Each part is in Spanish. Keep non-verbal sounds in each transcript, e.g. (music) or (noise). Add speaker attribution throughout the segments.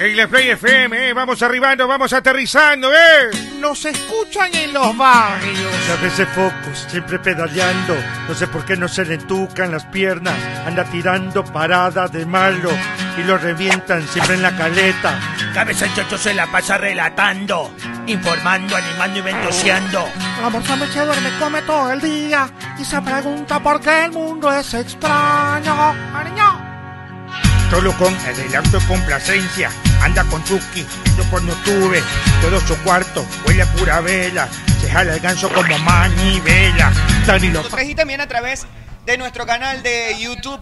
Speaker 1: En la Play FM, eh, vamos arribando, vamos aterrizando, ¿eh?
Speaker 2: Nos escuchan en los barrios.
Speaker 3: A veces focos, siempre pedaleando. No sé por qué no se le entucan las piernas. Anda tirando paradas de malo y lo revientan siempre en la caleta.
Speaker 4: Cabeza el chocho se la pasa relatando, informando, animando y ventoseando.
Speaker 2: La morsa se duerme, come todo el día y se pregunta por qué el mundo es extraño. Ariño.
Speaker 1: Solo con adelanto y complacencia. Anda con Chucky, yo cuando tuve todo su cuarto, huele a pura vela. Se jala el ganso como manivela. Danilo
Speaker 5: Nosotros y también a través de nuestro canal de YouTube,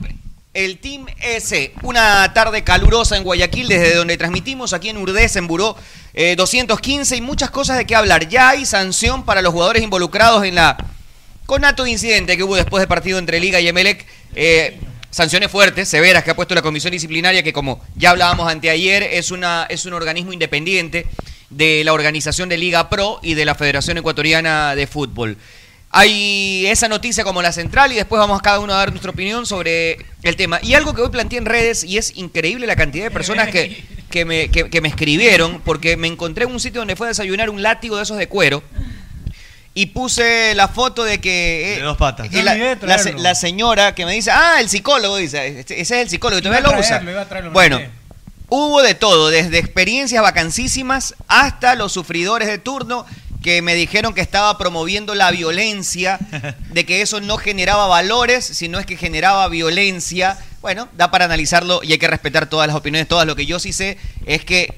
Speaker 5: el Team S. Una tarde calurosa en Guayaquil, desde donde transmitimos aquí en Urdés, en Buró eh, 215, y muchas cosas de qué hablar. Ya hay sanción para los jugadores involucrados en la conato de incidente que hubo después del partido entre Liga y Emelec. Eh, sanciones fuertes, severas que ha puesto la comisión disciplinaria, que como ya hablábamos anteayer, es, una, es un organismo independiente de la organización de Liga Pro y de la Federación Ecuatoriana de Fútbol. Hay esa noticia como la central y después vamos cada uno a dar nuestra opinión sobre el tema. Y algo que hoy planteé en redes y es increíble la cantidad de personas que, que, me, que- que me escribieron porque me encontré en un sitio donde fue a desayunar un látigo de esos de cuero y puse la foto de que... eh,
Speaker 6: De dos patas.
Speaker 5: que la, la se- la señora que me dice, ah, el psicólogo, dice, "Este- ese es el psicólogo, y
Speaker 7: Iba a
Speaker 5: todavía lo usa.
Speaker 7: traerlo, iba a traerlo, me
Speaker 5: bueno,
Speaker 7: olvidé.
Speaker 5: hubo de todo, desde experiencias vacancísimas hasta los sufridores de turno que me dijeron que estaba promoviendo la violencia, de que eso no generaba valores, sino es que generaba violencia. Bueno, da para analizarlo y hay que respetar todas las opiniones, todas. Lo que yo sí sé es que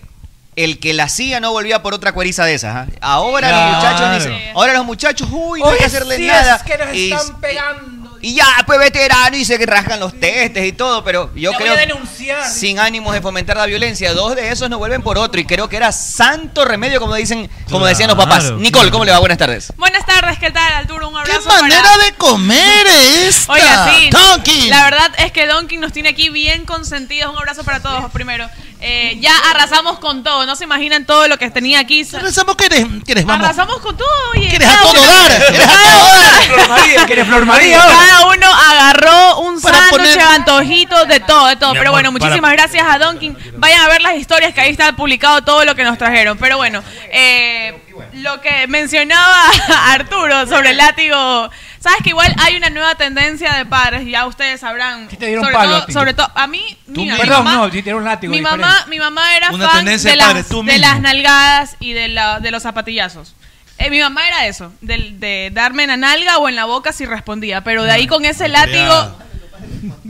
Speaker 5: el que la hacía no volvía por otra cueriza de esas. ¿ah? Ahora los
Speaker 6: Claro.
Speaker 5: muchachos dicen, ahora los muchachos, uy, no hay
Speaker 7: Oye,
Speaker 5: que hacerle
Speaker 7: sí
Speaker 5: nada.
Speaker 7: Es que nos
Speaker 5: Y-
Speaker 7: están pegando.
Speaker 5: y ya, pues veterano y se rasgan los testes y todo, pero yo
Speaker 7: Te
Speaker 5: creo
Speaker 7: voy a denunciar.
Speaker 5: sin ánimos de fomentar la violencia, dos de esos no vuelven por otro y creo que era santo remedio como dicen, como decían los
Speaker 6: Claro,
Speaker 5: papás.
Speaker 6: claro.
Speaker 5: Nicole, ¿cómo le va? Buenas tardes.
Speaker 8: Buenas tardes, ¿qué tal, Arturo? Un
Speaker 9: ¡Qué
Speaker 8: abrazo.
Speaker 9: manera
Speaker 8: para-
Speaker 9: de comer es
Speaker 8: (laughs)
Speaker 9: esta!
Speaker 8: Oiga, sí.
Speaker 9: Tonkin.
Speaker 8: La verdad es que Donkin nos tiene aquí bien consentidos. Un abrazo para todos, primero. Eh, ya arrasamos con todo. No se imaginan todo lo que tenía aquí.
Speaker 9: Rezamos que eres, que eres, vamos.
Speaker 8: Arrasamos con todo, oye.
Speaker 9: Que eres a
Speaker 8: Cada
Speaker 9: todo
Speaker 8: uno-
Speaker 9: dar. que eres a todo dar.
Speaker 4: Flor María, ¿quiere Flor María?
Speaker 8: Cada uno agarró un
Speaker 9: Para
Speaker 8: sándwich,
Speaker 9: poner-
Speaker 8: antojitos, de todo, de todo.
Speaker 6: Mi
Speaker 8: Pero
Speaker 6: amor,
Speaker 8: bueno, muchísimas
Speaker 6: para-
Speaker 8: gracias a Donkin. Vayan a ver las historias que ahí está publicado todo lo que nos trajeron. Pero bueno, eh, lo que mencionaba (laughs) Arturo sobre el látigo. Sabes que igual hay una nueva tendencia de padres, ya ustedes sabrán.
Speaker 7: Sí te dieron
Speaker 8: sobre
Speaker 7: palo a
Speaker 8: todo,
Speaker 7: ti.
Speaker 8: sobre todo a mí, mira, mi
Speaker 7: Perdón,
Speaker 8: mamá-
Speaker 7: no, sí te dieron látigo.
Speaker 8: mi
Speaker 7: diferente.
Speaker 8: mamá, mi mamá era
Speaker 6: Una
Speaker 8: fan
Speaker 6: tendencia
Speaker 8: de,
Speaker 6: de
Speaker 8: las,
Speaker 6: padre, tú
Speaker 8: de
Speaker 6: mismo.
Speaker 8: las nalgadas y de, la, de los zapatillazos. Eh, mi mamá era eso, del- de, darme en la nalga o en la boca si respondía, pero de ahí con ese látigo,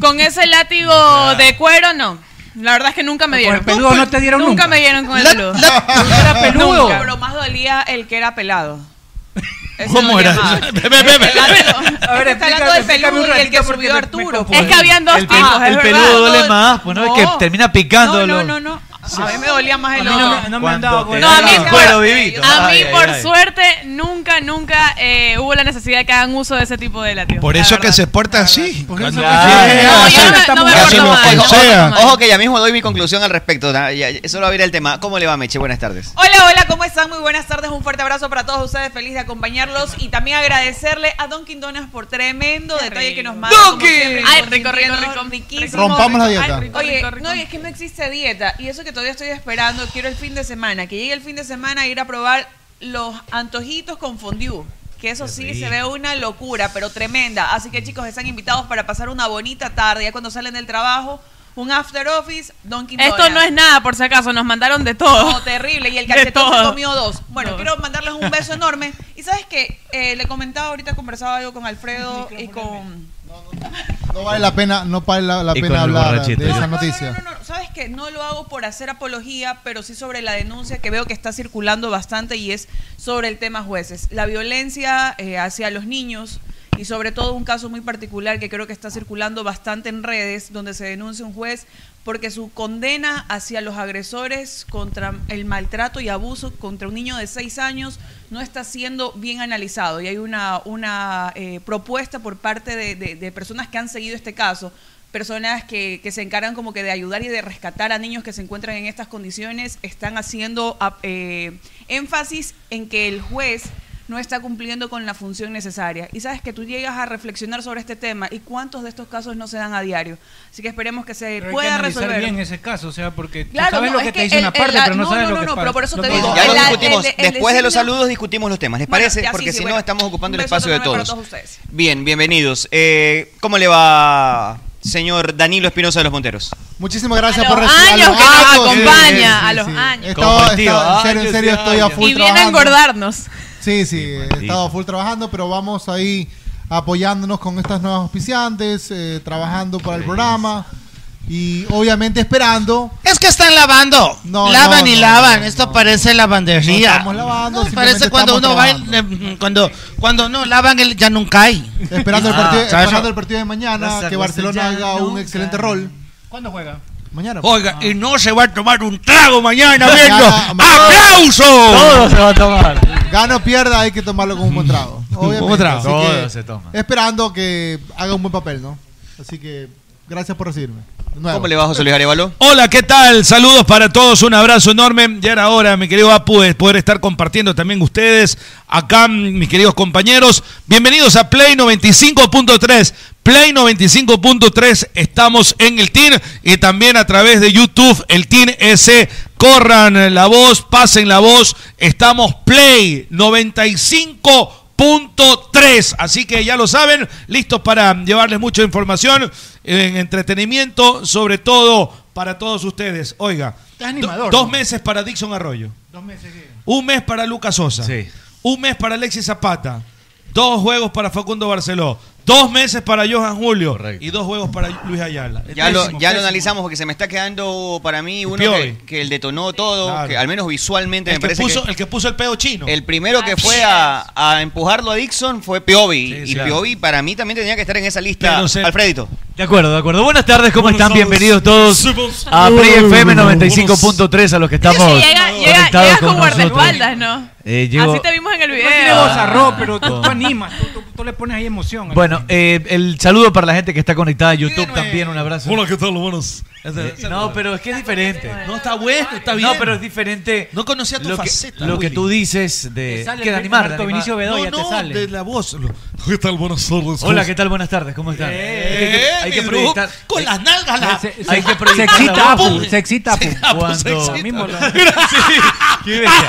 Speaker 8: con ese látigo de cuero, no. La verdad es que nunca me
Speaker 7: Con el
Speaker 8: dieron.
Speaker 7: peludo no te dieron nunca.
Speaker 8: me dieron con el
Speaker 9: La-
Speaker 8: peludo.
Speaker 7: ¿No era peludo?
Speaker 8: Nunca, pero más dolía el que era pelado. Ese
Speaker 9: ¿Cómo
Speaker 8: dolía
Speaker 9: era?
Speaker 8: más.
Speaker 9: Ve, ve, ve, ve.
Speaker 8: Claro.
Speaker 7: A ver,
Speaker 8: Está
Speaker 7: explícame,
Speaker 8: hablando del
Speaker 7: explícame
Speaker 8: peludo
Speaker 7: un
Speaker 8: y el que
Speaker 7: ratito porque
Speaker 8: subió
Speaker 7: me- me
Speaker 8: Arturo.
Speaker 7: confundí.
Speaker 8: Es que habían dos
Speaker 6: El
Speaker 8: tipos.
Speaker 6: pelu-
Speaker 8: es
Speaker 6: el
Speaker 8: verdad.
Speaker 6: peludo duele
Speaker 8: No,
Speaker 6: más, pues, ¿no? Es que termina picándolo.
Speaker 8: No, no, no, no. A mí me dolía más
Speaker 7: A mí
Speaker 8: el
Speaker 7: no,
Speaker 8: otro.
Speaker 7: me- no me han dado
Speaker 6: ¿Cuánto
Speaker 7: con
Speaker 6: te
Speaker 8: No, a mí,
Speaker 6: daban?
Speaker 8: por-
Speaker 6: Cuero vivito.
Speaker 8: a
Speaker 6: Ay,
Speaker 8: mí
Speaker 6: ay,
Speaker 8: por
Speaker 6: ay.
Speaker 8: suerte, nunca, nunca eh, hubo la necesidad de que hagan uso de ese tipo de látigo.
Speaker 10: Por
Speaker 8: la
Speaker 10: eso que
Speaker 8: verdad. Ah,
Speaker 10: se porta así.
Speaker 7: Por eso
Speaker 6: Claro.
Speaker 7: que-
Speaker 8: No, yo no me- no
Speaker 10: Ya
Speaker 8: me
Speaker 10: se
Speaker 8: porto
Speaker 10: lo
Speaker 8: mal, no me porto
Speaker 10: falsea.
Speaker 8: mal.
Speaker 5: Ojo que ya mismo doy mi conclusión al respecto. na- ya- ya- Solo abrir el tema. ¿Cómo le va, Meche? Buenas tardes.
Speaker 11: Hola, hola, ¿cómo están? Muy buenas tardes, un fuerte abrazo para todos ustedes, feliz de acompañarlos y también agradecerle a Dunkin Donuts por tremendo
Speaker 8: Qué
Speaker 11: detalle que
Speaker 8: rico.
Speaker 11: nos manda. como siempre,
Speaker 8: Ay,
Speaker 11: con
Speaker 8: rico, rico,
Speaker 11: sintiéndonos
Speaker 8: rico.
Speaker 11: riquísimos.
Speaker 10: Rompamos la
Speaker 8: Ay,
Speaker 10: dieta.
Speaker 8: rico,
Speaker 11: Oye,
Speaker 8: rico, rico.
Speaker 11: no, y es que no existe dieta y eso que todavía estoy esperando, quiero el fin de semana, que llegue el fin de semana a ir a probar los antojitos con fondue. Que eso sí se ve una locura, pero tremenda. Así que chicos, están invitados para pasar una bonita tarde. Ya cuando salen del trabajo, un after office, Dunkin' Donuts.
Speaker 8: Esto no es nada, por si acaso, nos mandaron de
Speaker 11: No,
Speaker 8: todo.
Speaker 11: terrible. Y el
Speaker 8: De
Speaker 11: cachetón se
Speaker 8: todo.
Speaker 11: comió dos. Bueno,
Speaker 8: No.
Speaker 11: quiero mandarles un beso enorme. Y sabes que eh, le comentaba ahorita, conversaba algo con Alfredo y con.
Speaker 10: No vale la pena, no vale la, la
Speaker 6: Y con
Speaker 10: pena
Speaker 6: el
Speaker 10: hablar
Speaker 6: borrachito.
Speaker 10: de
Speaker 6: No,
Speaker 10: esa
Speaker 11: No, no,
Speaker 10: noticia.
Speaker 11: No, no, no, Sabes que no lo hago por hacer apología, pero sí sobre la denuncia que veo que está circulando bastante y es sobre el tema jueces. La violencia eh, hacia los niños y sobre todo un caso muy particular que creo que está circulando bastante en redes, donde se denuncia un juez porque su condena hacia los agresores contra el maltrato y abuso contra un niño de 6 años no está siendo bien analizado. Y hay una, una eh, propuesta por parte de- de- de personas que han seguido este caso personas que, que se encargan como que de ayudar y de rescatar a niños que se encuentran en estas condiciones están haciendo ah, eh, énfasis en que el juez no está cumpliendo con la función necesaria. Y sabes que tú llegas a reflexionar sobre este tema y cuántos de estos casos no se dan a diario. Así que esperemos que se
Speaker 12: Pero hay que
Speaker 11: pueda
Speaker 12: analizar
Speaker 11: resolver.
Speaker 12: bien ese caso, o sea, porque tú
Speaker 11: Claro,
Speaker 12: sabes
Speaker 11: no,
Speaker 12: lo que
Speaker 11: es
Speaker 12: te
Speaker 11: que
Speaker 12: dicen
Speaker 11: el-
Speaker 12: aparte,
Speaker 11: el-
Speaker 12: pero no,
Speaker 11: no,
Speaker 12: sabes
Speaker 11: no,
Speaker 12: lo que
Speaker 11: no,
Speaker 12: pasa.
Speaker 11: pero por eso
Speaker 12: Lo
Speaker 11: te
Speaker 12: que-
Speaker 11: digo,
Speaker 5: Ya lo
Speaker 11: el-
Speaker 5: discutimos.
Speaker 11: el- el
Speaker 5: Después de los
Speaker 11: designio-
Speaker 5: saludos discutimos los temas, ¿les
Speaker 11: Bueno,
Speaker 5: parece?
Speaker 11: ya, sí,
Speaker 5: Porque
Speaker 11: sí,
Speaker 5: si no
Speaker 11: bueno.
Speaker 5: estamos ocupando
Speaker 11: Un
Speaker 5: el
Speaker 11: beso
Speaker 5: espacio de
Speaker 11: enorme para
Speaker 5: todos.
Speaker 11: todos ustedes.
Speaker 5: Bien, bienvenidos. Eh, ¿Cómo le va, señor Danilo Espinosa de los Monteros?
Speaker 10: Muchísimas gracias
Speaker 8: A los
Speaker 10: por recibir.
Speaker 8: años que nos
Speaker 10: años,
Speaker 8: acompaña,
Speaker 10: sí, sí,
Speaker 8: a
Speaker 10: sí,
Speaker 8: los
Speaker 10: sí.
Speaker 8: años.
Speaker 10: He estado- he estado- en serio, en serio, estoy a full
Speaker 8: Y viene a
Speaker 10: trabajando.
Speaker 8: engordarnos.
Speaker 10: Sí, sí, he estado full trabajando, pero vamos ahí apoyándonos con estas nuevas auspiciantes, eh, trabajando para el programa y obviamente esperando.
Speaker 7: Es que están lavando.
Speaker 10: No,
Speaker 7: lavan
Speaker 10: no,
Speaker 7: y
Speaker 10: no,
Speaker 7: lavan. Esto parece
Speaker 10: No
Speaker 7: lavandería.
Speaker 10: estamos lavando,
Speaker 7: No, parece
Speaker 10: simplemente
Speaker 7: cuando uno
Speaker 10: estamos
Speaker 7: va, eh, cuando, cuando no lavan, el, ya nunca hay.
Speaker 10: Esperando, el,
Speaker 7: Ah,
Speaker 10: partido,
Speaker 7: ¿sabes?
Speaker 10: esperando el partido de mañana,
Speaker 7: Las
Speaker 10: que Barcelona
Speaker 7: aguas
Speaker 10: haga
Speaker 7: ya
Speaker 10: un
Speaker 7: nunca.
Speaker 10: excelente rol.
Speaker 12: ¿Cuándo juega?
Speaker 10: Mañana. Ah.
Speaker 7: Oiga, y no se va a tomar un trago
Speaker 9: (laughs)
Speaker 7: mañana,
Speaker 10: Mañana,
Speaker 7: viendo. ¡Aplauso!
Speaker 10: Todo se
Speaker 7: va a tomar.
Speaker 10: Gana o pierda, hay que tomarlo con un buen
Speaker 7: (laughs)
Speaker 10: trago. Obviamente.
Speaker 7: eh, buen trago.
Speaker 10: así que
Speaker 7: Todo se toma.
Speaker 10: Esperando que haga un buen papel, ¿no? Así que gracias por recibirme. De nuevo.
Speaker 5: ¿Cómo le va, José Luis Arevalo?
Speaker 9: Hola, ¿qué tal? Saludos para todos, un abrazo enorme. Ya era hora, mi querido Apu, de poder estar compartiendo también ustedes acá, mis queridos compañeros. Bienvenidos a Play 95.3. Play 95.3, estamos en el TIN y también a través de YouTube, el TIN S. Corran la voz, pasen la voz. Estamos Play 95. Punto 3. Así que ya lo saben, listos para llevarles mucha información en entretenimiento, sobre todo para todos ustedes. Oiga,
Speaker 12: Estás animador,
Speaker 9: do- dos
Speaker 12: ¿no?
Speaker 9: meses para Dixon Arroyo,
Speaker 12: Dos meses que-
Speaker 9: un mes para Lucas Sosa, un mes para Alexis Zapata, dos juegos para Facundo Barceló, dos meses para Johan Julio y dos juegos para Luis Ayala.
Speaker 5: Ya lo,
Speaker 9: Pésimo,
Speaker 5: ya lo
Speaker 9: pésimo.
Speaker 5: analizamos porque se me está quedando para mí uno
Speaker 9: Piovi.
Speaker 5: que, que el detonó todo,
Speaker 9: Claro.
Speaker 5: que al menos visualmente
Speaker 9: El
Speaker 5: me
Speaker 9: que
Speaker 5: parece
Speaker 9: puso-
Speaker 5: que
Speaker 9: el que puso el pedo chino.
Speaker 5: el primero que fue a, a empujarlo a Dixon fue Piovi. y Piovi para mí también tenía que estar en esa lista.
Speaker 6: Pero se-
Speaker 5: Alfredito.
Speaker 6: De acuerdo, de acuerdo. Buenas tardes, ¿cómo están? Bienvenidos todos a Play
Speaker 8: Uh,
Speaker 6: FM 95.3 a los que estamos
Speaker 8: Sí, llega, llega-
Speaker 6: conectados
Speaker 8: llega
Speaker 6: con
Speaker 8: con
Speaker 6: nosotros.
Speaker 8: guardaespaldas, ¿no?
Speaker 6: Eh, llego-
Speaker 8: Así te vimos en el video. Ah,
Speaker 12: No tiene voz
Speaker 7: Ah.
Speaker 12: arroz, pero tú, tú animas, tú, tú- tú le pones ahí emoción.
Speaker 6: Bueno, eh, el saludo para la gente que está conectada a YouTube también, un abrazo.
Speaker 9: Ah, Hola, ¿qué tal? Buenos.
Speaker 6: no, pero es que es diferente.
Speaker 9: No está bueno, está bien.
Speaker 6: No, pero es diferente.
Speaker 9: No conocía tu
Speaker 6: lo que,
Speaker 9: faceta.
Speaker 6: lo que
Speaker 9: Willy.
Speaker 6: tú dices de...
Speaker 9: Te sale
Speaker 6: que de
Speaker 9: el
Speaker 6: animar,
Speaker 9: Marco
Speaker 6: de animar.
Speaker 9: Vinicio Bedoya,
Speaker 6: No,
Speaker 9: te
Speaker 6: no,
Speaker 9: sale.
Speaker 6: de
Speaker 9: la voz. ¿Qué tal? Buenas tardes.
Speaker 6: Hola, ¿qué tal? Buenas tardes, ¿cómo están?
Speaker 9: Eh,
Speaker 6: hay que, hay que
Speaker 9: mi
Speaker 6: proyectar.
Speaker 9: bro, con las nalgas la-
Speaker 6: Se-
Speaker 9: se-
Speaker 6: hay que
Speaker 9: se
Speaker 6: proyectar.
Speaker 9: excita,
Speaker 6: la-
Speaker 9: Apu,
Speaker 6: Sí.
Speaker 9: se excita, Apu.
Speaker 6: Cuando-
Speaker 9: Se excita. (laughs)
Speaker 6: mismo lo-
Speaker 9: Mira.
Speaker 6: Sí, qué bestia.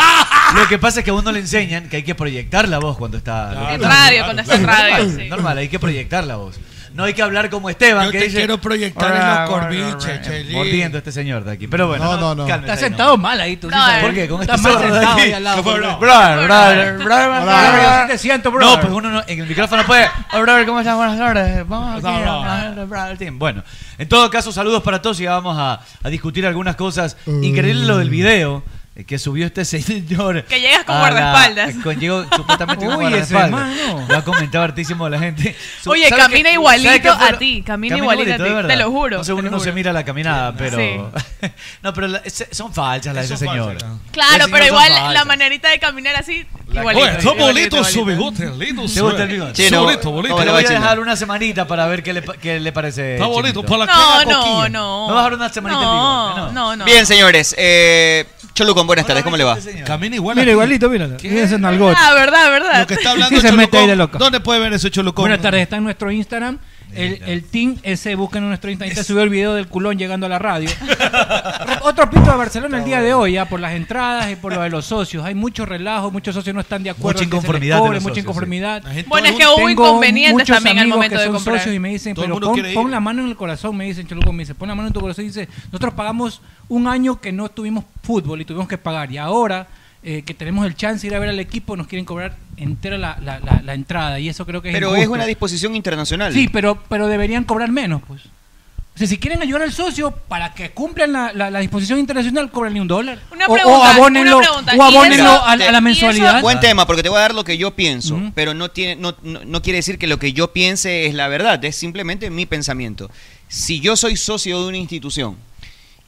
Speaker 6: Lo que pasa es que a uno le enseñan que hay que proyectar la voz cuando está.
Speaker 8: Claro. En radio, cuando está en radio,
Speaker 6: Normal,
Speaker 8: sí.
Speaker 6: normal, hay que proyectar la voz. No hay que hablar como Esteban,
Speaker 9: Yo
Speaker 6: que
Speaker 9: te
Speaker 6: dice.
Speaker 9: quiero proyectar en los
Speaker 6: "Hola,
Speaker 9: corviches,
Speaker 6: hola, hola",
Speaker 9: Chelín.
Speaker 6: (laughs) Mordiendo a este señor de aquí. Pero bueno,
Speaker 12: No, no, no. Está
Speaker 6: cálmese ahí
Speaker 12: sentado
Speaker 6: nomás.
Speaker 12: mal ahí, tú, sí sabes.
Speaker 6: ¿Por qué? Con
Speaker 12: Está
Speaker 6: este
Speaker 12: mal
Speaker 6: zorro de
Speaker 12: sentado
Speaker 6: aquí.
Speaker 12: ahí al lado,
Speaker 6: Brother,
Speaker 12: bro.
Speaker 6: brother, brother,
Speaker 12: Bro.
Speaker 6: brother.
Speaker 12: Bro, sí te siento, brother.
Speaker 6: No, pues uno no, en el micrófono puede. "Oh, brother, ¿cómo estás? Buenas tardes. Vamos aquí,
Speaker 12: No, no.
Speaker 6: brother, brother, team". Bueno, en todo caso, saludos para todos y ya vamos a, a discutir algunas cosas. Increíble lo del video eh, que subió este (laughs) señor.
Speaker 8: Que llegas con
Speaker 6: a la-
Speaker 8: guardaespaldas.
Speaker 6: con- llegó supuestamente con
Speaker 8: (laughs) Uy, ese
Speaker 6: guardaespaldas. Lo ha comentado hartísimo la gente. Su-
Speaker 8: Oye,
Speaker 6: ¿sabe
Speaker 8: camina
Speaker 6: qué-
Speaker 8: igualito
Speaker 6: sabe qué fue
Speaker 8: a
Speaker 6: lo-
Speaker 8: ti, camina igualito
Speaker 6: igualito
Speaker 8: a ti,
Speaker 6: de verdad.
Speaker 8: te lo juro,
Speaker 6: No sé, uno
Speaker 8: te lo
Speaker 6: no se
Speaker 8: juro.
Speaker 6: mira la caminada, pero. (laughs) no, pero la- se- son falsas las de ese señor.
Speaker 8: Claro, pero
Speaker 6: Las señoras
Speaker 8: igual
Speaker 6: son falsas.
Speaker 8: la manerita de caminar así, igualito.
Speaker 9: Oye, son
Speaker 6: igualito,
Speaker 9: bonitos su
Speaker 6: igualito.
Speaker 9: bigote, lindo
Speaker 6: ¿Te
Speaker 9: su
Speaker 6: gusta el bigote?
Speaker 9: Su bonito, bonito.
Speaker 6: Te voy a dejar una semanita para ver qué le, pa- qué le parece.
Speaker 9: Está bonito,
Speaker 8: la
Speaker 9: para
Speaker 8: No, cara no, coquilla. no.
Speaker 6: Me vas a dar una semanita
Speaker 8: No,
Speaker 6: en bigote,
Speaker 8: no, no.
Speaker 5: Bien, señores. Eh, Cholucón, buenas tardes. ¿Cómo le va?
Speaker 9: Camina igual.
Speaker 12: Mira, igualito, míralo. Mira ese nalgote.
Speaker 8: Ah, verdad, verdad.
Speaker 9: Lo que está hablando
Speaker 12: Sí se mete ahí de
Speaker 9: Cholucón, ¿Dónde puede ver ese Cholucón?
Speaker 12: Buenas tardes, está en nuestro Instagram. El, el team ese, buscan en nuestro Instagram. Ahí te subió el video del culón llegando a la radio. (laughs) Re- Otro pito de Barcelona el día de hoy, ya por las entradas y por lo de los socios. Hay mucho relajo, muchos socios no están de acuerdo.
Speaker 6: Mucha
Speaker 12: en que se les
Speaker 6: inconformidad de
Speaker 12: cobre,
Speaker 6: los
Speaker 12: mucha
Speaker 6: socios,
Speaker 12: inconformidad.
Speaker 8: Bueno, es que hubo
Speaker 12: Tengo
Speaker 8: inconvenientes
Speaker 12: muchos
Speaker 8: también al
Speaker 12: amigos
Speaker 8: momento
Speaker 12: que
Speaker 8: de
Speaker 12: son
Speaker 8: comprar.
Speaker 12: socios y me dicen,
Speaker 8: Todo el
Speaker 12: pero
Speaker 8: mundo
Speaker 12: pon,
Speaker 8: quiere ir.
Speaker 12: pon la mano en el corazón, me dicen, Choluco, me dice, pon la mano en tu corazón y dice, nosotros pagamos un año que no tuvimos fútbol y tuvimos que pagar. Y ahora eh, que tenemos el chance de ir a ver al equipo, nos quieren cobrar entera la, la- la- la entrada. Y eso creo que es
Speaker 5: Pero es
Speaker 12: injusto.
Speaker 5: una disposición internacional.
Speaker 12: Sí, pero, pero deberían cobrar menos, pues. O sea, si quieren ayudar al socio para que cumplan la, la- la disposición internacional, cóbrenle un dólar.
Speaker 8: Una
Speaker 12: O-
Speaker 8: pregunta,
Speaker 12: o abónenlo,
Speaker 8: una pregunta.
Speaker 12: o
Speaker 8: ¿Y
Speaker 12: abónenlo
Speaker 8: eso-
Speaker 12: a, la- a la mensualidad.
Speaker 5: Buen tema, porque te voy a dar lo que yo pienso, pero no, tiene, no, no- no quiere decir que lo que yo piense es la verdad, es simplemente mi pensamiento. Si yo soy socio de una institución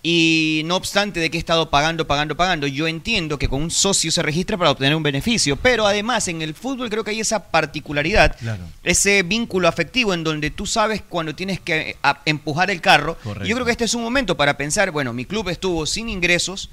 Speaker 5: Y no obstante de que he estado pagando, pagando, pagando, yo entiendo que con un socio se registra para obtener un beneficio, pero además en el fútbol creo que hay esa particularidad,
Speaker 13: Claro.
Speaker 5: ese vínculo afectivo en donde tú sabes cuando tienes que eh, a- empujar el carro.
Speaker 13: Correcto.
Speaker 5: Yo creo que este es un momento para pensar, bueno, mi club estuvo sin ingresos,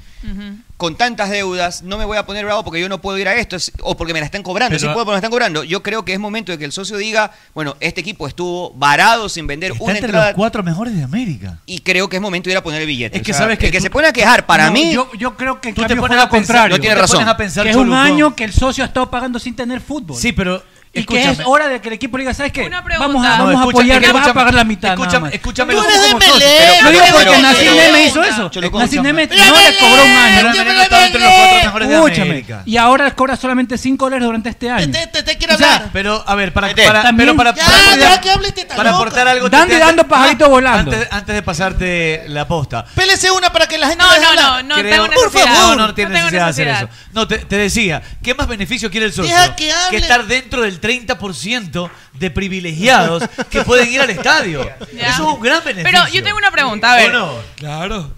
Speaker 5: con tantas deudas, no me voy a poner bravo porque yo no puedo ir a esto es- o porque me la están cobrando.
Speaker 6: Pero-
Speaker 5: sí puedo, porque me la están cobrando. Yo creo que es momento de que el socio diga, bueno, este equipo estuvo varado sin vender
Speaker 6: Está
Speaker 5: una
Speaker 6: entre
Speaker 5: entrada
Speaker 6: los cuatro mejores de América.
Speaker 5: y creo que es momento de ir a poner el billete.
Speaker 6: Es que
Speaker 5: O sea,
Speaker 6: sabes que
Speaker 5: el que
Speaker 6: tú-
Speaker 5: se pone a quejar para
Speaker 7: No,
Speaker 5: mí.
Speaker 7: Yo, yo creo que el
Speaker 5: Tú te
Speaker 7: cambio
Speaker 5: pones
Speaker 7: fue
Speaker 5: a
Speaker 7: lo
Speaker 5: pensar-
Speaker 7: contrario.
Speaker 5: no tiene
Speaker 7: Tú te pones
Speaker 5: razón.
Speaker 7: a pensar
Speaker 5: Que
Speaker 7: que es un
Speaker 5: Cholucón.
Speaker 7: año que el socio ha estado pagando sin tener fútbol.
Speaker 6: Sí, pero.
Speaker 7: Y que es
Speaker 6: escúchame.
Speaker 7: hora de que el equipo le diga, ¿sabes qué? Vamos a,
Speaker 6: No,
Speaker 7: vamos a
Speaker 6: escucha-
Speaker 7: apoyar, que vas a
Speaker 6: escúchame,
Speaker 7: pagar la mitad. nada
Speaker 6: escúchame,
Speaker 7: más.
Speaker 6: escúchame,
Speaker 7: Tú
Speaker 6: no
Speaker 7: eres
Speaker 6: como
Speaker 7: de
Speaker 6: socio.
Speaker 7: Melé,
Speaker 6: Pero-
Speaker 7: Lo digo
Speaker 6: pero-
Speaker 7: porque
Speaker 6: pero-
Speaker 7: Nacir
Speaker 6: pero-
Speaker 7: Neme
Speaker 6: pero-
Speaker 7: hizo eso.
Speaker 6: Cholucón,
Speaker 7: Nacir
Speaker 6: escúchame.
Speaker 7: Neme no le cobró un año.
Speaker 6: Pero Melé no estaba entre los cuatro mejores de
Speaker 7: Escúchame.
Speaker 6: América.
Speaker 7: Y ahora le cobra solamente 5 dólares durante este año.
Speaker 9: quiero
Speaker 7: O sea,
Speaker 9: hablar.
Speaker 6: Pero, a ver, para, para,
Speaker 7: También-
Speaker 6: pero para,
Speaker 7: Ya,
Speaker 6: para-
Speaker 7: ya,
Speaker 6: para-
Speaker 9: que hable esta
Speaker 6: para
Speaker 9: loca.
Speaker 6: aportar algo.
Speaker 7: Dando y
Speaker 6: Tete,
Speaker 7: dando
Speaker 6: antes-
Speaker 7: pajarito volando.
Speaker 6: Antes, antes de pasarte la posta.
Speaker 9: Pélese una para que la gente
Speaker 8: No,
Speaker 9: deje
Speaker 8: no,
Speaker 9: hablar.
Speaker 8: no,
Speaker 6: Creo-
Speaker 9: Por favor.
Speaker 6: No, no tiene
Speaker 9: tengo
Speaker 6: necesidad de hacer eso.
Speaker 9: necesidad.
Speaker 6: No, te, te decía, ¿qué más beneficio quiere el socio?
Speaker 9: Deja que hable.
Speaker 6: estar dentro del 30% de privilegiados que pueden ir al estadio.
Speaker 8: Ya.
Speaker 6: Eso es un gran beneficio.
Speaker 8: Pero yo tengo una pregunta, a ver.
Speaker 6: Claro.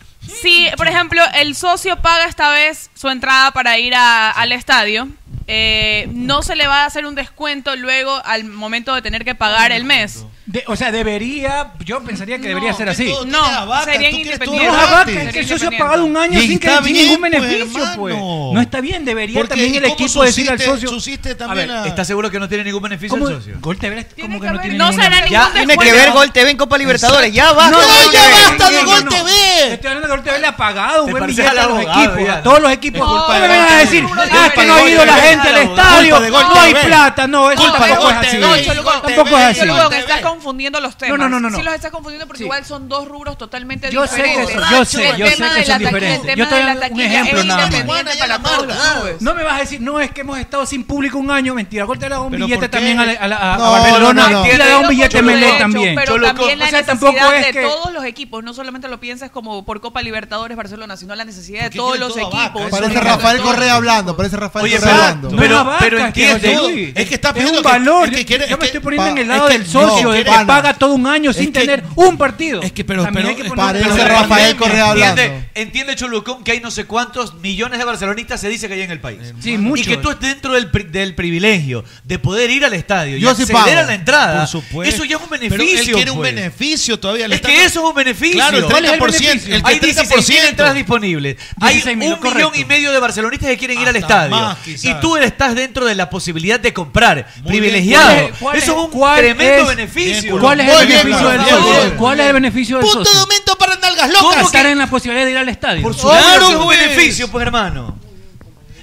Speaker 8: Si, por ejemplo, el socio paga esta vez su entrada para ir a- al estadio, eh, no se le va a hacer un descuento luego al momento de tener que pagar el mes.
Speaker 7: De- o sea, debería, yo pensaría que debería ser así.
Speaker 8: No, serían independientes.
Speaker 7: No, Abaca, es que el socio ha pagado un año
Speaker 9: Y
Speaker 7: sin que
Speaker 9: está
Speaker 7: haya
Speaker 9: bien,
Speaker 7: ningún
Speaker 9: pues,
Speaker 7: beneficio, pues.
Speaker 9: hermano.
Speaker 7: No está bien, debería
Speaker 9: Porque,
Speaker 7: también
Speaker 9: ¿y
Speaker 7: el
Speaker 9: cómo
Speaker 7: equipo decirle al
Speaker 9: subsiste-
Speaker 7: socio.
Speaker 9: subsiste
Speaker 7: a ver,
Speaker 9: también la-
Speaker 6: ¿Estás seguro que no tiene ningún beneficio
Speaker 7: ¿Cómo-
Speaker 6: el socio?
Speaker 7: Gol TV, ¿cómo que, no tiene
Speaker 8: no
Speaker 7: ningún
Speaker 8: será
Speaker 7: beneficio?
Speaker 8: ningún Ya,
Speaker 5: Tiene que ver Gol TV en Copa Libertadores. Ya basta.
Speaker 7: No,
Speaker 5: de Gol
Speaker 7: ya
Speaker 5: TV.
Speaker 7: basta de
Speaker 5: Sí,
Speaker 7: Gol
Speaker 5: no.
Speaker 7: TV. Estoy hablando de Gol TV, le ha pagado un
Speaker 5: Te
Speaker 7: buen
Speaker 5: parece
Speaker 7: billete a
Speaker 5: al
Speaker 7: los
Speaker 5: abogado,
Speaker 7: equipos.
Speaker 5: ya.
Speaker 7: A todos los equipos.
Speaker 6: Es culpa
Speaker 7: No
Speaker 6: de
Speaker 7: me
Speaker 6: Gol
Speaker 7: vengan a
Speaker 6: TV.
Speaker 7: decir,
Speaker 6: Es culpa
Speaker 7: ah, es que
Speaker 6: de
Speaker 7: no
Speaker 6: Gol
Speaker 7: ha ido la
Speaker 6: TV.
Speaker 7: gente al
Speaker 6: Culpa de
Speaker 7: estadio,
Speaker 6: Gol TV.
Speaker 7: no hay
Speaker 6: Culpa de
Speaker 7: plata, no, eso
Speaker 6: Gol
Speaker 7: tampoco es
Speaker 6: TV.
Speaker 7: así.
Speaker 6: No,
Speaker 11: Cholucón,
Speaker 7: Tampoco es así.
Speaker 11: Cholucón, estás confundiendo los temas.
Speaker 7: No, no, no, no, no.
Speaker 11: Sí los estás confundiendo porque igual son dos rubros totalmente
Speaker 7: Yo sé que
Speaker 11: diferentes.
Speaker 7: son- yo sé,
Speaker 11: el
Speaker 7: yo
Speaker 11: tema
Speaker 7: sé que
Speaker 11: de la
Speaker 7: son
Speaker 11: taquilla-
Speaker 7: diferentes.
Speaker 11: El
Speaker 7: Yo
Speaker 11: tema
Speaker 7: te
Speaker 11: de
Speaker 7: doy
Speaker 11: la
Speaker 7: un
Speaker 11: taquilla
Speaker 7: ejemplo
Speaker 11: es
Speaker 7: nada más.
Speaker 11: independiente para todos los clubes.
Speaker 7: No me vas a decir, no, es que hemos estado sin público un año, mentira. Gol te le da un
Speaker 6: ¿Pero
Speaker 7: billete
Speaker 6: por qué?
Speaker 7: también a, la- a la- a- a
Speaker 6: No,
Speaker 7: Barcelona
Speaker 6: no, no, no.
Speaker 7: y le da un billete a
Speaker 6: Entiendo
Speaker 7: Melé
Speaker 6: por tu
Speaker 7: también.
Speaker 6: derecho,
Speaker 11: Pero también la
Speaker 7: o sea,
Speaker 11: necesidad
Speaker 7: tampoco es
Speaker 11: de
Speaker 7: que...
Speaker 11: todos los equipos, no solamente lo piensas como por Copa Libertadores Barcelona, sino la necesidad de todos los equipos.
Speaker 10: Parece Rafael Correa hablando, parece Rafael
Speaker 6: Oye,
Speaker 10: Correa
Speaker 6: pero-
Speaker 10: hablando.
Speaker 6: pero- No, pero Vaca, que entiende, José Luis.
Speaker 10: es que está
Speaker 6: pidiendo
Speaker 10: un
Speaker 6: que-
Speaker 10: valor.
Speaker 6: es que
Speaker 10: quiere-
Speaker 7: Yo me estoy poniendo
Speaker 10: pa-
Speaker 7: en el lado
Speaker 10: es que
Speaker 7: del socio,
Speaker 10: no,
Speaker 7: el que
Speaker 10: pana.
Speaker 7: paga todo un año sin
Speaker 10: Es que-
Speaker 7: tener un partido. Es que,
Speaker 6: pero,
Speaker 10: parece Rafael Correa hablando.
Speaker 6: Entiende, entiende Cholucón que hay no sé cuántos millones de barcelonistas se dice que hay en el país.
Speaker 7: Sí, muchos.
Speaker 6: Y que tú estés dentro del, pri- del privilegio de poder ir al estadio y
Speaker 9: Yo sí
Speaker 6: acceder
Speaker 9: pago.
Speaker 6: a la entrada.
Speaker 9: Por supuesto.
Speaker 6: Eso ya es un
Speaker 9: Pero él
Speaker 6: beneficio.
Speaker 9: quiere un
Speaker 6: pues.
Speaker 9: beneficio todavía. le
Speaker 6: Es
Speaker 9: está-
Speaker 6: que eso es un beneficio.
Speaker 9: Claro, el
Speaker 6: ¿Cuál es
Speaker 9: 30%, el
Speaker 6: Hay
Speaker 9: 30%.
Speaker 6: 16.000 entradas disponibles. Hay
Speaker 9: 16.000,
Speaker 6: un millón
Speaker 9: correcto.
Speaker 6: y medio de barcelonistas que quieren ir al
Speaker 9: Hasta
Speaker 6: estadio.
Speaker 9: más, quizás.
Speaker 6: y tú estás dentro de la posibilidad de comprar.
Speaker 9: bien.
Speaker 6: privilegiado.
Speaker 9: ¿Cuál es- cuál
Speaker 6: eso es un
Speaker 7: ¿Cuál
Speaker 6: tremendo
Speaker 7: es-
Speaker 6: beneficio.
Speaker 7: ¿Cuál es
Speaker 6: Muy
Speaker 7: el
Speaker 6: bien,
Speaker 7: beneficio del
Speaker 6: Rafael.
Speaker 7: socio? ¿Cuál es el beneficio del socio?
Speaker 9: momento para nalgas
Speaker 7: ¿Cómo
Speaker 9: locas.
Speaker 7: estar en la posibilidad de ir al estadio? Por
Speaker 6: Claro, es un beneficio, pues hermano.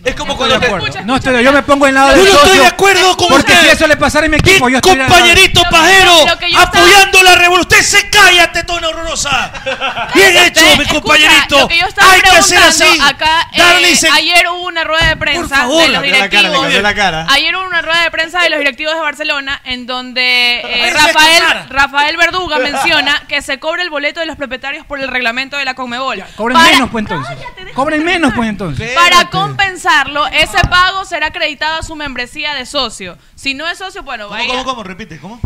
Speaker 6: Es como cuando te
Speaker 7: No estoy, yo me pongo en lado del
Speaker 6: Yo no
Speaker 7: socio.
Speaker 6: estoy de acuerdo con
Speaker 7: Porque
Speaker 6: usted.
Speaker 7: si eso le pasara a mi equipo, yo estuviera al lado.
Speaker 6: compañerito
Speaker 8: pajero Lo que yo estaba- apoyando
Speaker 6: la revolución. Usted se cállate, tona horrorosa. Bien hecho, mi
Speaker 8: Escucha,
Speaker 6: compañerito.
Speaker 8: lo que yo estaba
Speaker 6: Hay que hacer
Speaker 8: preguntando,
Speaker 6: así.
Speaker 8: Acá, eh,
Speaker 6: Darle y se-
Speaker 8: Ayer hubo una rueda de prensa
Speaker 6: favor.
Speaker 8: de los
Speaker 6: Le cambió la cara, le
Speaker 8: directivos.
Speaker 6: cambió la cara.
Speaker 8: Ayer hubo una rueda de prensa de los directivos de Barcelona en donde eh,
Speaker 11: Eso es
Speaker 8: Rafael,
Speaker 11: cobrar.
Speaker 8: Rafael Verduga menciona que se cobra el boleto de los propietarios por el reglamento de la Conmebol.
Speaker 7: Cobren
Speaker 8: Para-
Speaker 7: menos, pues entonces. Cobren menos, pues entonces.
Speaker 8: Para compensarlo, ese pago será acreditado a su membresía de socio. Si no es socio, bueno,
Speaker 9: ¿Cómo,
Speaker 8: vaya.
Speaker 9: cómo, cómo? Repite, ¿cómo?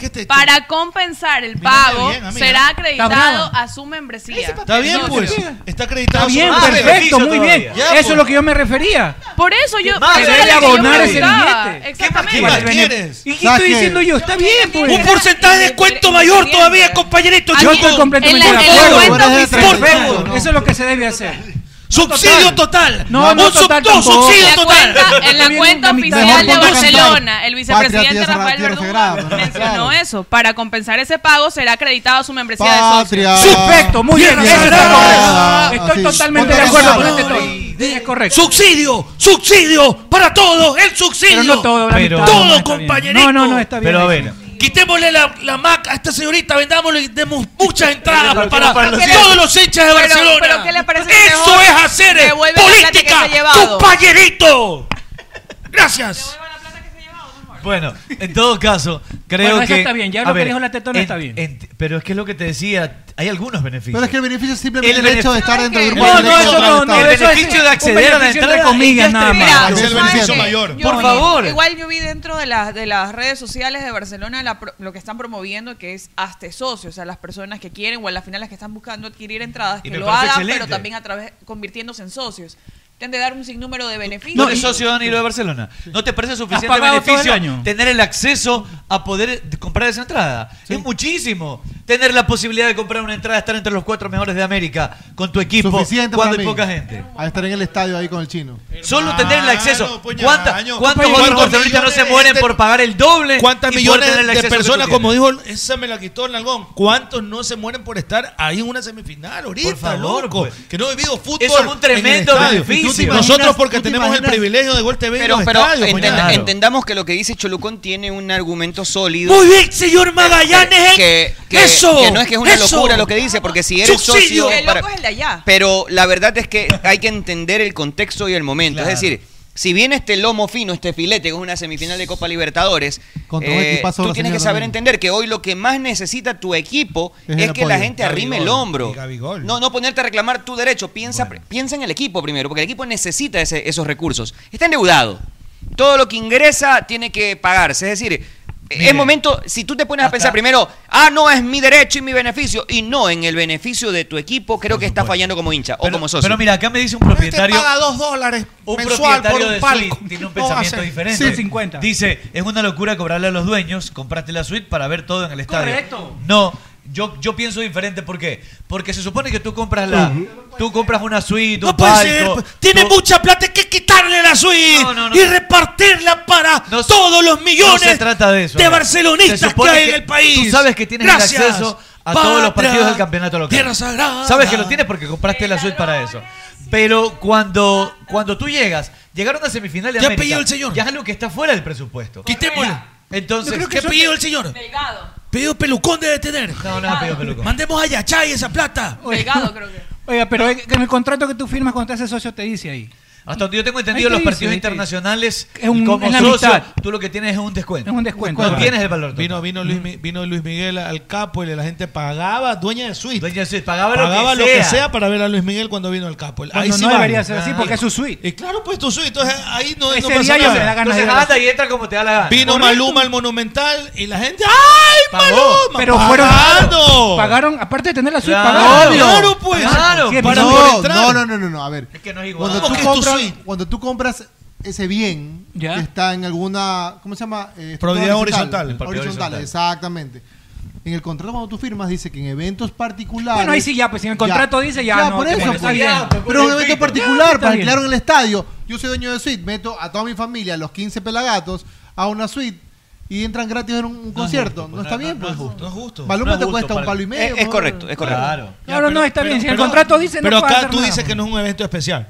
Speaker 9: ¿Qué te-
Speaker 8: Para compensar el pago,
Speaker 9: bien, amiga.
Speaker 8: será
Speaker 9: Está
Speaker 8: acreditado
Speaker 9: brava.
Speaker 8: a su membresía.
Speaker 9: Está bien, pues. Está
Speaker 7: Está
Speaker 9: acreditado.
Speaker 7: bien,
Speaker 9: Ah,
Speaker 7: perfecto,
Speaker 9: beneficio
Speaker 7: muy bien.
Speaker 9: todavía. Ya,
Speaker 7: Eso
Speaker 9: pues.
Speaker 7: es lo que yo me refería.
Speaker 8: Por eso yo.
Speaker 7: Más,
Speaker 8: por Ah, eso
Speaker 7: debe
Speaker 8: era lo que yo
Speaker 7: abonar ese
Speaker 8: preguntaba.
Speaker 7: billete.
Speaker 8: Exactamente.
Speaker 7: ¿Qué más quieres? ¿Y qué estoy diciendo yo? Está bien, pues.
Speaker 8: Un porcentaje de descuento
Speaker 6: mayor todavía, compañerito.
Speaker 7: Yo estoy completamente de acuerdo. Perfecto.
Speaker 6: Perfecto.
Speaker 7: Eso es lo que se debe hacer.
Speaker 6: Subsidio total.
Speaker 7: No, no,
Speaker 6: Un sub-
Speaker 7: total
Speaker 6: dos
Speaker 7: tampoco.
Speaker 6: subsidios
Speaker 8: En la
Speaker 6: total.
Speaker 8: cuenta, en la cuenta
Speaker 7: mitad.
Speaker 8: oficial de
Speaker 7: Mejor punto
Speaker 8: Barcelona,
Speaker 7: central.
Speaker 8: el vicepresidente
Speaker 10: Patria, tierra,
Speaker 8: Rafael
Speaker 10: tierra
Speaker 8: Verdugo
Speaker 10: sagrada,
Speaker 8: mencionó
Speaker 10: claro.
Speaker 8: eso. Para compensar ese pago será acreditado a su membresía de socio.
Speaker 10: Patria.
Speaker 7: Perfecto, muy bien.
Speaker 10: Tierra
Speaker 7: eso está
Speaker 14: Ah,
Speaker 10: sagrada.
Speaker 7: correcto. Estoy
Speaker 10: Así es.
Speaker 7: totalmente de
Speaker 10: Ponte
Speaker 7: acuerdo con
Speaker 10: la
Speaker 7: este
Speaker 10: mano.
Speaker 7: tono. Es correcto.
Speaker 13: Subsidio, subsidio para todos, el subsidio.
Speaker 7: Pero no todo, la
Speaker 13: Pero-
Speaker 7: mitad, no,
Speaker 13: todo,
Speaker 7: está bien.
Speaker 13: compañerito.
Speaker 7: No, no, no, está bien.
Speaker 6: Pero a ver.
Speaker 13: Quitémosle la, la maca a esta señorita, vendámosle y demos muchas entradas para,
Speaker 6: Para los hinchas.
Speaker 13: todos los hinchas de
Speaker 6: Pero-
Speaker 13: Barcelona.
Speaker 6: pero ¿qué
Speaker 11: le parece si
Speaker 13: Eso
Speaker 11: mejor
Speaker 13: es hacer eh,
Speaker 11: devuelven la plata que
Speaker 13: política,
Speaker 11: se ha llevado?
Speaker 13: compañerito. Gracias.
Speaker 6: Bueno, en todo caso, creo
Speaker 7: Bueno, eso
Speaker 6: que.
Speaker 7: está bien, ya
Speaker 6: a
Speaker 7: lo que
Speaker 6: ver,
Speaker 7: dijo la tetona
Speaker 6: en-
Speaker 7: está bien.
Speaker 6: en- pero es que es lo que te decía, hay algunos beneficios.
Speaker 10: Pero es que el beneficio es simplemente el,
Speaker 6: El
Speaker 10: hecho de
Speaker 6: beneficio-
Speaker 10: estar dentro
Speaker 6: ¿Sabes
Speaker 10: del
Speaker 6: qué?
Speaker 10: grupo selecto
Speaker 6: No, no, eso
Speaker 10: del
Speaker 6: no,
Speaker 10: Estado.
Speaker 6: no, El eso es beneficio de un acceder a la beneficio entrada, de la- comillas, nada más.
Speaker 11: Mira,
Speaker 6: Es el
Speaker 11: ¿sabes
Speaker 6: beneficio
Speaker 11: qué?
Speaker 6: mayor.
Speaker 11: Yo
Speaker 6: Por
Speaker 11: vi-
Speaker 6: favor.
Speaker 11: Igual yo vi dentro de, las de las redes sociales de Barcelona la pro- lo que están promoviendo, que es hazte socio, o sea, las personas que quieren o a la final las que están buscando adquirir entradas,
Speaker 6: Y
Speaker 11: que
Speaker 6: me
Speaker 11: lo
Speaker 6: parece
Speaker 11: hagan,
Speaker 6: excelente.
Speaker 11: pero también a través convirtiéndose en socios. Te han de dar un sinnúmero de beneficios.
Speaker 6: No eres socio, Danilo, de Barcelona. ¿No te parece suficiente
Speaker 7: pagado todo el
Speaker 6: beneficio
Speaker 7: año.
Speaker 6: tener el acceso a poder eh, de- comprar esa entrada? Es muchísimo. Tener la posibilidad de comprar una entrada, estar entre los cuatro mejores de América con tu equipo
Speaker 10: Suficiente
Speaker 6: cuando
Speaker 10: para
Speaker 6: hay
Speaker 10: mí.
Speaker 6: poca gente.
Speaker 10: A estar en el estadio ahí con el chino.
Speaker 6: Solo tener el acceso.
Speaker 10: puñal,
Speaker 6: ¿Cuánta-
Speaker 10: año.
Speaker 6: ¿Cuántos
Speaker 10: Compañero,
Speaker 6: jugadores
Speaker 10: ¿cuántos
Speaker 6: barcelonistas no se
Speaker 10: millones de
Speaker 6: mueren
Speaker 10: gente-
Speaker 6: por pagar el (laughs) doble?
Speaker 14: ¿Cuántas
Speaker 6: y poder
Speaker 14: millones
Speaker 6: tener el
Speaker 14: de
Speaker 6: acceso que tú
Speaker 14: personas,
Speaker 6: tienes?
Speaker 14: como dijo, esa me la quitó el nalgón? ¿Cuántos no se mueren por estar ahí en una semifinal ahorita,
Speaker 6: favor,
Speaker 14: loco?
Speaker 6: pues.
Speaker 14: Que no he vivido fútbol.
Speaker 6: Eso es un
Speaker 14: en el
Speaker 6: tremendo
Speaker 14: estadio.
Speaker 6: beneficio.
Speaker 14: ¿Tú te
Speaker 6: Nosotros
Speaker 14: imaginas-
Speaker 6: porque
Speaker 14: tú te
Speaker 6: tenemos el
Speaker 14: imaginas-
Speaker 6: privilegio de Gol TV en los estadios,
Speaker 5: enten-
Speaker 6: mañana.
Speaker 5: entendamos que lo que dice Cholucón tiene un argumento sólido.
Speaker 13: Muy bien, señor Magallanes,
Speaker 5: Que,
Speaker 13: eh.
Speaker 5: que-
Speaker 13: Eso,
Speaker 5: que no es que es una
Speaker 13: eso.
Speaker 5: locura lo que dice, porque si eres
Speaker 13: Subsidio.
Speaker 5: socio.
Speaker 13: El
Speaker 11: loco
Speaker 5: para-
Speaker 11: es el de allá.
Speaker 5: pero la verdad es que hay que entender el contexto y el momento. Es decir, si viene este lomo fino, este filete, que es una semifinal de Copa Libertadores, eh,
Speaker 10: Contra
Speaker 13: este
Speaker 10: un equipazo
Speaker 5: tú tienes
Speaker 10: brasileño
Speaker 5: que saber
Speaker 10: también.
Speaker 5: entender que hoy lo que más necesita tu equipo
Speaker 10: Es
Speaker 5: es,
Speaker 10: el
Speaker 5: que la
Speaker 10: apoyo.
Speaker 5: gente arrime el
Speaker 10: Gabigol,
Speaker 5: hombro.
Speaker 10: y Gabigol.
Speaker 5: No, no ponerte a reclamar tu derecho. Piensa, piensa en el equipo primero, porque el equipo necesita ese- esos recursos. Está endeudado. Todo lo que ingresa tiene que pagarse. Es decir, es momento, si tú te pones a pensar primero, ah, no, es mi derecho y mi beneficio, y no en el beneficio de tu equipo, creo que está fallando como hincha o como socio.
Speaker 6: Pero mira, acá me dice un propietario.
Speaker 5: paga
Speaker 6: dos dólares un
Speaker 5: mensual
Speaker 6: propietario
Speaker 5: por un
Speaker 6: de
Speaker 5: palco.
Speaker 6: suite tiene un
Speaker 5: No va a
Speaker 6: pensamiento
Speaker 5: ser.
Speaker 6: diferente.
Speaker 7: Sí. 50.
Speaker 6: Dice, es una locura cobrarle a los dueños, compraste la suite para ver todo en el estadio.
Speaker 7: Correcto.
Speaker 6: No, yo, yo pienso diferente. ¿Por qué? Porque se supone que tú compras la. Tú compras una suite, un
Speaker 13: No puede ser.
Speaker 9: pues,
Speaker 6: palco.
Speaker 13: Tiene
Speaker 6: tú-
Speaker 13: mucha plata, hay que quitarle la suite
Speaker 6: no, no.
Speaker 13: y repartirla para todos los millones
Speaker 6: No se trata de eso.
Speaker 13: de
Speaker 6: Ahora. Se
Speaker 13: barcelonistas que
Speaker 6: supone
Speaker 13: hay
Speaker 6: que
Speaker 13: en el país.
Speaker 6: Tú sabes que tienes
Speaker 13: Gracias,
Speaker 6: el acceso a todos los
Speaker 13: patria.
Speaker 6: partidos del campeonato local.
Speaker 13: tierra sagrada.
Speaker 6: Sabes que lo tienes porque compraste la suite para eso. Pero cuando, cuando tú llegas, llegaron a semifinal de
Speaker 13: ¿Qué
Speaker 6: América.
Speaker 13: apellido el señor?
Speaker 6: Ya es algo que está fuera del presupuesto.
Speaker 13: Quitémoslo.
Speaker 6: Entonces,
Speaker 13: Yo creo que ¿Qué eso- apellido el señor?
Speaker 11: Delgado.
Speaker 13: Pedido pelucón debe tener. Ah.
Speaker 6: No, no, pedido pelucón.
Speaker 13: Mandemos a Yachay esa plata.
Speaker 11: Delgado, creo que.
Speaker 7: Oiga, pero en el contrato que tú firmas cuando te haces socio te dice ahí.
Speaker 6: Hasta donde yo tengo entendido,
Speaker 7: Ahí te
Speaker 6: los
Speaker 7: dice,
Speaker 6: partidos
Speaker 7: ahí te
Speaker 6: internacionales,
Speaker 7: Es un-
Speaker 6: como
Speaker 7: es la
Speaker 6: socio,
Speaker 7: mitad.
Speaker 6: tú lo que tienes es un descuento.
Speaker 7: Es un descuento.
Speaker 6: No tienes el valor. total.
Speaker 14: Vino, vino, Luis, Mi- vino Luis Miguel al capo y la gente pagaba, dueña de suite.
Speaker 6: Dueña de suite, pagaba,
Speaker 14: Pagaba
Speaker 6: lo que sea.
Speaker 14: para ver a Luis Miguel cuando vino al capo. Ahí
Speaker 6: Cuando
Speaker 14: sí
Speaker 6: no
Speaker 14: vale.
Speaker 6: debería ser así, porque es su
Speaker 7: suite.
Speaker 14: Y claro, pues tu suite. Entonces ahí no, no
Speaker 6: Ese
Speaker 14: pasa
Speaker 6: día ya
Speaker 14: nada.
Speaker 6: me da ganas de ir a la- Entonces anda y entra como te da la gana.
Speaker 14: Vino
Speaker 6: Correcto.
Speaker 14: Maluma al Monumental y la gente ¡Ay, Maluma!
Speaker 7: Pero fueron.
Speaker 14: pagando!
Speaker 7: Pagaron, aparte de tener la suite,
Speaker 14: Claro.
Speaker 7: pagaron.
Speaker 14: Claro, pues.
Speaker 7: Sí, es
Speaker 10: Para
Speaker 7: bien.
Speaker 10: no, no, no, no, no, no, a ver.
Speaker 6: Es que no es igual.
Speaker 10: Cuando
Speaker 6: ¿Cómo
Speaker 10: tú,
Speaker 6: que es tu
Speaker 10: compras,
Speaker 6: suite?
Speaker 10: cuando tú compras ese bien
Speaker 6: Ya.
Speaker 10: que está en alguna, ¿cómo se llama? Eh, estructura
Speaker 14: Propiedad horizontal.
Speaker 10: Horizontal,
Speaker 14: Propiedad horizontal.
Speaker 10: exactamente. En el contrato cuando tú firmas dice que en eventos particulares...
Speaker 7: Bueno, ahí sí ya, pues, si en el contrato dice, ya no,
Speaker 10: por
Speaker 7: te
Speaker 10: eso,
Speaker 7: molesta.
Speaker 10: pues.
Speaker 7: Ya, pues,
Speaker 10: pero en un
Speaker 7: perfecto.
Speaker 10: evento
Speaker 7: Ya,
Speaker 10: particular,
Speaker 7: está
Speaker 10: para
Speaker 7: bien.
Speaker 10: alquilar en el estadio, yo soy dueño de suite, meto a toda mi familia, los 15 pelagatos, a una suite y entran gratis en un, un concierto. no está bien, pues.
Speaker 14: No es justo.
Speaker 10: Maluma
Speaker 14: No es
Speaker 10: te
Speaker 14: justo
Speaker 10: cuesta un
Speaker 14: para-
Speaker 10: palo y medio. pues.
Speaker 5: Es- es correcto, es correcto.
Speaker 14: Claro.
Speaker 7: Claro, no, está bien. Si el contrato dice, no
Speaker 14: Pero
Speaker 7: puedo
Speaker 14: acá
Speaker 7: hacer
Speaker 14: tú
Speaker 7: nada,
Speaker 14: dices
Speaker 7: pues.
Speaker 14: que no es un evento especial.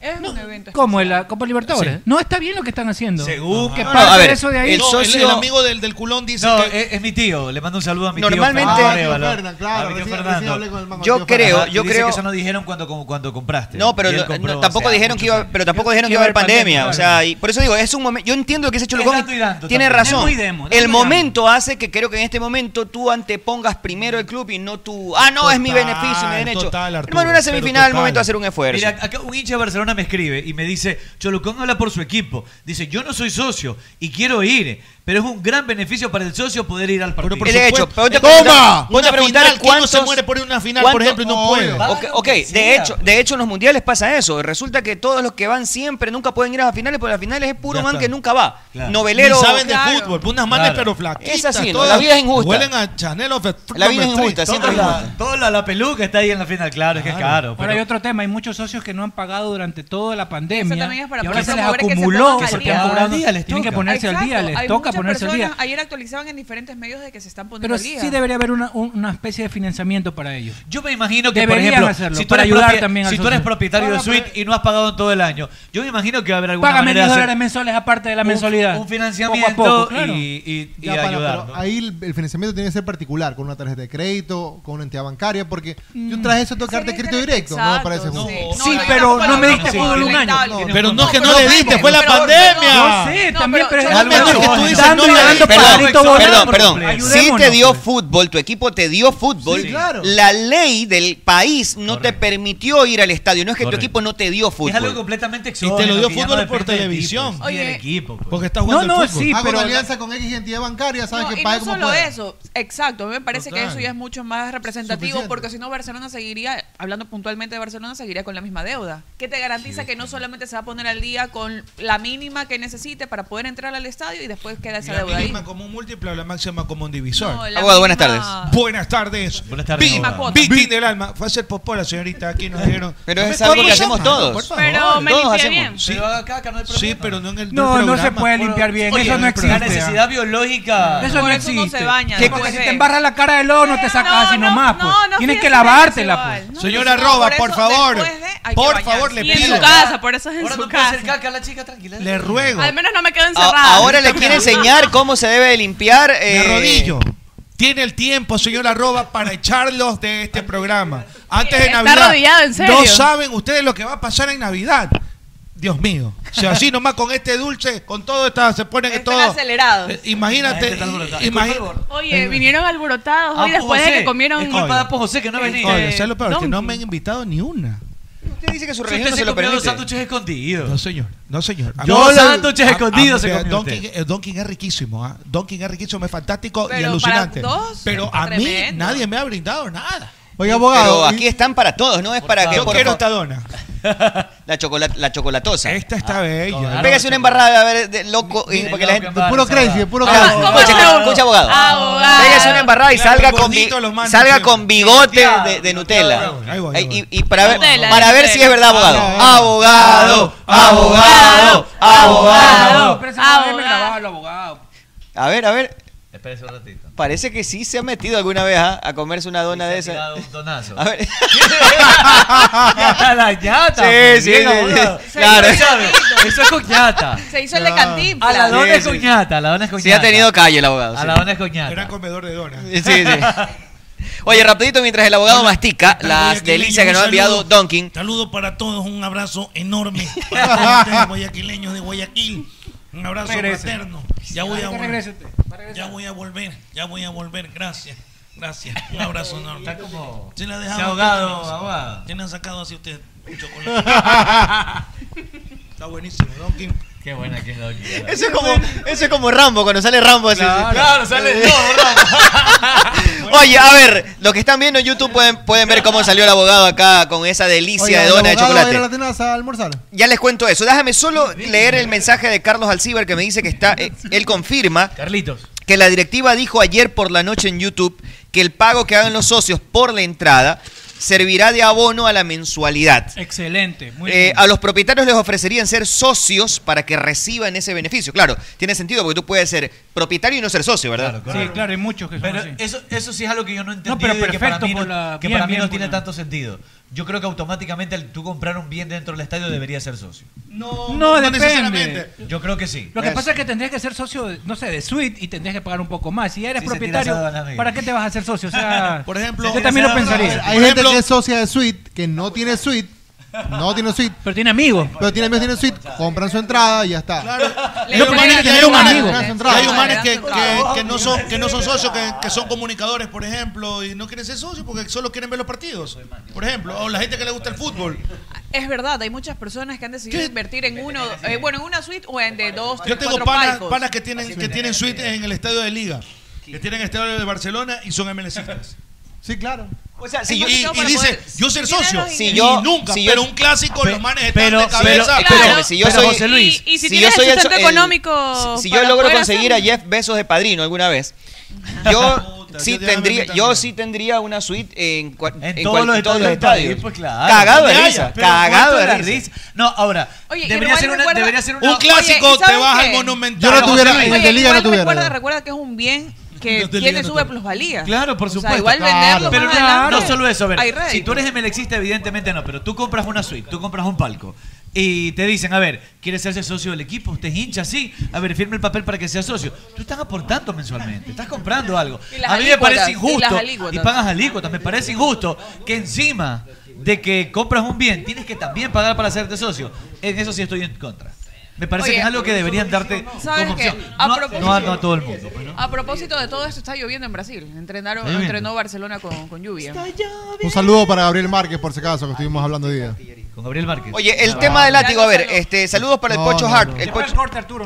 Speaker 11: Es un evento.
Speaker 7: ¿Cómo? ¿En la Copa Libertadores? No está bien lo que están haciendo.
Speaker 6: Según Ah,
Speaker 7: que
Speaker 6: No,
Speaker 7: pase
Speaker 6: a ver,
Speaker 7: eso de ahí.
Speaker 6: el
Speaker 14: No, el-
Speaker 6: socio-
Speaker 14: el, amigo del, del culón dice
Speaker 6: No, eh,
Speaker 14: que...
Speaker 6: es, es mi tío. Le mando un saludo a mi
Speaker 5: Normalmente-
Speaker 6: tío.
Speaker 5: Ah, tío
Speaker 6: Fernando.
Speaker 5: Fernando, claro,
Speaker 6: A mi tío
Speaker 5: recién-
Speaker 6: Fernando.
Speaker 5: recién hablé con el mango, Yo tío creo- Fernando. yo
Speaker 6: Y dice
Speaker 5: creo-
Speaker 6: que eso no dijeron cuando, como- cuando compraste.
Speaker 5: No, pero
Speaker 6: Este, Y él
Speaker 5: lo-
Speaker 6: compró,
Speaker 5: no, tampoco
Speaker 6: o sea,
Speaker 5: dijeron que iba, pero tampoco
Speaker 6: Que
Speaker 5: dijeron que iba a haber pandemia, o sea, y por eso digo, es un momento, yo entiendo que ese Cholucón
Speaker 6: dando y dando
Speaker 5: tiene
Speaker 6: también. Es
Speaker 5: razón.
Speaker 6: muy demo, dando y
Speaker 5: el
Speaker 6: dando.
Speaker 5: momento hace que creo que en este momento tú antepongas primero el club y no tú, ah, no, es mi
Speaker 6: Total,
Speaker 5: beneficio, mi derecho.
Speaker 6: total, Arturo,
Speaker 5: Hermano, una
Speaker 6: pero
Speaker 5: semifinal, el
Speaker 6: total.
Speaker 5: momento de hacer un esfuerzo.
Speaker 6: Mira, acá un hincha de Barcelona me escribe y me dice, Cholucón habla por su equipo. Dice, yo no soy socio y quiero ir, pero es un gran beneficio para el socio poder ir al partido.
Speaker 5: por Y de supuesto- hecho, ponte a preguntar-
Speaker 6: ¡Toma!
Speaker 5: ponte a preguntar cuántos-
Speaker 14: se muere por ir a una final,
Speaker 5: ¿Cuánto-
Speaker 14: por ejemplo, y no puede?
Speaker 5: Ok, ok, de hecho, de hecho en los mundiales pasa eso. Resulta que todos los que van siempre nunca pueden ir a las finales, porque las finales es puro
Speaker 14: Ya
Speaker 5: man
Speaker 14: está.
Speaker 5: que nunca va.
Speaker 14: Claro.
Speaker 5: Novelero.
Speaker 14: Ni saben
Speaker 5: Claro.
Speaker 14: de fútbol, pues unas manes
Speaker 5: Claro.
Speaker 14: pero flaquitas.
Speaker 5: Es así, ¿no?
Speaker 14: todas.
Speaker 5: La vida es injusta.
Speaker 14: Huelen a Chanel of
Speaker 5: La vida es injusta, siempre es
Speaker 6: Toda,
Speaker 5: injusta.
Speaker 6: la, toda la- la peluca está ahí en la final, claro, es que es caro.
Speaker 7: Ahora hay
Speaker 6: Pero,
Speaker 7: otro tema, hay muchos socios que no han pagado durante toda la pandemia.
Speaker 11: también es para
Speaker 7: y ahora se les
Speaker 11: promover que se
Speaker 7: acumuló
Speaker 11: pongan al
Speaker 7: porque
Speaker 11: día.
Speaker 7: han cobrado.
Speaker 6: Al día les
Speaker 7: Tienen que
Speaker 6: toca.
Speaker 7: ponerse al día,
Speaker 11: Exacto,
Speaker 7: les
Speaker 11: hay
Speaker 7: toca
Speaker 11: muchas
Speaker 7: ponerse al día.
Speaker 11: personas- Ayer actualizaban en diferentes medios de que se están poniendo
Speaker 7: Pero
Speaker 11: al día.
Speaker 7: sí debería haber una, un- una especie de financiamiento para ellos.
Speaker 6: yo me imagino que, por
Speaker 7: Deberían
Speaker 6: ejemplo,
Speaker 7: hacerlo,
Speaker 6: si tú,
Speaker 7: para
Speaker 6: eres
Speaker 7: ayudar
Speaker 6: propia-
Speaker 7: también al
Speaker 6: si tú eres
Speaker 7: socio.
Speaker 6: propietario de
Speaker 7: Bueno, pero-
Speaker 6: suite y no has pagado en todo el año, yo me imagino que va a haber alguna
Speaker 7: Págame
Speaker 6: manera
Speaker 7: 10
Speaker 6: de hacer
Speaker 7: dólares mensuales aparte de la mensualidad.
Speaker 6: un financiamiento
Speaker 7: Poco a poco, claro.
Speaker 6: y, y- y
Speaker 10: Ya, para,
Speaker 6: ayudar.
Speaker 10: pero
Speaker 6: ¿no?
Speaker 10: ahí el, el financiamiento tiene que ser particular, con una tarjeta de crédito, con una entidad bancaria, porque yo traje eso, tengo carta de crédito directo, no me parece justo.
Speaker 11: sí.
Speaker 7: Sí,
Speaker 11: No, no, yo
Speaker 7: pero no
Speaker 11: tampoco lo
Speaker 7: me
Speaker 11: hago.
Speaker 7: diste
Speaker 6: de fútbol un año.
Speaker 9: Pero no es que no le diste, fue la
Speaker 6: No
Speaker 9: pandemia.
Speaker 6: sé, también, pero es
Speaker 9: Al menos
Speaker 6: algo
Speaker 9: que tú
Speaker 6: no,
Speaker 9: dices,
Speaker 6: dando
Speaker 9: no
Speaker 6: y
Speaker 9: le
Speaker 6: dando
Speaker 9: diste.
Speaker 6: palitos
Speaker 5: Perdón,
Speaker 6: volando.
Speaker 5: perdón, perdón. Si
Speaker 6: Ayudémonos,
Speaker 5: te dio fútbol, tu equipo te dio fútbol, la ley del país no te permitió ir al estadio. No es que tu equipo no te dio fútbol.
Speaker 6: Es algo completamente exógeno.
Speaker 9: te lo dio
Speaker 6: que ya
Speaker 9: fútbol
Speaker 6: no
Speaker 9: por
Speaker 6: depende del
Speaker 9: televisión.
Speaker 6: tipo, sí, del
Speaker 9: Oye.
Speaker 6: equipo, pues.
Speaker 9: Porque está jugando el fútbol.
Speaker 10: Hago una
Speaker 9: pero-
Speaker 10: alianza con X entidad bancaria, ¿sabes
Speaker 11: No,
Speaker 10: que
Speaker 11: y
Speaker 10: pague
Speaker 11: no
Speaker 10: como
Speaker 11: solo
Speaker 10: pueda.
Speaker 11: eso, exacto, a mí me parece que
Speaker 10: Total.
Speaker 11: eso ya es mucho más representativo
Speaker 10: Suficiente.
Speaker 11: porque si no Barcelona seguiría, hablando puntualmente de Barcelona, seguiría con la misma deuda. ¿Qué te garantiza que no solamente se va a poner al día con la mínima que necesite para poder entrar al estadio y después queda esa
Speaker 9: La
Speaker 11: deuda ahí?
Speaker 9: mínima como un múltiple o la máxima como un divisor.
Speaker 11: No, la Abogado, buenas
Speaker 5: misma-
Speaker 11: tardes.
Speaker 9: Buenas tardes. Buenas
Speaker 6: tardes,
Speaker 11: abogado.
Speaker 9: Vicky del alma. Fue a hacer popó la señorita. Aquí nos dijeron.
Speaker 5: Pero
Speaker 9: No
Speaker 5: es
Speaker 9: me
Speaker 5: algo que
Speaker 9: corras,
Speaker 5: hacemos
Speaker 9: mano,
Speaker 5: todos.
Speaker 9: por favor.
Speaker 5: Pero me Todos limpié hacemos. bien.
Speaker 9: Sí,
Speaker 6: Pero haga caca, no hay problema.
Speaker 9: sí, pero no en el
Speaker 7: No,
Speaker 9: del
Speaker 7: no se
Speaker 9: programa.
Speaker 7: puede limpiar bien,
Speaker 6: Oye,
Speaker 7: eso no
Speaker 6: La
Speaker 7: existe.
Speaker 6: necesidad biológica.
Speaker 7: Eso no existe.
Speaker 6: ¿Qué
Speaker 7: Porque
Speaker 6: cosa?
Speaker 7: si te embarras la cara de lodo no te sacas así nomás, pues. Tienes que lavártela, pues.
Speaker 9: Señora Roba, por, favor. por favor, le
Speaker 8: Y en
Speaker 9: pido.
Speaker 8: su casa, por eso es en
Speaker 6: Ahora
Speaker 8: su
Speaker 6: no puede
Speaker 8: casa.
Speaker 6: hacer caca la chica, tranquila.
Speaker 9: Le ruego.
Speaker 8: Al menos no me quedo encerrada.
Speaker 5: A- Ahora le
Speaker 11: (laughs)
Speaker 5: quiere enseñar cómo se debe limpiar.
Speaker 9: Me
Speaker 5: eh,
Speaker 9: arrodillo. Tiene el tiempo, señor Arroba, para echarlos de este programa. Antes de
Speaker 8: Está
Speaker 9: Navidad.
Speaker 8: arrodillado, en serio.
Speaker 9: No saben ustedes lo que va a pasar en Navidad. Dios mío. Si así nomás con este dulce, con todo está, se ponen que todo.
Speaker 11: acelerados.
Speaker 9: Eh, Imagínate. Imagínate.
Speaker 8: Oye, vinieron alborotados hoy después de que comieron.
Speaker 6: Ah, José que no venía.
Speaker 9: Oye, ¿sabes lo peor? Que no
Speaker 6: Donkey.
Speaker 9: me han invitado ni una.
Speaker 5: Usted dice que su
Speaker 6: Usted
Speaker 5: religión no
Speaker 6: se
Speaker 5: se lo
Speaker 6: comió dos
Speaker 5: permite.
Speaker 6: sándwiches escondidos. (laughs)
Speaker 9: No, señor. No, señor. A
Speaker 6: Dos
Speaker 9: mí-
Speaker 6: sándwiches
Speaker 9: a- a-
Speaker 6: escondidos se
Speaker 9: vea,
Speaker 6: comió
Speaker 9: Don King, el Don King es riquísimo. ¿ah? Don King es riquísimo, es fantástico y
Speaker 11: Pero
Speaker 9: alucinante.
Speaker 11: para dos,
Speaker 9: Pero a mí
Speaker 11: tremendo.
Speaker 9: nadie me ha brindado nada.
Speaker 10: Oiga,
Speaker 5: Pero aquí están para todos, no es para que
Speaker 9: Yo
Speaker 5: por
Speaker 9: quiero
Speaker 5: favor-
Speaker 9: esta dona.
Speaker 5: la, chocolat- la chocolatosa. Esta
Speaker 9: está bella.
Speaker 5: Pégase una embarrada, a ver, de loco, y- porque la gente...
Speaker 10: Es puro crazy, es puro
Speaker 5: Ah,
Speaker 10: crazy.
Speaker 5: ¿cómo Escucha, no? escucha, abogado.
Speaker 8: Abogado.
Speaker 5: Pégase una embarrada y
Speaker 9: Claro,
Speaker 5: salga
Speaker 9: el
Speaker 5: con, bi-
Speaker 9: gordito los manda
Speaker 5: salga
Speaker 9: siempre.
Speaker 5: con bigote de, de Nutella. Ay, Y, y para ver,
Speaker 8: Nutella,
Speaker 5: para ver
Speaker 8: Nutella.
Speaker 5: si es verdad, abogado.
Speaker 8: Ah,
Speaker 5: Abogado, abogado, abogado.
Speaker 7: Pero esa vez me grababa el abogado.
Speaker 5: A ver, a ver,
Speaker 6: Espérese un ratito.
Speaker 5: parece que sí se ha metido alguna vez ¿ah? a comerse una dona de
Speaker 6: Se ha
Speaker 5: esa.
Speaker 6: dado un
Speaker 5: (laughs)
Speaker 6: donazo.
Speaker 5: A ver.
Speaker 6: Hasta (laughs) la ñata.
Speaker 5: Sí,
Speaker 6: pues,
Speaker 5: sí,
Speaker 6: bien,
Speaker 5: sí,
Speaker 6: abogado.
Speaker 5: sí, (laughs) claro.
Speaker 6: Eso es- Eso es con ñata.
Speaker 11: Se hizo el Ah, de Cantinflas.
Speaker 6: A la dona
Speaker 5: Sí,
Speaker 6: es
Speaker 5: sí.
Speaker 6: con ñata, a la dona es con
Speaker 5: Sí ha
Speaker 6: ñata.
Speaker 5: tenido calle el abogado.
Speaker 6: A
Speaker 5: sí.
Speaker 6: la dona es con ñata.
Speaker 9: Gran comedor de donas.
Speaker 5: (laughs) Sí,
Speaker 6: (laughs)
Speaker 5: sí. Oye, rapidito, mientras el abogado mastica las
Speaker 15: Guayaquileños,
Speaker 5: delicias que nos ha
Speaker 15: un
Speaker 5: enviado
Speaker 15: saludo.
Speaker 5: Donkin.
Speaker 15: Saludo para todos, un abrazo enorme para todos ustedes, guayaquileños de Guayaquil. Un abrazo
Speaker 7: Regrese.
Speaker 15: fraterno. Ya voy a
Speaker 7: Ahorita regrese
Speaker 15: volver.
Speaker 7: usted,
Speaker 15: Ya voy a volver, ya voy a volver. Gracias, gracias. Un abrazo enorme.
Speaker 6: Está como-
Speaker 15: ¿Quién ha
Speaker 6: se ha
Speaker 15: dejado
Speaker 6: ahogado,
Speaker 15: usted, Lorenzo?
Speaker 6: ahogado.
Speaker 15: ¿Quién ha sacado así usted un
Speaker 6: (laughs)
Speaker 15: chocolate? Está buenísimo, Donkin.
Speaker 6: Qué buena que es Doki.
Speaker 5: Eso es como, eso es como Rambo, cuando sale Rambo así. sí.
Speaker 6: Claro, sale todo,
Speaker 5: (laughs) Oye, a ver, los que están viendo en YouTube pueden, pueden ver cómo salió el abogado acá con esa delicia
Speaker 10: Oiga,
Speaker 5: de
Speaker 10: el
Speaker 5: dona de
Speaker 10: abogado va a ir a la
Speaker 5: chocolate.
Speaker 10: tienda a almorzar.
Speaker 5: Ya les cuento eso. Déjame solo leer el mensaje de Carlos Alcibar que me dice que está. eh, él confirma
Speaker 6: Carlitos.
Speaker 5: que la directiva dijo ayer por la noche en YouTube que el pago que hagan los socios por la entrada servirá de abono a la mensualidad.
Speaker 7: Excelente, muy
Speaker 5: Eh,
Speaker 7: bien.
Speaker 5: a los propietarios les ofrecerían ser socios para que reciban ese beneficio. Claro, tiene sentido porque tú puedes ser propietario y no ser socio, ¿verdad?
Speaker 7: Sí, claro, hay muchos que son
Speaker 6: Pero
Speaker 7: así.
Speaker 6: eso, eso sí es algo que yo no entendí.
Speaker 7: No, pero
Speaker 6: y que para
Speaker 7: perfecto
Speaker 6: mí no,
Speaker 7: por la-
Speaker 6: que
Speaker 7: bien,
Speaker 6: para mí
Speaker 7: bien
Speaker 6: no
Speaker 7: por
Speaker 6: tiene
Speaker 7: la-
Speaker 6: tanto sentido. Yo creo que automáticamente el- tú comprar un bien dentro del estadio deberías ser socio.
Speaker 7: No,
Speaker 9: no
Speaker 7: depende.
Speaker 6: Yo creo que sí.
Speaker 7: Lo que pasa es que tendrías que ser socio, de, no sé, de suite y tendrías que pagar un poco más. Si eres
Speaker 6: Si se
Speaker 7: propietario,
Speaker 6: tiras a donar, amigo.
Speaker 7: ¿para qué te vas a hacer socio? O sea,
Speaker 9: (laughs) Por ejemplo-
Speaker 7: yo también lo
Speaker 10: Hay
Speaker 7: pensaría.
Speaker 10: gente que es socia de suite, que no tiene suite. No tiene suite.
Speaker 7: Pero tiene amigos.
Speaker 10: Pero tiene amigos, tiene suite. Compran su entrada y ya está.
Speaker 9: Y hay humanes- y hay humanes- y hay humanes que,
Speaker 10: Compran su
Speaker 9: que-
Speaker 10: entrada.
Speaker 9: que no son, que no son socios, que, que son comunicadores, por ejemplo, y no quieren ser socios porque solo quieren ver los partidos. Por ejemplo, o la gente que le gusta el fútbol.
Speaker 11: Es verdad, hay muchas personas que han decidido invertir en uno, eh, bueno, en una suite o en de dos,
Speaker 9: Yo
Speaker 11: tres,
Speaker 9: tengo
Speaker 11: cuatro
Speaker 9: panas,
Speaker 11: palcos.
Speaker 9: panas que tienen, que tienen suite en el estadio de Liga, que tienen el estadio de Barcelona y son MLCistas.
Speaker 10: Sí, claro.
Speaker 5: O sea,
Speaker 9: y,
Speaker 5: si yo-
Speaker 9: y
Speaker 5: para
Speaker 9: dice,
Speaker 5: poder-
Speaker 9: yo ser
Speaker 5: Tienen
Speaker 9: socio,
Speaker 5: los
Speaker 9: y
Speaker 5: ingresos. yo-
Speaker 9: nunca,
Speaker 5: si yo-
Speaker 9: pero un clásico, los manes están
Speaker 6: pero-
Speaker 9: de cabeza.
Speaker 6: pero- Claro.
Speaker 5: Pero si yo
Speaker 6: Pero,
Speaker 5: soy,
Speaker 6: José Luis,
Speaker 8: Y- y si tienes el sustento económico
Speaker 5: si, si yo
Speaker 8: para
Speaker 5: logro
Speaker 8: poder
Speaker 5: conseguir
Speaker 8: hacerlo.
Speaker 5: a Jeff Bezos de padrino alguna vez, yo sí
Speaker 9: yo déjame
Speaker 5: tendría,
Speaker 9: a mí
Speaker 5: yo sí tendría una suite en, cua- en
Speaker 6: todos
Speaker 5: cual-
Speaker 6: los
Speaker 5: en todos los
Speaker 6: estadios. del país,
Speaker 5: estadios.
Speaker 6: pues claro.
Speaker 5: Cagado de
Speaker 6: Pero
Speaker 5: risa,
Speaker 6: ¿cuánto
Speaker 5: cagado de
Speaker 6: la
Speaker 5: risa.
Speaker 6: No, ahora,
Speaker 11: Oye, y
Speaker 6: debería,
Speaker 11: igual
Speaker 6: ser una,
Speaker 11: recuerda-
Speaker 6: debería ser una-
Speaker 9: Un clásico,
Speaker 11: Oye, ¿y sabes
Speaker 9: te vas
Speaker 11: qué?
Speaker 9: al Monumental.
Speaker 10: Yo no tuviera-
Speaker 9: José Luis.
Speaker 10: en el de
Speaker 11: Oye,
Speaker 10: Liga
Speaker 11: igual
Speaker 10: no tuviera,
Speaker 11: recuerda,
Speaker 10: ¿no?
Speaker 11: recuerda que es un bien
Speaker 9: En
Speaker 11: que
Speaker 9: el de Liga
Speaker 11: tiene
Speaker 9: no
Speaker 11: sube
Speaker 9: tuviera.
Speaker 11: plusvalía.
Speaker 6: Claro, por
Speaker 11: O sea,
Speaker 6: supuesto.
Speaker 11: igual
Speaker 6: Claro.
Speaker 11: venderlo
Speaker 6: Pero
Speaker 11: más
Speaker 6: no,
Speaker 11: adelante,
Speaker 6: no solo eso, a ver,
Speaker 11: hay rédito.
Speaker 6: si tú eres MLXista, evidentemente no, pero tú compras una suite, tú compras un palco. Y te dicen, a ver, ¿quieres hacerse socio del equipo? ¿Usted es hincha? Sí. A ver, firme el papel para que sea socio. Tú estás aportando mensualmente, estás comprando algo.
Speaker 11: Y las
Speaker 6: A mí me
Speaker 11: alícuotas,
Speaker 6: parece
Speaker 11: y las
Speaker 6: injusto. Y,
Speaker 11: alícuotas.
Speaker 6: pagas alícuotas. Me parece injusto que encima de que compras un bien, tienes que también pagar para hacerte socio. En eso sí estoy en contra. Me parece
Speaker 11: Oye,
Speaker 6: que es algo que deberían darte
Speaker 11: ¿Sabes
Speaker 6: como
Speaker 11: qué?
Speaker 6: opción.
Speaker 11: A
Speaker 6: No,
Speaker 11: propósito-
Speaker 6: no a, no a todo el mundo. pues, ¿no?
Speaker 11: A propósito de todo esto, está lloviendo en Brasil. Entrenaron,
Speaker 10: Está lloviendo.
Speaker 11: entrenó Barcelona con, con lluvia.
Speaker 10: Un saludo para Gabriel Márquez, por si acaso, que estuvimos hablando hoy día.
Speaker 6: Con Gabriel Márquez.
Speaker 5: Oye, el tema del látigo, a ver, este, saludos para el
Speaker 10: No,
Speaker 5: Pocho
Speaker 10: no,
Speaker 5: Hart.
Speaker 10: no.
Speaker 5: El Pocho,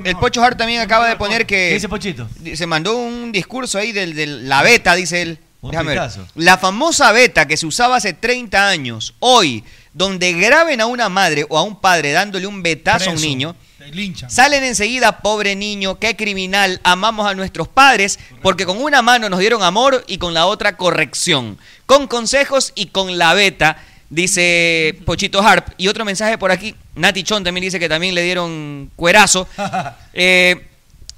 Speaker 5: el Pocho Hart también acaba de poner que.
Speaker 6: ¿Qué dice Pochito?
Speaker 5: di- Se mandó un discurso ahí del- de la beta, dice él.
Speaker 6: Un
Speaker 5: Déjame ver.
Speaker 6: tuitazo.
Speaker 5: La famosa beta que se usaba hace 30 años, hoy, donde graben a una madre o a un padre dándole un betazo a un
Speaker 13: Preso.
Speaker 5: niño,
Speaker 13: Te linchan.
Speaker 5: Salen enseguida, pobre niño, qué criminal, amamos a nuestros padres porque con una mano nos dieron amor y con la otra corrección, con consejos y con la beta, dice Pochito Harp. Y otro mensaje por aquí, Nati Chon también dice que también le dieron
Speaker 6: (laughs)
Speaker 5: cuerazo. Eh,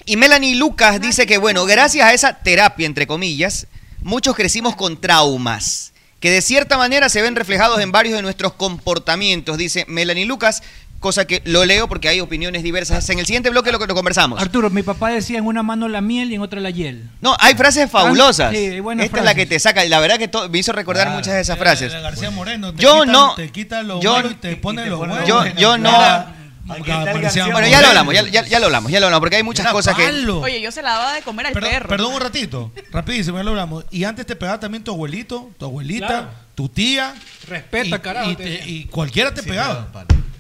Speaker 5: y Melanie Lucas dice que, bueno, gracias a esa terapia, entre comillas, muchos crecimos con traumas, que de cierta manera se ven reflejados en varios de nuestros comportamientos, dice Melanie Lucas, cosa que lo leo porque hay opiniones diversas. En el siguiente bloque lo que lo conversamos.
Speaker 7: Arturo, mi papá decía en una mano la miel y en otra la hiel.
Speaker 5: No, hay frases fabulosas.
Speaker 7: Sí, hay
Speaker 5: Esta
Speaker 7: buenas
Speaker 5: es la
Speaker 7: frases.
Speaker 5: que te saca, y la verdad que to- me hizo recordar muchas de esas frases.
Speaker 13: García Moreno. Te
Speaker 5: Yo
Speaker 13: quita-
Speaker 5: no-
Speaker 13: Te quita lo
Speaker 5: yo-
Speaker 13: bueno y te pone lo bueno.
Speaker 5: Yo, yo no... Bueno, ya lo hablamos, ya, ya- ya lo hablamos, ya lo hablamos, porque hay muchas
Speaker 13: Era
Speaker 5: cosas
Speaker 13: palo.
Speaker 11: Oye, yo se la daba de comer al
Speaker 13: Perdón,
Speaker 11: perro.
Speaker 13: perdón un ratito, rapidísimo, ya lo hablamos. Y antes te pegaba también tu abuelito, tu abuelita,
Speaker 7: Claro.
Speaker 13: tu tía.
Speaker 7: Respeta,
Speaker 13: y,
Speaker 7: carajo,
Speaker 13: Y,
Speaker 7: te
Speaker 13: te-
Speaker 7: decía.
Speaker 13: y cualquiera te pegaba.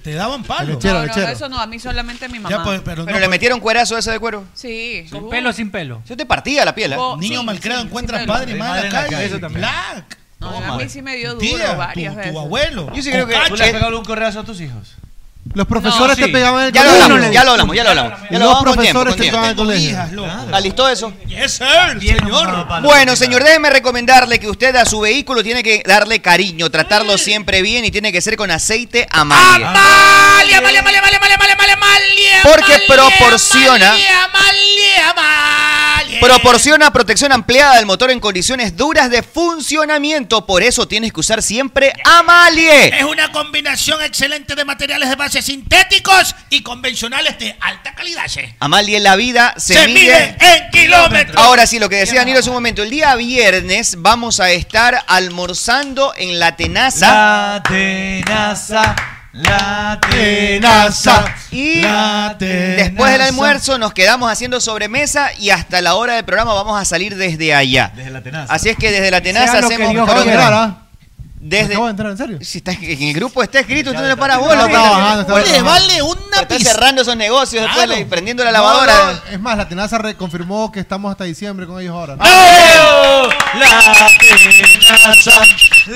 Speaker 13: Te daban palo.
Speaker 11: no, no, eso no, a mí solamente mi mamá.
Speaker 13: Ya, pues, pero
Speaker 5: que...
Speaker 13: no,
Speaker 5: Pero le
Speaker 13: pues-
Speaker 5: metieron cuerazo ese de cuero.
Speaker 11: Sí. Uh.
Speaker 7: ¿Con pelo o sin pelo?
Speaker 5: Yo te partía la piel. ¿eh?
Speaker 11: Oh,
Speaker 13: Niño
Speaker 11: sí,
Speaker 13: malcriado
Speaker 11: sí,
Speaker 13: encuentra
Speaker 11: sí,
Speaker 13: padre y
Speaker 11: pero-
Speaker 13: madre en la calle.
Speaker 7: Eso también.
Speaker 13: Black.
Speaker 11: No,
Speaker 13: Toma.
Speaker 11: a mí sí me dio
Speaker 13: Tu
Speaker 11: duro
Speaker 13: tía,
Speaker 11: varias
Speaker 13: tu,
Speaker 11: veces.
Speaker 13: tu
Speaker 11: (laughs)
Speaker 13: abuelo.
Speaker 5: Yo sí creo que-
Speaker 13: Con
Speaker 6: ¿Tú le has
Speaker 13: cacho.
Speaker 6: pegado un correazo a tus hijos?
Speaker 10: Los profesores
Speaker 6: No, sí.
Speaker 10: te pegaban el
Speaker 5: Ya lo
Speaker 10: colegio.
Speaker 5: hablamos, ya lo hablamos, ya lo hablamos. Ya lo
Speaker 10: Los
Speaker 5: hablamos con tiempo,
Speaker 10: profesores
Speaker 5: con
Speaker 10: te
Speaker 5: tiempo.
Speaker 10: pegaban el colegio.
Speaker 13: Hijas, loco.
Speaker 5: ¿Alistó eso?
Speaker 13: Yes, sir, señor.
Speaker 5: Bueno, señor, déjeme recomendarle que usted a su vehículo tiene que darle cariño, tratarlo siempre bien y tiene que ser con aceite amarillo.
Speaker 4: Amalia, Amalia, Amalia, Amalia, Amalia, Amalia, Amalia, Amalia,
Speaker 5: Porque
Speaker 4: Amalia,
Speaker 5: proporciona-
Speaker 4: Amalia, Amalia, Amalia.
Speaker 5: Proporciona protección ampliada del motor en condiciones duras de funcionamiento, por eso tienes que usar siempre Amalie.
Speaker 4: Eh.
Speaker 13: Es una combinación excelente de materiales de base sintéticos y convencionales de alta calidad. che.
Speaker 5: Amalie la vida se,
Speaker 13: Se
Speaker 5: mide
Speaker 13: mide en kilómetros.
Speaker 5: Ahora sí, lo que decía Danilo hace un momento, el día viernes vamos a estar almorzando en La Tenaza.
Speaker 6: La tenaza, la
Speaker 13: tenaza,
Speaker 5: Y
Speaker 6: la tenaza.
Speaker 5: Después del almuerzo nos quedamos haciendo sobremesa y hasta la hora del programa vamos a salir desde allá.
Speaker 6: Desde la tenaza.
Speaker 5: Así es que desde La Tenaza
Speaker 7: Sea lo que
Speaker 5: hacemos...
Speaker 7: Dios
Speaker 10: Acabo de
Speaker 5: programa.
Speaker 10: entrar, ¿ah?
Speaker 5: Desde,
Speaker 10: Acabo de entrar, ¿en serio?
Speaker 5: si está, en el grupo está escrito, tú no
Speaker 6: Ya
Speaker 5: le
Speaker 6: está.
Speaker 5: paras
Speaker 6: No,
Speaker 5: bola.
Speaker 10: está
Speaker 5: pues.
Speaker 10: bajando, está
Speaker 5: Oye,
Speaker 10: bajando.
Speaker 5: vale una Está cerrando esos negocios después
Speaker 13: Claro.
Speaker 5: le- prendiendo la lavadora.
Speaker 10: No, no, es más, la tenaza re- confirmó que estamos hasta diciembre con ellos ahora.
Speaker 6: La tenaza,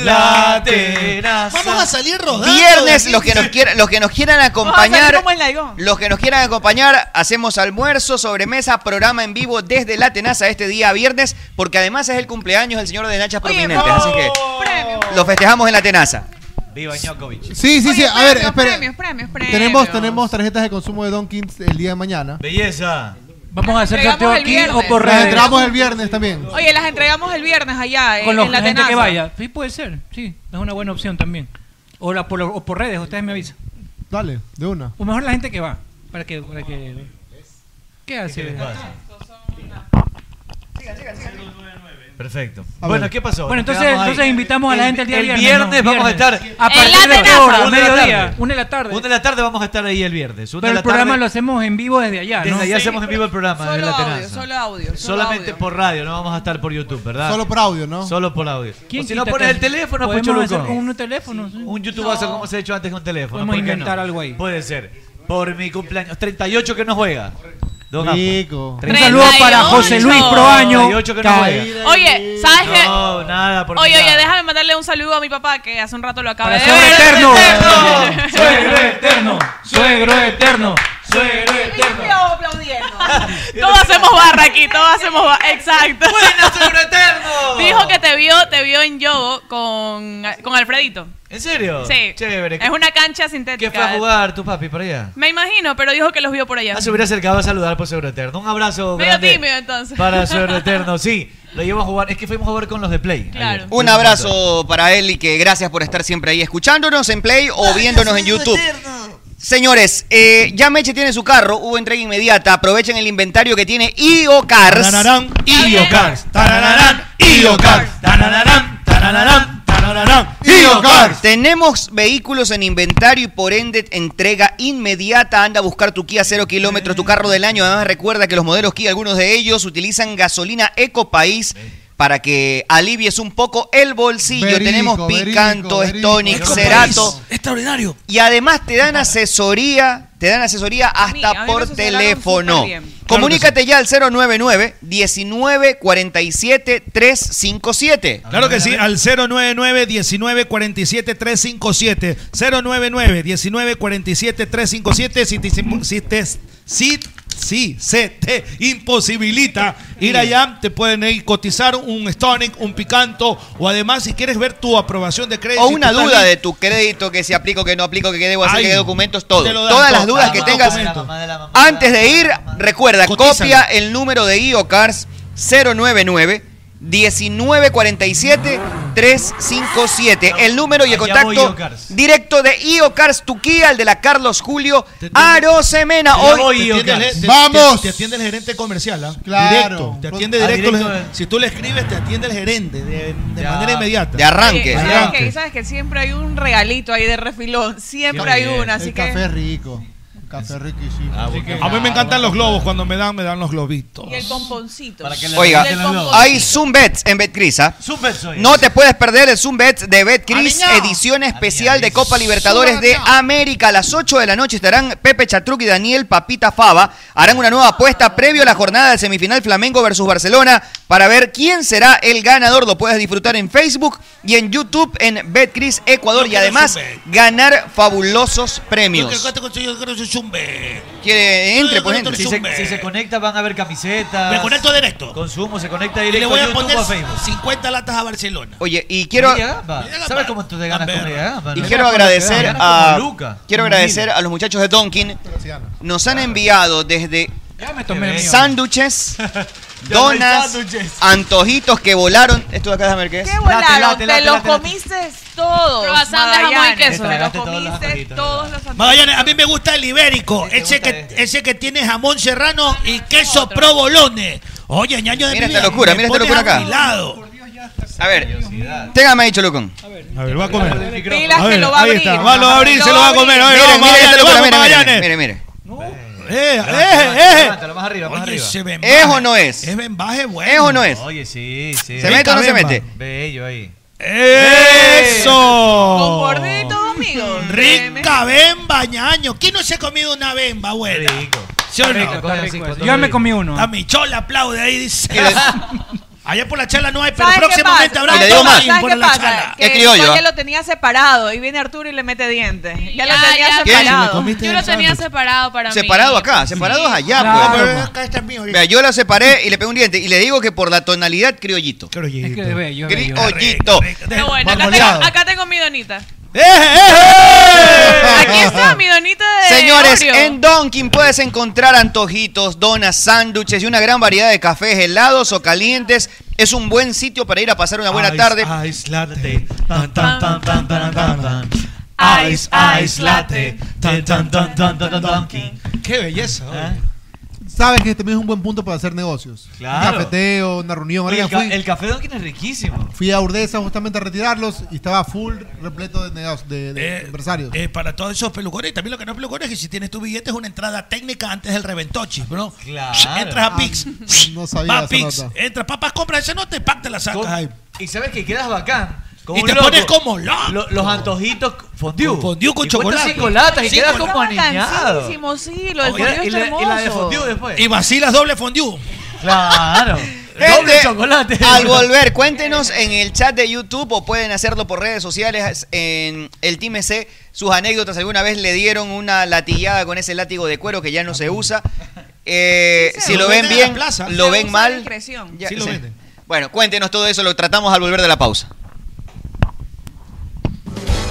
Speaker 6: la tenaza.
Speaker 13: Vamos a salir rodando.
Speaker 5: Viernes,
Speaker 13: de
Speaker 5: los que nos quieran, los que nos quieran
Speaker 11: Vamos a salir
Speaker 5: acompañar,
Speaker 11: como en Laigón.
Speaker 5: los que nos quieran acompañar, hacemos almuerzo, sobremesa, programa en vivo desde la Tenaza este día viernes, porque además es el cumpleaños del señor de Nachas
Speaker 11: Oye,
Speaker 5: Prominentes, así que
Speaker 11: premios.
Speaker 5: lo festejamos en la Tenaza.
Speaker 6: Viva Ñokovic.
Speaker 10: Sí, sí, sí.
Speaker 11: Oye,
Speaker 10: A ver,
Speaker 11: premios,
Speaker 10: esperen.
Speaker 11: Premios, premios, premios.
Speaker 10: Tenemos, tenemos tarjetas de consumo de Donkins el día de mañana.
Speaker 6: Belleza.
Speaker 7: Vamos a hacer
Speaker 11: Llegamos
Speaker 7: sorteo
Speaker 11: el
Speaker 7: aquí
Speaker 11: viernes.
Speaker 7: o por
Speaker 10: Las
Speaker 7: redes.
Speaker 10: entramos el viernes también.
Speaker 11: Oye, las entregamos el viernes allá en,
Speaker 16: eh,
Speaker 7: con los,
Speaker 11: Eh, en la
Speaker 7: la gente
Speaker 11: tenaza.
Speaker 7: que vaya. Sí, puede ser. Sí, es una buena opción también. O, la- por, o por redes, ustedes me avisan.
Speaker 10: Dale, de una.
Speaker 7: O mejor la gente que va. Para que, para que... ¿Qué hace?
Speaker 6: Perfecto.
Speaker 10: A
Speaker 6: Bueno,
Speaker 10: ver.
Speaker 6: ¿qué pasó?
Speaker 7: Bueno,
Speaker 6: Nos
Speaker 7: entonces,
Speaker 6: quedamos ahí.
Speaker 7: entonces invitamos a la
Speaker 6: El-
Speaker 7: gente el día
Speaker 6: el
Speaker 7: viernes. Eh,
Speaker 6: viernes
Speaker 7: ¿no?
Speaker 6: vamos a estar
Speaker 7: A
Speaker 11: En
Speaker 7: partir
Speaker 11: la
Speaker 7: de qué
Speaker 11: terraza.
Speaker 7: hora?
Speaker 6: Una de la
Speaker 7: Mediodía.
Speaker 6: tarde.
Speaker 7: Una de la tarde.
Speaker 6: Una de la tarde vamos a estar ahí el viernes. Una
Speaker 7: Pero
Speaker 6: de la
Speaker 7: el programa
Speaker 6: tarde-
Speaker 7: lo hacemos en vivo desde allá,
Speaker 6: Desde
Speaker 7: ¿no?
Speaker 6: allá hacemos en vivo el programa. desde
Speaker 11: Solo
Speaker 6: la
Speaker 11: audio,
Speaker 6: tenaza.
Speaker 11: solo audio, solo
Speaker 6: Solamente
Speaker 11: audio.
Speaker 6: por radio, no vamos a estar por YouTube, ¿verdad?
Speaker 10: Solo por audio, ¿no?
Speaker 6: Solo por audio.
Speaker 7: ¿Quién
Speaker 6: O si no
Speaker 7: quita
Speaker 6: pones
Speaker 7: que-
Speaker 6: el teléfono, pues
Speaker 7: podemos hacer
Speaker 6: Choluco.
Speaker 7: con un teléfono. sí.
Speaker 6: Un youtubazo como se ha hecho antes con teléfono.
Speaker 7: Podemos
Speaker 6: ¿por qué no?
Speaker 7: inventar algo ahí.
Speaker 6: Puede ser. Por mi cumpleaños. 38 que no juega. Don Gafo.
Speaker 10: Rico.
Speaker 7: Un saludo para
Speaker 11: 38.
Speaker 7: José Luis Proaño.
Speaker 6: 38 que no
Speaker 7: Cae.
Speaker 6: juega.
Speaker 11: Oye, ¿sabes qué?
Speaker 6: No, nada. Por
Speaker 11: Oye,
Speaker 6: mi
Speaker 11: oye,
Speaker 6: lado.
Speaker 11: déjame mandarle un saludo a mi papá que hace un rato lo acaba
Speaker 7: Para
Speaker 11: de
Speaker 7: Sobre
Speaker 11: ver. (laughs)
Speaker 7: Eterno.
Speaker 11: Eterno.
Speaker 7: Suegro eterno. Suegro eterno. Suegro
Speaker 11: (laughs)
Speaker 7: eterno.
Speaker 11: aplaudiendo. todos hacemos barra aquí, todos hacemos barra. (laughs) Exacto.
Speaker 6: ¡Buena, suegro eterno!
Speaker 11: Dijo que te vio, te vio en Yogo con, con Alfredito.
Speaker 6: ¿En serio?
Speaker 11: Sí.
Speaker 6: Chévere.
Speaker 11: Es una cancha
Speaker 6: ¿Qué
Speaker 11: sintética.
Speaker 6: fue a jugar tu papi para allá?
Speaker 11: Me imagino, pero dijo que los vio por allá.
Speaker 6: Ah, se hubiera acercado a saludar por Suegro Eterno. Un abrazo
Speaker 11: Medio
Speaker 6: grande
Speaker 11: tímido, entonces. (laughs)
Speaker 6: Para Suegro Eterno, sí. Lo llevo a jugar. Es que fuimos a jugar con los de Play.
Speaker 11: Claro.
Speaker 5: Un abrazo para él y que gracias por estar siempre ahí escuchándonos en Play o viéndonos en YouTube. Señores, eh, ya Meche tiene su carro, hubo entrega inmediata, aprovechen el inventario que tiene IO Cars.
Speaker 13: Tarararán, Idiocars. Tarararán, Idiocars. Tarararán, tarararán, tarararán.
Speaker 9: Tararán.
Speaker 5: Tenemos vehículos en inventario y por ende entrega inmediata. Anda a buscar tu Kia 0 kilómetros, tu carro del año. Además, recuerda que los modelos Kia, algunos de ellos, utilizan gasolina Eco País para que alivies un poco el bolsillo.
Speaker 10: Verico,
Speaker 5: Tenemos
Speaker 10: verico,
Speaker 5: Picanto,
Speaker 10: verico.
Speaker 5: Stonic,
Speaker 10: Eco País.
Speaker 5: Cerato.
Speaker 10: Extraordinario.
Speaker 5: Y además te dan asesoría, te dan asesoría hasta
Speaker 10: a mí me
Speaker 5: por
Speaker 10: asesoraron
Speaker 5: teléfono.
Speaker 10: súper bien. Claro que
Speaker 5: Comunícate ya al 099 19 47 357.
Speaker 9: Claro que sí, al 099 19 47 357. 099 19 47 357. Si te, impo- si te- si- si se te imposibilita ir allá, te pueden ir cotizar un Stonic, un Picanto o además si quieres ver tu aprobación de crédito.
Speaker 5: O
Speaker 9: si
Speaker 5: una
Speaker 9: tú estás
Speaker 5: duda
Speaker 9: listo,
Speaker 5: de tu crédito, que si aplico, que no aplico, que qué debo hacer,
Speaker 9: Ay,
Speaker 5: que qué documentos, todo.
Speaker 9: te lo dan
Speaker 5: Todas
Speaker 9: todo.
Speaker 5: las dudas que
Speaker 9: Ah,
Speaker 5: tengas.
Speaker 9: documento.
Speaker 5: Antes de ir, recuerda,
Speaker 9: Cotízalo.
Speaker 5: copia el número de IOCARS 099 1947 357. El número y el
Speaker 6: Allá voy,
Speaker 5: contacto
Speaker 6: IOCARS.
Speaker 5: directo de IOCARS Tuquía, el de la Carlos Julio Arosemena.
Speaker 9: Te
Speaker 5: Hoy
Speaker 9: atiende el- te-
Speaker 5: vamos.
Speaker 9: Te, te atiende el gerente comercial, ¿ah?
Speaker 5: Claro.
Speaker 9: Directo. Te atiende
Speaker 5: Ah,
Speaker 9: directo.
Speaker 5: directo,
Speaker 9: el- Si tú le escribes, te atiende el gerente de, de manera inmediata.
Speaker 5: De arranque.
Speaker 16: Oye, ¿sabes
Speaker 9: Arranque.
Speaker 16: qué? ¿Sabes que siempre hay un regalito ahí de refilón? Siempre hay uno, así
Speaker 17: el
Speaker 16: que...
Speaker 17: café rico. El café riquísimo.
Speaker 6: Ah,
Speaker 9: A mí me encantan los globos. Cuando me dan, me dan los globitos.
Speaker 16: Y el pomponcito.
Speaker 5: Oiga,
Speaker 16: Y el pomponcito.
Speaker 5: hay Zoom Bets en Betcrisa.
Speaker 6: soy.
Speaker 5: No te puedes perder el Zoom Bets de Betcris, edición especial de Copa Libertadores de América. A las 8 de la noche estarán Pepe Chatruc y Daniel Papita Fava. Harán una nueva apuesta previo a la jornada de semifinal Flamengo versus Barcelona para ver quién será el ganador. Lo puedes disfrutar en Facebook y en YouTube en Betcris Ecuador y
Speaker 10: quiero
Speaker 5: además
Speaker 10: Zoom Bet.
Speaker 5: ganar fabulosos
Speaker 10: Yo creo
Speaker 5: premios.
Speaker 10: que este consejo- yo creo que es un be-
Speaker 5: Quiere, entre, pues entre.
Speaker 6: Si se, si se conecta van a ver camisetas.
Speaker 10: Me conecto directo.
Speaker 6: Consumo, se conecta
Speaker 10: Y
Speaker 6: directo
Speaker 10: le voy
Speaker 6: a
Speaker 10: a
Speaker 6: Ah, YouTube
Speaker 10: poner
Speaker 6: o a Facebook.
Speaker 10: 50 latas a Barcelona.
Speaker 5: Oye, y quiero...
Speaker 6: Media gamba. ¿Sabes cómo tú te ganas con media gamba?
Speaker 5: Y
Speaker 6: No?
Speaker 5: quiero
Speaker 6: Ganas con
Speaker 5: agradecer
Speaker 6: media gamba,
Speaker 5: a
Speaker 6: como Luca.
Speaker 5: quiero
Speaker 6: Como
Speaker 5: agradecer
Speaker 6: Mil.
Speaker 5: a los muchachos de Donkin. Nos han enviado desde
Speaker 6: tomé el mío.
Speaker 5: sándwiches,
Speaker 6: tomé
Speaker 5: donas,
Speaker 6: sándwiches.
Speaker 5: antojitos que volaron. Esto de acá déjame ver qué es.
Speaker 16: ¿Qué volaron?
Speaker 6: late,
Speaker 16: te
Speaker 6: late,
Speaker 16: lo
Speaker 6: late, late.
Speaker 16: comiste todo.
Speaker 8: Croissant de jamón y queso.
Speaker 16: Te lo
Speaker 6: Tragaste todos los
Speaker 16: comiste todos los
Speaker 10: Magallanes, a mí me gusta el ibérico, ese que, ese que tiene jamón serrano y queso provolone. Oye, ñaño de
Speaker 5: Mira
Speaker 10: mi
Speaker 5: esta
Speaker 10: vida,
Speaker 5: locura,
Speaker 10: me
Speaker 5: mira esta
Speaker 10: pones
Speaker 5: locura acá.
Speaker 10: afilado.
Speaker 5: A ver, téngame ahí, Cholucón.
Speaker 9: A ver, va a comer.
Speaker 16: Pilas
Speaker 9: A ver,
Speaker 16: que lo va a
Speaker 9: ahí
Speaker 16: abrir.
Speaker 9: está. Va, lo va a abrir, se lo va a comer. Oye,
Speaker 5: Miren,
Speaker 9: vamos,
Speaker 5: miren esta
Speaker 9: Magallanes,
Speaker 5: locura,
Speaker 9: vamos,
Speaker 5: miren, miren,
Speaker 9: Magallanes.
Speaker 5: miren, miren.
Speaker 9: Eh,
Speaker 6: Levanta,
Speaker 9: eh, eh.
Speaker 6: Levántalo más arriba, más
Speaker 10: Oye,
Speaker 6: arriba.
Speaker 10: ese bembaje.
Speaker 5: ¿Es o no es?
Speaker 10: Es bembaje bueno.
Speaker 5: ¿Es o no es?
Speaker 6: Oye, sí, sí.
Speaker 5: ¿Se mete o no se
Speaker 6: Bemba.
Speaker 5: mete?
Speaker 6: Bello ahí.
Speaker 9: ¡Eso!
Speaker 16: gordito, amigo. Eh,
Speaker 10: Rica bemba, ñaño. ¿Quién no se ha comido una bemba, buena? ¿Sí o no?
Speaker 6: Rico, está rico, está
Speaker 7: Yo ya me
Speaker 6: rico.
Speaker 7: comí uno.
Speaker 10: A mi chola aplaude ahí, dice.
Speaker 8: (laughs)
Speaker 10: Allá por la charla no hay, pero
Speaker 16: ¿Sabes qué
Speaker 10: próximamente
Speaker 16: pasa?
Speaker 10: habrá
Speaker 5: Le digo
Speaker 10: alguien
Speaker 5: más.
Speaker 10: por
Speaker 16: ¿Sabes qué
Speaker 10: la
Speaker 16: pasa?
Speaker 10: charla.
Speaker 16: Que
Speaker 5: Es criollo,
Speaker 16: yo
Speaker 5: ¿ah?
Speaker 16: ya lo tenía separado y viene Arturo y le mete dientes. Ya, lo
Speaker 8: Ya,
Speaker 16: tenía
Speaker 8: ya. ¿Qué?
Speaker 5: Si me
Speaker 16: separado.
Speaker 5: comiste
Speaker 8: Yo lo
Speaker 5: el
Speaker 8: tenía
Speaker 5: sándwich.
Speaker 8: separado para mí.
Speaker 5: Separado acá, separado es allá.
Speaker 7: Claro,
Speaker 5: pues.
Speaker 7: pero
Speaker 10: Ah, Acá está el mío.
Speaker 5: Vea, yo la separé y le pegué un diente y le digo que por la tonalidad criollito.
Speaker 7: Es que es bello, es bello.
Speaker 5: Criollito.
Speaker 8: Pero bueno, acá tengo,
Speaker 5: Marmoleado.
Speaker 8: acá tengo mi donita.
Speaker 5: Aquí
Speaker 8: Aquí está mi donita de
Speaker 5: Señores,
Speaker 8: Oreo.
Speaker 5: en Donkin puedes encontrar antojitos, donas, sándwiches y una gran variedad de cafés helados o calientes. Es un buen sitio para ir a pasar una buena
Speaker 10: Ice,
Speaker 5: tarde.
Speaker 10: Ice latte. Tan, tan, tan, tan, tan, tan, tan. Ice, ice latte. Tan, tan, tan, tan, tan, tan, tan.
Speaker 9: ¡Qué belleza!
Speaker 10: Ah,
Speaker 9: oye.
Speaker 10: eh,
Speaker 17: Sabes que este también es un buen punto para hacer negocios.
Speaker 6: Claro.
Speaker 17: Un cafeteo, una reunión.
Speaker 6: Oye,
Speaker 17: Ahora
Speaker 6: el, ca-
Speaker 17: fui,
Speaker 6: el café Donkin es riquísimo.
Speaker 17: fui a Urdesa justamente a retirarlos y estaba full repleto de negocios, de, de
Speaker 10: Eh,
Speaker 17: empresarios.
Speaker 10: eh, para todos esos pelucones y también lo que no es pelucones es que si tienes tu billete es una entrada técnica antes del reventochi, bro.
Speaker 6: Claro.
Speaker 10: Entras a Pix,
Speaker 17: No sabía
Speaker 10: va a
Speaker 17: esa
Speaker 10: Pix,
Speaker 17: nota.
Speaker 10: entras, papas, compra esa nota y pack te la sacas ahí.
Speaker 6: Y sabes que quedas bacán. como
Speaker 10: Y
Speaker 6: un
Speaker 10: te
Speaker 6: loco.
Speaker 10: pones como loco.
Speaker 6: Lo- los antojitos fondue.
Speaker 10: Con fondue con
Speaker 6: Y cuesta
Speaker 10: chocolate.
Speaker 6: cinco latas y
Speaker 10: Cinco
Speaker 6: quedas como aniñado.
Speaker 16: Bacanísimo, sí, lo del
Speaker 6: Oye,
Speaker 16: fondue
Speaker 6: y,
Speaker 16: está
Speaker 6: la, y la de
Speaker 16: hermoso.
Speaker 6: fondue después.
Speaker 10: Y vacilas doble fondue. (laughs)
Speaker 6: Claro. Doble
Speaker 5: Gente,
Speaker 6: chocolate. (laughs)
Speaker 5: al volver, cuéntenos en el chat de YouTube o pueden hacerlo por redes sociales en el Team C sus anécdotas. ¿Alguna vez le dieron una latillada con ese látigo de cuero que ya no se usa? Eh, si lo ven
Speaker 10: venden en la
Speaker 5: bien,
Speaker 10: plaza.
Speaker 5: lo
Speaker 16: Se
Speaker 5: ven
Speaker 16: usa
Speaker 5: mal.
Speaker 16: discreción.
Speaker 5: ya-
Speaker 10: Sí lo
Speaker 5: sí.
Speaker 10: venden.
Speaker 5: Bueno, cuéntenos todo eso, lo tratamos al volver de la pausa.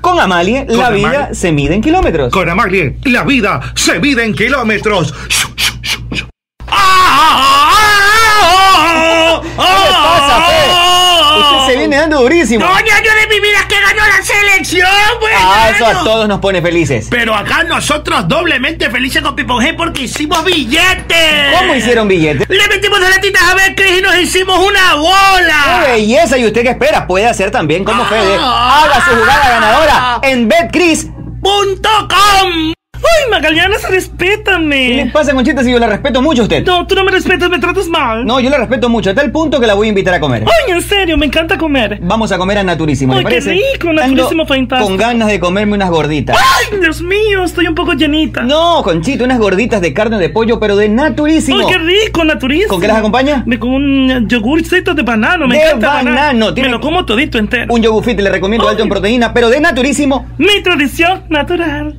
Speaker 18: Con Amalie
Speaker 19: Con
Speaker 18: la
Speaker 19: Amalie.
Speaker 18: vida se mide en kilómetros.
Speaker 19: Con Amalie, la vida se mide en kilómetros.
Speaker 18: ¿Qué le pasa, Fe? Usted se viene dando durísimo.
Speaker 1: año de mi vida que ganó la selección, güey!
Speaker 18: Ah, eso a todos nos pone felices.
Speaker 1: Pero acá nosotros doblemente felices con Pipon G porque hicimos billetes.
Speaker 18: ¿Cómo hicieron billetes?
Speaker 1: Le metimos de latitas a ver, Cris, y nos hicimos una bola.
Speaker 18: ¡Qué belleza! ¿Y usted qué espera? Puede hacer también como
Speaker 1: Ah.
Speaker 18: Fede. Haga su jugada ganadora en BetCris.com.
Speaker 1: ¡Ay, Magaliana, respétame!
Speaker 18: ¿Qué le pasa, Conchita, si yo la respeto mucho a usted?
Speaker 1: No, tú no me respetas, me tratas mal.
Speaker 18: No, yo la respeto mucho, a tal punto que la voy a invitar a comer.
Speaker 1: ¡Ay, en serio, me encanta comer!
Speaker 18: Vamos a comer a Naturísimo, ¿le
Speaker 1: ¡Ay, qué
Speaker 18: parece?
Speaker 1: rico!
Speaker 18: Ando
Speaker 1: Naturísimo fantástico.
Speaker 18: Con ganas de comerme unas gorditas.
Speaker 1: ¡Ay, Dios mío! Estoy un poco llenita.
Speaker 18: No, Conchita, unas gorditas de carne de pollo, pero de Naturísimo.
Speaker 1: ¡Ay, qué rico, naturísimo!
Speaker 18: ¿Con qué las acompaña?
Speaker 1: Me- Con un yogurcito de banano, me
Speaker 18: de
Speaker 1: encanta el
Speaker 18: banano.
Speaker 1: Me lo como todito entero.
Speaker 18: Un yogurfit le recomiendo alto en proteína, pero de naturísimo.
Speaker 1: Mi tradición natural.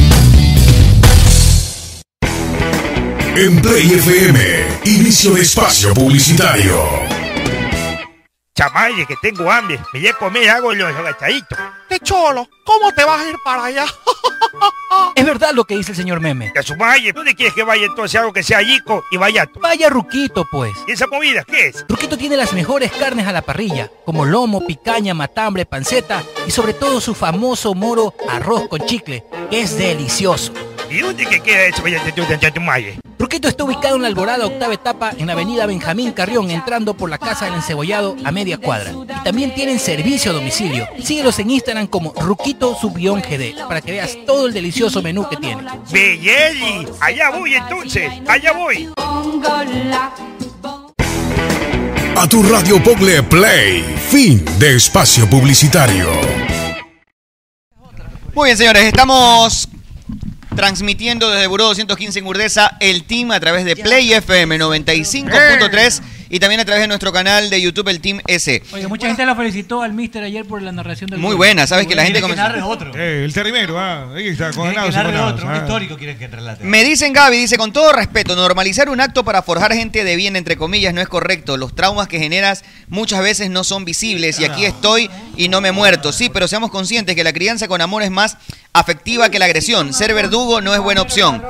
Speaker 20: En Play FM, inicio de espacio publicitario.
Speaker 21: Chamaye, que tengo hambre. Me voy a comer hago los agachaditos.
Speaker 9: ¡Qué cholo! ¿Cómo te vas a ir para allá?
Speaker 21: Es verdad lo que dice el señor Meme. Ya su valle, ¿dónde quieres que vaya entonces algo que sea yico y vaya? Vaya Ruquito, pues. ¿Y esa comida qué es?
Speaker 7: Ruquito tiene las mejores carnes a la parrilla, como lomo, picaña, matambre, panceta y sobre todo su famoso moro arroz con chicle, que es delicioso.
Speaker 21: ¿Y dónde que queda eso? Vaya, te- te- te- te- Chamaye.
Speaker 7: Ruquito está ubicado en la Alborada Octava Etapa en la avenida Benjamín Carrión, entrando por la Casa del Encebollado a media cuadra. Y también tienen servicio a domicilio. Síguelos en Instagram como Ruquito Subión GD para que veas todo el delicioso menú que tiene.
Speaker 21: Belleli, allá voy entonces, allá voy.
Speaker 20: A tu radio Pogle Play, fin de espacio publicitario.
Speaker 5: Muy bien, señores, estamos transmitiendo desde Buró 215 en Urdesa el team a través de Play FM 95.3 y también a través de nuestro canal de YouTube, el Team S.
Speaker 22: Oye, mucha gente la felicitó al mister ayer por la narración del
Speaker 5: Muy
Speaker 22: gol.
Speaker 5: buena, ¿sabes que la gente comenzó-
Speaker 23: Eh, el terrimero, ah, ahí está, condenado.
Speaker 5: que narre
Speaker 23: condenado,
Speaker 5: otro,
Speaker 23: ah.
Speaker 5: un
Speaker 24: Histórico quieren que relate.
Speaker 5: Me dicen Gaby, dice, con todo respeto, normalizar un acto para forjar gente de bien, entre comillas, no es correcto. Los traumas que generas muchas veces no son visibles y aquí estoy y no me he muerto. Sí, pero seamos conscientes que la crianza con amor es más afectiva que la agresión. Ser verdugo no es buena opción.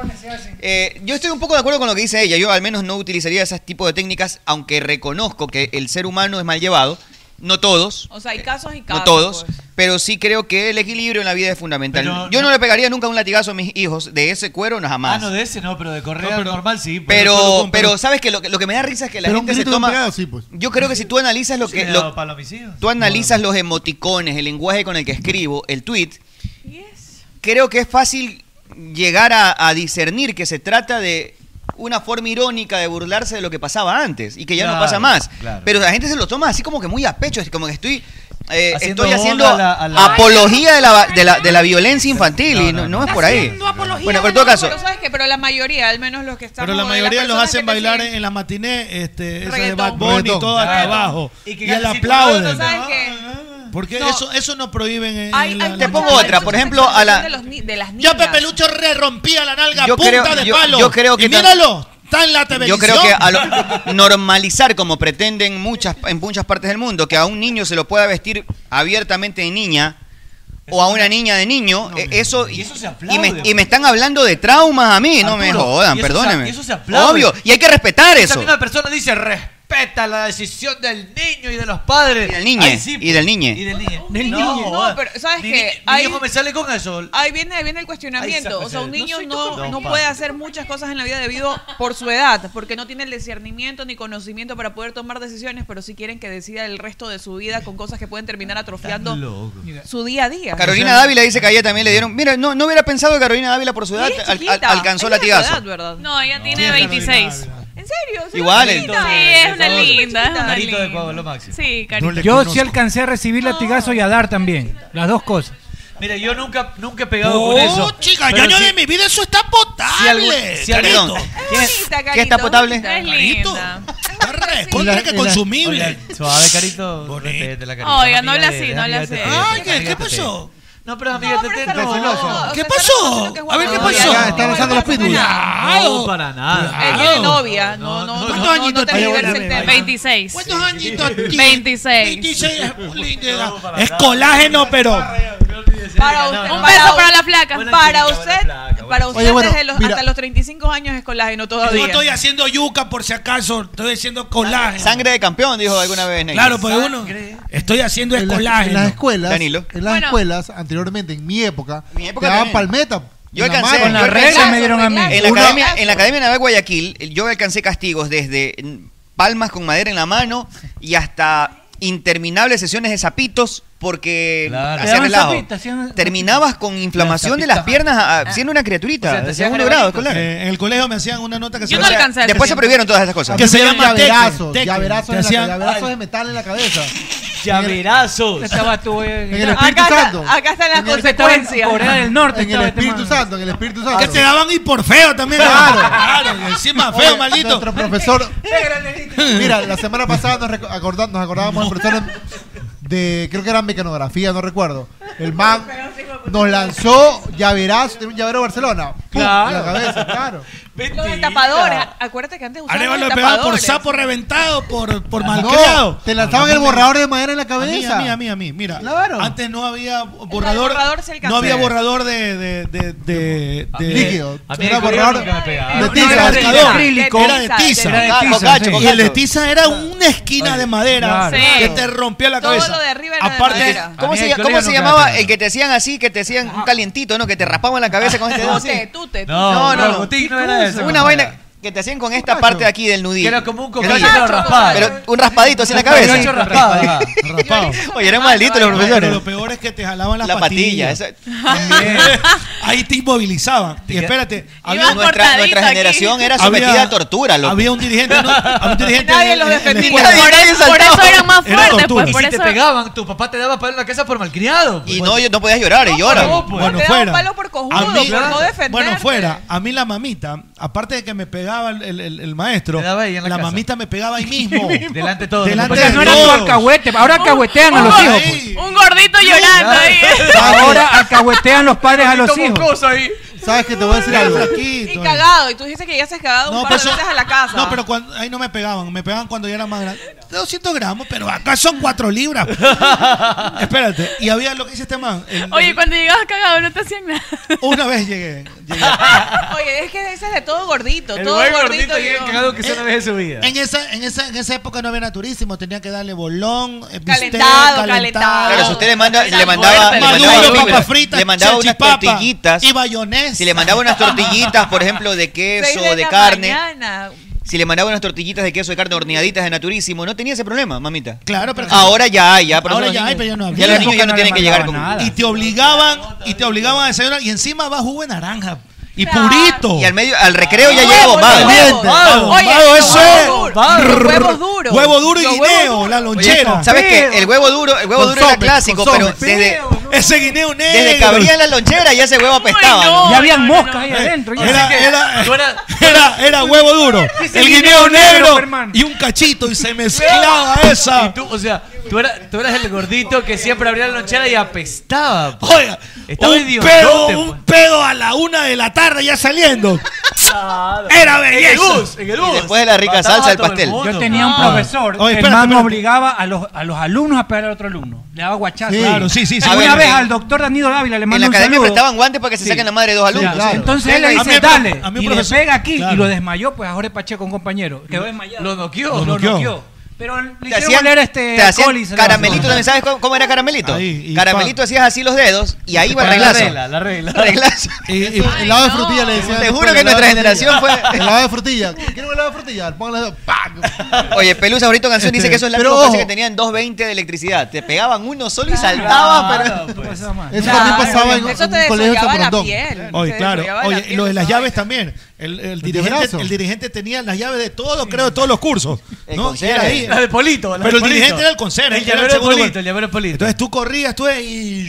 Speaker 5: Eh, yo estoy un poco de acuerdo con lo que dice ella. Yo al menos no utilizaría ese tipo de técnicas, aunque reconozco que el ser humano es mal llevado. No todos,
Speaker 11: O sea, hay casos y casos.
Speaker 5: no todos, pero sí creo que el equilibrio en la vida es fundamental.
Speaker 24: Pero
Speaker 5: Yo no, le pegaría nunca un latigazo a mis hijos de ese cuero, no jamás.
Speaker 24: Ah, no, de ese no, pero de correa normal sí. pues.
Speaker 5: Pero,
Speaker 24: Yo lo
Speaker 5: pero,
Speaker 24: compro.
Speaker 5: sabes que lo, que lo que me da risa es que la
Speaker 24: Pero un
Speaker 5: gente se
Speaker 24: grito de
Speaker 5: toma.
Speaker 24: empleado,
Speaker 17: pues.
Speaker 5: Yo creo que si tú analizas lo
Speaker 24: Sí,
Speaker 5: que.
Speaker 24: le he
Speaker 5: lo-
Speaker 24: dado palo a mis hijos.
Speaker 5: tú analizas los emoticones, el lenguaje con el que escribo, el tweet. Creo que es fácil llegar a, a discernir que se trata de una forma irónica de burlarse de lo que pasaba antes y que ya no
Speaker 24: Claro,
Speaker 5: pasa más.
Speaker 24: claro.
Speaker 5: Pero la gente se lo toma así como que muy a pecho, es como que estoy. eh,
Speaker 24: Haciendo
Speaker 5: estoy
Speaker 24: oda
Speaker 5: haciendo
Speaker 24: a la- a la-
Speaker 5: apología de la, de la- de la violencia infantil y no, no es por ahí. Bueno, pero en todo caso,
Speaker 11: Pero sabes que, pero la mayoría, al menos los que estamos.
Speaker 10: Pero la
Speaker 11: de
Speaker 10: mayoría
Speaker 11: las
Speaker 10: los
Speaker 11: personas
Speaker 10: hacen
Speaker 11: que te
Speaker 10: bailar
Speaker 11: siguen-
Speaker 10: en la matiné, este, esa de
Speaker 11: Reggaetón.
Speaker 10: Bad Bunny,
Speaker 11: Reggaetón.
Speaker 10: todo acá
Speaker 11: Reggaetón.
Speaker 10: abajo.
Speaker 11: Y
Speaker 10: Y,
Speaker 11: que
Speaker 10: el
Speaker 11: gancito,
Speaker 10: aplauden.
Speaker 11: ¿no sabes qué?
Speaker 6: Ah,
Speaker 10: Porque
Speaker 11: No.
Speaker 10: eso, eso no prohíben en,
Speaker 11: Hay-
Speaker 10: la- la-
Speaker 11: hay mucha
Speaker 5: pongo otra, por ejemplo, a la-
Speaker 11: de los ni- de las niñas.
Speaker 10: Yo Pepe Lucho re rompía la nalga
Speaker 5: Yo
Speaker 10: punta
Speaker 5: creo-
Speaker 10: de
Speaker 5: yo-
Speaker 10: palo.
Speaker 5: yo creo que
Speaker 10: y
Speaker 5: tan-
Speaker 10: míralo, está en la
Speaker 5: Yo
Speaker 10: televisión.
Speaker 5: creo que a lo- normalizar, como pretenden muchas, en muchas partes del mundo, que a un niño se lo pueda vestir abiertamente de niña o a una niña de niño, eh, eso, y,
Speaker 6: aplaude, pues.
Speaker 5: y me, y me están hablando de traumas a mí, no me
Speaker 6: Arturo,
Speaker 5: jodan,
Speaker 6: y eso se-
Speaker 5: perdónenme.
Speaker 6: y eso se aplaude.
Speaker 5: Obvio, y hay que respetar
Speaker 6: Esa
Speaker 5: eso.
Speaker 6: misma persona dice, respeta la decisión del niño y de los padres. Y del
Speaker 5: niñe, y del niñe.
Speaker 6: Y del niñe.
Speaker 5: Del
Speaker 6: no,
Speaker 5: niñe.
Speaker 6: joda.
Speaker 11: No, pero ¿sabes
Speaker 6: Mi-
Speaker 11: qué?
Speaker 6: mi
Speaker 11: Hay-
Speaker 6: hijo me sale con eso.
Speaker 11: Ahí viene, ahí viene el
Speaker 6: Ahí
Speaker 11: cuestionamiento.
Speaker 6: saca
Speaker 11: O sea, un
Speaker 6: ese- no
Speaker 11: niño
Speaker 6: soy
Speaker 11: no,
Speaker 6: tu
Speaker 11: no,
Speaker 6: compa.
Speaker 11: puede hacer muchas cosas en la vida debido por su edad, porque no tiene el discernimiento ni conocimiento para poder tomar decisiones, pero sí quieren que decida el resto de su vida con cosas que pueden terminar atrofiando su día a día.
Speaker 5: Carolina Dávila dice que a ella también le dieron. Mira, no, no hubiera pensado que Carolina Dávila por su edad
Speaker 11: Ella es
Speaker 5: al-
Speaker 11: chiquita.
Speaker 5: al- alcanzó
Speaker 11: Ella es de
Speaker 5: latigazo.
Speaker 11: edad, ¿verdad?
Speaker 8: No, ella tiene
Speaker 5: es
Speaker 8: 26.
Speaker 11: ¿En serio? ¿Es una
Speaker 5: Igual,
Speaker 11: chiquita?
Speaker 5: entonces,
Speaker 8: Sí, es una
Speaker 11: Carito
Speaker 8: linda. es una
Speaker 11: Carito de
Speaker 8: linda.
Speaker 11: Ecuador, lo
Speaker 6: máximo.
Speaker 8: Ah, Sí, Carito.
Speaker 7: Yo sí alcancé a recibir latigazo y a dar también. Las dos cosas.
Speaker 6: Mira, yo nunca, nunca he pegado
Speaker 7: Oh,
Speaker 6: con eso.
Speaker 7: chica,
Speaker 6: pero
Speaker 7: yo- yo
Speaker 6: sí-
Speaker 7: de
Speaker 9: mi vida eso está potable.
Speaker 6: Si algún- si algún-
Speaker 9: Carito.
Speaker 11: Bonita,
Speaker 9: ¿Qué está
Speaker 11: Carito,
Speaker 9: potable?
Speaker 11: bonita, Es
Speaker 9: Carito.
Speaker 11: linda.
Speaker 9: Contra que consumible.
Speaker 6: Oye, suave, carito. Respete la carita.
Speaker 8: Oiga, no
Speaker 6: Amiga
Speaker 8: habla
Speaker 6: de-
Speaker 8: así, no habla
Speaker 6: amiga
Speaker 8: así.
Speaker 6: de- amiga de- No, pero amiga, te te-
Speaker 8: está
Speaker 6: no.
Speaker 8: celosa.
Speaker 9: ¿Qué pasó? A ver, ¿qué
Speaker 6: No, ya,
Speaker 9: pasó? Eh,
Speaker 6: ya, están usando los pitbulls. No, para Ah, nada.
Speaker 11: Él tiene novia. No, no, no.
Speaker 9: ¿Cuántos
Speaker 11: no,
Speaker 9: añitos
Speaker 11: no te
Speaker 9: tiene?
Speaker 11: digas el tema.
Speaker 8: 26.
Speaker 9: ¿Cuántos añitos tiene?
Speaker 8: 26.
Speaker 9: 26 Es colágeno, pero.
Speaker 11: Para usted,
Speaker 8: Un beso para la flaca.
Speaker 11: Para usted, para usted
Speaker 9: Oye, bueno,
Speaker 11: desde los,
Speaker 9: mira.
Speaker 11: hasta los 35 años es colágeno
Speaker 9: No
Speaker 11: todavía.
Speaker 9: estoy haciendo yuca por si acaso, estoy haciendo colágeno.
Speaker 5: Sangre de campeón, dijo alguna vez Neymar.
Speaker 9: Claro, pues uno. Estoy haciendo es
Speaker 10: en, las- en
Speaker 9: colágeno.
Speaker 10: las escuelas,
Speaker 9: Danilo.
Speaker 10: en las escuelas anteriormente, en mi época,
Speaker 5: época
Speaker 10: te daban
Speaker 5: también.
Speaker 10: palmeta.
Speaker 5: Yo
Speaker 10: en la
Speaker 5: alcancé.
Speaker 10: mano.
Speaker 5: yo alcancé- En la,
Speaker 10: Una-
Speaker 5: academia, en la Academia Naval Guayaquil, yo alcancé castigos desde mm, palmas con madera en la mano y hasta interminables sesiones de zapitos porque
Speaker 6: Claro.
Speaker 5: hacía
Speaker 6: Te daban
Speaker 5: relajo.
Speaker 6: zapito, hacían-
Speaker 5: Terminabas con inflamación de las piernas a- a- siendo una criaturita de segundo grado escolar.
Speaker 14: Eh, en el colegio me hacían una nota que
Speaker 5: Yo no alcancé a Después hacer se prohibieron todas esas cosas.
Speaker 14: Que se
Speaker 10: Te dieron
Speaker 14: llama teque,
Speaker 10: llaverazos,
Speaker 14: teque.
Speaker 10: llaverazos
Speaker 14: Te
Speaker 10: en la-
Speaker 14: hacían-
Speaker 10: llaverazos de metal en la cabeza.
Speaker 6: Llaverazos.
Speaker 7: Estaba tú, eh,
Speaker 10: En el
Speaker 7: acá
Speaker 10: Espíritu
Speaker 7: está-
Speaker 10: Santo.
Speaker 7: acá están las
Speaker 10: En el- estaba en
Speaker 7: consecuencias.
Speaker 10: Corea del Norte
Speaker 7: En el
Speaker 10: estaba este
Speaker 7: Espíritu
Speaker 10: man. Santo, en el Espíritu Santo.
Speaker 9: Que Ah, te daban y por feo también.
Speaker 10: Claro.
Speaker 9: claro. y Encima
Speaker 10: Oye,
Speaker 9: feo, maldito.
Speaker 10: Nuestro profesor.
Speaker 9: (laughs)
Speaker 10: Mira, la semana pasada nos, reco- acorda- nos acordábamos del profesor de. Creo que era mecanografía, no recuerdo. El man nos lanzó llaverazo, tenía un llavero de Barcelona. ¡Pum! en La cabeza,
Speaker 9: (laughs)
Speaker 10: claro.
Speaker 11: Los de tapadores. Acuérdate que antes usaban
Speaker 9: Areva
Speaker 11: los
Speaker 9: lo
Speaker 11: de
Speaker 9: pegaba por
Speaker 11: tapadores.
Speaker 9: sapo reventado, por, por
Speaker 10: No,
Speaker 9: malcriado.
Speaker 10: te lanzaban el borrador de madera en la
Speaker 9: A mí,
Speaker 10: cabeza.
Speaker 9: a mí, a mí, a mí. Mira, antes no había
Speaker 11: El
Speaker 9: borrador.
Speaker 11: borrador se alcanza.
Speaker 9: No había borrador de. de, de, de, de-
Speaker 10: Líquido.
Speaker 9: A mí
Speaker 10: Era
Speaker 9: el
Speaker 10: borrador
Speaker 9: nunca me pegaba.
Speaker 10: de
Speaker 9: No,
Speaker 10: tiza.
Speaker 9: era
Speaker 10: De
Speaker 9: marcador.
Speaker 10: acrílico.
Speaker 9: Era de
Speaker 10: Era de
Speaker 9: tiza.
Speaker 10: tiza,
Speaker 9: Ah,
Speaker 10: sí.
Speaker 9: bocacho,
Speaker 10: Sí.
Speaker 9: bocacho. Y el de tiza era una esquina de madera
Speaker 10: Claro. Sí.
Speaker 9: que te rompía la
Speaker 5: Todo
Speaker 9: cabeza.
Speaker 5: lo de arriba era de
Speaker 9: Aparte,
Speaker 5: madera. ¿Cómo se, cómo se llamaba el que te hacían así, que te hacían un calientito, no? Que te raspaban la cabeza con este dedo así.
Speaker 11: Tute, tute,
Speaker 5: No, no, no.
Speaker 6: no era eso.
Speaker 5: Una vaina que te hacían con esta parte de aquí del nudillo.
Speaker 6: Que era como un
Speaker 5: Era-
Speaker 6: cocacho, pero raspado.
Speaker 5: Pero un raspadito así en la cabeza.
Speaker 6: Cocacho raspado, ajá,
Speaker 9: raspado.
Speaker 5: Oye, eran malditos los profesores.
Speaker 9: Pero lo peor es que te jalaban la,
Speaker 5: La patilla,
Speaker 9: También. (laughs) Ahí te inmovilizaban. Y espérate,
Speaker 5: Nuestra- nuestra, generación era sometida a tortura, loco.
Speaker 9: Había un dirigente, no, había un dirigente
Speaker 5: Nadie
Speaker 9: en-
Speaker 5: los
Speaker 9: en- en la
Speaker 5: defendía.
Speaker 9: escuela.
Speaker 5: (laughs) Nadie- Por nadie eso- por saltaba. eso eran más
Speaker 9: Era
Speaker 5: fuertes,
Speaker 9: tortura.
Speaker 5: pues, por
Speaker 6: Y si
Speaker 5: eso-
Speaker 6: te pegaban, tu papá te daba para en la casa por malcriado.
Speaker 5: Y no, yo- no podías llorar, y llora.
Speaker 9: Bueno,
Speaker 11: te daban
Speaker 9: fuera.
Speaker 11: palo por cojudo,
Speaker 9: A mí-
Speaker 11: por no defenderte.
Speaker 9: bueno, fuera. A mí la mamita, aparte de que me pegaba el, el- el- el maestro, la, mamita me pegaba (laughs) ahí mismo.
Speaker 6: Pues, Delante de todos.
Speaker 9: Delante
Speaker 7: Porque
Speaker 9: de
Speaker 7: no eran tu
Speaker 9: todos.
Speaker 7: alcahuete. Ahora alcahuetean a
Speaker 9: un
Speaker 7: los
Speaker 9: gor-
Speaker 7: hijos. pues.
Speaker 8: Un gordito llorando ahí.
Speaker 7: Ahora alcahuetean los padres a los hijos.
Speaker 10: ¿Sabes que te voy a decir algo?
Speaker 11: Y cagado. Y tú dices que ya se has cagado un par de veces a la casa.
Speaker 9: No, pero cuando, ahí no me pegaban. Me pegaban cuando yo era más grande. 200 gramos, pero acá son 4 libras. Espérate. Y había lo que dice este man.
Speaker 10: eh,
Speaker 9: el-
Speaker 8: Oye, cuando llegabas cagado no te hacían nada.
Speaker 9: Una vez llegué.
Speaker 11: Oye, es que ese es de todo gordito.
Speaker 6: El
Speaker 11: todo
Speaker 6: buen
Speaker 11: gordito.
Speaker 6: gordito
Speaker 11: yo-
Speaker 6: llega cagado que sea una vez en su vida.
Speaker 9: En esa, en, esa, en esa época no había naturísimo, tenía que darle bolón, eh, bistec,
Speaker 11: Calentado, calentado.
Speaker 5: Claro, si usted le manda,
Speaker 9: Era
Speaker 5: le mandaba, le
Speaker 9: fuerte.
Speaker 5: mandaba,
Speaker 9: Maduro,
Speaker 5: sí,
Speaker 9: papas
Speaker 5: pero
Speaker 9: fritas,
Speaker 5: le mandaba unas
Speaker 9: salchipapa
Speaker 5: tortillitas
Speaker 9: y bayonés.
Speaker 5: Si le mandaba unas tortillitas, por ejemplo, de
Speaker 11: Seis
Speaker 5: queso,
Speaker 11: de
Speaker 5: de
Speaker 11: la
Speaker 5: carne.
Speaker 11: mañana.
Speaker 5: Si le mandaba unas tortillitas de queso de carne horneaditas de naturísimo, no tenía ese problema, mamita.
Speaker 9: Claro, pero
Speaker 5: ahora ya hay, ya. por
Speaker 9: Ahora
Speaker 5: eso los
Speaker 9: ya hay,
Speaker 5: niños-
Speaker 9: pero ya no
Speaker 5: Ya los niños ya no tienen que llegar con
Speaker 9: Y te obligaban, y te obligaban a desayunar y encima va jugo de naranja y purito.
Speaker 5: Y al medio, al recreo ya
Speaker 9: Ah,
Speaker 5: llega bombado. Oye,
Speaker 9: caliente. Bombado,
Speaker 5: los
Speaker 9: eso
Speaker 5: huevos
Speaker 9: es.
Speaker 5: duros, los huevos duros.
Speaker 9: Huevo duro y
Speaker 5: Los huevos
Speaker 9: guineo, la lonchera.
Speaker 5: Oye, ¿Sabes qué? El huevo duro, el huevo
Speaker 9: Con
Speaker 5: duro era
Speaker 9: sope,
Speaker 5: clásico,
Speaker 9: con
Speaker 5: pero
Speaker 9: sope.
Speaker 5: desde
Speaker 9: ese guineo negro.
Speaker 5: desde que abrían la lonchera ya ese huevo apestaba.
Speaker 7: no,
Speaker 5: ¿no?
Speaker 7: Ya habían no, moscas no, ahí no. adentro, ya.
Speaker 9: Eh, Era,
Speaker 7: Así que-
Speaker 9: era,
Speaker 7: tú eras-
Speaker 9: era, era huevo duro.
Speaker 7: Ese
Speaker 9: El guineo
Speaker 7: guineo negro,
Speaker 9: negro
Speaker 7: Superman.
Speaker 9: y un cachito y se mezclaba esa.
Speaker 6: Y tú, o sea, tú eras, tú eras el gordito que siempre abría la lonchera y apestaba. pues. po.
Speaker 9: Oiga,
Speaker 6: Estaba
Speaker 9: un
Speaker 6: idiotote,
Speaker 9: pedo,
Speaker 6: pues.
Speaker 9: un pedo a la una de la tarde ya saliendo.
Speaker 13: Era belleza.
Speaker 6: En el bus, en el bus.
Speaker 5: Y después de la rica
Speaker 6: Mataba
Speaker 5: salsa,
Speaker 6: a
Speaker 5: el
Speaker 6: todo
Speaker 5: pastel.
Speaker 6: mundo.
Speaker 7: Yo tenía un
Speaker 6: Ah.
Speaker 7: profesor
Speaker 6: Oye,
Speaker 7: que el
Speaker 6: espérate,
Speaker 7: man
Speaker 6: espérate.
Speaker 7: obligaba a los, a los alumnos a pegar al otro alumno. Le daba guachazo.
Speaker 5: Sí. Claro, sí, sí, sí.
Speaker 7: Una
Speaker 5: A ver,
Speaker 7: vez
Speaker 5: a ver.
Speaker 7: al doctor Danilo Dávila le
Speaker 5: En
Speaker 7: mandó
Speaker 5: la
Speaker 7: un
Speaker 5: academia
Speaker 7: saludo.
Speaker 5: prestaban guantes para que se saquen la madre de dos alumnos.
Speaker 7: claro. Entonces él
Speaker 5: A
Speaker 7: le
Speaker 5: mí
Speaker 7: dice,
Speaker 5: me-
Speaker 7: dale.
Speaker 5: a mí
Speaker 7: y
Speaker 5: un
Speaker 7: le
Speaker 5: profesor-
Speaker 7: pega aquí.
Speaker 5: Claro.
Speaker 7: Y lo desmayó, pues a Jorge Pacheco, un compañero. Quedó desmayado. Lo noqueó. Lo
Speaker 5: noqueó.
Speaker 7: noqueó. Pero le
Speaker 5: Te
Speaker 7: hicieron
Speaker 5: hacían,
Speaker 7: oler este
Speaker 5: te hacían
Speaker 7: alcohol y se le
Speaker 5: caramelito,
Speaker 7: bajó.
Speaker 5: ¿también sabes cómo, cómo era caramelito?
Speaker 10: y
Speaker 5: caramelito
Speaker 10: pa.
Speaker 5: hacías así los dedos y ahí va el
Speaker 10: La
Speaker 5: reglazo.
Speaker 10: regla,
Speaker 6: la regla.
Speaker 5: Reglazo.
Speaker 10: Y, y el lado de frutilla le decían.
Speaker 5: Te juro
Speaker 10: "Ponle
Speaker 5: que
Speaker 10: el lado
Speaker 5: nuestra
Speaker 10: de frutilla".
Speaker 5: generación fue-
Speaker 10: (laughs) El lado de frutilla. ¿Quieren un helado de frutilla? Póngale dos.
Speaker 5: Oye, Pelusa, ahorita canción dice
Speaker 10: Este,
Speaker 5: que eso es la
Speaker 10: pero
Speaker 5: cosa que
Speaker 10: ojo.
Speaker 5: tenían 2.20 de electricidad. Te pegaban uno solo y saltaba, pero.
Speaker 7: pues.
Speaker 10: Eso
Speaker 5: Claro,
Speaker 10: también pasaba en
Speaker 5: eso te
Speaker 10: un colegio de
Speaker 5: desollaba la
Speaker 10: Tamarandón.
Speaker 5: piel,
Speaker 9: Oye, claro. Oye, lo de las llaves también. El, el dirigente,
Speaker 10: brazo.
Speaker 9: el dirigente tenía las llaves de todos, creo, de todos los cursos. ¿no? Y
Speaker 6: conserje.
Speaker 9: era ahí.
Speaker 6: La de Polito, la
Speaker 9: Pero
Speaker 6: de
Speaker 9: el
Speaker 6: Polito.
Speaker 9: dirigente era el conserje.
Speaker 6: El
Speaker 9: era
Speaker 6: llavero de
Speaker 9: segundo
Speaker 6: Polito,
Speaker 9: gol.
Speaker 6: el llavero de Polito.
Speaker 9: Entonces tú corrías, tú y.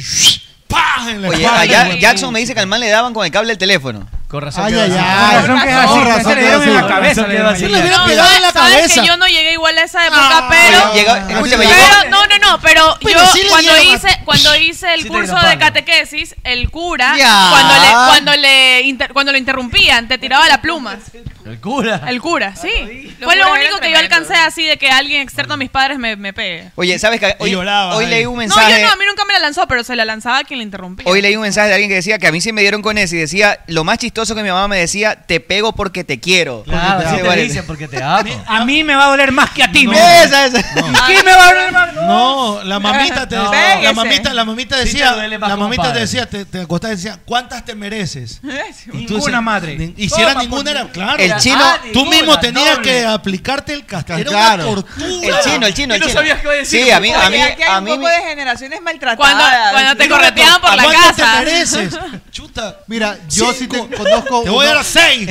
Speaker 9: ¡Pah! En la
Speaker 5: Oye,
Speaker 9: espalda.
Speaker 5: allá Jackson me dice que al man le daban con el cable del teléfono.
Speaker 6: Con
Speaker 9: razón Ay, que ay, era ay. así.
Speaker 7: Con razón que es así,
Speaker 5: Con
Speaker 7: pues, se le
Speaker 5: que
Speaker 7: dieron
Speaker 5: era
Speaker 7: en la
Speaker 5: así.
Speaker 7: cabeza, le
Speaker 5: Con razón
Speaker 7: dieron
Speaker 5: que era así.
Speaker 7: así. Le hubieran
Speaker 8: No, sabes que yo no llegué igual a esa época, pero.
Speaker 5: Llegaba- escúchame,
Speaker 8: pero-
Speaker 5: llegó-
Speaker 8: no, no, no, pero,
Speaker 5: Pero
Speaker 8: yo
Speaker 5: sí le
Speaker 8: cuando
Speaker 5: dieron a-
Speaker 8: hice cuando
Speaker 6: (laughs)
Speaker 8: hice el
Speaker 5: Sí te
Speaker 8: curso
Speaker 5: dieron
Speaker 8: de
Speaker 5: palo.
Speaker 8: catequesis, el cura
Speaker 5: Ya.
Speaker 8: cuando le cuando le inter- cuando lo interrumpían te tiraba la pluma.
Speaker 6: El cura.
Speaker 8: El cura, sí.
Speaker 25: Los
Speaker 8: Fue lo
Speaker 25: curas
Speaker 8: único
Speaker 25: eran
Speaker 8: que yo
Speaker 25: tremendos.
Speaker 8: alcancé así de que alguien externo a mis padres me, me pegue.
Speaker 5: Oye, ¿sabes que hoy, hoy leí un mensaje?
Speaker 8: No, yo no, a mí nunca me la lanzó, pero se la lanzaba a quien la interrumpía.
Speaker 5: Hoy leí un mensaje de alguien que decía que a mí sí me dieron con ese y decía, lo más chistoso que mi mamá me decía, te pego porque te quiero.
Speaker 6: Claro,
Speaker 5: Porque
Speaker 6: así
Speaker 5: te
Speaker 6: te
Speaker 5: vale.
Speaker 6: Ah, dicen porque te amo.
Speaker 7: A mí me va a doler más que a ti.
Speaker 5: No.
Speaker 7: mira.
Speaker 5: Esa, esa. (laughs)
Speaker 7: ¿Quién me va a doler más?
Speaker 9: No, la mamita te
Speaker 7: No.
Speaker 9: la
Speaker 7: Péguese.
Speaker 9: mamita, la mamita
Speaker 7: Sí te
Speaker 9: decía,
Speaker 7: duele más
Speaker 9: la
Speaker 7: como
Speaker 9: mamita te
Speaker 7: padre.
Speaker 9: decía, te, te acostabas y decía, ¿cuántas te mereces? Y tú
Speaker 7: Ninguna
Speaker 9: decías,
Speaker 7: madre.
Speaker 9: "Ni- Y si era
Speaker 7: Toma,
Speaker 9: ninguna
Speaker 7: por-
Speaker 9: era claro.
Speaker 5: El chino- Ah,
Speaker 9: tú
Speaker 5: ninguna,
Speaker 9: mismo tenías
Speaker 5: doble.
Speaker 9: que aplicarte el castigo. Era
Speaker 5: Claro.
Speaker 9: una tortura.
Speaker 5: El chino, el chino, el
Speaker 9: Y no
Speaker 5: chino.
Speaker 9: sabías qué iba a decir.
Speaker 5: Sí, a mí,
Speaker 9: Oye,
Speaker 5: a mí,
Speaker 9: aquí hay
Speaker 5: a
Speaker 9: un
Speaker 5: mí
Speaker 9: poco
Speaker 5: me-
Speaker 11: de generaciones maltratadas.
Speaker 8: Cuando- cuando te
Speaker 11: Digo,
Speaker 8: correteaban por la
Speaker 9: ¿Cuántas
Speaker 8: casa. (laughs)
Speaker 9: te mereces? Chuta.
Speaker 10: Mira, yo sí te conozco.
Speaker 9: Te voy a dar
Speaker 10: uno-
Speaker 9: a seis.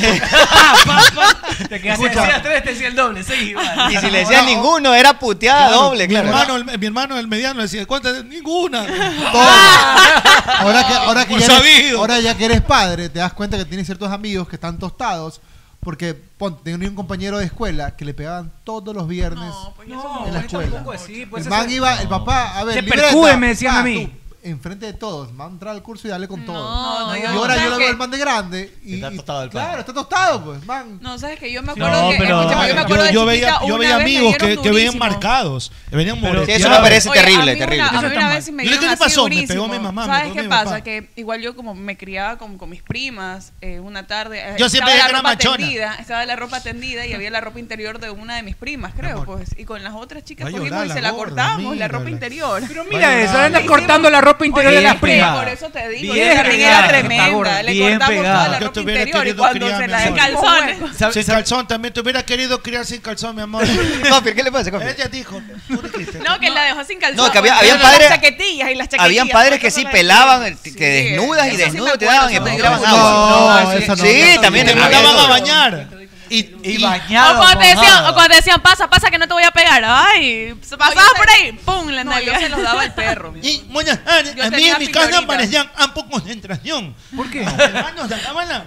Speaker 6: Te quedas- si hacías tres, te decía el doble, sí.
Speaker 5: Y
Speaker 9: (laughs)
Speaker 5: si le decían ninguno, era puteada
Speaker 9: Claro,
Speaker 5: (laughs) doble, claro.
Speaker 9: Mi hermano, el, mi hermano el mediano decía, ¿cuántas? Ninguna.
Speaker 10: Ahora que, ahora que
Speaker 9: Por
Speaker 10: ya eres,
Speaker 9: sabido.
Speaker 10: ahora ya que eres padre, te das cuenta que tienes ciertos amigos que están tostados. Porque pon, tenía un compañero de escuela que le pegaban todos los viernes en la
Speaker 7: pues,
Speaker 10: escuela.
Speaker 7: tampoco así, pues,
Speaker 10: el man
Speaker 7: ese-
Speaker 10: iba, el
Speaker 7: No.
Speaker 10: papá, a ver,
Speaker 7: Se
Speaker 10: libreta,
Speaker 7: percúe, me decían
Speaker 10: pa,
Speaker 7: a mí.
Speaker 10: tú, Enfrente de todos, man, entrar al curso y darle con todo.
Speaker 11: no,
Speaker 10: y
Speaker 11: yo-
Speaker 10: ahora
Speaker 11: ¿sabes
Speaker 10: yo lo veo
Speaker 11: qué?
Speaker 10: al man de grande. Y,
Speaker 11: Está
Speaker 10: y-
Speaker 11: tostado el pan.
Speaker 10: claro, está tostado, pues, man.
Speaker 11: No, sabes que yo me
Speaker 10: No,
Speaker 11: acuerdo que.
Speaker 10: pero-
Speaker 11: escúchame, yo me acuerdo de
Speaker 9: yo veía,
Speaker 11: chiquita,
Speaker 9: yo
Speaker 11: una
Speaker 9: veía
Speaker 11: vez me
Speaker 9: amigos que,
Speaker 11: dieron
Speaker 9: que venían
Speaker 11: durísimo.
Speaker 9: marcados. que Venían
Speaker 5: Pero-
Speaker 9: moreteados.
Speaker 5: Sí, eso me parece
Speaker 11: Oye,
Speaker 5: terrible,
Speaker 11: a mí
Speaker 5: terrible.
Speaker 11: Una, a mí
Speaker 9: Eso está
Speaker 11: una
Speaker 9: mal.
Speaker 11: vez sí
Speaker 9: Yo le
Speaker 11: me dieron
Speaker 9: digo, ¿qué
Speaker 11: así
Speaker 9: pasó? Me
Speaker 11: durísimo.
Speaker 9: pegó mi mamá, me
Speaker 11: ¿Sabes
Speaker 9: pegó
Speaker 11: qué
Speaker 9: mi
Speaker 11: pasa?
Speaker 9: papá.
Speaker 11: Que igual yo como me criaba con, con mis primas, eh, una tarde... eh,
Speaker 9: Yo siempre
Speaker 11: estaba
Speaker 9: dije
Speaker 11: la
Speaker 9: que era
Speaker 11: ropa
Speaker 9: machona.
Speaker 11: Tendida, estaba la ropa tendida y había la ropa interior de una de mis primas, creo. pues Y con las otras chicas
Speaker 9: Va a
Speaker 11: cogimos
Speaker 9: llorar
Speaker 11: y
Speaker 9: la
Speaker 11: se la
Speaker 9: gorda,
Speaker 11: cortábamos, la
Speaker 9: mírala.
Speaker 11: ropa interior. Pero
Speaker 7: Mira eso, anda cortando la ropa interior de las primas.
Speaker 11: Por eso te digo,
Speaker 7: Bien
Speaker 11: yo también era
Speaker 7: pegada, está
Speaker 11: tremenda.
Speaker 7: gorda,
Speaker 11: Le
Speaker 7: bien
Speaker 11: cortamos toda
Speaker 7: pegada.
Speaker 11: la
Speaker 9: Yo
Speaker 11: ropa
Speaker 9: tuviera
Speaker 11: interior y
Speaker 9: Ah, querido
Speaker 11: cuando
Speaker 9: criar,
Speaker 11: se
Speaker 9: mi
Speaker 11: la...
Speaker 9: amor.
Speaker 11: calzones.
Speaker 9: Sin calzón también. Te hubiera querido criar sin calzón, mi (laughs) amor.
Speaker 5: Coffee, ¿qué le pasa, Coffee?
Speaker 9: Ella dijo.
Speaker 11: No, que la dejó sin calzón.
Speaker 5: No, que había-
Speaker 11: pues,
Speaker 5: habían
Speaker 11: pero las
Speaker 5: padres-
Speaker 11: chaquetillas y las chaquetillas.
Speaker 5: Habían padres que
Speaker 11: pues,
Speaker 5: sí
Speaker 11: no la-
Speaker 5: pelaban, que desnudas y
Speaker 11: eso sí me
Speaker 5: desnudos te
Speaker 11: acuerdo,
Speaker 5: daban y
Speaker 11: eso me
Speaker 5: tiraban
Speaker 11: acuerdo.
Speaker 5: agua.
Speaker 11: No, eso no,
Speaker 5: sí,
Speaker 11: eso no.
Speaker 5: también
Speaker 11: Te
Speaker 5: había
Speaker 9: mandaban
Speaker 5: eso.
Speaker 9: a bañar.
Speaker 6: Y
Speaker 8: O
Speaker 6: bañado.
Speaker 8: cuando, te decían,
Speaker 6: mojado.
Speaker 8: o cuando te decían, pasa, pasa que no te voy a pegar. Ay, se pasaba por ahí, pum, la
Speaker 11: No, yo
Speaker 8: nalga.
Speaker 11: se los
Speaker 8: (laughs)
Speaker 11: daba al perro.
Speaker 9: Y moñas, ah, a mí
Speaker 11: tenía
Speaker 9: en mi casa
Speaker 11: pildoritas.
Speaker 9: parecían un poco concentración. ¿Por qué? hermanos de cámara.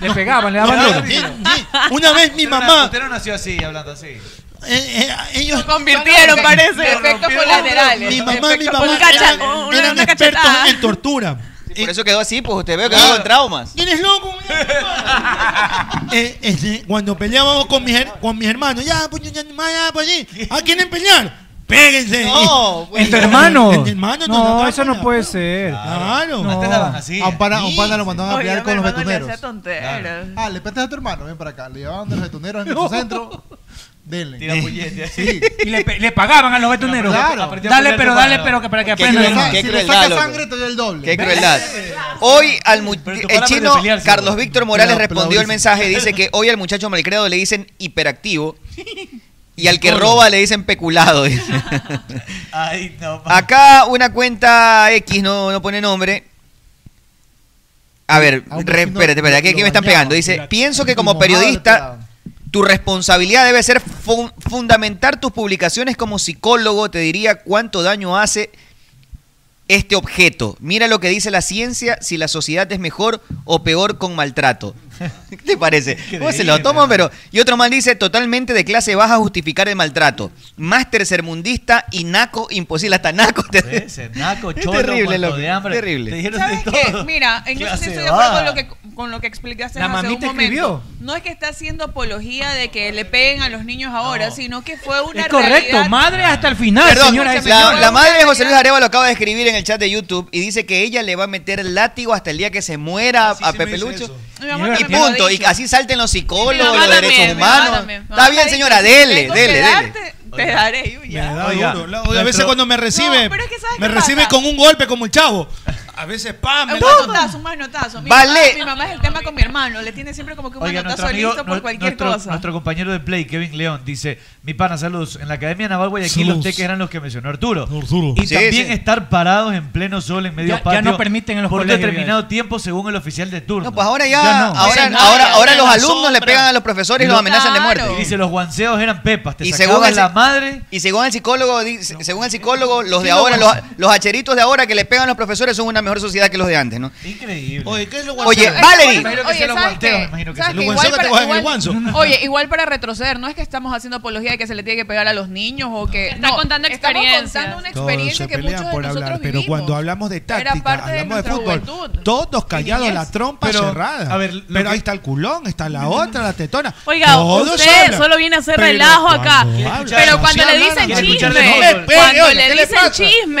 Speaker 7: Le pegaban, le daban duro.
Speaker 9: Una vez mi
Speaker 6: Usted no-
Speaker 9: mamá.
Speaker 6: Usted no nació así, hablando así.
Speaker 9: eh, eh, ellos
Speaker 11: convirtieron, parece. Efectos
Speaker 6: rompieron.
Speaker 11: colaterales.
Speaker 9: Mi mamá y mi
Speaker 11: Efectos
Speaker 9: papá
Speaker 11: colaterales.
Speaker 9: eran,
Speaker 11: Un cacha-
Speaker 9: eran
Speaker 11: una
Speaker 9: expertos
Speaker 11: cachetada.
Speaker 9: en tortura.
Speaker 5: Por eso quedó así, pues usted veo que quedó con traumas.
Speaker 9: ¿Quién es (laughs) loco? Eh, este, cuando peleábamos con mis, her- con mis hermanos, ya, pues, ya, ya, ya, pues, sí. ¿a quién pelear?
Speaker 6: (laughs)
Speaker 9: Péguense.
Speaker 5: No,
Speaker 9: Y-
Speaker 7: ¿En tu
Speaker 9: y-
Speaker 7: hermano?
Speaker 9: en mi hermano,
Speaker 7: No,
Speaker 9: no,
Speaker 7: eso no puede ser.
Speaker 9: Claro.
Speaker 7: No.
Speaker 9: Antes daban así.
Speaker 10: A un pana, a un pana lo mandaban a
Speaker 11: Oye,
Speaker 10: pelear
Speaker 11: mi
Speaker 10: con los
Speaker 11: hermano le
Speaker 10: betuneros.
Speaker 11: hacía tonteras. Claro.
Speaker 10: Ah, le prestas a tu hermano, ven para acá. Le llevaban de los betuneros
Speaker 7: (laughs)
Speaker 10: en
Speaker 7: No. (laughs)
Speaker 10: el centro. Denle.
Speaker 6: Tira puñete.
Speaker 10: Sí.
Speaker 7: Y le, pe- le pagaban a los betuneros.
Speaker 10: Claro.
Speaker 7: Aprendió a Dale,
Speaker 10: aprender
Speaker 7: pero
Speaker 10: tu
Speaker 7: dale,
Speaker 10: mano.
Speaker 7: pero que para que
Speaker 10: Qué
Speaker 7: aprendan.
Speaker 10: crueldad,
Speaker 7: ¿no?
Speaker 10: qué
Speaker 7: Si le
Speaker 10: Si le
Speaker 5: crueldad,
Speaker 10: sacas
Speaker 5: loco.
Speaker 10: sangre, te doy el doble.
Speaker 5: Qué crueldad. Hoy al mu- el
Speaker 10: paras de
Speaker 5: chino
Speaker 10: pelearse,
Speaker 5: Carlos
Speaker 10: bro.
Speaker 5: Víctor Morales
Speaker 10: Pero- pero
Speaker 5: respondió el
Speaker 10: durísimo.
Speaker 5: mensaje, dice que hoy al muchacho malcriado le dicen hiperactivo y al que
Speaker 6: Todo.
Speaker 5: roba le dicen peculado. dice.
Speaker 6: (laughs) Ay, no. pa-
Speaker 5: Acá una cuenta X no, no pone nombre. A ver,
Speaker 6: A Ah, un
Speaker 5: re-
Speaker 6: vecino
Speaker 5: espérate, espérate,
Speaker 6: lo-
Speaker 5: aquí, aquí
Speaker 6: lo
Speaker 5: me están
Speaker 6: bañaban,
Speaker 5: pegando. Dice,
Speaker 6: mira,
Speaker 5: pienso que
Speaker 6: tu
Speaker 5: como
Speaker 6: mamá lo
Speaker 5: periodista tu responsabilidad debe ser fun- fundamentar tus publicaciones como psicólogo, te diría cuánto daño hace este objeto. Mira lo que dice la ciencia si la sociedad es mejor o peor con maltrato. (laughs) ¿Qué te parece? ¿Cómo se lo toman? Pero, y otro mal dice, totalmente de clase baja justificar el maltrato. Más tercermundista y naco imposible. Hasta naco. te- (laughs)
Speaker 6: Ese naco,
Speaker 5: Es
Speaker 6: cholo,
Speaker 5: terrible,
Speaker 6: muerto
Speaker 5: loco,
Speaker 6: de hambre.
Speaker 5: terrible.
Speaker 6: Te dijeron de
Speaker 11: ¿Sabes qué?
Speaker 6: todo.
Speaker 11: Mira, en eso
Speaker 6: Clase
Speaker 11: sí estoy de acuerdo
Speaker 6: baja.
Speaker 11: con lo que con lo que explicaste
Speaker 25: La
Speaker 11: hace
Speaker 25: mamita
Speaker 11: un momento.
Speaker 25: escribió.
Speaker 11: No es que está haciendo apología de que le peguen a los niños ahora, sino que fue una
Speaker 25: Es correcto,
Speaker 11: realidad.
Speaker 25: madre hasta el final,
Speaker 5: Perdón,
Speaker 25: señoras y
Speaker 5: la,
Speaker 25: señores.
Speaker 5: la madre de José Luis Areva lo acaba de escribir en el chat de YouTube y dice que ella le va a meter el látigo hasta el día que se muera a Pepe Lucho.
Speaker 11: Mi mamá
Speaker 5: Y
Speaker 11: también me lo ha
Speaker 5: punto, y
Speaker 11: dicho.
Speaker 5: así salten los
Speaker 11: Mi
Speaker 5: psicólogos,
Speaker 11: mamá
Speaker 5: los derechos
Speaker 11: también, mi mamá
Speaker 5: humanos.
Speaker 11: también.
Speaker 5: Está bien, señora, dele,
Speaker 11: Tengo que
Speaker 5: dele, dele.
Speaker 11: darte, Te daré, yo ya.
Speaker 9: Me da
Speaker 5: Oiga,
Speaker 9: duro. La- a
Speaker 5: nuestro-
Speaker 9: veces cuando me recibe, me
Speaker 11: qué
Speaker 9: recibe
Speaker 11: pasa?
Speaker 9: con un golpe como el chavo. A veces, pam, me
Speaker 11: Un
Speaker 9: lanza-
Speaker 11: manotazo, un manotazo. Mi,
Speaker 9: Vale.
Speaker 11: mamá, mi mamá es el tema con mi hermano. Le tiene siempre como que un
Speaker 6: Oiga, nuestro
Speaker 11: manotazo
Speaker 6: amigo,
Speaker 11: listo
Speaker 6: nu-
Speaker 11: por cualquier
Speaker 6: nuestro,
Speaker 11: cosa.
Speaker 6: nuestro compañero de play, Kevin León, dice: Mi pana, saludos. En la Academia Naval Guayaquil,
Speaker 7: Saludos.
Speaker 6: los teques eran los que mencionó Arturo. Y
Speaker 7: Sí,
Speaker 6: también
Speaker 7: sí.
Speaker 6: estar parados en pleno sol en medio
Speaker 7: Ya- ya
Speaker 6: patio.
Speaker 7: no permiten en los
Speaker 6: Por un
Speaker 7: colegios ya
Speaker 6: determinado tiempo, según el oficial de turno.
Speaker 5: pues ahora ya- ahora- ahora- ahora los alumnos le pegan a los profesores y los amenazan de muerte.
Speaker 6: Y dice: Los guanceos eran pepas. Te
Speaker 5: Y
Speaker 6: sacaban
Speaker 5: según el,
Speaker 6: la madre.
Speaker 5: y según el psicólogo, dice- según el psicólogo, los de
Speaker 6: Sí, lo
Speaker 5: ahora, los,
Speaker 6: vamos
Speaker 5: los hacheritos de ahora que le pegan a los profesores son una mejor sociedad que los de antes, ¿no?
Speaker 6: Increíble.
Speaker 9: Oye, ¿qué es lo
Speaker 5: Oye,
Speaker 9: guanseo?
Speaker 5: Valerie.
Speaker 11: Oye, ¿sabes qué? ¿Sabes qué?
Speaker 5: Los
Speaker 11: Igual
Speaker 5: guanceos
Speaker 11: para-
Speaker 5: te cogen en el
Speaker 11: igual-
Speaker 5: guanzo.
Speaker 11: Oye, igual para retroceder, no es que estamos haciendo apología de que se le tiene que pegar a los niños o que. Está contando
Speaker 8: experiencias.
Speaker 11: Estamos contando una
Speaker 9: Todos
Speaker 11: experiencia
Speaker 9: se
Speaker 11: que
Speaker 9: pelean
Speaker 11: muchos de
Speaker 9: por
Speaker 11: nosotros
Speaker 9: hablar, pero
Speaker 11: vivimos.
Speaker 9: cuando hablamos de táctica,
Speaker 11: parte de
Speaker 9: hablamos de,
Speaker 11: nuestra
Speaker 9: fútbol, todos callados, la trompa
Speaker 6: Pero,
Speaker 9: cerrada.
Speaker 6: a ver, lo
Speaker 9: pero
Speaker 6: que-
Speaker 9: ahí está el culón, está la otra, la tetona.
Speaker 8: Oiga,
Speaker 9: Todos
Speaker 8: usted
Speaker 9: hablan.
Speaker 8: solo viene a hacer
Speaker 9: Pero
Speaker 8: relajo
Speaker 9: cuando
Speaker 8: acá.
Speaker 9: hablan,
Speaker 8: Pero
Speaker 9: no
Speaker 8: cuando
Speaker 9: se
Speaker 8: le
Speaker 9: hablan,
Speaker 8: dicen
Speaker 9: hay que
Speaker 8: chisme,
Speaker 9: escucharle todo.
Speaker 8: cuando
Speaker 5: Oye,
Speaker 8: le
Speaker 5: ¿qué le
Speaker 8: dicen
Speaker 5: pasa?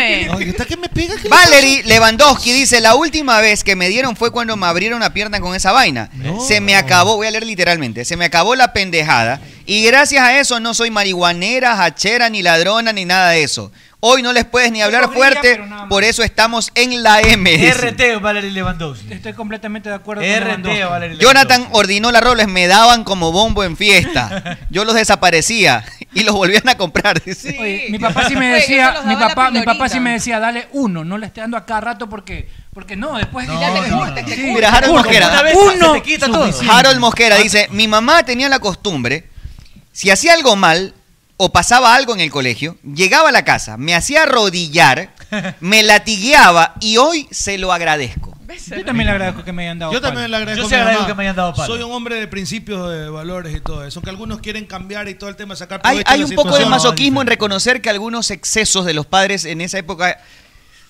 Speaker 9: (laughs)
Speaker 8: chisme.
Speaker 5: Valery Lewandowski dice, la última vez que me dieron fue cuando me abrieron la pierna con esa vaina. se me acabó, voy a leer literalmente, se me acabó la pendejada y gracias a eso no soy marihuanera, hachera, ni ladrona, ni nada de eso. Hoy no les puedes ni hablar
Speaker 7: Podría,
Speaker 5: fuerte,
Speaker 7: pero nada más.
Speaker 5: por eso estamos en la M. dice.
Speaker 6: RT, Valery Lewandowski.
Speaker 7: Estoy completamente de acuerdo
Speaker 6: RT,
Speaker 7: con Lewandowski.
Speaker 6: Valery
Speaker 5: Jonathan ordinó las roles, me daban como bombo en fiesta. Yo los desaparecía y los volvían a comprar. dice.
Speaker 7: Oye, mi papá sí me
Speaker 5: Oye, eso
Speaker 7: decía,
Speaker 5: los
Speaker 7: mi
Speaker 5: daba la
Speaker 7: papá, mi papá
Speaker 5: pilorita.
Speaker 7: sí me decía, dale uno, no le esté dando a cada rato porque, porque no, después
Speaker 5: No, no, no,
Speaker 7: curte,
Speaker 5: no.
Speaker 7: te curte,
Speaker 5: Mira, Harold
Speaker 7: curte.
Speaker 5: Mosquera.
Speaker 7: uno, suficiente.
Speaker 5: Harold Mosquera dice, mi mamá tenía la costumbre, si hacía algo mal o pasaba algo en el colegio, llegaba a la casa, me hacía arrodillar, me latigueaba y hoy se lo agradezco.
Speaker 7: Yo también le agradezco que me hayan dado.
Speaker 9: Yo
Speaker 7: palo.
Speaker 9: también le agradezco, a mi mamá. Soy un hombre de principios, de valores y todo eso. Aunque algunos quieren cambiar y todo el tema, sacar
Speaker 5: Hay,
Speaker 9: provecho
Speaker 5: hay
Speaker 9: la
Speaker 5: un poco de
Speaker 9: situación.
Speaker 5: masoquismo en reconocer que algunos excesos de los padres en esa época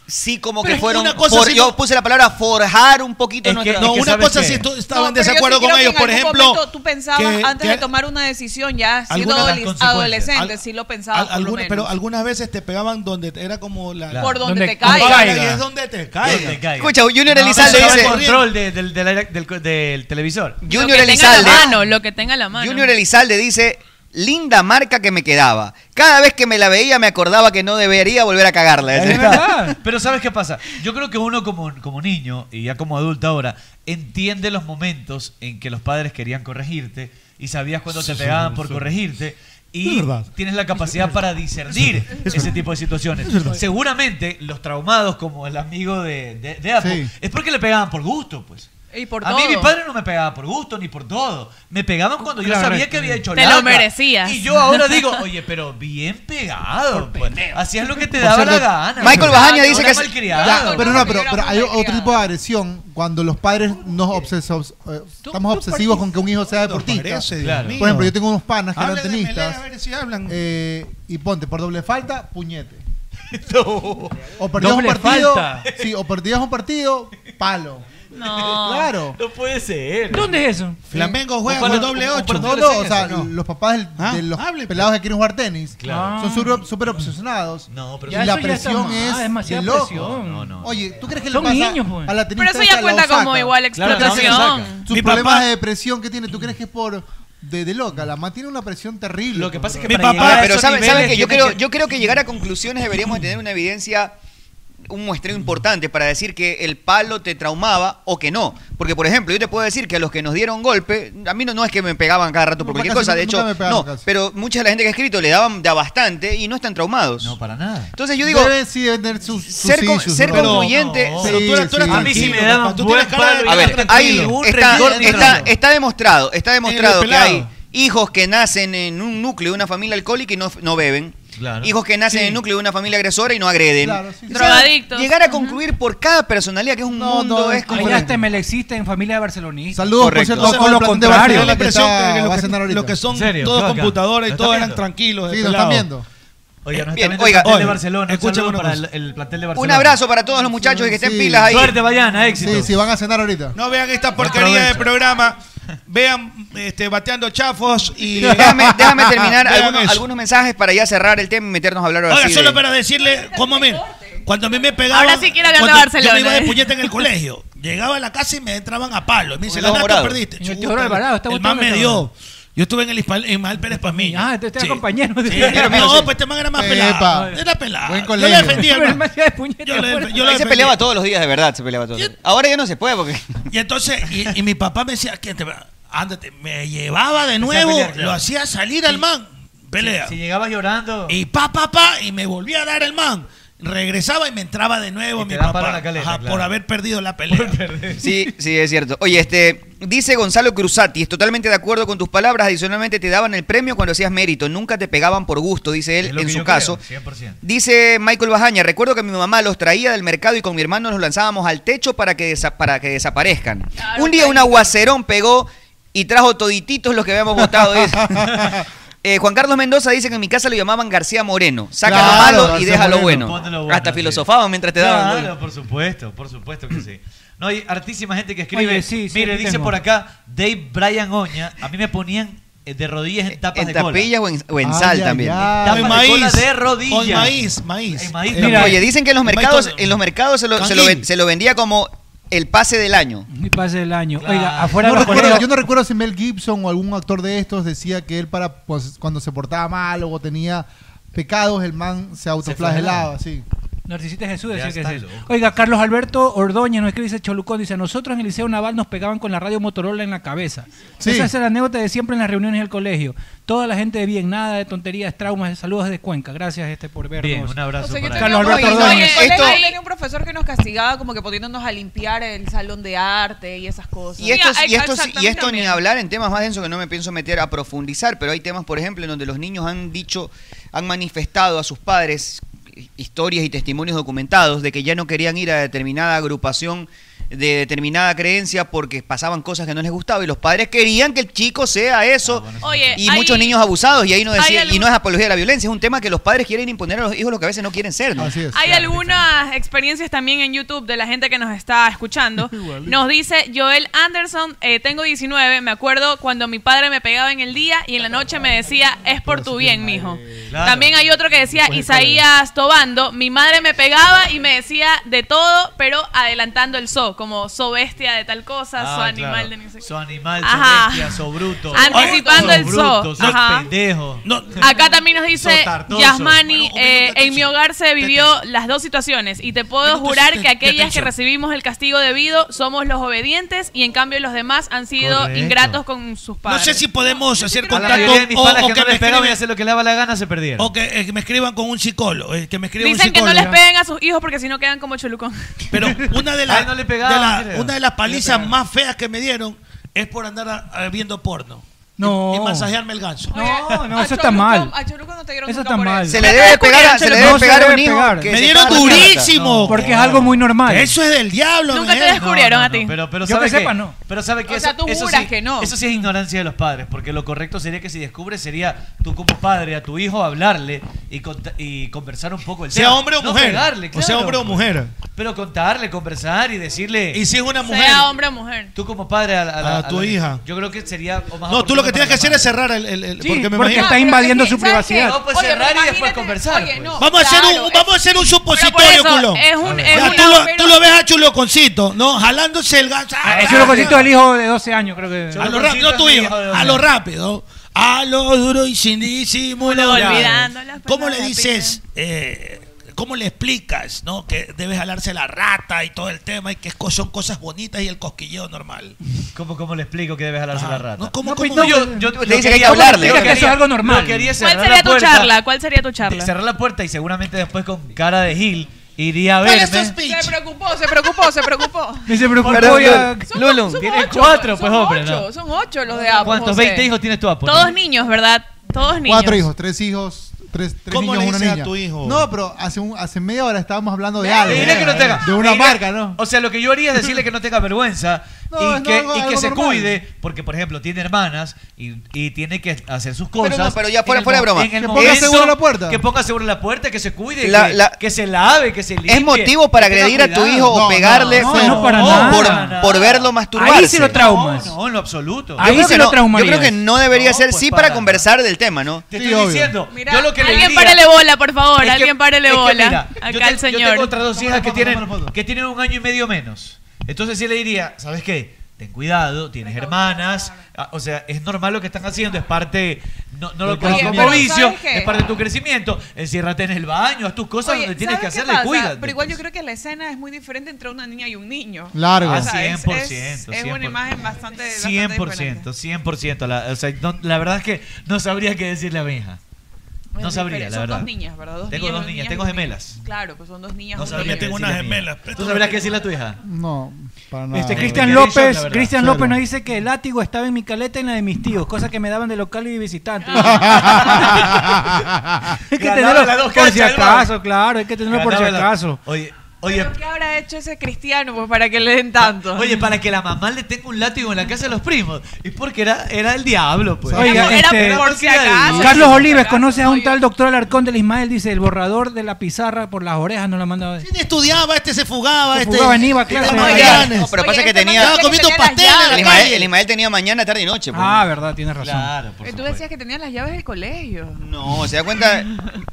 Speaker 5: sí como
Speaker 9: Pero es
Speaker 5: que
Speaker 9: que
Speaker 5: fueron...
Speaker 9: una cosa
Speaker 5: for-
Speaker 9: sí
Speaker 5: yo
Speaker 9: no-
Speaker 5: puse la palabra forjar un poquito
Speaker 9: Es que-
Speaker 5: nuestra...
Speaker 9: no, una cosa sí estu- estaba en desacuerdo con ellos, por ejemplo...
Speaker 11: tú pensabas
Speaker 9: que-
Speaker 11: antes
Speaker 9: que-
Speaker 11: de tomar una decisión ya siendo
Speaker 9: Algunas-
Speaker 11: adolesc-
Speaker 9: las consecuencias.
Speaker 11: adolescente,
Speaker 9: Al-
Speaker 11: sí lo
Speaker 9: Al-
Speaker 11: pensabas. por lo
Speaker 9: alguna-
Speaker 11: menos.
Speaker 9: pero algunas veces te pegaban donde era como la...
Speaker 6: Claro. Por
Speaker 11: donde Donde te
Speaker 6: caiga. caiga.
Speaker 9: Y es donde te caiga.
Speaker 6: Donde caiga.
Speaker 5: Escucha, Junior
Speaker 6: No,
Speaker 5: Elizalde
Speaker 6: no se va
Speaker 5: dice-
Speaker 6: el control de- del, del aire- del co- del televisor.
Speaker 5: Junior
Speaker 8: lo que tenga
Speaker 5: Elizalde.
Speaker 8: la mano, lo que tenga la mano.
Speaker 5: Junior Elizalde dice, linda marca que me quedaba. Cada vez que me la veía me acordaba que no debería volver a cagarla.
Speaker 6: Es
Speaker 14: Ah.
Speaker 6: verdad. Pero ¿sabes qué pasa? Yo creo que uno como, como niño y ya como adulto ahora entiende los momentos en que los padres querían corregirte y sabías cuando
Speaker 14: Sí,
Speaker 6: te
Speaker 14: sí,
Speaker 6: pegaban
Speaker 14: sí,
Speaker 6: por
Speaker 14: sí.
Speaker 6: corregirte
Speaker 14: Es
Speaker 6: y
Speaker 14: verdad.
Speaker 6: tienes la capacidad para discernir ese tipo de situaciones. Seguramente los traumados como el amigo de, de, de Apu,
Speaker 14: Sí.
Speaker 6: es porque le pegaban por gusto, pues.
Speaker 11: Y por
Speaker 6: a
Speaker 11: todo.
Speaker 6: mí mi padre no me pegaba por gusto ni por todo. Me pegaban cuando yo
Speaker 11: Claro,
Speaker 6: sabía
Speaker 11: es
Speaker 6: que había hecho
Speaker 11: Te lo
Speaker 6: lacra.
Speaker 11: merecías.
Speaker 6: Y yo
Speaker 11: (laughs)
Speaker 6: ahora digo, oye, pero bien pegado. pues. Hacías lo que te daba la gana.
Speaker 10: Michael Bajaña
Speaker 6: Era
Speaker 10: dice
Speaker 6: una
Speaker 10: que es-
Speaker 6: malcriada.
Speaker 10: Ya, pero no, pero, pero hay otro tipo de agresión cuando los padres nos obsesos, eh, estamos obsesivos con que un hijo sea deportista.
Speaker 9: parece, Dios
Speaker 10: Por
Speaker 9: mío.
Speaker 10: ejemplo, yo tengo unos panas que eran
Speaker 9: Hablen de Melé,
Speaker 10: tenistas.
Speaker 9: a ver si hablan.
Speaker 10: eh, y ponte, por doble falta, puñete.
Speaker 6: (laughs)
Speaker 10: O perdías
Speaker 9: perdimos
Speaker 10: un partido. Sí, o perdías un partido, palo.
Speaker 25: No.
Speaker 10: Claro.
Speaker 25: No puede ser.
Speaker 7: ¿Dónde es eso?
Speaker 10: Flamengo
Speaker 25: juega con doble ocho.
Speaker 10: No, no, Ah, pues. o sea, los papás del- de los pelados que quieren jugar tenis
Speaker 25: Claro.
Speaker 10: son súper- súper obsesionados.
Speaker 6: No,
Speaker 25: pero
Speaker 10: pero y
Speaker 25: eso ya
Speaker 10: la
Speaker 25: está
Speaker 10: presión
Speaker 25: mal,
Speaker 10: es
Speaker 25: demasiada
Speaker 10: de loco.
Speaker 25: presión. No, no, no.
Speaker 10: Oye, ¿tú crees que
Speaker 25: Son
Speaker 10: le pasa
Speaker 25: niños, pues.
Speaker 10: a la
Speaker 25: Pero
Speaker 10: tenista
Speaker 25: eso ya
Speaker 10: esta, la
Speaker 25: cuenta como
Speaker 10: Osaka?
Speaker 25: igual
Speaker 10: Claro,
Speaker 25: explotación.
Speaker 10: ¿crees que la Osaka?
Speaker 25: Mi
Speaker 10: Sus
Speaker 25: papá-
Speaker 10: problemas de depresión que tiene, ¿tú crees que es por de, de loca? La mamá tiene una presión terrible. Lo que pasa
Speaker 5: Mi papá, pero ¿sabes sabe que yo creo, yo creo que llegar a conclusiones deberíamos de tener una evidencia, un muestreo importante para decir que el palo te traumaba o que no. Porque, por ejemplo, yo te puedo decir que a los que nos dieron golpe, a mí no, no es que me pegaban cada rato por
Speaker 10: Nunca
Speaker 5: cualquier
Speaker 10: casi,
Speaker 5: cosa, de
Speaker 10: nunca
Speaker 5: hecho,
Speaker 10: me pegaron
Speaker 5: no,
Speaker 10: casi.
Speaker 5: pero mucha de la gente que ha escrito le daban de a bastante y no están traumados. No,
Speaker 6: para nada.
Speaker 5: Entonces yo digo,
Speaker 10: Deben sí deben tener sus, sus
Speaker 5: ser con-
Speaker 10: issues,
Speaker 5: ser
Speaker 10: ¿no?
Speaker 5: concluyente- Pero tú eres- tú eres
Speaker 10: sí.
Speaker 5: A mí sí tranquilo, me daban papá, tú buen tienes cara de- A ver, ahí
Speaker 10: Un
Speaker 5: está,
Speaker 10: rencor ni
Speaker 5: está-
Speaker 10: nada.
Speaker 5: está demostrado, está demostrado
Speaker 10: En el
Speaker 5: que hay
Speaker 10: pelado.
Speaker 5: hijos que nacen en un núcleo de una familia alcohólica y no, no beben.
Speaker 6: Claro.
Speaker 5: Hijos que nacen
Speaker 6: Sí.
Speaker 5: en el núcleo de una familia agresora y no agreden.
Speaker 7: Claro, sí, sí.
Speaker 5: O sea,
Speaker 7: Drogadictos.
Speaker 5: Llegar a concluir por cada personalidad que es un mundo es como...
Speaker 7: Allá hasta me le existe en familia de barcelonistas.
Speaker 5: Saludos, por Correcto. cierto,
Speaker 7: No,
Speaker 5: al
Speaker 7: con lo
Speaker 5: plantel de
Speaker 7: contrario.
Speaker 5: Barcelona que
Speaker 9: Presión, que lo que- lo que son todos computadores y todos eran tranquilos. de
Speaker 10: Sí, lo están
Speaker 9: pelado.
Speaker 10: viendo.
Speaker 6: Oiga, nos
Speaker 5: Bien,
Speaker 6: está viendo
Speaker 5: oiga,
Speaker 6: el plantel de
Speaker 5: oiga,
Speaker 6: Barcelona. Un
Speaker 5: escúchame
Speaker 6: saludo
Speaker 5: una
Speaker 6: para el,
Speaker 5: cosa.
Speaker 6: el plantel de
Speaker 5: Un
Speaker 6: Barcelona.
Speaker 5: abrazo para todos los muchachos y que estén
Speaker 6: sí.
Speaker 5: pilas ahí.
Speaker 6: Suerte, Bayana, éxito.
Speaker 10: Sí, sí, van a cenar ahorita.
Speaker 9: No vean esta porquería de programa. Vean este, bateando chafos
Speaker 5: (laughs) (laughs)
Speaker 9: y.
Speaker 5: Déjame, déjame terminar
Speaker 9: (laughs) Vean
Speaker 5: algunos,
Speaker 9: eso.
Speaker 5: algunos mensajes para ya cerrar el tema y meternos a hablar ahora
Speaker 9: Oiga,
Speaker 5: sí
Speaker 9: solo
Speaker 5: de-
Speaker 9: para decirle cómo a mí, cuando a mí me pegaban.
Speaker 8: Ahora sí quiero hablar de
Speaker 9: cuando
Speaker 8: Barcelona,
Speaker 9: Yo me iba de
Speaker 8: eh. (laughs)
Speaker 9: puñete en el colegio. Llegaba a la casa y me entraban a palo. Y me dice,
Speaker 7: Teodoro
Speaker 9: ganaste o
Speaker 7: Alvarado.
Speaker 9: perdiste.
Speaker 7: Señor
Speaker 9: Chuta,
Speaker 7: Teodoro Alvarado, está
Speaker 9: El man
Speaker 7: votando,
Speaker 9: me
Speaker 7: Teodoro.
Speaker 9: dio. Yo estuve en el Hispal- en Ismael Pérez Pamiña. Ah,
Speaker 7: entonces era compañero.
Speaker 5: (laughs)
Speaker 9: No, pues este man era más pelado. Era pelado. Yo
Speaker 5: (laughs)
Speaker 9: le defendía. al man. Yo le defe- yo le
Speaker 5: Ahí se
Speaker 9: defendía.
Speaker 5: peleaba todos los días, de verdad, se peleaba todos los días. Ahora ya no se puede porque...
Speaker 9: Y entonces, y, y mi papá me decía, "¿Quién te va? ándate, me llevaba de nuevo,
Speaker 6: Empezaba a pelear,
Speaker 9: lo
Speaker 6: claro.
Speaker 9: hacía salir al man, pelea.
Speaker 6: Si llegabas llorando.
Speaker 9: Y pa, pa, pa, y me volvía a dar el man. Regresaba y me entraba de nuevo mi
Speaker 6: da
Speaker 9: papá
Speaker 6: palo en la caleta,
Speaker 9: Ajá,
Speaker 6: claro.
Speaker 9: por haber perdido la pelea.
Speaker 5: Sí, sí, es cierto. Oye, este, dice Gonzalo Cruzati, es totalmente de acuerdo con tus palabras, adicionalmente te daban el premio cuando hacías mérito, nunca te pegaban por gusto, dice él en su caso.
Speaker 6: 100%.
Speaker 5: Dice Michael Bajaña, recuerdo que mi mamá los traía del mercado y con mi hermano los lanzábamos al techo para que, desa- para que desaparezcan. un día un aguacerón pegó y trajo todititos los que habíamos votado.
Speaker 6: (laughs)
Speaker 5: dice. Eh, Juan Carlos Mendoza dice que en mi casa lo llamaban García Moreno. Saca
Speaker 6: Claro,
Speaker 5: lo malo y
Speaker 6: García
Speaker 5: deja lo bueno.
Speaker 6: Moreno. Ponte lo bueno,
Speaker 5: Hasta
Speaker 6: sí.
Speaker 5: filosofaban mientras te daban.
Speaker 6: Claro, por supuesto, por supuesto que sí. No, hay hartísima gente que escribe.
Speaker 5: Oye, sí, sí,
Speaker 6: Mire,
Speaker 5: aquí
Speaker 6: dice
Speaker 5: tengo.
Speaker 6: por acá, Dave Bryan Oña, a mí me ponían eh, de rodillas en tapas
Speaker 5: En
Speaker 6: de cola.
Speaker 5: tapillas o en, o en sal también.
Speaker 6: Tapas de cola de rodillas.
Speaker 9: Con maíz, maíz.
Speaker 6: maíz
Speaker 9: Eh,
Speaker 6: también.
Speaker 5: Oye, dicen que en los
Speaker 9: Michael-
Speaker 5: mercados, en los mercados se, lo, se, lo, ven-
Speaker 10: Canguil.
Speaker 5: se lo vendía como el pase del año.
Speaker 7: Mi pase del año. Oiga, afuera
Speaker 10: No
Speaker 7: de los
Speaker 10: recuerdo-
Speaker 7: correos-
Speaker 10: yo no recuerdo si Mel Gibson o algún actor de estos decía que él para pues, cuando se portaba mal o tenía pecados, el man se autoflagelaba, sí.
Speaker 7: Narcisita Jesús
Speaker 10: Ya
Speaker 7: decía que es
Speaker 10: está
Speaker 7: eso. Oiga, Carlos Alberto Ordóñez nos escribe, dice Cholucón, dice, nosotros en el Liceo Naval nos pegaban con la radio Motorola en la cabeza.
Speaker 10: Sí.
Speaker 7: Esa es la anécdota de siempre en las reuniones del colegio. Toda la gente de bien, nada de tonterías, traumas, saludos desde Cuenca. Gracias este por vernos.
Speaker 6: Bien, un abrazo O sea, yo para-
Speaker 7: Carlos Alberto
Speaker 11: Oye,
Speaker 7: Ordóñez.
Speaker 11: en el colegio ahí tenía un profesor que nos castigaba como que poniéndonos a limpiar el salón de arte y esas cosas.
Speaker 5: Y esto, y esto, y esto ni hablar en temas más densos que no me pienso meter a profundizar, pero hay temas, por ejemplo, en donde los niños han dicho, han manifestado a sus padres eh, historias y testimonios documentados de que ya no querían ir a determinada agrupación de determinada creencia porque pasaban cosas que no les gustaba y los padres querían que el chico sea eso
Speaker 9: Ah,
Speaker 8: Oye,
Speaker 5: y
Speaker 8: hay-
Speaker 5: muchos niños abusados y ahí no
Speaker 8: hay
Speaker 5: decía, y
Speaker 8: algún-
Speaker 5: no es apología de la violencia, es un tema que los padres quieren imponer a los hijos lo que a veces no quieren ser.
Speaker 9: Ah,
Speaker 5: ¿no?
Speaker 8: Hay algunas experiencias también en YouTube de la gente que nos está escuchando. Nos dice Joel Anderson, eh, tengo 19, me acuerdo cuando mi padre me pegaba en el día y en la noche me decía, es por tu bien, mijo.
Speaker 26: Claro.
Speaker 8: También hay otro que decía
Speaker 26: Después de
Speaker 8: Isaías Tobando, mi madre me pegaba y me decía de todo, pero adelantando el so, como so bestia de tal cosa, so
Speaker 6: Ah,
Speaker 8: animal
Speaker 6: claro.
Speaker 8: de ni sé qué.
Speaker 6: So animal,
Speaker 8: Ajá.
Speaker 6: so bestia, so bruto.
Speaker 8: Anticipando el so.
Speaker 6: bruto,
Speaker 8: Ajá.
Speaker 6: pendejo.
Speaker 8: Acá también nos dice
Speaker 6: Sotartoso.
Speaker 8: Yasmani, eh, en mi hogar se vivió las dos situaciones y te puedo jurar que aquellas que
Speaker 26: detención.
Speaker 8: recibimos el castigo debido somos los obedientes y en cambio los demás han sido
Speaker 6: Correcto.
Speaker 8: ingratos con sus
Speaker 9: No
Speaker 8: padres.
Speaker 9: sé si podemos hacer
Speaker 6: A la
Speaker 9: contacto
Speaker 6: mayoría de mis
Speaker 9: o,
Speaker 6: panas
Speaker 9: o
Speaker 6: que,
Speaker 9: que
Speaker 6: no
Speaker 9: me
Speaker 6: les pegaban y
Speaker 9: escriban,
Speaker 6: hacían lo que le daba la gana se perdieron.
Speaker 9: o que, eh, que me escriban con un psicólogo, eh, que me escriba un
Speaker 8: Dicen que no
Speaker 9: psicólogo.
Speaker 8: les peguen a sus hijos porque si no quedan como cholucón.
Speaker 9: Una de, las-
Speaker 8: Ay, no le pegaban,
Speaker 9: de la-
Speaker 8: creo.
Speaker 9: una de las palizas más feas que me dieron es por andar a- a- viendo porno.
Speaker 7: No.
Speaker 9: Y masajearme el ganso.
Speaker 8: (laughs)
Speaker 7: No, no, eso está mal. Eso está mal.
Speaker 9: Se le debe pegar a- se le debe
Speaker 7: No
Speaker 9: pegar a un
Speaker 7: debe
Speaker 9: hijo
Speaker 7: pegar.
Speaker 9: que Me se dieron para la plata. durísimo.
Speaker 7: No, Porque es algo muy normal.
Speaker 9: Eso es del diablo.
Speaker 8: Nunca te descubrieron a ti.
Speaker 6: Pero, pero
Speaker 7: Yo
Speaker 6: sabe
Speaker 7: que sepa, no.
Speaker 6: Pero sabe que
Speaker 8: O
Speaker 6: eso,
Speaker 8: sea, tú
Speaker 6: eso
Speaker 8: juras
Speaker 6: sí,
Speaker 8: que no.
Speaker 6: Eso sí es ignorancia de los padres, porque lo correcto sería que si descubres sería tú como padre a tu hijo hablarle y, cont- y conversar un poco el
Speaker 9: Sea
Speaker 6: tema.
Speaker 9: hombre o
Speaker 6: No
Speaker 9: mujer.
Speaker 6: pegarle,
Speaker 9: O sea,
Speaker 6: claro.
Speaker 9: hombre o mujer.
Speaker 6: Pero contarle, conversar y decirle.
Speaker 9: Y si es una
Speaker 8: Sea hombre o mujer.
Speaker 6: Tú como padre a, la- la-
Speaker 9: A tu
Speaker 6: la-
Speaker 9: hija.
Speaker 6: Yo creo que sería o más
Speaker 9: No, tú lo que
Speaker 6: oportuno
Speaker 9: tienes que
Speaker 6: para
Speaker 9: hacer
Speaker 6: la
Speaker 9: es cerrar el. el- el-
Speaker 6: Sí,
Speaker 9: porque me
Speaker 6: porque
Speaker 9: imagino.
Speaker 6: está invadiendo su privacidad.
Speaker 9: No, pues
Speaker 6: Oye,
Speaker 9: cerrar
Speaker 6: pero
Speaker 9: y después
Speaker 6: imagínate-
Speaker 9: conversar.
Speaker 6: oye,
Speaker 9: pues. vamos, a hacer un, vamos a hacer un
Speaker 6: Pero
Speaker 9: supositorio,
Speaker 6: por eso,
Speaker 9: culón.
Speaker 6: es un- es
Speaker 9: Ya,
Speaker 6: una-
Speaker 9: tú, lo,
Speaker 6: pero-
Speaker 9: tú lo ves a Chuloconcito, ¿no? Jalándose el ganso. Ah,
Speaker 7: Es un cosito del hijo de 12 años, creo que.
Speaker 9: A lo rápido, no tuyo, a lo rápido, a lo duro y sin disimulo.
Speaker 7: Bueno, olvidando
Speaker 9: ¿Cómo le dices, eh, cómo le explicas, no, que debes jalarse la rata y todo el tema y que es co- son cosas bonitas y el cosquilleo normal?
Speaker 6: ¿Cómo, cómo le explico que debe jalarse la rata? No,
Speaker 9: Ah, ¿cómo,
Speaker 6: cómo? yo, yo, lo quería- lo quería- lo quería
Speaker 8: ¿Cuál
Speaker 6: cerrar
Speaker 8: sería
Speaker 6: la
Speaker 8: tu
Speaker 6: puerta.
Speaker 8: charla? ¿Cuál sería tu charla?
Speaker 6: Cerrar la puerta y seguramente después con cara de Gil iría a
Speaker 8: ¿Cuál es
Speaker 6: verme.
Speaker 8: Se preocupó, se preocupó, se preocupó.
Speaker 6: se
Speaker 8: preocupó
Speaker 6: Perdón,
Speaker 8: ya-
Speaker 6: Lulu.
Speaker 8: Son
Speaker 6: Tienes
Speaker 8: ocho,
Speaker 6: cuatro, pues
Speaker 8: son
Speaker 6: hombre, ¿no?
Speaker 8: ocho, Son ocho los de Apo.
Speaker 6: ¿Cuántos?
Speaker 8: José.
Speaker 6: 20 hijos tienes tú, Apo.
Speaker 8: Todos niños, ¿verdad? Todos niños.
Speaker 10: Cuatro hijos, tres hijos, tres, tres
Speaker 9: ¿Cómo
Speaker 10: niños,
Speaker 9: le
Speaker 10: una
Speaker 9: dices a
Speaker 10: niña.
Speaker 9: tu hijo?
Speaker 10: No, pero hace, un, hace media hora estábamos hablando de
Speaker 6: Le
Speaker 10: algo.
Speaker 6: diré que no tenga-
Speaker 10: De una
Speaker 6: le diré-
Speaker 10: marca, ¿no?
Speaker 6: O sea, lo que yo haría es decirle que no tenga vergüenza.
Speaker 10: No,
Speaker 6: y
Speaker 10: es
Speaker 6: que,
Speaker 10: algo-
Speaker 6: y que
Speaker 10: algo
Speaker 6: se
Speaker 10: normal.
Speaker 6: cuide, porque por ejemplo tiene hermanas y, y tiene que hacer sus
Speaker 5: Pero
Speaker 6: cosas.
Speaker 5: no, pero ya
Speaker 6: En
Speaker 5: fuera-
Speaker 6: el
Speaker 5: fuera de
Speaker 6: mo-
Speaker 5: broma.
Speaker 6: en el
Speaker 5: Que ponga
Speaker 6: momento-
Speaker 5: seguro la puerta.
Speaker 6: Que ponga seguro la puerta, que se cuide,
Speaker 5: La-
Speaker 6: que,
Speaker 5: la-
Speaker 6: que se lave, que se limpie.
Speaker 5: ¿Es motivo para
Speaker 6: que tenga
Speaker 5: agredir a tu
Speaker 6: cuidado.
Speaker 5: hijo o pegarle por, por verlo masturbarse?
Speaker 6: No, no, en lo absoluto.
Speaker 5: Yo creo que no- Yo creo que no debería ser sí para conversar del tema, ¿no?
Speaker 6: Te estoy diciendo, yo lo que le
Speaker 8: alguien
Speaker 6: diría-
Speaker 8: párele bola, por favor,
Speaker 6: Es que-
Speaker 8: alguien párele
Speaker 6: es que
Speaker 8: bola.
Speaker 6: mira,
Speaker 8: acá
Speaker 6: yo
Speaker 8: al
Speaker 6: te-
Speaker 8: señor.
Speaker 6: Yo tengo otras dos hijas que tienen, que tienen un año y medio menos. Entonces sí le diría, ¿sabes qué? Ten cuidado, tienes hermanas. ah, O sea, es normal lo que están haciendo, es parte, no, no lo
Speaker 8: Oye,
Speaker 6: conozco como
Speaker 8: pero
Speaker 6: vicio,
Speaker 8: ¿sabes qué?
Speaker 6: es parte de tu crecimiento. Enciérrate en el baño, haz tus cosas
Speaker 8: Oye,
Speaker 6: donde tienes que
Speaker 8: ¿sabes qué
Speaker 6: hacerle,
Speaker 8: pasa?
Speaker 6: cuídate.
Speaker 8: Pero igual yo creo que la escena es muy diferente entre una niña y un niño.
Speaker 6: Largo.
Speaker 8: O sea, es-
Speaker 6: 100%,
Speaker 8: es, es una
Speaker 6: 100%.
Speaker 8: imagen bastante, bastante
Speaker 6: 100%, 100%. La, o sea, no- la verdad es que no sabría qué decirle a mi hija. No
Speaker 8: Es
Speaker 6: sabría,
Speaker 8: diferente.
Speaker 6: la
Speaker 8: Son
Speaker 6: verdad.
Speaker 8: dos niñas, ¿verdad? Dos
Speaker 6: tengo
Speaker 8: niñas,
Speaker 6: dos
Speaker 8: dos
Speaker 6: niñas,
Speaker 8: niñas
Speaker 6: tengo
Speaker 8: y un niño.
Speaker 6: gemelas.
Speaker 8: Claro, pues son dos niñas.
Speaker 6: No
Speaker 8: un
Speaker 6: sabría
Speaker 8: niño.
Speaker 6: qué decirle a mi hija. ¿Tú sabrías qué decirle a tu hija?
Speaker 10: No, para nada.
Speaker 6: Este,
Speaker 10: No.
Speaker 6: Cristian
Speaker 10: Me quedé en shock, la
Speaker 6: López,
Speaker 10: verdad.
Speaker 6: Cristian
Speaker 10: Cero.
Speaker 6: López
Speaker 27: nos dice que el látigo estaba en mi caleta y en la de mis tíos, cosa que me daban de local y de visitante. hay que
Speaker 6: Ganaba
Speaker 27: tenerlo
Speaker 6: las
Speaker 27: por
Speaker 6: dos
Speaker 27: si
Speaker 6: canchas, hermano.
Speaker 27: acaso, claro, hay que tenerlo por si
Speaker 6: Ganaba la-
Speaker 27: acaso.
Speaker 6: Oye, oye,
Speaker 8: ¿Qué habrá hecho ese cristiano pues, para que le den tanto?
Speaker 6: (laughs) oye, para que la mamá le tenga un látigo en la casa de los primos. Es porque era, era el diablo, pues.
Speaker 27: Oiga, este, Carlos Olives conoce a un tal doctor Alarcón del Ismael, dice, el borrador de la pizarra por las orejas no la mandaba.
Speaker 9: Estudiaba, este se fugaba,
Speaker 27: Se
Speaker 9: este.
Speaker 27: fugaba en IVA, claro.
Speaker 9: este,
Speaker 27: Oiga,
Speaker 9: mañanas.
Speaker 5: No, pero
Speaker 9: Oye,
Speaker 5: pasa que
Speaker 9: este man
Speaker 5: tenía.
Speaker 9: Estaba comiendo pastel en
Speaker 5: El
Speaker 9: la
Speaker 5: Ismael,
Speaker 9: calle.
Speaker 5: el Ismael tenía mañana, tarde y noche. pues.
Speaker 27: Ah, verdad, tienes razón.
Speaker 8: Eh, Tú decías que tenías las llaves del colegio.
Speaker 5: No, se da cuenta.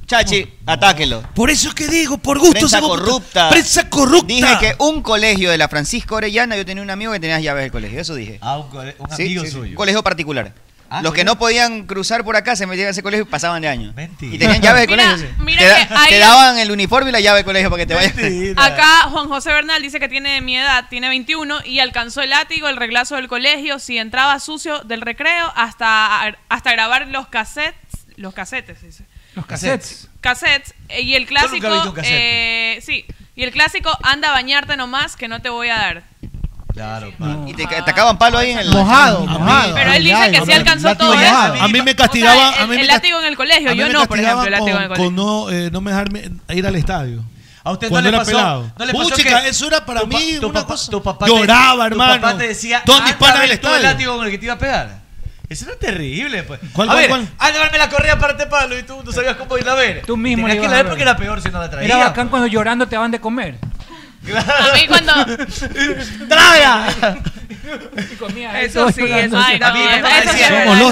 Speaker 5: Chachi, atáquelo.
Speaker 13: Por eso es que digo, por gusto
Speaker 5: Prensa
Speaker 13: hago-
Speaker 5: corrupta.
Speaker 13: Prensa corrupta.
Speaker 5: Dije que un colegio de la Francisco Orellana, yo tenía un amigo que tenía las llaves del colegio, eso dije.
Speaker 6: Ah, un, cole- un
Speaker 5: Sí,
Speaker 6: amigo
Speaker 5: sí, sí,
Speaker 6: suyo.
Speaker 5: colegio particular.
Speaker 6: Ah,
Speaker 5: Los que
Speaker 6: mira.
Speaker 5: no podían cruzar por acá se metían a ese colegio y pasaban de año.
Speaker 6: Mentira.
Speaker 5: Y tenían
Speaker 8: (laughs)
Speaker 5: llaves de
Speaker 8: Mira,
Speaker 5: colegio.
Speaker 8: mira
Speaker 5: te, da-
Speaker 8: que hay-
Speaker 5: te daban el uniforme y la llave de colegio para que te vayas.
Speaker 8: Acá Juan José Bernal dice que tiene mi edad, tiene 21 y alcanzó el látigo, el reglazo del colegio, si entraba sucio del recreo hasta, hasta grabar los cassettes, los cassettes dice.
Speaker 27: Los cassettes.
Speaker 8: Cassettes eh, y el clásico
Speaker 27: nunca viste un cassette.
Speaker 8: eh, sí, y el clásico anda a bañarte nomás que no te voy a dar.
Speaker 6: Claro,
Speaker 5: (laughs) Y te, te acaban palo ahí en el.
Speaker 27: Ah,
Speaker 10: Mojado,
Speaker 5: mojado.
Speaker 8: Pero él dice que sí alcanzó todo
Speaker 9: Oye,
Speaker 8: eso.
Speaker 9: A mí me castigaba. A mí
Speaker 8: el
Speaker 9: me
Speaker 8: látigo en el colegio,
Speaker 9: a mí
Speaker 8: yo
Speaker 9: me
Speaker 8: no, por ejemplo, el
Speaker 9: castigaban
Speaker 8: látigo en el
Speaker 9: con-
Speaker 8: colegio.
Speaker 9: Con no, eh, no me dejarme ir al estadio.
Speaker 6: A usted
Speaker 9: Cuando
Speaker 6: no le
Speaker 9: era
Speaker 6: pasó,
Speaker 9: pelado.
Speaker 6: no le pasó
Speaker 9: Puchica,
Speaker 6: que
Speaker 9: eso era para
Speaker 6: tu pa-
Speaker 9: mí
Speaker 6: tu
Speaker 9: una
Speaker 6: papá-
Speaker 9: cosa.
Speaker 6: tu papá te-
Speaker 9: Lloraba,
Speaker 6: tu
Speaker 9: hermano.
Speaker 6: papá te decía,
Speaker 9: Todos mis
Speaker 6: "Anda,
Speaker 9: panas
Speaker 6: ven
Speaker 9: del
Speaker 6: tú el
Speaker 9: estadio.
Speaker 6: látigo con el que te iba a pegar. Eso era terrible, pues.
Speaker 9: ¿Cuál,
Speaker 6: a
Speaker 9: cuál,
Speaker 6: ver,
Speaker 9: cuál?
Speaker 6: anda, darme la correa para este palo y tú no sabías cómo ir a ver. Tú
Speaker 27: mismo
Speaker 6: Tenías
Speaker 27: la
Speaker 6: que
Speaker 27: ibas
Speaker 6: la
Speaker 27: a
Speaker 6: ver
Speaker 27: ver.
Speaker 6: porque era peor si no la
Speaker 27: Era
Speaker 6: traía.
Speaker 27: bacán cuando llorando te van de comer.
Speaker 8: A mí
Speaker 9: (laughs)
Speaker 8: cuando
Speaker 6: ¡Traga!
Speaker 8: Eso sí, eso sí. no, eso sí es verdad, eso sí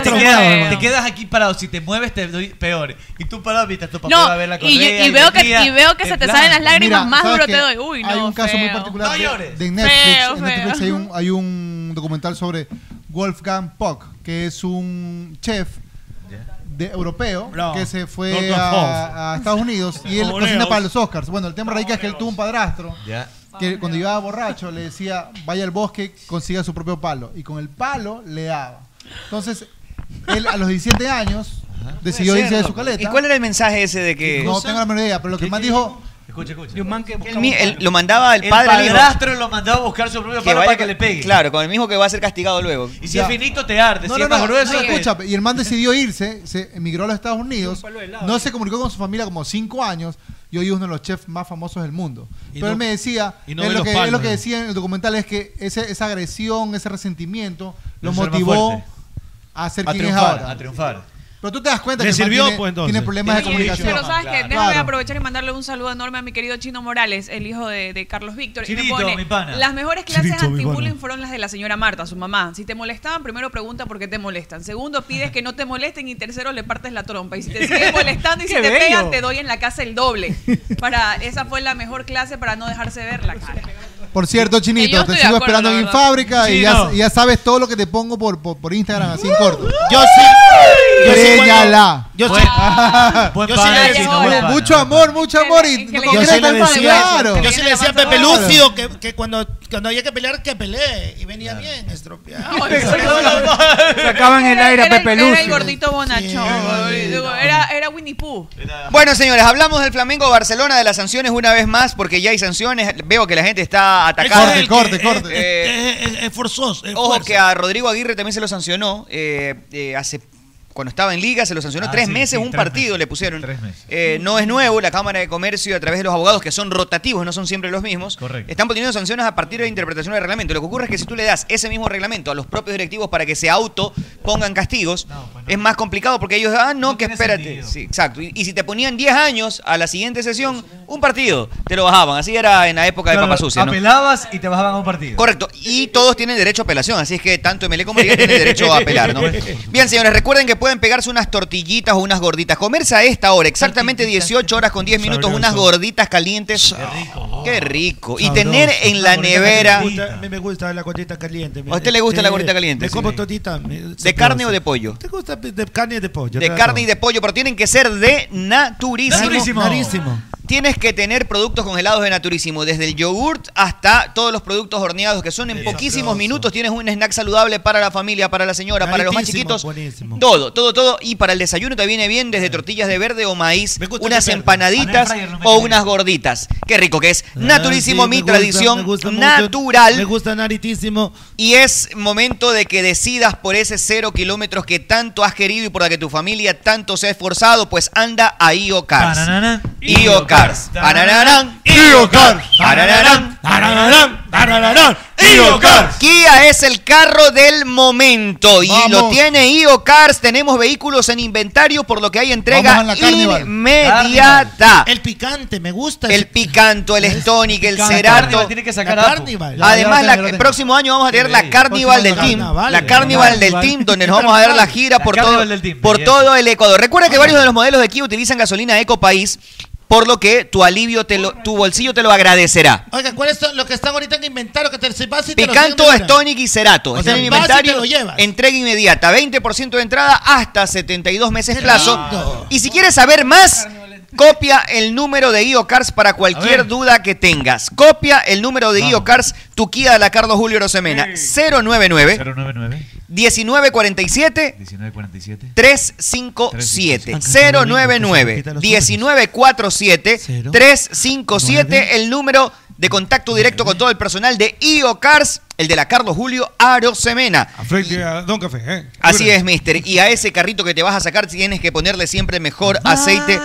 Speaker 8: es feo.
Speaker 6: Te quedas aquí parado, si te mueves te doy peor. Y tú parado mientras tu papá
Speaker 8: No,
Speaker 6: va a ver la
Speaker 8: y, yo-
Speaker 6: correa.
Speaker 8: y veo que,
Speaker 6: venía,
Speaker 8: y veo que se
Speaker 6: en
Speaker 8: te
Speaker 6: plan.
Speaker 8: salen las lágrimas,
Speaker 10: Mira,
Speaker 8: más
Speaker 10: ¿sabes
Speaker 8: duro
Speaker 10: qué?
Speaker 8: te doy. Uy, no,
Speaker 10: Hay un caso muy
Speaker 8: feo.
Speaker 10: particular
Speaker 8: No
Speaker 10: de,
Speaker 8: llores.
Speaker 10: de Netflix.
Speaker 8: Feo,
Speaker 10: en Netflix
Speaker 8: feo.
Speaker 10: hay un, hay un documental sobre Wolfgang Puck, que es un chef de europeo
Speaker 9: Bravo.
Speaker 10: que se fue
Speaker 9: Wolfgang Puck.
Speaker 10: a, a Estados Unidos y él
Speaker 9: Obreros.
Speaker 10: cocina para los Oscars. Bueno, el tema radica es que él tuvo un padrastro
Speaker 6: Ya.
Speaker 10: que cuando iba borracho le decía, vaya al bosque, consiga su propio palo. Y con el palo le daba. Entonces, él a los 17 años decidió
Speaker 5: Puede
Speaker 10: irse de
Speaker 5: ser,
Speaker 10: su
Speaker 5: loco.
Speaker 10: caleta.
Speaker 5: ¿Y cuál era el mensaje ese de que.?
Speaker 10: No tengo la menor idea, pero lo que más dijo...
Speaker 6: Escucha, escucha.
Speaker 27: De un man que
Speaker 5: El mi- el- lo mandaba el
Speaker 6: El
Speaker 5: padre al hijo.
Speaker 6: padrastro lo mandaba a buscar su propio
Speaker 5: Que
Speaker 6: palo
Speaker 5: vaya
Speaker 6: para que
Speaker 5: con-
Speaker 6: le pegue.
Speaker 5: Claro, con el mismo que va a ser castigado luego.
Speaker 6: Y si es finito te arde, si es más grueso
Speaker 10: no,
Speaker 6: te-
Speaker 10: escucha, y el man decidió irse, se emigró a los Estados Unidos, no se comunicó con su familia como cinco años y hoy es uno de los chefs más famosos del mundo.
Speaker 9: Y
Speaker 10: Pero
Speaker 9: no-
Speaker 10: él me decía,
Speaker 9: y no
Speaker 10: él
Speaker 9: ve
Speaker 10: lo
Speaker 9: los
Speaker 10: que,
Speaker 9: palos,
Speaker 10: él lo que
Speaker 9: eh.
Speaker 10: decía en el documental es que ese- esa agresión, ese resentimiento lo
Speaker 9: Lo hizo más
Speaker 10: motivó
Speaker 9: fuerte.
Speaker 10: a ser
Speaker 9: A
Speaker 10: quien es
Speaker 9: triunfar,
Speaker 10: ahora.
Speaker 9: a
Speaker 6: triunfar.
Speaker 10: Pero tú te das cuenta
Speaker 9: Le
Speaker 10: que el man
Speaker 9: sirvió,
Speaker 10: tiene,
Speaker 9: pues, entonces.
Speaker 10: tiene problemas de
Speaker 9: Tiene un
Speaker 10: comunicación.
Speaker 9: dicho.
Speaker 8: Pero sabes que
Speaker 9: Claro.
Speaker 8: déjame
Speaker 9: Claro.
Speaker 8: aprovechar y mandarle un saludo enorme a mi querido Chino Morales, el hijo de, de Carlos Víctor. y me
Speaker 6: Chinito,
Speaker 8: pone,
Speaker 6: mi pana.
Speaker 8: Las mejores clases
Speaker 6: Chinito, mi
Speaker 8: anti-bullying
Speaker 6: pana.
Speaker 8: fueron las de la señora Marta, su mamá. Si te molestaban, primero pregunta por qué te molestan. Segundo, pides que no te molesten. Y tercero, le partes la trompa. Y si te sigues molestando y si
Speaker 27: ¡Qué
Speaker 8: te
Speaker 27: bello!
Speaker 8: pegan, te doy en la casa el doble. Para, esa fue la mejor clase para no dejarse ver la cara.
Speaker 10: Por cierto, Chinito, te
Speaker 8: estoy de
Speaker 10: sigo
Speaker 8: acuerdo,
Speaker 10: esperando
Speaker 8: la
Speaker 10: en
Speaker 8: verdad.
Speaker 10: fábrica y ya,
Speaker 9: Chino.
Speaker 10: y ya sabes todo lo que te pongo por, por, por Instagram, así en corto.
Speaker 9: Yo sí. Yo sí.
Speaker 10: Señala.
Speaker 9: cuando- Yo sí.
Speaker 7: Ah,
Speaker 8: Ah,
Speaker 10: Buen
Speaker 9: Yo sí
Speaker 10: pana,
Speaker 9: le decía.
Speaker 10: chino, buen pana. Mucho amor, mucho amor y no
Speaker 9: Yo sí le
Speaker 10: concretan más.
Speaker 9: decía,
Speaker 10: Claro.
Speaker 9: yo sí le decía a Pepe Lucio que, que cuando, cuando había que pelear, que pelee. Y venía bien, estropeado.
Speaker 27: Sacaban el aire a
Speaker 8: Era
Speaker 27: Pepe
Speaker 8: Era el
Speaker 27: Lucio.
Speaker 8: gordito bonachón. Digo, Era, era Winnie Pooh.
Speaker 5: Bueno, señores, hablamos del Flamengo Barcelona, de las sanciones una vez más, porque ya hay sanciones. Veo que la gente está atacada.
Speaker 9: Ese es el Corte, que- corte,
Speaker 5: Eh,
Speaker 9: Es, es- es forzoso. es
Speaker 5: ojo
Speaker 9: fuerza.
Speaker 5: que a Rodrigo Aguirre también se lo sancionó eh, eh, hace Cuando estaba en liga se lo sancionó
Speaker 6: Ah,
Speaker 5: tres
Speaker 6: sí,
Speaker 5: meses,
Speaker 6: sí,
Speaker 5: un
Speaker 6: tres
Speaker 5: partido
Speaker 6: meses.
Speaker 5: le pusieron.
Speaker 6: Tres meses.
Speaker 5: Eh, no es nuevo, la Cámara de Comercio, a través de los abogados que son rotativos, no son siempre los mismos,
Speaker 6: Correcto.
Speaker 5: están poniendo sanciones a partir de la interpretación del reglamento. Lo que ocurre es que si tú le das ese mismo reglamento a los propios directivos para que se auto pongan castigos,
Speaker 6: pues
Speaker 5: es más complicado porque ellos, ah, no, que espérate. Sí, exacto. Y, y si te ponían 10 años a la siguiente sesión, un partido, te lo bajaban. Así era en la época de
Speaker 6: Claro,
Speaker 5: Papa Sucia. ¿no?
Speaker 6: Apelabas y te bajaban a un partido.
Speaker 5: Correcto. Y todos tienen derecho a apelación, así es que tanto MLE como Liga tienen derecho a apelar, (laughs) ¿no? Bien, señores, recuerden que pueden pegarse unas tortillitas o unas gorditas. Comerse a esta hora, exactamente 18 horas con 10 minutos, unas gorditas calientes. Qué rico. Y tener en la nevera.
Speaker 9: A mí me gusta la gordita caliente.
Speaker 5: ¿A usted le gusta
Speaker 9: Sí,
Speaker 5: la gordita caliente?
Speaker 9: Me
Speaker 5: Sí.
Speaker 9: como todita.
Speaker 5: ¿De carne o de pollo?
Speaker 9: ¿Te gusta de carne y de pollo?
Speaker 5: De carne y de pollo, pero tienen que ser de naturísimo.
Speaker 9: Naturísimo. Naturísimo.
Speaker 5: Tienes que tener productos congelados de naturísimo, desde el yogurt hasta todos los productos horneados, que son en poquísimos minutos. Tienes un snack saludable para la familia, para la señora, para los más chiquitos. Todo, todo, todo. Y para el desayuno te viene bien desde tortillas de verde o maíz, unas empanaditas o unas gorditas. Qué rico que es. Naturísimo, mi tradición natural.
Speaker 9: Me gusta naritísimo.
Speaker 5: Y es momento de que decidas por ese cero kilómetros que tanto has querido y por la que tu familia tanto se ha esforzado, pues anda a IO Cars. IO Cars. Parararán. IO Cars. Parararán. Parararán. Parararán. IO Cars. Kia es el carro del momento y lo tiene IO Cars. Tenemos vehículos en inventario por lo que hay entrega
Speaker 9: Vamos a la Carnival.
Speaker 5: inmediata.
Speaker 9: El picante, me gusta.
Speaker 5: El picanto, el Stonic, el
Speaker 9: picante.
Speaker 5: Cerato.
Speaker 9: Carnival, tiene que sacar La Apu. Carnival. Ya, ya
Speaker 5: Además,
Speaker 9: lo
Speaker 5: la-
Speaker 9: tengo, lo
Speaker 5: el
Speaker 9: tengo.
Speaker 5: próximo año vamos a tener la Carnival del Team. La Carnival del Team, donde
Speaker 9: (laughs)
Speaker 5: nos vamos a dar la gira por todo, por todo el Ecuador. Recuerda que varios de los modelos de Kia utilizan gasolina Eco País, por lo que tu alivio, te lo- tu bolsillo te lo agradecerá.
Speaker 9: Oiga, ¿cuáles son los que están ahorita en inventario? Que te si vas y te los
Speaker 5: Picanto,
Speaker 9: llevan, mira.
Speaker 5: Stonic y Cerato.
Speaker 9: sea,
Speaker 5: Están en
Speaker 9: vas y
Speaker 5: inventario.
Speaker 9: te lo llevas.
Speaker 5: Entrega inmediata. 20% de entrada hasta 72 meses plazo. Y si quieres saber más, copia el número de IOCARS para cualquier duda que tengas. Copia el número de IOCARS, tu Kia de la Carlos Julio Rosemena. 099
Speaker 6: 099
Speaker 5: 1947
Speaker 6: 1947
Speaker 5: 357 099 1947 357 el número de contacto directo con todo el personal de IOCARS, el de la Carlos Julio Arosemena.
Speaker 9: Frente a Don Café, ¿eh?
Speaker 5: Así es, mister. Y a ese carrito que te vas a sacar tienes que ponerle siempre el mejor aceite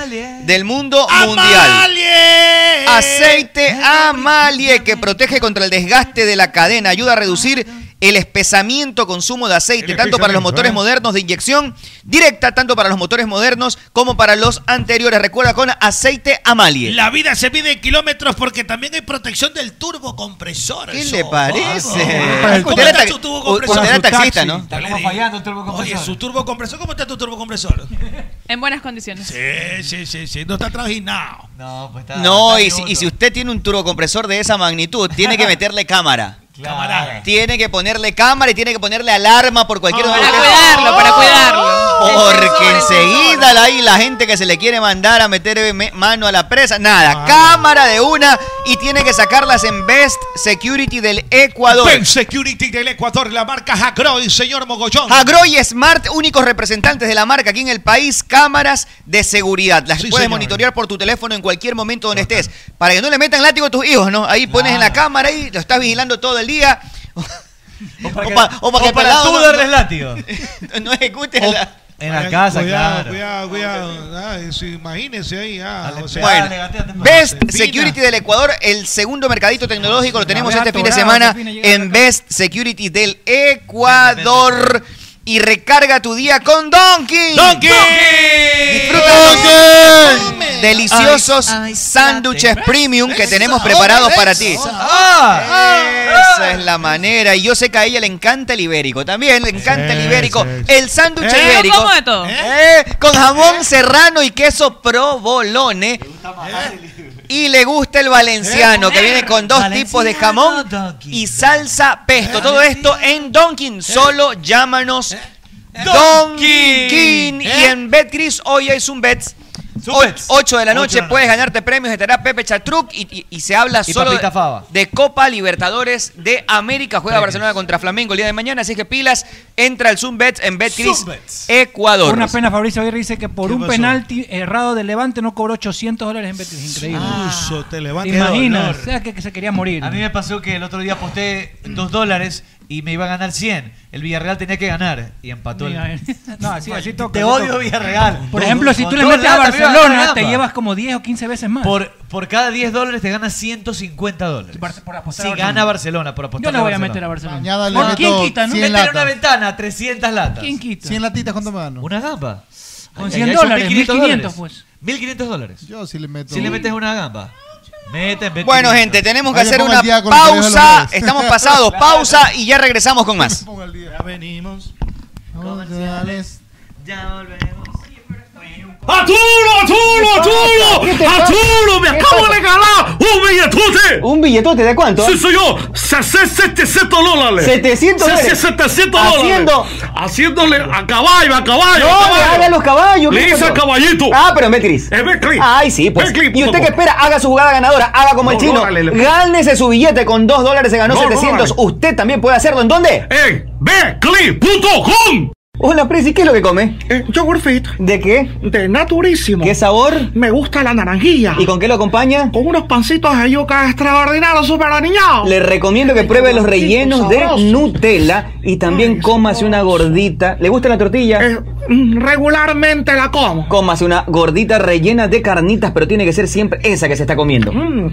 Speaker 5: del mundo mundial. Aceite Amalie que protege contra el desgaste de la cadena, ayuda a reducir el espesamiento consumo de aceite, tanto para
Speaker 2: espesamiento,
Speaker 5: los motores
Speaker 2: ¿eh?
Speaker 5: modernos de inyección directa, tanto para los motores modernos como para los anteriores. Recuerda con aceite Amalie.
Speaker 9: La vida se mide en kilómetros porque también hay protección del turbocompresor.
Speaker 5: ¿Qué
Speaker 9: eso.
Speaker 5: le parece?
Speaker 9: Ah, ¿Cómo
Speaker 5: Usted era
Speaker 9: está
Speaker 5: ta-
Speaker 9: su turbocompresor?
Speaker 5: usted era taxista, ¿no?
Speaker 9: Está como fallando el turbocompresor. Oye, su turbocompresor, ¿cómo está tu turbocompresor?
Speaker 8: En buenas condiciones.
Speaker 9: Sí, sí, sí, sí. No está trajinado. No, pues está.
Speaker 5: No, y si, y si usted tiene un turbocompresor de esa magnitud, tiene
Speaker 9: (laughs)
Speaker 5: que meterle cámara.
Speaker 9: Camarada.
Speaker 5: Tiene que ponerle cámara y tiene que ponerle alarma por cualquier
Speaker 8: Ah. Para cuidarlo, para cuidarlo.
Speaker 5: Porque enseguida ahí la gente que se le quiere mandar a meter me- mano a la presa, nada,
Speaker 8: Ah.
Speaker 5: cámara de una y tiene que sacarlas en Best Security del Ecuador.
Speaker 9: Ben Security del Ecuador, la marca Hagroy, señor Mogollón.
Speaker 5: Agroy Smart, únicos representantes de la marca aquí en el país, cámaras de seguridad. Las
Speaker 9: Sí,
Speaker 5: puedes
Speaker 9: señor.
Speaker 5: monitorear por tu teléfono en cualquier momento donde estés. Para que no le metan látigo a tus hijos, ¿no? Ahí pones
Speaker 8: Ah.
Speaker 5: en la cámara y lo estás vigilando todo el día. (laughs) O para, o para que el pelado
Speaker 6: tú
Speaker 5: no-
Speaker 6: darles
Speaker 5: no-
Speaker 6: látigo.
Speaker 5: No ejecutes la-
Speaker 6: En la casa,
Speaker 9: cuidado,
Speaker 6: claro.
Speaker 9: Cuidado, cuidado. Ah, eso, imagínese ahí. Ah, o sea,
Speaker 5: Bueno,
Speaker 9: dale, gateate,
Speaker 5: Best
Speaker 9: Pina.
Speaker 5: Security del Ecuador, el segundo mercadito tecnológico, lo tenemos
Speaker 9: Me había
Speaker 5: este fin de
Speaker 9: atorado,
Speaker 5: semana
Speaker 9: este fin de llegar
Speaker 5: en Best Security del Ecuador. Y recarga tu día con Donkey.
Speaker 25: Donkey.
Speaker 5: Disfruta
Speaker 25: Donkey.
Speaker 5: los deliciosos sándwiches premium que tenemos preparados para ti.
Speaker 6: ¡Ah!
Speaker 5: Ah, Esa es la manera. Y yo sé que a ella le encanta el ibérico. También le encanta el ibérico. El sándwich
Speaker 8: Eh,
Speaker 5: ibérico.
Speaker 8: yo como de todo.
Speaker 5: Eh, Con jamón serrano y queso provolone. ¿Eh? Y le gusta el ¿Eh? valenciano, ¿Eh? que viene con dos tipos de jamón y salsa pesto. Todo esto en Donkin. Solo llámanos Donkin. Y en BetCris hoy es un ¿Eh? bet. 8 de la
Speaker 6: Ocho de
Speaker 5: noche
Speaker 6: la
Speaker 5: puedes ganarte premios, estará Pepe Chatruc y, y- y se habla
Speaker 6: Y
Speaker 5: solo
Speaker 6: papita
Speaker 5: de,
Speaker 6: fava.
Speaker 5: de Copa Libertadores de América. Juega Barcelona contra Flamengo el día de mañana, así que pilas, entra al Zoom Bets en BetCris Ecuador.
Speaker 7: Una pena, Fabricio Aguirre dice que por
Speaker 5: ¿Qué
Speaker 7: un
Speaker 5: pasó?
Speaker 7: penalti errado del Levante no cobró 800 dólares en Betis. Increíble.
Speaker 9: Suso, te
Speaker 7: ¿Te
Speaker 9: levanta.
Speaker 7: imaginas?
Speaker 6: Ah, dolor.
Speaker 7: O sea, que, que se quería morir.
Speaker 6: A mí me pasó que el otro día aposté dos dólares y me iba a ganar 100. El Villarreal tenía que ganar y empató. el-
Speaker 7: eh.
Speaker 6: (laughs)
Speaker 7: No, así, así toca.
Speaker 6: Te
Speaker 7: toca.
Speaker 6: odio, Villarreal.
Speaker 7: Por ejemplo, si tú le metes a Barcelona, te llevas como 10 o 15 veces más.
Speaker 6: Por, por cada 10 dólares te ganas 150 dólares.
Speaker 7: apostar
Speaker 6: si
Speaker 7: a Barcelona.
Speaker 6: gana Barcelona, por apostar
Speaker 7: Yo le voy a meter a Barcelona. Mañana le
Speaker 6: Bueno,
Speaker 7: meto
Speaker 6: ¿Quién quita? No?
Speaker 7: 100
Speaker 6: Meter
Speaker 7: latas.
Speaker 6: una ventana, 300 latas.
Speaker 7: ¿Quién quita?
Speaker 28: 100 latitas, ¿cuánto me gano?
Speaker 6: Una gamba.
Speaker 7: Con
Speaker 6: Ay,
Speaker 7: 100
Speaker 6: ay, son
Speaker 7: dólares, 1500 pues.
Speaker 6: 1500 dólares.
Speaker 28: Yo sí le meto.
Speaker 6: Si le metes una gamba. Mete, mete
Speaker 10: Bueno,
Speaker 6: 500.
Speaker 10: gente, tenemos que hacer una pausa. (laughs) Estamos pasados. Pausa y ya regresamos con más.
Speaker 29: Ya venimos.
Speaker 30: ¡Arturo, Arturo,
Speaker 5: ¿Qué
Speaker 30: Arturo!
Speaker 5: te pasa?
Speaker 30: ¡Arturo, me
Speaker 5: ¿Qué
Speaker 30: acabo
Speaker 5: pasa?
Speaker 30: de ganar un billetote!
Speaker 5: (laughs) ¿Un billetote de cuánto?
Speaker 30: Sí, señor. Se- se- 700 dólares.
Speaker 5: 700
Speaker 30: Se- se-
Speaker 5: dólares.
Speaker 30: 700 dólares.
Speaker 5: Haciendo-
Speaker 30: Haciéndole a caballo, a caballo.
Speaker 5: No,
Speaker 30: a caballo. Eh,
Speaker 5: haga los caballos.
Speaker 30: Le
Speaker 5: ¿qué
Speaker 30: hice
Speaker 5: pasó?
Speaker 30: a caballito.
Speaker 5: Ah, pero en Betcris.
Speaker 30: En Betcris.
Speaker 5: Ay, sí, pues.
Speaker 30: Betcris,
Speaker 5: y usted
Speaker 30: poco.
Speaker 5: que espera, haga su jugada ganadora, haga como el
Speaker 30: No,
Speaker 5: chino.
Speaker 30: no, dale, le-
Speaker 5: Gánese su billete con 2 dólares, se ganó
Speaker 30: No, Eh. no,
Speaker 5: 700. usted también puede hacerlo. ¿En dónde?
Speaker 30: En Betcris.com.
Speaker 5: Hola, Prezi, ¿qué es lo que come?
Speaker 30: Eh, yogurt fit.
Speaker 5: ¿De qué?
Speaker 30: De naturísimo.
Speaker 5: ¿Qué sabor?
Speaker 30: Me gusta la naranjilla.
Speaker 5: ¿Y con qué lo acompaña?
Speaker 30: Con unos pancitos de yuca extraordinarios, super aniñados.
Speaker 5: Le recomiendo que pruebe los rellenos de Nutella y también cómase una gordita. ¿Le gusta la
Speaker 30: Eh,
Speaker 5: tortilla?
Speaker 30: mm, regularmente la como.
Speaker 5: Cómase una gordita rellena de carnitas, pero tiene que ser siempre esa que se está comiendo.
Speaker 30: Mm, mm,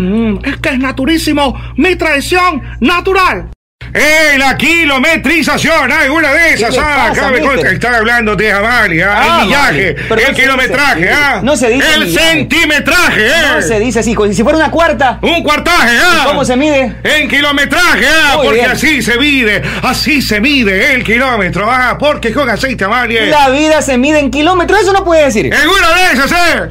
Speaker 30: mm, mm. Es que es naturísimo, mi tradición natural.
Speaker 1: ¡Eh, la kilometrización! ¡Hay una de esas!
Speaker 30: ¿Qué le
Speaker 1: ¡Ah!
Speaker 30: pasa,
Speaker 1: Acá me
Speaker 30: mister?
Speaker 1: consta- Están hablando de Amalia,
Speaker 5: Ah,
Speaker 1: el millaje,
Speaker 5: vale. Pero no
Speaker 1: el
Speaker 5: se
Speaker 1: kilometraje,
Speaker 5: dice así.
Speaker 1: ¿ah?
Speaker 5: No se dice
Speaker 1: ¡El
Speaker 5: millaje.
Speaker 1: centimetraje, eh!
Speaker 5: No se dice así, como si fuera una cuarta.
Speaker 1: ¡Un cuartaje, ah!
Speaker 5: ¿Y ¿Cómo se mide?
Speaker 1: En kilometraje, ah,
Speaker 5: Muy
Speaker 1: porque
Speaker 5: bien.
Speaker 1: así se mide, así se mide el kilómetro, ah, porque con aceite Amalia.
Speaker 5: La vida se mide en kilómetros, eso no puede decir.
Speaker 1: ¡En una de esas, eh!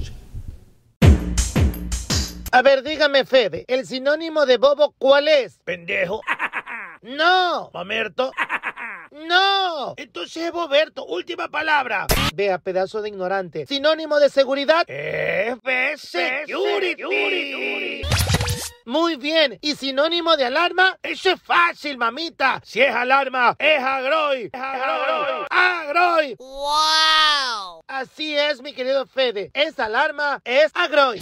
Speaker 9: A ver, dígame, Fede, ¿el sinónimo de bobo cuál es? Pendejo. (laughs) No. Mamerto. (laughs) No. Entonces es boberto. Última palabra. Vea, pedazo de ignorante. Sinónimo de seguridad. Eh, Security. Muy bien. ¿Y sinónimo de alarma? Eso es fácil, mamita. Si es alarma, es agroy. Es agroy. Agroy. ¡Wow! Así es, mi querido Fede. Esa alarma es agroy.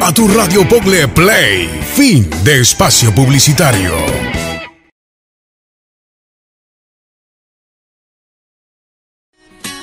Speaker 31: A tu radio Pogle Play, fin de espacio publicitario.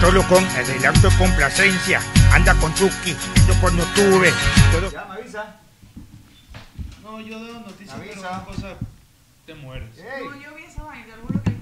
Speaker 32: Solo con el relato de complacencia, anda con Chucky, yo cuando tuve. Todo...
Speaker 6: Ya, me avisa.
Speaker 29: No, yo de noticias, pero una cosa te mueres.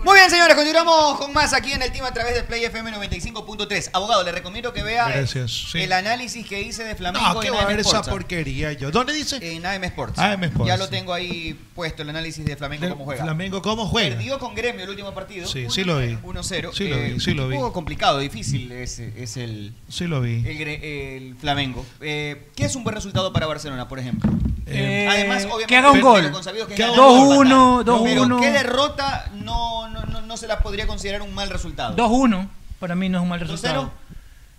Speaker 10: Muy bien, señores, continuamos con más aquí en el team a través de Play FM 95.3. Abogado, le recomiendo que vea el,
Speaker 29: Gracias, sí.
Speaker 10: el análisis que hice de
Speaker 9: Ah,
Speaker 10: Flamengo
Speaker 29: No, ¿qué
Speaker 10: en
Speaker 29: va a
Speaker 10: AM
Speaker 29: ver esa
Speaker 10: Sports.
Speaker 29: porquería yo? ¿Dónde dice?
Speaker 10: En AM Sports.
Speaker 29: AM Sports,
Speaker 10: Ya lo
Speaker 29: sí.
Speaker 10: tengo ahí puesto, el análisis de Flamengo cómo juega.
Speaker 29: Flamengo, ¿cómo juega?
Speaker 10: Perdió con Gremio el último partido.
Speaker 29: Sí, sí lo vi.
Speaker 10: 1-0.
Speaker 29: Sí lo vi, sí lo vi.
Speaker 10: Eh, Un poco complicado, difícil es, es el,
Speaker 29: Sí lo vi.
Speaker 10: el, Gre- el Flamengo. Eh, ¿Qué es un buen resultado para Barcelona, por ejemplo?
Speaker 7: Eh,
Speaker 10: Además,
Speaker 7: que
Speaker 10: obviamente,
Speaker 7: haga un
Speaker 10: pero
Speaker 7: gol.
Speaker 10: lo consabido es
Speaker 7: Que
Speaker 10: ganar
Speaker 7: haga un
Speaker 10: por
Speaker 7: gol.
Speaker 10: bastante.
Speaker 7: 2-1,
Speaker 10: Pero
Speaker 7: 2-1.
Speaker 10: qué derrota no, no, no, no se la podría considerar un mal resultado.
Speaker 7: 2-1, para mí no es un mal resultado.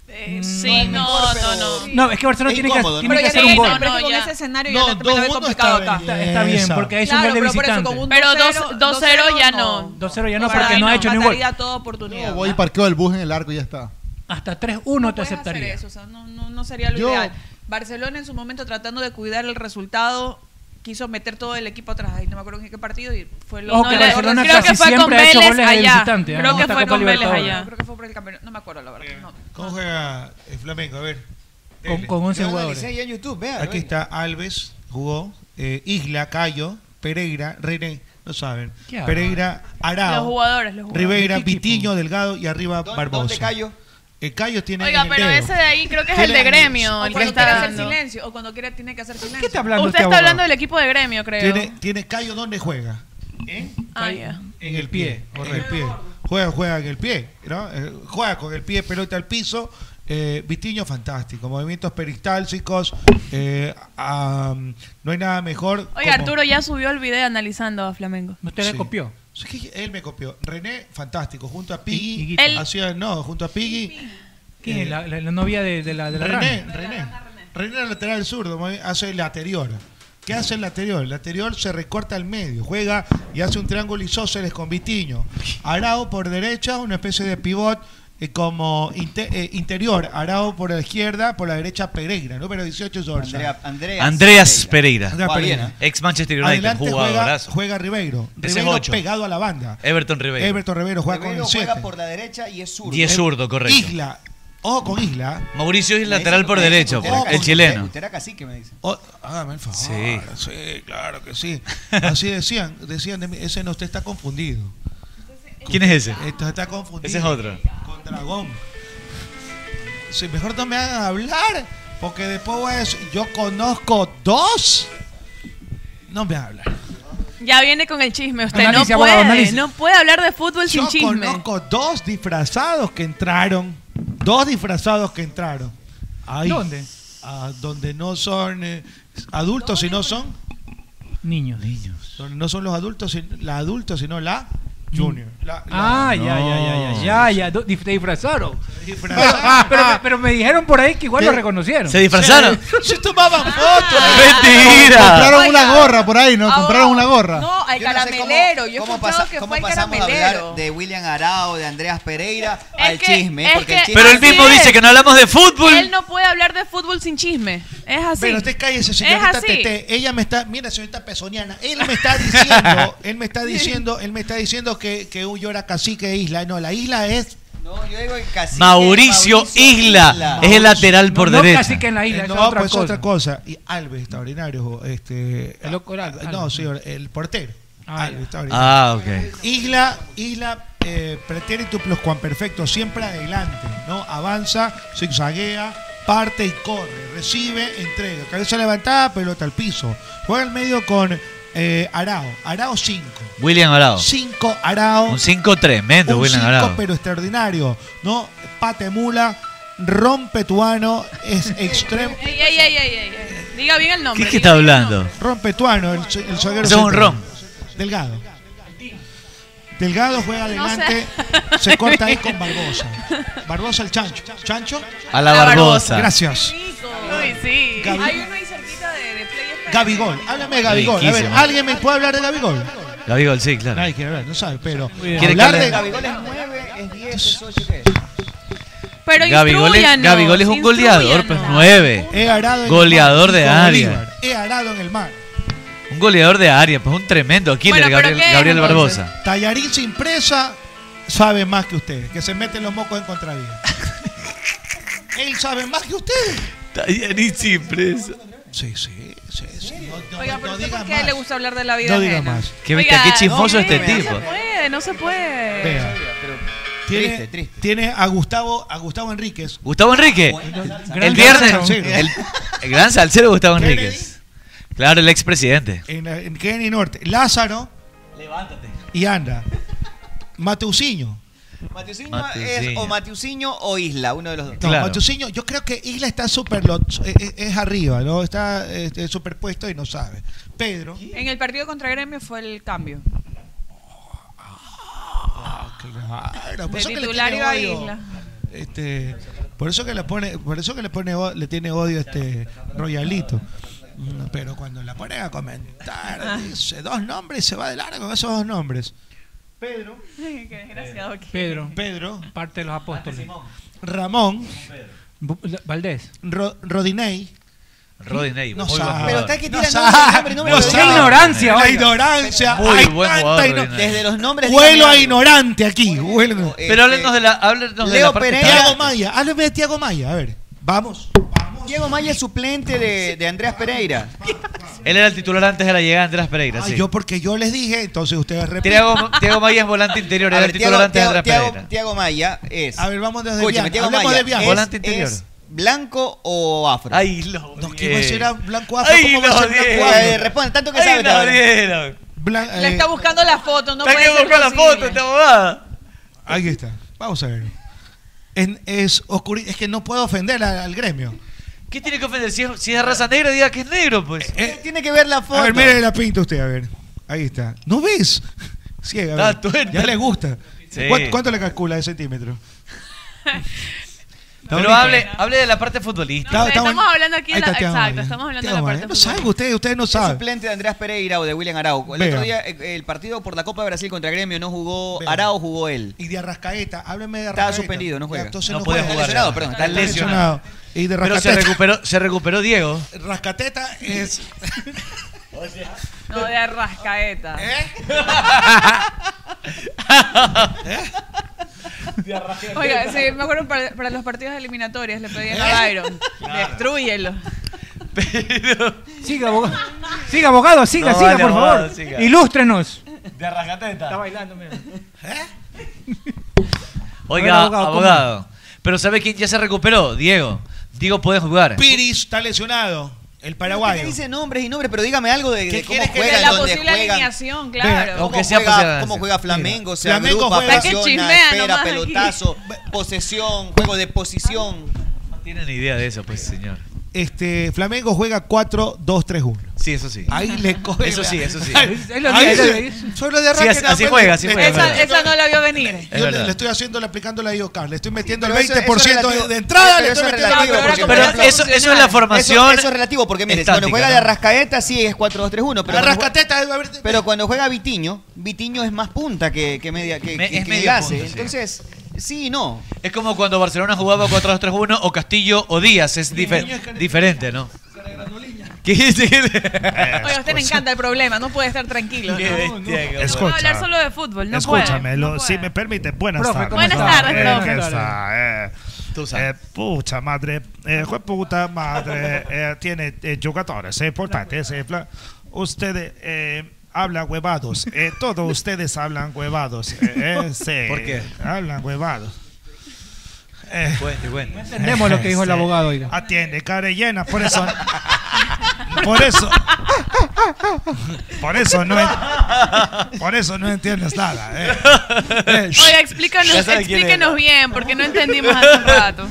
Speaker 11: Mm,
Speaker 8: sí, no, no, no.
Speaker 7: No, es que Barcelona tiene que- tiene
Speaker 11: pero
Speaker 7: que
Speaker 11: ya
Speaker 7: hacer
Speaker 11: sí,
Speaker 7: un gol.
Speaker 11: No, no,
Speaker 7: Pero
Speaker 11: con
Speaker 8: ya.
Speaker 11: ese escenario
Speaker 7: No,
Speaker 11: ya te- me lo ve
Speaker 7: dos, uno
Speaker 11: complicado
Speaker 7: está
Speaker 11: acá.
Speaker 7: bien. Está bien, Esa. porque es un
Speaker 11: Claro,
Speaker 7: gol de
Speaker 11: pero por eso, con
Speaker 7: visitante.
Speaker 11: un
Speaker 8: Pero
Speaker 11: 2-0,
Speaker 8: 2-0 ya no.
Speaker 7: 2-0 ya no,
Speaker 11: O sea,
Speaker 7: porque no ha hecho ni un gol.
Speaker 11: mataría toda oportunidad.
Speaker 10: Voy y parqueo el bus en el arco y ya está.
Speaker 7: Hasta 3-1 te
Speaker 11: puedes hacer
Speaker 7: aceptaría.
Speaker 11: eso, o sea, no, no, no sería lo
Speaker 10: Yo-
Speaker 11: ideal. Barcelona en su momento tratando de cuidar el resultado quiso meter todo el equipo atrás ahí no me acuerdo en qué partido y fue lo
Speaker 7: Ojo que
Speaker 11: no, la
Speaker 7: Barcelona
Speaker 11: verdad es
Speaker 7: casi siempre ha hecho goles de visitante, ¿eh?
Speaker 11: creo
Speaker 7: En
Speaker 11: que
Speaker 7: esta
Speaker 11: fue
Speaker 7: Copa
Speaker 11: con Vélez
Speaker 7: Libertadores.
Speaker 11: allá creo que fue por el campeonato no me acuerdo la verdad no.
Speaker 9: ¿Cómo juega el Flamengo? A ver.
Speaker 7: Con-
Speaker 9: Dele.
Speaker 7: con 11
Speaker 9: Yo
Speaker 7: jugadores.
Speaker 9: analicé
Speaker 5: en YouTube,
Speaker 9: Aquí está Alves, jugó. eh, Isla, Cayo, Pereira, René, no saben.
Speaker 11: ¿Qué habla?
Speaker 9: Pereira, Arao.
Speaker 11: Los jugadores, los jugadores.
Speaker 9: Rivera,
Speaker 11: ¿De qué equipo?
Speaker 9: Vitiño, Delgado y arriba Barbosa.
Speaker 11: dónde Cayo?
Speaker 9: El Cayo tiene.
Speaker 8: Oiga,
Speaker 9: en el
Speaker 8: pero
Speaker 9: dedo.
Speaker 8: ese de ahí creo que es
Speaker 9: ¿Qué
Speaker 8: el de
Speaker 9: le-
Speaker 8: gremio,
Speaker 11: o
Speaker 8: el que
Speaker 11: cuando
Speaker 8: está
Speaker 11: quiere hacer
Speaker 8: dando.
Speaker 11: silencio o cuando quiere tiene que hacer silencio
Speaker 8: está
Speaker 9: hablando
Speaker 8: Usted
Speaker 9: este
Speaker 8: está
Speaker 9: abogado?
Speaker 8: hablando del equipo de gremio, creo.
Speaker 9: Tiene, tiene Cayo, ¿dónde juega?
Speaker 8: Ah, ya.
Speaker 9: En el pie, correcto. En el pie. Juega, juega en el pie, ¿no? Eh, Juega con el pie, pelota al piso. Eh, Vitiño, fantástico. Movimientos peristálticos. eh, am, no hay nada mejor.
Speaker 8: Oiga,
Speaker 9: como-
Speaker 8: Arturo ya subió el video analizando a Flamengo.
Speaker 7: ¿Usted
Speaker 9: Sí. Sí, que él me copió. René, fantástico. Junto a Piggy.
Speaker 7: Él-
Speaker 9: hacía- no, junto a Piggy.
Speaker 7: ¿Quién
Speaker 33: Eh,
Speaker 7: es? La, la- la novia de, de la, de la
Speaker 9: René,
Speaker 7: Rana.
Speaker 9: René. René era lateral zurdo, muy bien, hace el anterior. ¿Qué hace el anterior? El anterior se recorta al medio, juega y hace un triángulo isósceles con Vitiño. Arao por derecha, una especie de pivot eh, como inte- eh, interior. Arao por la izquierda, por la derecha Pereira, número 18 Zorza.
Speaker 5: Andrea- Andreas
Speaker 33: Andreas Pereira.
Speaker 9: Andreas Pereira.
Speaker 33: Ex Manchester United,
Speaker 9: Adelante juega,
Speaker 33: jugadorazo.
Speaker 9: juega Ribeiro.
Speaker 33: Ese es
Speaker 9: Ribeiro
Speaker 33: ocho.
Speaker 9: pegado a la banda.
Speaker 33: Everton Ribeiro.
Speaker 9: Everton Ribeiro juega
Speaker 5: Rivero
Speaker 9: con el 7.
Speaker 5: juega por la derecha y es zurdo.
Speaker 33: Y es zurdo, correcto.
Speaker 9: Isla. Ojo con Isla.
Speaker 33: Mauricio es lateral por derecho,
Speaker 9: Ojo
Speaker 33: el
Speaker 9: con-
Speaker 33: chileno.
Speaker 5: Usted era cacique, me dice.
Speaker 9: Oh, hágame el favor.
Speaker 33: Sí.
Speaker 9: Sí. claro que sí. Así decían, decían de mí, ese no, usted está confundido.
Speaker 33: ¿Quién es ese?
Speaker 9: Esto está confundido.
Speaker 33: Ese es otro.
Speaker 9: Con Dragón. Sí, mejor no me hagan hablar, porque después voy a decir, yo conozco dos. No me hablan.
Speaker 8: Ya viene con el chisme, usted
Speaker 9: Análisis,
Speaker 8: no
Speaker 9: abogado,
Speaker 8: puede,
Speaker 9: análisis.
Speaker 8: no puede hablar de fútbol sin
Speaker 9: Yo
Speaker 8: chisme.
Speaker 9: conozco dos disfrazados que entraron. Dos disfrazados que entraron. Ahí.
Speaker 7: ¿Dónde?
Speaker 9: Ah, donde no son eh, adultos, sino son
Speaker 7: Niños. Niños.
Speaker 9: Son- No son los adultos, sin- la adulto, sino la junior. La- la-
Speaker 7: Ah, ya, ya, ya, ya, ya, ya. do- dif- Te disfrazaron.
Speaker 9: Disfrazaron.
Speaker 7: Pero, pero, pero me dijeron por ahí que igual lo reconocieron.
Speaker 33: ¿Se disfrazaron?
Speaker 9: (laughs) Se tomaban fotos.
Speaker 10: Compraron una gorra por ahí, ¿no? Compraron una gorra.
Speaker 11: No, al
Speaker 5: Yo no sé cómo-
Speaker 11: caramelero. Yo he
Speaker 5: cómo
Speaker 11: escuchado
Speaker 5: pasa-
Speaker 11: que
Speaker 5: cómo
Speaker 11: fue el
Speaker 5: pasamos a
Speaker 11: caramelero.
Speaker 5: hablar de William Arao, de Andreas Pereira,
Speaker 8: Es
Speaker 5: al
Speaker 8: que-
Speaker 5: chisme.
Speaker 8: es
Speaker 5: Porque el
Speaker 8: que-
Speaker 5: chisme
Speaker 33: Pero él
Speaker 8: Así
Speaker 33: mismo
Speaker 8: es.
Speaker 33: dice que no hablamos de fútbol.
Speaker 8: Él no puede hablar de fútbol sin chisme. Es así.
Speaker 9: Pero usted cállese, señorita
Speaker 8: Es así.
Speaker 9: Tete. Ella me está, mira, señorita Pesoniana, él me
Speaker 8: (laughs)
Speaker 9: está diciendo, él me está diciendo, él me está diciendo que, que yo era cacique de isla. No, la isla es.
Speaker 5: No, yo digo que cacique,
Speaker 33: Mauricio, Isla, es el lateral por derecha.
Speaker 9: Eh, no, pues es otra cosa. Y Alves, extraordinario. Este, el loco No, señor, el portero. Alves, extraordinario.
Speaker 33: Ah, ok.
Speaker 9: Isla, Isla, eh, pretérito plus cuan perfecto, siempre adelante, ¿no? Avanza, zigzaguea, parte y corre, recibe, entrega, cabeza levantada, pelota al piso. Juega al medio con eh, Arao, Arao 5.
Speaker 33: William Arao.
Speaker 9: 5 Arao,
Speaker 33: Oh. Un 5 tremendo,
Speaker 9: un
Speaker 33: William
Speaker 9: cinco,
Speaker 33: Arao.
Speaker 9: pero extraordinario, ¿no? Pate mula, rompe tuano, es extremo.
Speaker 8: Ey, ey, ey, ey, ey, ey. Diga bien el nombre.
Speaker 33: ¿Qué, qué
Speaker 8: diga
Speaker 33: está
Speaker 8: bien el
Speaker 33: hablando?
Speaker 9: Rompe tuano, el, el zaguero
Speaker 33: Ese es un
Speaker 9: central.
Speaker 33: rom.
Speaker 9: Delgado. Delgado juega adelante, se corta ahí con Barbosa. Barbosa el chancho. ¿Chancho?
Speaker 33: A la La Barbosa. Barbosa.
Speaker 9: Gracias.
Speaker 8: Uy, sí.
Speaker 9: Gabi-
Speaker 11: Hay uno ahí cerquita de, de Play Station.
Speaker 9: Gabigol. Háblame de Gabigol. A ver,
Speaker 33: Riquísimo.
Speaker 9: ¿alguien me puede hablar de Gabigol?
Speaker 33: Gabigol, sí, claro.
Speaker 9: Nadie quiere hablar, no sabe, pero.
Speaker 33: ¿Quiere que
Speaker 9: Hablar
Speaker 33: hable?
Speaker 9: de
Speaker 5: Gabigol es 9, es 10, es 8, ¿qué es?
Speaker 8: Pero
Speaker 33: Gabigol es,
Speaker 8: instruyanos,
Speaker 33: Gabigol es un goleador, pues nueve.
Speaker 9: He arado en
Speaker 33: Goleador
Speaker 9: el mar,
Speaker 33: de
Speaker 9: Simón
Speaker 33: área.
Speaker 9: Bolívar. He arado en el mar.
Speaker 33: Un goleador de área, pues un tremendo killer,
Speaker 9: Bueno, pero
Speaker 33: Gabriel,
Speaker 9: ¿qué es,
Speaker 33: Gabriel
Speaker 9: entonces?
Speaker 33: Barbosa.
Speaker 9: Tallarín sin presa sabe más que ustedes, que se meten los mocos
Speaker 33: (laughs)
Speaker 9: en contravía. Él sabe más que ustedes.
Speaker 33: Tallarín sin presa.
Speaker 9: Sí, sí, sí. sí.
Speaker 11: Oiga, pero usted ¿por qué le gusta hablar de la vida
Speaker 9: No diga
Speaker 11: ajena?
Speaker 9: más.
Speaker 33: Qué
Speaker 8: Oiga,
Speaker 33: bestia, qué chismoso
Speaker 8: no,
Speaker 33: este
Speaker 8: no,
Speaker 33: tipo.
Speaker 8: No se puede, no se puede.
Speaker 9: Vea. Tiene, tiene a Gustavo, a Gustavo Enríquez.
Speaker 33: Gustavo Enrique. El
Speaker 9: Gran
Speaker 33: viernes.
Speaker 9: salsero.
Speaker 33: El, el gran salsero Gustavo Enríquez. Claro, el expresidente.
Speaker 9: En, en Kennedy Norte. Lázaro. Levántate. Y anda. Mateusinho.
Speaker 5: Matiusiño es
Speaker 9: Matiusiño.
Speaker 5: o Matiusiño o Isla, uno de los dos.
Speaker 9: No, Mateusinho, yo creo que Isla está super es, es arriba, ¿no? Está este, superpuesto y no sabe. Pedro.
Speaker 11: En el partido contra Gremio fue el cambio.
Speaker 9: Ah, claro.
Speaker 11: De
Speaker 9: por eso que le
Speaker 11: titular
Speaker 9: tiene
Speaker 11: iba a
Speaker 9: odio.
Speaker 11: Isla.
Speaker 9: Este,
Speaker 10: Por eso que le pone, por eso que le pone, o- le tiene odio este royalito. Mm, Pero cuando la ponen a
Speaker 5: Ah.
Speaker 10: comentar, dice dos nombres y se va de largo con esos dos nombres. Pedro.
Speaker 34: Ay, qué desgraciado que-
Speaker 7: Pedro.
Speaker 10: Pedro.
Speaker 7: Parte de los apóstoles.
Speaker 10: Ramón.
Speaker 7: Bu- la- Valdés.
Speaker 10: Ro- Rodinei.
Speaker 35: Rodinei,
Speaker 10: No
Speaker 35: muy buen
Speaker 10: sabe.
Speaker 35: jugador.
Speaker 5: Pero está que tira
Speaker 10: sabe.
Speaker 5: nombre, nombre, nombre,
Speaker 10: No
Speaker 5: nombre.
Speaker 10: sabe.
Speaker 5: Qué ignorancia,
Speaker 10: La
Speaker 5: oiga.
Speaker 10: ignorancia.
Speaker 5: Muy
Speaker 10: Hay
Speaker 5: buen
Speaker 10: tanta
Speaker 5: jugador,
Speaker 10: igno-
Speaker 5: Rodinei. Desde los nombres
Speaker 10: Vuelo
Speaker 5: digamos.
Speaker 10: a ignorante aquí. Vuelo.
Speaker 5: Pero háblenos
Speaker 35: de la, háblenos
Speaker 5: de Leo la parte Pereira. táctica.
Speaker 10: Tiago Maya. Hábleme de Tiago Maya. A ver. Vamos.
Speaker 5: Diego Maya es suplente de, de Andrés Pereira.
Speaker 6: Él era el titular antes de la llegada de Andrés Pereira, sí.
Speaker 10: Yo porque yo les dije, entonces ustedes repiten.
Speaker 6: Tiago, Tiago Maya es volante interior,
Speaker 5: A
Speaker 6: era
Speaker 5: ver,
Speaker 6: el titular
Speaker 5: Thiago-
Speaker 6: antes de Andrés
Speaker 5: Thiago-
Speaker 6: Pereira.
Speaker 5: Thiago Maya es.
Speaker 10: A ver, vamos desde
Speaker 5: Escúchame,
Speaker 10: Bian.
Speaker 5: Thiago
Speaker 10: Hablemos
Speaker 5: Maya.
Speaker 10: de Bian.
Speaker 5: es-
Speaker 10: Volante interior.
Speaker 5: es ¿Blanco o afro?
Speaker 6: Ay, lo
Speaker 5: No,
Speaker 10: ¿Qué va a ser a blanco afro?
Speaker 5: Ay,
Speaker 10: ¿Cómo va a ser
Speaker 5: lo
Speaker 10: blanco
Speaker 5: odié.
Speaker 10: afro?
Speaker 5: Eh, responde, tanto que Ay, sabe, lo cabrón. odié.
Speaker 10: Blan-
Speaker 8: Le
Speaker 10: eh,
Speaker 8: está buscando la foto, no
Speaker 6: Está
Speaker 8: puede
Speaker 6: que
Speaker 8: ser
Speaker 6: busca la
Speaker 8: posible.
Speaker 6: foto, esta abogada.
Speaker 10: Ahí está. Vamos a ver. En- es, oscuri- es que no puedo ofender a- al gremio.
Speaker 6: ¿Qué tiene que ofender? Si es, si es de raza negra, diga que es negro, pues.
Speaker 5: tiene que Eh, ver la
Speaker 10: A ver, mire la pinta usted, a ver. Ahí está. ¿No ves? (laughs) Ciega. a ver.
Speaker 6: Está tuerta.
Speaker 10: Ya le gusta.
Speaker 6: Sí.
Speaker 10: ¿Cuánto, cuánto le calcula
Speaker 5: (laughs)
Speaker 10: de centímetro?
Speaker 6: Pero hable, hable de la parte futbolista.
Speaker 10: Está- está
Speaker 8: Estamos
Speaker 10: buen-
Speaker 8: hablando aquí de
Speaker 10: Ahí
Speaker 8: la,
Speaker 10: está, Thiago
Speaker 8: exacto,
Speaker 10: Maya.
Speaker 8: estamos hablando de la
Speaker 10: Thiago Maya.
Speaker 8: parte
Speaker 10: No saben ustedes, ustedes no
Speaker 5: Es
Speaker 10: saben.
Speaker 5: suplente de Andrés Pereira o de William Araujo. El
Speaker 10: Vea.
Speaker 5: otro día, eh, el partido por la Copa de Brasil contra Gremio no jugó
Speaker 10: Vea.
Speaker 5: Araujo, jugó él.
Speaker 10: Y de Arrascaeta, hábleme de
Speaker 5: Está
Speaker 10: Arrascaeta.
Speaker 5: suspendido, no juega.
Speaker 10: Ya, entonces
Speaker 5: No puede jugar. Lesionado, perdón, está lesionado.
Speaker 10: Y de
Speaker 6: Pero se
Speaker 10: Rascateta.
Speaker 6: recuperó, se recuperó Diego.
Speaker 10: Rascateta es.
Speaker 8: No, de rascaeta.
Speaker 9: ¿Eh?
Speaker 8: (laughs)
Speaker 9: ¿Eh?
Speaker 8: Oiga, sí, me acuerdo para, para los partidos eliminatorios le pedían a
Speaker 9: ¿Eh?
Speaker 8: Byron,
Speaker 9: (laughs)
Speaker 8: destruyelo.
Speaker 7: Siga, abogado. Siga, abogado, siga,
Speaker 6: No,
Speaker 7: siga,
Speaker 6: vale,
Speaker 7: por
Speaker 6: abogado,
Speaker 7: favor.
Speaker 6: siga.
Speaker 7: Ilústrenos.
Speaker 6: De Arrascateta. Está
Speaker 7: bailando, mira.
Speaker 6: Oiga,
Speaker 7: A ver, abogado,
Speaker 6: abogado.
Speaker 7: ¿cómo?
Speaker 6: Pero ¿sabe quién ya se recuperó? Diego. Diego puede jugar.
Speaker 10: Piris está lesionado. El
Speaker 5: Usted
Speaker 10: paraguayo.
Speaker 5: dice nombres y nombres, pero dígame algo de, de
Speaker 10: ¿Qué
Speaker 5: cómo
Speaker 10: quieres que
Speaker 5: juegan,
Speaker 10: diga? La
Speaker 5: dónde
Speaker 8: posible
Speaker 5: juegan.
Speaker 8: alineación,
Speaker 5: Vea,
Speaker 8: claro.
Speaker 5: ¿Cómo,
Speaker 6: Aunque sea
Speaker 5: juega,
Speaker 6: posible
Speaker 5: cómo juega Flamengo? Se
Speaker 10: Flamengo
Speaker 5: agrupa,
Speaker 10: juega-
Speaker 8: Es que
Speaker 5: presiona,
Speaker 8: chismea
Speaker 5: espera,
Speaker 8: nomás aquí.
Speaker 5: pelotazo, posesión, juego de posición.
Speaker 6: No tiene ni idea de eso, pues, señor.
Speaker 10: Este, Flamengo juega 4-2-3-1.
Speaker 6: Sí, eso sí.
Speaker 10: Ahí le coge.
Speaker 6: Eso sí, eso sí.
Speaker 10: Ahí-
Speaker 6: Es lo que-
Speaker 10: ahí
Speaker 6: es lo pues,
Speaker 10: se-
Speaker 6: que-
Speaker 10: Solo de
Speaker 6: Sí,
Speaker 10: arranque
Speaker 6: así- así
Speaker 10: nada,
Speaker 6: juega, así
Speaker 10: le-
Speaker 6: juega,
Speaker 10: le-
Speaker 6: verdad.
Speaker 8: Esa, esa no la vio venir.
Speaker 6: Es
Speaker 10: Yo le,
Speaker 6: verdad.
Speaker 10: le estoy haciendo, le aplicando la IOCAR. Le estoy metiendo
Speaker 5: Pero
Speaker 10: el 20%
Speaker 5: eso- eso es
Speaker 10: de,
Speaker 5: relativo.
Speaker 10: de entrada, le
Speaker 5: Pero eso
Speaker 10: estoy
Speaker 5: es
Speaker 10: metiendo
Speaker 5: relativo,
Speaker 10: el 20%.
Speaker 5: porque-
Speaker 6: Pero eso,
Speaker 10: (laughs)
Speaker 6: eso es la formación.
Speaker 5: Eso, eso es relativo, porque mire, cuando
Speaker 6: estática,
Speaker 5: juega
Speaker 6: ¿no?
Speaker 5: de Arrascaeta sí es 4-2-3-1, pero, cuando juega-
Speaker 10: Arrascateta, a ver,
Speaker 5: pero cuando juega Vitiño, Vitiño es más punta que, que media que,
Speaker 6: Me-
Speaker 5: que-
Speaker 6: es
Speaker 5: que
Speaker 6: medio
Speaker 5: Gase.
Speaker 6: punta, sí.
Speaker 5: Entonces, sí y no.
Speaker 6: Es como cuando Barcelona jugaba 4-2-3-1 o Castillo o Díaz. Es dife- diferente, ¿no? ¿Qué dice?
Speaker 8: Oiga, a usted le encanta el problema, no puede estar tranquilo.
Speaker 6: Qué
Speaker 8: No,
Speaker 6: bestia,
Speaker 8: no.
Speaker 6: qué
Speaker 8: No puede hablar solo de fútbol, no
Speaker 9: Escúchame,
Speaker 8: puede.
Speaker 9: lo- si me permite, buenas
Speaker 8: Profe,
Speaker 9: tardes.
Speaker 8: ¿cómo Buenas está? tardes,
Speaker 9: Eh,
Speaker 8: profe.
Speaker 9: ¿qué está? Eh, eh, pucha madre, eh, jue puta madre, eh, tiene eh, jugadores eh, importantes. eh, pla- ustedes eh, hablan huevados, eh, todos ustedes hablan huevados. eh, eh, sí,
Speaker 6: (laughs) ¿Por qué?
Speaker 9: Hablan huevados.
Speaker 6: Cuente, cuente. No
Speaker 7: entendemos lo que dijo el abogado, oiga.
Speaker 9: Atiende, cara llena, por eso. por eso. Por eso no, en- por eso no entiendes nada. eh. Eh,
Speaker 8: Oiga, explícanos,
Speaker 9: Ya sabe quién
Speaker 8: explíquenos
Speaker 9: era.
Speaker 8: bien, porque no entendimos hace un
Speaker 9: (laughs)
Speaker 8: rato.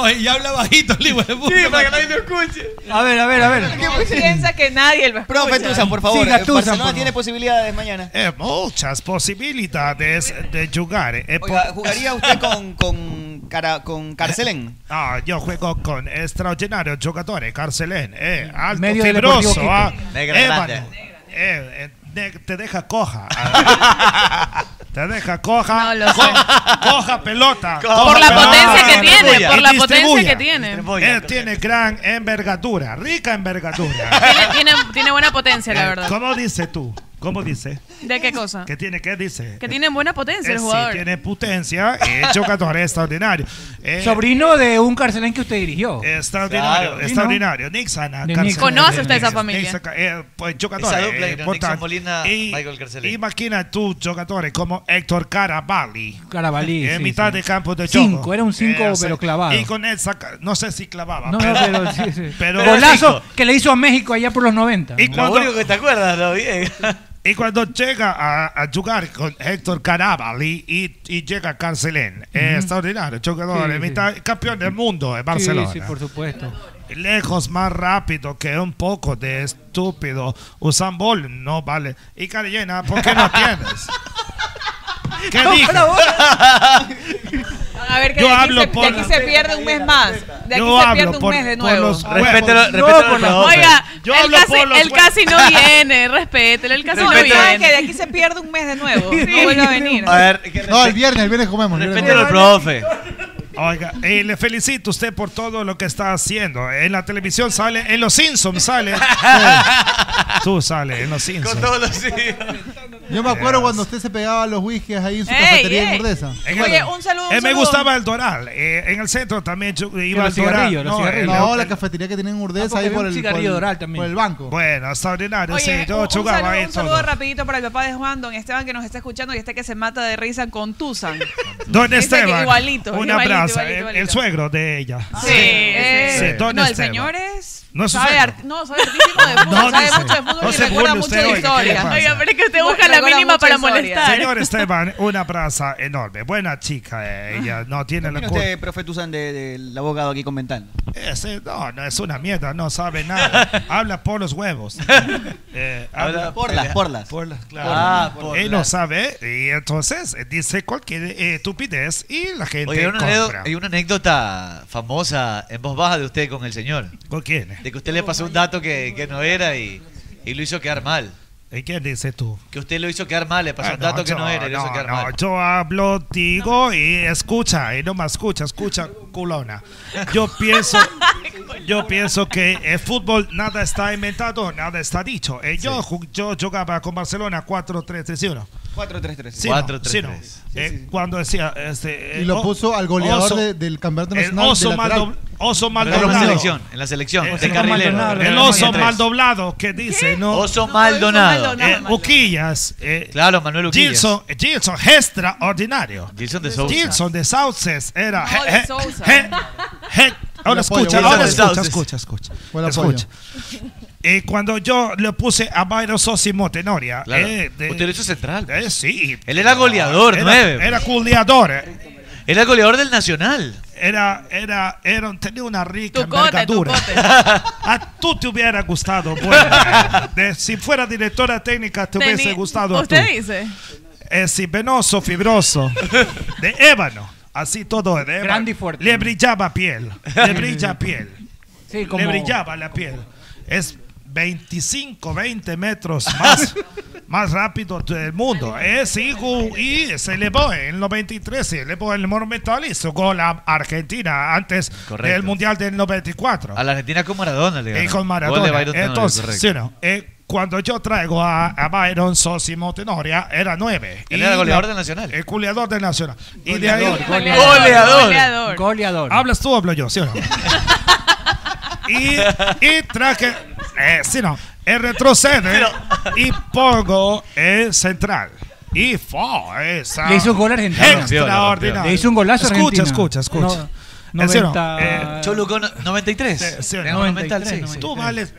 Speaker 35: Oye, ya habla bajito el hijo de puta.
Speaker 8: Sí, para que
Speaker 35: nadie
Speaker 8: lo escuche.
Speaker 35: A ver, a ver, a ver.
Speaker 8: piensa que nadie lo escucha?
Speaker 5: Profe Tuzan, por favor,
Speaker 9: Siga,
Speaker 5: eh,
Speaker 9: Tuzan, por
Speaker 5: Barcelona
Speaker 9: favor.
Speaker 5: tiene posibilidades mañana.
Speaker 9: Eh, muchas posibilidades de jugar. eh,
Speaker 5: Oiga,
Speaker 9: por-
Speaker 5: ¿jugaría
Speaker 9: (laughs)
Speaker 5: usted con, con, cara- con Carcelén?
Speaker 9: Ah, yo juego con extraordinario jugador, Carcelén. Eh, alto,
Speaker 5: Medio del
Speaker 9: fibroso.
Speaker 5: Deportivo
Speaker 9: ah,
Speaker 5: Quito.
Speaker 9: eh,
Speaker 5: Negra grande.
Speaker 9: mano, eh, eh, ne- te
Speaker 8: (laughs)
Speaker 9: deja coja. ah. te deja coja.
Speaker 8: No lo sé.
Speaker 9: co- coja pelota.
Speaker 8: Por la potencia que tiene, por la
Speaker 9: Y
Speaker 8: potencia
Speaker 9: distribuye.
Speaker 8: que tiene. Distribuye.
Speaker 9: Él tiene gran envergadura, rica envergadura.
Speaker 8: Tiene, tiene, tiene buena potencia, la verdad.
Speaker 9: Eh, ¿Cómo dice tú? ¿Cómo dice?
Speaker 8: ¿De qué cosa?
Speaker 9: ¿Qué tiene? ¿Qué dice?
Speaker 8: Que tienen buena potencia
Speaker 9: Eh,
Speaker 8: el
Speaker 9: sí,
Speaker 8: jugador.
Speaker 9: tiene potencia,
Speaker 8: (laughs)
Speaker 9: eh, jugador extraordinario. Eh,
Speaker 7: Sobrino de un carcelén que usted dirigió.
Speaker 9: Extraordinario,
Speaker 7: Claro.
Speaker 9: extraordinario. Nixon,
Speaker 7: De
Speaker 9: Carcelén,
Speaker 7: Nixon.
Speaker 8: ¿Conoce usted
Speaker 9: Nixon,
Speaker 8: esa familia?
Speaker 9: Nixon, eh, pues, jugadores,
Speaker 6: Esa dupla,
Speaker 9: eh,
Speaker 6: Nixon
Speaker 9: importantes.
Speaker 6: Molina,
Speaker 9: Y-
Speaker 6: Michael Carcelén.
Speaker 9: Imagina tú jugadores como Héctor Carabalí.
Speaker 7: Carabalí,
Speaker 9: eh, En
Speaker 7: sí,
Speaker 9: mitad
Speaker 7: sí.
Speaker 9: de campo de juego.
Speaker 7: Cinco, era un cinco,
Speaker 9: o sea,
Speaker 7: pero clavado.
Speaker 9: Y con él saca- no sé si clavaba.
Speaker 7: No, no, pero sí, sí.
Speaker 9: (laughs) pero-
Speaker 7: Golazo que le hizo a México allá por los 90.
Speaker 9: Y cuando,
Speaker 6: que te acuerdas, eh. lo bien.
Speaker 9: y cuando llega a, a jugar con Héctor Carabalí y, y llega Carcelén, eh,
Speaker 7: Ujú.
Speaker 9: extraordinario, jugador,
Speaker 7: Sí,
Speaker 9: eh,
Speaker 7: sí.
Speaker 9: mitad- campeón del mundo en Barcelona.
Speaker 7: Sí, sí, por supuesto.
Speaker 9: lejos más rápido que un poco de estúpido. Usan Bol no vale. Y Carillena, ¿por qué no tienes? ¿Qué
Speaker 11: No,
Speaker 9: dije?
Speaker 11: bravo.
Speaker 8: A ver, que
Speaker 9: Yo
Speaker 8: de aquí,
Speaker 9: hablo
Speaker 8: se,
Speaker 9: por
Speaker 8: de aquí
Speaker 9: la-
Speaker 8: se pierde un mes más. De aquí
Speaker 9: Yo
Speaker 8: se pierde
Speaker 9: hablo
Speaker 8: un
Speaker 9: por,
Speaker 8: mes de
Speaker 9: por
Speaker 8: nuevo.
Speaker 9: los
Speaker 8: Oiga,
Speaker 9: huevos.
Speaker 6: Respételo- respételo a los dos.
Speaker 8: Oiga,
Speaker 9: Yo
Speaker 8: él
Speaker 9: hablo
Speaker 8: casi,
Speaker 9: por los
Speaker 8: él casi no
Speaker 9: (laughs)
Speaker 8: viene, respételo, él casi no,
Speaker 11: Respételo.
Speaker 8: viene.
Speaker 11: que de aquí se pierde un mes
Speaker 9: (laughs)
Speaker 11: de nuevo. No
Speaker 7: (laughs)
Speaker 11: vuelve a venir.
Speaker 6: A ver, que
Speaker 10: No, el viernes, el viernes comemos. el viernes
Speaker 6: respételo al
Speaker 10: comemos.
Speaker 6: profe.
Speaker 9: Oiga, eh, le felicito a usted por todo lo que está haciendo. En la televisión sale, en los Simpsons sale. Tú sales, en los Simpsons.
Speaker 6: Con todos los
Speaker 10: Yo me acuerdo cuando usted se pegaba los whiskies ahí en su
Speaker 11: Ey,
Speaker 10: cafetería
Speaker 11: ey.
Speaker 10: de Mordesa.
Speaker 9: En el- Eh, me gustaba el Doral. Eh, en el centro también yo iba al
Speaker 10: los
Speaker 9: Doral.
Speaker 10: cigarrillos, los cigarrillos.
Speaker 9: el-
Speaker 10: No, la
Speaker 9: el-
Speaker 10: cafetería que tienen en
Speaker 9: Ah,
Speaker 10: Urdesa
Speaker 9: porque
Speaker 10: ahí
Speaker 9: había
Speaker 10: por
Speaker 9: un
Speaker 10: el, por,
Speaker 9: cigarrillo
Speaker 10: el-
Speaker 9: Doral
Speaker 10: por el banco.
Speaker 9: Bueno, extraordinario. sí,
Speaker 11: Oye,
Speaker 9: yo
Speaker 11: un, un
Speaker 9: chugaba
Speaker 11: saludo,
Speaker 9: ahí
Speaker 11: un saludo
Speaker 9: todo.
Speaker 11: rapidito para el papá de Juan, don Esteban, que nos está escuchando y está que se mata de risa con Tuzan.
Speaker 9: Don
Speaker 11: Dice que
Speaker 9: Esteban.
Speaker 11: Igualito.
Speaker 9: un
Speaker 11: igualito,
Speaker 9: abrazo.
Speaker 11: igualito,
Speaker 9: el-
Speaker 11: igualito.
Speaker 9: El, suegro de ella.
Speaker 11: Sí, eh,
Speaker 9: Sí, don
Speaker 11: no, el
Speaker 9: Esteban.
Speaker 11: señor es.
Speaker 9: No es su
Speaker 11: sabe,
Speaker 9: suegro.
Speaker 11: art- no, sabe artístico de fútbol,
Speaker 9: (laughs) No,
Speaker 11: sabe
Speaker 9: dice.
Speaker 11: mucho de fútbol
Speaker 9: No
Speaker 11: y
Speaker 9: se
Speaker 11: recuerda
Speaker 9: burle
Speaker 11: mucho
Speaker 9: usted,
Speaker 11: de
Speaker 9: oiga, ¿qué le
Speaker 11: historia.
Speaker 9: pasa?
Speaker 8: Oiga, pero es que usted
Speaker 11: Bueno,
Speaker 8: busca la
Speaker 11: recuerda
Speaker 8: mínima
Speaker 11: mucho
Speaker 8: para
Speaker 11: historia.
Speaker 8: molestar.
Speaker 9: Señor Esteban, una abraza enorme. Buena chica
Speaker 11: Ah.
Speaker 9: eh, ella. No tiene la
Speaker 36: Mira
Speaker 9: culpa.
Speaker 36: usted, profe Tuzan, del de, del abogado aquí comentando.
Speaker 9: Ese, no, no, es una mierda. No sabe
Speaker 36: (laughs)
Speaker 9: nada. habla por los huevos. Eh,
Speaker 36: Habla por las, por las.
Speaker 9: Por las, claro.
Speaker 36: Ah, por las.
Speaker 9: Él no sabe. Y entonces eh, dice cualquier eh, estupidez y la gente
Speaker 6: Oye, hay una, anécdota,
Speaker 9: compra.
Speaker 6: hay una anécdota famosa en voz baja de usted con el señor.
Speaker 9: ¿Con quién?
Speaker 6: De que usted le pasó un dato que, que no era y, y lo hizo quedar mal.
Speaker 9: ¿Y quién dice tú?
Speaker 6: Que usted lo hizo quedar mal, le pasó
Speaker 9: Ah,
Speaker 6: un dato
Speaker 9: no,
Speaker 6: que no
Speaker 9: yo-
Speaker 6: era y lo hizo
Speaker 9: no,
Speaker 6: quedar
Speaker 9: no,
Speaker 6: mal.
Speaker 9: yo hablo, digo y escucha, y no más escucha, escucha, culona.
Speaker 6: (laughs)
Speaker 9: Yo pienso, yo pienso que el fútbol nada está inventado, nada está dicho. Eh, yo, ju- yo jugaba con Barcelona 4-3-3-1.
Speaker 36: 4-3-3.
Speaker 9: Sí, no, sí, no. Eh, Cuando decía este, eh,
Speaker 10: Y lo
Speaker 9: o-
Speaker 10: puso al goleador
Speaker 9: Oso-
Speaker 10: de- del campeonato
Speaker 9: el
Speaker 10: nacional.
Speaker 9: oso
Speaker 10: de
Speaker 9: mal
Speaker 10: lateral.
Speaker 9: doblado. Oso mal
Speaker 6: Pero en la
Speaker 9: doblado.
Speaker 6: selección, en la selección,
Speaker 9: Eh,
Speaker 6: de carrilero.
Speaker 9: El oso mal doblado que dice, ¿no?
Speaker 6: Oso mal donado.
Speaker 9: Eh, Uquillas. eh,
Speaker 6: Claro, Manuel Uquillas.
Speaker 9: Gilson, eh, Gilson, extraordinario.
Speaker 6: Gilson de Sousa.
Speaker 9: Gilson de Sauces era.
Speaker 6: No, de
Speaker 9: je- je-
Speaker 6: Sousa.
Speaker 9: je- je- ahora
Speaker 6: apoyo,
Speaker 9: escucha,
Speaker 6: Gilson
Speaker 9: ahora
Speaker 6: de
Speaker 9: escucha,
Speaker 6: Sauces.
Speaker 9: escucha, escucha.
Speaker 6: Buen apoyo.
Speaker 9: escucha. Eh, cuando yo le puse a Byron Sosimo Tenoria.
Speaker 6: Claro.
Speaker 9: eh, de-
Speaker 6: Usted lo hizo central.
Speaker 9: Eh, sí.
Speaker 6: Él era goleador,
Speaker 9: Era-
Speaker 6: nueve.
Speaker 9: Era goleador. eh.
Speaker 6: Era el goleador del Nacional.
Speaker 9: Era, era, era, tenía una rica
Speaker 6: Tucote,
Speaker 9: envergadura.
Speaker 6: tucote.
Speaker 9: (laughs) A tú te hubiera gustado, bueno, eh, de- si fuera directora técnica te hubiese
Speaker 8: Teni-
Speaker 9: gustado. a
Speaker 8: Usted
Speaker 9: tú.
Speaker 8: dice.
Speaker 9: Eh, sí, venoso, fibroso, de ébano, así todo de ébano.
Speaker 7: Grande y fuerte.
Speaker 9: Le brillaba piel,
Speaker 7: (laughs)
Speaker 9: le brilla piel,
Speaker 7: Sí,
Speaker 9: le
Speaker 7: como-
Speaker 9: brillaba la piel. Es 25, 20
Speaker 6: (laughs)
Speaker 9: metros más, más rápido del mundo. Es hijo y se elevó en el 93, se elevó en el Monumental y su gol a Argentina antes
Speaker 6: Correcto.
Speaker 9: del Mundial del 94.
Speaker 6: A la Argentina con Maradona le ganó.
Speaker 9: Y con
Speaker 6: Gol de
Speaker 9: Maradona.
Speaker 6: Byron Tenorio,
Speaker 9: Entonces,
Speaker 6: correcto.
Speaker 9: sí, no, eh, cuando yo traigo a, a Byron Sosimo Tenoria, era nueve.
Speaker 6: Él era goleador del
Speaker 9: Nacional. El goleador del Nacional. Y de ahí.
Speaker 6: Goleador, goleador. Goleador. Goleador.
Speaker 9: Hablas tú, hablo yo, ¿sí o no? y, y traje. Eh, sí, no. eh, retrocede y pongo el central. Y fue esa.
Speaker 7: Le hizo un gol a Argentina.
Speaker 9: Extraordinario.
Speaker 7: Le hizo un golazo a
Speaker 9: Escucha,
Speaker 7: Argentina.
Speaker 9: escucha, escucha.
Speaker 7: No-
Speaker 9: Eh, sí o no,
Speaker 7: 90
Speaker 9: eh,
Speaker 6: Choluco no- 93.
Speaker 9: Sí, sí,
Speaker 6: Era
Speaker 9: no.
Speaker 6: Monumental, sí, sí.
Speaker 9: Tú vales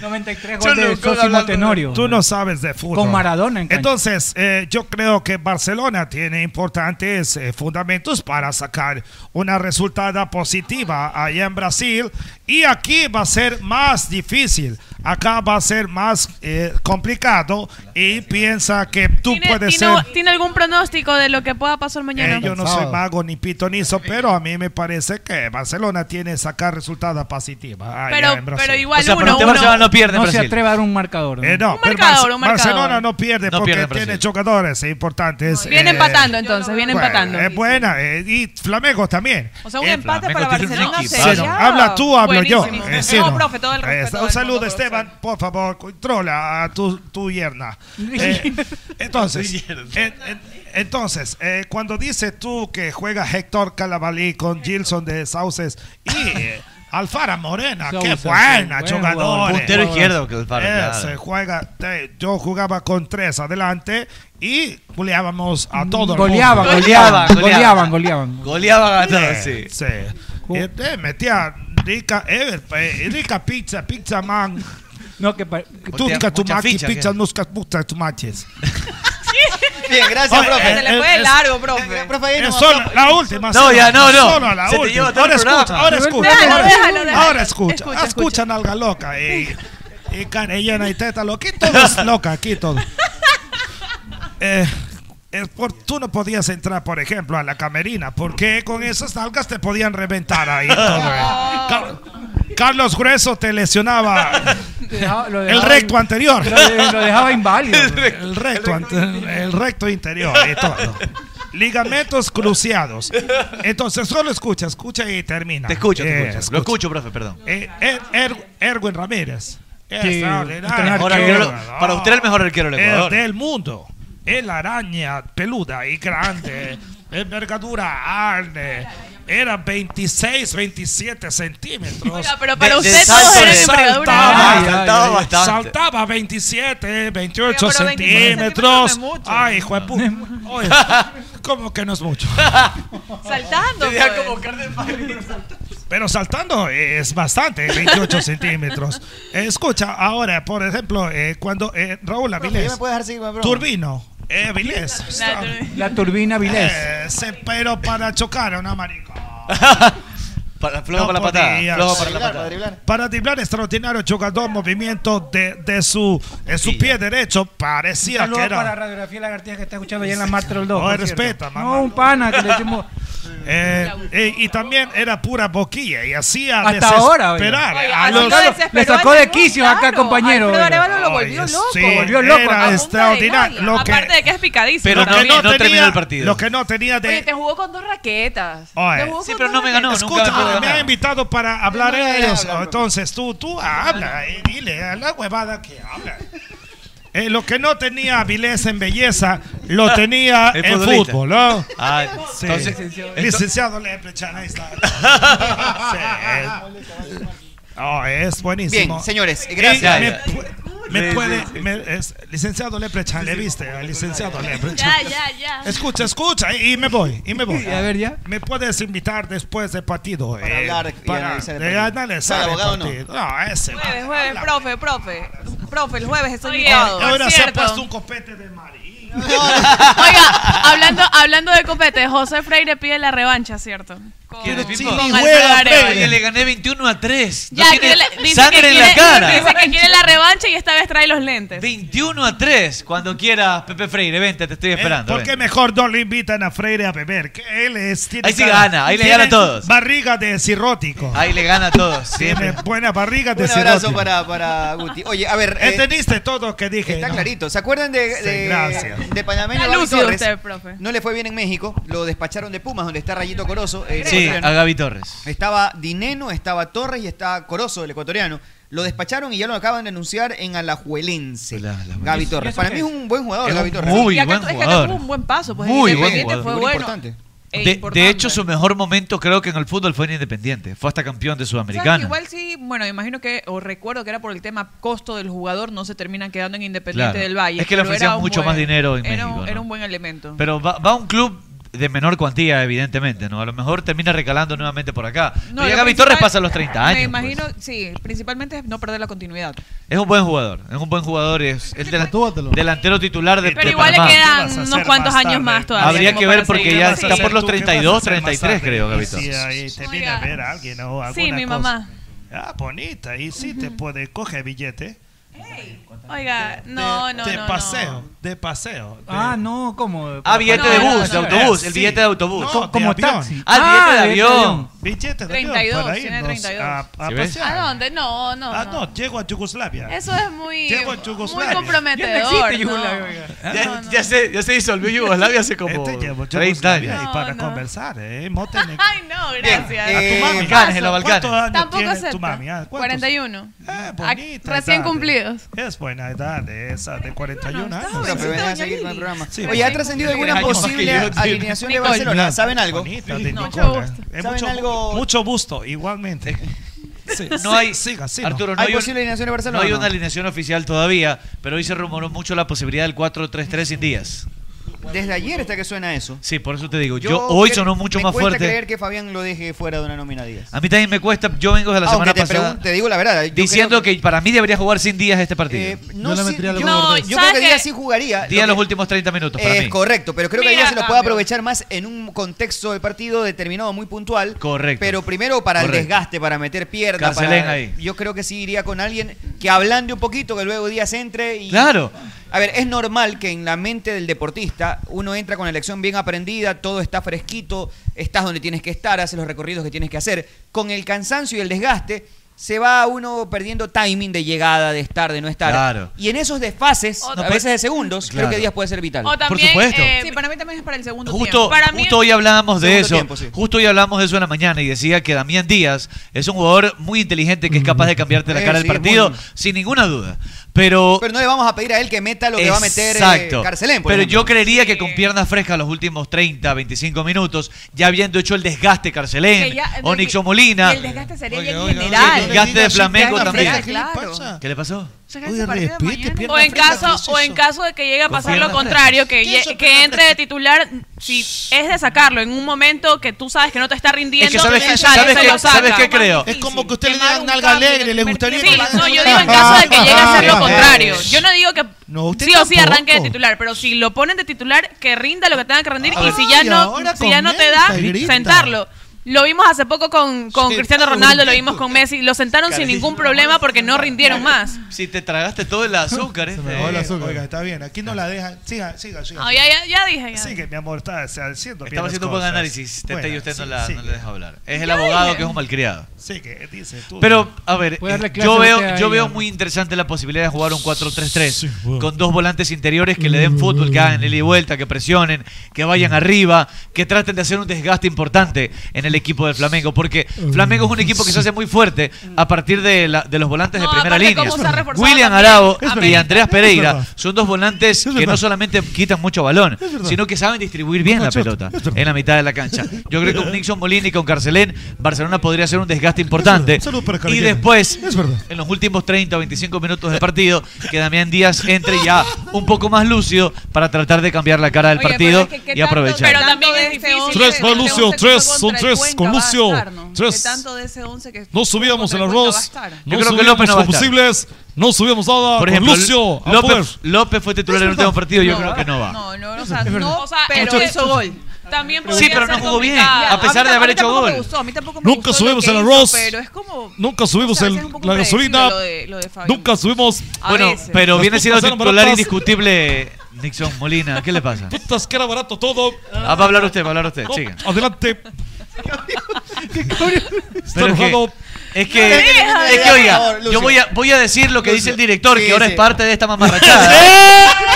Speaker 7: 93
Speaker 9: Yo
Speaker 7: goles
Speaker 9: no-
Speaker 7: de
Speaker 9: con
Speaker 7: Sosimo
Speaker 9: hablando-
Speaker 7: Tenorio.
Speaker 9: Tú no sabes de fútbol.
Speaker 7: Con Maradona en cancha.
Speaker 9: Entonces, eh, yo creo que Barcelona tiene importantes eh, fundamentos para sacar una resultada positiva allá en Brasil. Y aquí va a ser más difícil. Acá va a ser más eh, complicado. Y piensa que tú
Speaker 8: ¿Tiene,
Speaker 9: puedes
Speaker 8: tiene-
Speaker 9: ser.
Speaker 8: ¿Tiene algún pronóstico de lo que pueda pasar mañana?
Speaker 9: Eh, yo no soy mago ni pitonizo, pero a mí me parece que Barcelona tiene sacar resultada positiva. allá
Speaker 8: Pero-
Speaker 9: en Brasil.
Speaker 8: pero igual O sea, pero uno, usted
Speaker 7: uno. Barcelona no pierde en
Speaker 9: No se
Speaker 7: Brasil. Te
Speaker 9: atreve
Speaker 7: va a dar un marcador.
Speaker 9: eh, no,
Speaker 8: Un marcador,
Speaker 9: pero Barce-
Speaker 8: un marcador.
Speaker 9: Barcelona no pierde
Speaker 6: No
Speaker 9: porque
Speaker 6: pierde Brasil.
Speaker 9: tiene jugadores importantes.
Speaker 8: Viene
Speaker 9: eh,
Speaker 8: empatando entonces, viene
Speaker 9: bueno,
Speaker 8: empatando.
Speaker 9: Es buena. eh, y Flamengo también.
Speaker 11: O sea, un
Speaker 6: Eh,
Speaker 11: empate para Barcelona
Speaker 9: Sí,
Speaker 11: sería
Speaker 9: no, Habla tú, hablo
Speaker 11: buenísimo.
Speaker 9: yo. Eh, sí,
Speaker 11: No,
Speaker 9: no.
Speaker 11: profe, todo el
Speaker 9: Eh,
Speaker 11: respeto
Speaker 9: Un
Speaker 11: del
Speaker 9: saludo, Esteban. Por favor, controla a tu, tu yerna. Eh,
Speaker 6: (laughs)
Speaker 9: entonces, eh, eh, entonces eh, cuando dices tú que juega Héctor Calabalí con Gilson de Sauces y eh, Alfara Morena,
Speaker 6: Sousa,
Speaker 9: qué
Speaker 6: sí,
Speaker 9: buena
Speaker 6: buen jugador.
Speaker 9: jugador.
Speaker 6: Puntero izquierdo que Alfaro,
Speaker 9: Eh,
Speaker 6: claro.
Speaker 9: se juega, te- yo jugaba con tres adelante y goleábamos
Speaker 7: Mm,
Speaker 9: a todos.
Speaker 7: Goleaban, goleaban, goleaban, goleaban.
Speaker 6: Goleaba ganado,
Speaker 9: Sí,
Speaker 6: (laughs) sí.
Speaker 9: Eh, sí. Y este metía rica, eh, eh, rica pizza, pizza man.
Speaker 7: No, que pa-
Speaker 9: Tusca
Speaker 7: Mucha
Speaker 9: tumaki,
Speaker 7: ficha,
Speaker 9: pizza
Speaker 7: ¿qué?
Speaker 9: nusca, puta tumaches.
Speaker 36: Bien, gracias,
Speaker 9: Oye,
Speaker 36: profe.
Speaker 9: eh,
Speaker 36: Se le fue
Speaker 9: eh,
Speaker 36: de
Speaker 9: es-
Speaker 36: largo, profe.
Speaker 9: Eh, solo la última.
Speaker 6: No,
Speaker 9: solo-
Speaker 6: ya, no, no.
Speaker 9: Solo la
Speaker 6: Se te
Speaker 9: última.
Speaker 6: lleva todo el
Speaker 9: Ahora
Speaker 6: programa.
Speaker 9: escucha, ahora escucha.
Speaker 6: Déjalo, déjalo, déjalo.
Speaker 9: Ahora escucha. Ah,
Speaker 6: Escucha,
Speaker 9: Escucha, nalga loca. eh,
Speaker 6: (laughs)
Speaker 9: Y carellena y teta loca. Aquí todo es loca, aquí todo. Eh, es por- tú no podías entrar, por ejemplo, a la camerina, porque con esas algas te podían reventar ahí. todo,
Speaker 6: (laughs)
Speaker 9: eh. Car- Carlos Grueso te
Speaker 6: (laughs)
Speaker 9: lesionaba el recto anterior. Lo,
Speaker 7: dejaba inválido.
Speaker 9: (laughs) El recto, el recto ante- el recto interior y todo. Ligamentos cruciados. Entonces, solo escucha, escucha y termina.
Speaker 6: Te escucho, te
Speaker 9: Eh,
Speaker 6: escucho. Lo escucho, profe,
Speaker 9: (laughs)
Speaker 6: perdón.
Speaker 9: eh, Er- Er- Erwin Ramírez.
Speaker 6: Sí,
Speaker 9: Extraordinario.
Speaker 6: mejor arquero- para usted el mejor arquero del
Speaker 9: El
Speaker 6: Ecuador.
Speaker 9: del mundo. Es la araña peluda y grande. Envergadura arne. Era 26, 27 centímetros.
Speaker 8: Oiga, pero para usted todos eran envergadura
Speaker 9: Este saltaba,
Speaker 8: grande.
Speaker 9: saltaba,
Speaker 8: Ay, ay, ay.
Speaker 9: bastante. saltaba 27, 28
Speaker 8: Oiga, pero 27
Speaker 9: centímetros.
Speaker 8: centímetros no es mucho.
Speaker 9: Ay, hijo de puta. Oye, (laughs) ¿Cómo que no es mucho?
Speaker 8: Saltando.
Speaker 6: Tenía
Speaker 8: pues.
Speaker 9: Pero saltando es
Speaker 8: (laughs)
Speaker 9: bastante, 28 centímetros. Eh, Escucha, ahora, por ejemplo, eh, cuando eh, Raúl
Speaker 10: ¿ya
Speaker 9: Avilés,
Speaker 8: pues,
Speaker 10: me puedes dejar seguir, bro?
Speaker 9: Turbino, eh, Avilés,
Speaker 10: La
Speaker 9: está-
Speaker 10: tur-
Speaker 7: La turbina Vilés.
Speaker 9: Eh, se- pero para chocar a una maricón.
Speaker 6: Para, flojo para la patada. Flojo para la patada.
Speaker 9: Para driblar extraordinario jugador, movimiento de, de su, de su pie derecho,
Speaker 7: Un
Speaker 9: parecía
Speaker 7: saludo
Speaker 9: que era...
Speaker 7: para Radiografía Lagartija que está escuchando allá en la Marte del 2.
Speaker 9: No,
Speaker 7: por
Speaker 9: respeta,
Speaker 7: cierto.
Speaker 9: mamá.
Speaker 7: No, un pana que le decimos.
Speaker 9: Eh, eh, y también era pura boquilla y hacía
Speaker 7: Hasta ahora, oye.
Speaker 9: desesperar
Speaker 7: Oye,
Speaker 9: Eh, a
Speaker 7: hasta
Speaker 9: los-
Speaker 7: ahora desesperó Le sacó de en el mundo, quicio acá, claro. compañero, Alfredo oiga. Arevalo lo
Speaker 9: Oye,
Speaker 7: volvió loco.
Speaker 9: sí,
Speaker 7: Volvió loco, a punta
Speaker 9: Era
Speaker 7: de
Speaker 9: extraordinario. Lo que,
Speaker 8: Aparte de que es picadísimo.
Speaker 9: lo que
Speaker 6: no terminó
Speaker 9: tenía-
Speaker 6: el partido.
Speaker 9: Lo que no tenía de...
Speaker 8: Oye, te jugó con dos raquetas.
Speaker 9: Oye.
Speaker 8: Te jugó con dos raquetas.
Speaker 9: Escucha,
Speaker 6: me puede
Speaker 9: me
Speaker 6: ganar.
Speaker 9: ha invitado para hablar
Speaker 6: No, no, no,
Speaker 9: ellos.
Speaker 6: habla, no.
Speaker 9: Entonces tú, tú habla y dile a la huevada que habla. Eh, lo que no tenía Avilés en belleza, lo tenía
Speaker 6: El
Speaker 9: en
Speaker 6: futbolista.
Speaker 9: fútbol, ¿no?
Speaker 6: Ah,
Speaker 9: Sí.
Speaker 6: entonces-
Speaker 9: Licenciado Leprechán, ahí está. Sí. Oh, es buenísimo.
Speaker 5: Bien, señores, gracias.
Speaker 9: Y me
Speaker 5: Ya,
Speaker 9: pu- Me,
Speaker 5: Sí,
Speaker 9: puede,
Speaker 5: sí,
Speaker 9: me- es- licenciado Leprechán, le viste, al licenciado Leprechán.
Speaker 8: Ya, ya, ya.
Speaker 9: Escucha, escucha, y y me voy, y me voy.
Speaker 5: A ver, ya.
Speaker 9: Me puedes invitar después del partido. eh,
Speaker 5: Para hablar y analizar el
Speaker 9: de
Speaker 5: partido.
Speaker 9: analizar
Speaker 5: Para
Speaker 9: el
Speaker 5: abogado, no.
Speaker 9: partido. No, ese.
Speaker 8: Jueves, jueves, profe, profe. Profe, el jueves estoy
Speaker 9: Oye,
Speaker 8: invitado.
Speaker 9: ahora
Speaker 8: Por
Speaker 9: se ha
Speaker 8: cierto.
Speaker 9: puesto un copete de marín.
Speaker 5: eh,
Speaker 8: Oiga, hablando, hablando de copete, José Freire pide la revancha, ¿cierto? Con-
Speaker 6: ¿Quién es Pipo?
Speaker 8: con Alfredo Arevalo.
Speaker 6: Ay, le gané 21 a 3.
Speaker 8: Ya quiere, dice
Speaker 6: sangre
Speaker 8: que
Speaker 6: en
Speaker 8: quiere-
Speaker 6: la cara.
Speaker 8: Dice que quiere la revancha y esta vez trae los lentes.
Speaker 6: 21 a 3. Cuando quieras, Pepe Freire, vente, te estoy esperando.
Speaker 9: Eh, ¿Por
Speaker 6: ven.
Speaker 9: qué mejor no le invitan a Freire a beber? Que él es, tiene
Speaker 6: Ahí sí
Speaker 9: cara-
Speaker 6: gana, ahí le
Speaker 9: tiene
Speaker 6: gana a todos.
Speaker 9: Barriga de cirrótico.
Speaker 6: Ahí le gana a todos.
Speaker 9: (laughs) Tiene
Speaker 6: Siempre.
Speaker 9: buena barriga de
Speaker 5: Un abrazo
Speaker 9: cirrótico.
Speaker 5: para, para Guti. Oye, a ver. eh,
Speaker 9: Entendiste todo lo que dije.
Speaker 5: Está
Speaker 9: ¿no?
Speaker 5: clarito. ¿Se acuerdan de,
Speaker 9: Sí,
Speaker 5: de,
Speaker 9: gracias.
Speaker 5: de panameño
Speaker 8: Está
Speaker 5: Gaby
Speaker 8: lúcido
Speaker 5: Torres?
Speaker 8: usted, profe.
Speaker 5: No le fue bien en México. Lo despacharon de Pumas, donde está Rayito Corozo. el
Speaker 6: Sí,
Speaker 5: ecuatoriano.
Speaker 6: a Gaby Torres.
Speaker 5: Estaba Dineno, estaba Torres y estaba Corozo, el ecuatoriano. Lo despacharon y ya lo acaban de anunciar en Alajuelense. Gaby Torres.
Speaker 8: ¿Eso
Speaker 5: Para
Speaker 8: qué
Speaker 5: mí es
Speaker 8: es?
Speaker 5: un buen jugador,
Speaker 6: Es
Speaker 5: Gaby
Speaker 6: un
Speaker 5: Torres.
Speaker 6: muy
Speaker 8: Y acá
Speaker 6: buen
Speaker 8: tu- es que acá
Speaker 6: jugador.
Speaker 8: tuvo un buen paso, pues
Speaker 6: Muy
Speaker 8: el
Speaker 6: buen
Speaker 8: Independiente
Speaker 6: jugador.
Speaker 8: fue
Speaker 6: Muy
Speaker 8: bueno.
Speaker 5: importante.
Speaker 8: e
Speaker 6: De,
Speaker 8: importante.
Speaker 6: de hecho, su mejor momento creo que en el fútbol fue en Independiente. Fue hasta campeón de
Speaker 8: ¿Sabes que
Speaker 6: Sudamericana.
Speaker 8: Igual sí, bueno, imagino que, o recuerdo que era por el tema costo del jugador, no se terminan quedando en Independiente
Speaker 6: Claro.
Speaker 8: del Valle.
Speaker 6: Es que le
Speaker 8: pero era
Speaker 6: ofrecían
Speaker 8: un
Speaker 6: mucho
Speaker 8: buen-
Speaker 6: más dinero en
Speaker 8: era, un-
Speaker 6: México,
Speaker 8: Era
Speaker 6: ¿no?
Speaker 8: un buen elemento.
Speaker 6: Pero va, va a un club de menor cuantía, evidentemente, ¿no? A lo mejor termina recalando nuevamente por acá.
Speaker 8: No,
Speaker 6: Pero ya
Speaker 8: lo
Speaker 6: Gaby
Speaker 8: principal-
Speaker 6: Torres pasa los 30 años.
Speaker 8: Me
Speaker 6: pues.
Speaker 8: imagino, sí, principalmente es no perder la continuidad.
Speaker 6: Es un buen jugador, es un buen jugador, es el delan- delantero titular de,
Speaker 8: Pero
Speaker 6: de
Speaker 8: igual le
Speaker 6: Panamá.
Speaker 8: quedan unos cuantos años más todavía.
Speaker 6: Habría
Speaker 8: como
Speaker 6: que
Speaker 8: para
Speaker 6: ver porque
Speaker 8: seguir
Speaker 6: ya
Speaker 8: avanzando.
Speaker 6: está por los
Speaker 9: ¿Tú qué vas a
Speaker 6: 33,
Speaker 9: hacer más tarde?
Speaker 6: 33 creo,
Speaker 9: Y
Speaker 6: Gavito.
Speaker 9: si ahí te viene a ver a alguien o alguna
Speaker 8: Sí, mi mamá.
Speaker 9: cosa. Ah, bonita. Y sí te puede, coge billete.
Speaker 8: Oiga, no, no,
Speaker 9: de
Speaker 8: no.
Speaker 9: paseo,
Speaker 8: no.
Speaker 9: de paseo. de-
Speaker 7: Ah, no, ¿cómo?
Speaker 6: Ah, billete de
Speaker 9: No,
Speaker 6: bus, de
Speaker 9: no, no.
Speaker 6: autobús,
Speaker 9: Eh,
Speaker 6: el
Speaker 9: sí.
Speaker 6: billete de autobús.
Speaker 9: No, de avión.
Speaker 6: Ah, el billete de avión.
Speaker 9: Billete de avión
Speaker 8: 32,
Speaker 9: para irnos
Speaker 8: tiene 32.
Speaker 9: a, a
Speaker 6: ¿Sí ves?
Speaker 8: ¿A
Speaker 9: pasear.
Speaker 8: dónde? No, no.
Speaker 9: Ah,
Speaker 8: no.
Speaker 9: no, llego a Yugoslavia.
Speaker 8: Eso es muy,
Speaker 9: Llego a
Speaker 8: muy
Speaker 9: Yugoslavia.
Speaker 8: comprometedor.
Speaker 9: Ya no existe
Speaker 8: ¿no?
Speaker 9: Yugoslavia.
Speaker 6: Ya, ya se, ya se disolvió Yugoslavia hace como 30
Speaker 9: Este Yugoslavia
Speaker 6: años.
Speaker 9: y para conversar, ¿eh,
Speaker 8: (laughs)
Speaker 9: Montenegro.
Speaker 8: Ay, no, gracias.
Speaker 9: A tu mami.
Speaker 6: Balcanes, en los Balcanes.
Speaker 9: ¿Cuántos años
Speaker 8: Tampoco
Speaker 9: tiene tu
Speaker 8: acepta.
Speaker 9: mami? Ah, ¿cuántos?
Speaker 8: 41.
Speaker 9: Ah,
Speaker 8: Ah,
Speaker 9: bonita
Speaker 8: Recién
Speaker 9: edad, eh.
Speaker 8: cumplidos.
Speaker 9: Es buena edad eh, esa de 41 años.
Speaker 5: Pero ven a seguir con el programa.
Speaker 9: Sí.
Speaker 5: Oye, ¿ha trascendido alguna
Speaker 9: Años más que
Speaker 5: posible
Speaker 9: yo, tío.
Speaker 5: alineación de Barcelona? ¿Saben algo?
Speaker 9: Bonita, de
Speaker 5: No,
Speaker 9: Nicola.
Speaker 5: mucho gusto.
Speaker 9: Eh,
Speaker 5: ¿Saben
Speaker 9: mucho,
Speaker 5: algo?
Speaker 9: mucho
Speaker 5: (laughs)
Speaker 9: gusto, igualmente. Sí,
Speaker 6: No
Speaker 9: sí,
Speaker 6: hay-
Speaker 9: siga, siga.
Speaker 6: Arturo, no
Speaker 5: ¿Hay
Speaker 6: un-
Speaker 5: posible alineación de Barcelona
Speaker 6: No hay
Speaker 5: o no?
Speaker 6: una alineación oficial todavía, pero hoy se rumoró mucho la posibilidad del 4-3-3 sin días.
Speaker 5: Desde ayer está que suena eso.
Speaker 6: Sí, por eso te digo. Yo, hoy
Speaker 5: cre-
Speaker 6: sonó mucho
Speaker 5: me
Speaker 6: más
Speaker 5: cuesta
Speaker 6: fuerte.
Speaker 5: creer que Fabián lo deje fuera de una nómina Díaz.
Speaker 6: A mí también me cuesta. Yo vengo de la
Speaker 5: Aunque
Speaker 6: semana
Speaker 5: te
Speaker 6: pasada.
Speaker 5: pregun- te digo la verdad. yo Eh,
Speaker 6: diciendo que... para mí debería jugar sin días este partido.
Speaker 5: No, sí, yo, yo creo que Díaz sí jugaría.
Speaker 6: Díaz
Speaker 5: Lo Eh,
Speaker 6: los últimos 30 minutos para
Speaker 5: Es
Speaker 6: mí.
Speaker 5: correcto, pero creo que
Speaker 6: Mira,
Speaker 5: ella se lo puede
Speaker 6: cambio.
Speaker 5: aprovechar más en un contexto del partido determinado, muy puntual.
Speaker 6: Correcto.
Speaker 5: Pero primero para el
Speaker 6: Correcto.
Speaker 5: desgaste, para meter pierna.
Speaker 6: Carcelén
Speaker 5: para-
Speaker 6: ahí.
Speaker 5: Yo creo que sí iría con alguien que ablande un poquito, que luego Díaz entre y.
Speaker 6: Claro.
Speaker 5: A ver, es normal que en la mente del deportista uno entra con la lección bien aprendida, todo está fresquito, estás donde tienes que estar, haces los recorridos que tienes que hacer. Con el cansancio y el desgaste se va uno perdiendo timing de llegada, de estar, de no estar.
Speaker 6: Claro.
Speaker 5: Y en esos desfases,
Speaker 8: O-
Speaker 5: a veces de segundos,
Speaker 6: Claro.
Speaker 5: creo que días puede ser vital.
Speaker 8: O también,
Speaker 6: supuesto.
Speaker 8: eh, sí, para mí también es para el segundo
Speaker 6: Justo,
Speaker 8: tiempo. Para mí-
Speaker 6: justo hoy hablábamos de
Speaker 5: Segundo
Speaker 6: eso.
Speaker 5: tiempo, sí.
Speaker 6: Justo hoy hablamos de eso en la mañana y decía que Damián Díaz es un jugador muy inteligente que es capaz de cambiarte la
Speaker 5: Eh,
Speaker 6: cara
Speaker 5: sí,
Speaker 6: del
Speaker 5: es
Speaker 6: partido,
Speaker 5: muy-
Speaker 6: sin ninguna duda. Pero.
Speaker 5: Pero no le vamos a pedir a él que meta lo que va a meter eh,
Speaker 6: Exacto.
Speaker 5: Carcelén. por
Speaker 6: Pero
Speaker 5: ejemplo.
Speaker 6: yo creería que con piernas frescas los últimos 30, 25 minutos, ya habiendo hecho el desgaste Carcelén
Speaker 8: que ya-
Speaker 6: o
Speaker 8: que-
Speaker 6: Nixon Molina,
Speaker 8: que El desgaste sería ya en
Speaker 6: el
Speaker 8: general.
Speaker 6: desgaste de Flamengo
Speaker 8: Pierna
Speaker 6: también.
Speaker 8: fresca, Claro.
Speaker 6: ¿Qué le pasó?
Speaker 8: Oye, O en caso, o en caso de que llegue a
Speaker 6: Con
Speaker 8: pasar lo
Speaker 6: piernas
Speaker 8: contrario, que,
Speaker 6: frescas.
Speaker 8: ye- que entre de titular, si es de sacarlo en un momento que tú sabes que no te está rindiendo,
Speaker 6: Es que sabes,
Speaker 8: sale,
Speaker 6: sabes
Speaker 8: se
Speaker 6: qué-
Speaker 8: lo saca.
Speaker 6: sabes qué creo.
Speaker 10: Es como que usted le digan nalga alegre, le gustaría.
Speaker 8: Sí, no, yo digo en caso de que llegue a hacer lo contrario. Yo no digo que
Speaker 10: No, usted
Speaker 8: sí o sí
Speaker 10: tampoco.
Speaker 8: arranque de titular, pero si lo ponen de titular, que rinda lo que tenga que rendir y si ya
Speaker 10: Ay,
Speaker 8: no,
Speaker 10: ahora
Speaker 8: si ya no te
Speaker 10: comenta
Speaker 8: da,
Speaker 10: y grita.
Speaker 8: sentarlo. Lo vimos hace poco con, con
Speaker 6: Sí,
Speaker 8: Cristiano
Speaker 6: está
Speaker 8: Ronaldo, lo
Speaker 6: bonito.
Speaker 8: vimos con Messi, lo sentaron sin
Speaker 6: Cariño,
Speaker 8: ningún problema porque no rindieron más.
Speaker 6: Si te tragaste todo
Speaker 5: (laughs)
Speaker 6: el azúcar, ¿eh? Se
Speaker 10: me bajó el azúcar. Oiga, está bien. Aquí no la dejan. Siga, siga, siga.
Speaker 8: Ah, ya, ya, ya dije. Ya.
Speaker 7: Sigue, mi amor, está está haciendo bien
Speaker 6: Estaba
Speaker 7: las
Speaker 6: haciendo un buen
Speaker 7: cosas.
Speaker 6: análisis, Tete,
Speaker 7: Bueno,
Speaker 6: y usted no,
Speaker 7: sí,
Speaker 6: la,
Speaker 7: sí.
Speaker 6: no le deja hablar. Es el
Speaker 7: Ya
Speaker 6: abogado
Speaker 7: dije.
Speaker 6: que es un malcriado.
Speaker 7: Sí, que dice tú.
Speaker 6: Pero, a ver,
Speaker 7: Voy a darle
Speaker 6: eh,
Speaker 7: clase
Speaker 6: yo
Speaker 7: a
Speaker 6: veo,
Speaker 7: usted
Speaker 6: yo
Speaker 7: ahí,
Speaker 6: veo
Speaker 7: ¿no?
Speaker 6: muy interesante la posibilidad de jugar un 4-3-3 con dos volantes interiores que le den fútbol, que hagan el ida y vuelta, que presionen, que vayan arriba, que traten de hacer un desgaste importante en el equipo del Flamengo, porque Flamengo es un equipo que se hace muy fuerte a partir de, la- de los volantes de primera
Speaker 8: aparte,
Speaker 6: línea.
Speaker 8: cómo se ha reforzado
Speaker 6: William
Speaker 8: también.
Speaker 6: Arao
Speaker 8: Es
Speaker 6: y
Speaker 8: verdad.
Speaker 6: Andreas
Speaker 8: Es
Speaker 6: Pereira
Speaker 8: verdad.
Speaker 6: son dos volantes que no solamente quitan mucho balón, sino que saben distribuir bien la pelota en la mitad de la cancha. Yo creo que con Nixon Molina y con Carcelén, Barcelona podría hacer un desgaste importante. Y
Speaker 7: Carolina.
Speaker 6: después, en los últimos 30 o 25 minutos del partido, que Damián Díaz entre ya un poco más lúcido para tratar de cambiar la cara del
Speaker 8: Oye,
Speaker 6: partido
Speaker 8: pero es que qué
Speaker 6: y aprovechar.
Speaker 8: tanto- pero también es difícil.
Speaker 9: Tres
Speaker 8: que-
Speaker 9: para
Speaker 8: que
Speaker 9: Lucio,
Speaker 8: un sector
Speaker 9: tres,
Speaker 8: contra
Speaker 9: son
Speaker 8: el
Speaker 9: tres
Speaker 8: Cuenca
Speaker 9: con
Speaker 8: va a
Speaker 9: Lucio.
Speaker 8: estar, ¿no?
Speaker 9: Tres.
Speaker 8: Que tanto de ese once que
Speaker 9: No subíamos el arroz. No
Speaker 6: Yo creo que
Speaker 9: subíamos
Speaker 6: López no va a
Speaker 9: los
Speaker 6: estar.
Speaker 9: posibles. No subíamos nada.
Speaker 6: Por
Speaker 9: con
Speaker 6: ejemplo,
Speaker 9: Lucio. a poder.
Speaker 6: López, López fue titular en el último partido, yo creo que no va.
Speaker 8: No, no, o sea,
Speaker 9: verdad.
Speaker 8: no, o sea,
Speaker 11: Pero
Speaker 8: es que-
Speaker 11: hizo gol.
Speaker 8: También
Speaker 6: Sí,
Speaker 8: podría
Speaker 6: pero no
Speaker 8: ser
Speaker 6: jugó bien,
Speaker 8: complicado.
Speaker 6: a pesar
Speaker 11: mí
Speaker 6: de haber
Speaker 11: tampoco
Speaker 6: hecho
Speaker 11: me
Speaker 6: gol.
Speaker 11: gustó, a mí tampoco me
Speaker 9: Nunca
Speaker 11: gustó lo
Speaker 9: subimos
Speaker 11: que
Speaker 9: el
Speaker 11: hizo,
Speaker 9: arroz.
Speaker 11: Pero es como.
Speaker 9: Nunca subimos
Speaker 11: o sea, a
Speaker 9: el-
Speaker 11: veces es un poco
Speaker 9: la
Speaker 11: predecible
Speaker 9: gasolina.
Speaker 11: Lo de, lo de Fabián.
Speaker 9: Nunca subimos.
Speaker 11: A
Speaker 6: Bueno,
Speaker 11: veces.
Speaker 6: pero
Speaker 9: Las
Speaker 6: viene siendo
Speaker 9: putas eran
Speaker 6: titular
Speaker 9: baratas.
Speaker 6: indiscutible Nixon Molina. ¿Qué
Speaker 8: (laughs)
Speaker 6: le pasa?
Speaker 9: Putas, que era barato todo.
Speaker 6: Ah, va a hablar usted, va a hablar usted.
Speaker 9: No,
Speaker 6: Sigan.
Speaker 9: Adelante.
Speaker 6: Pero es que, es que, es que, oiga, yo voy a, voy a decir lo que dice el director, que ahora es parte de esta mamarrachada.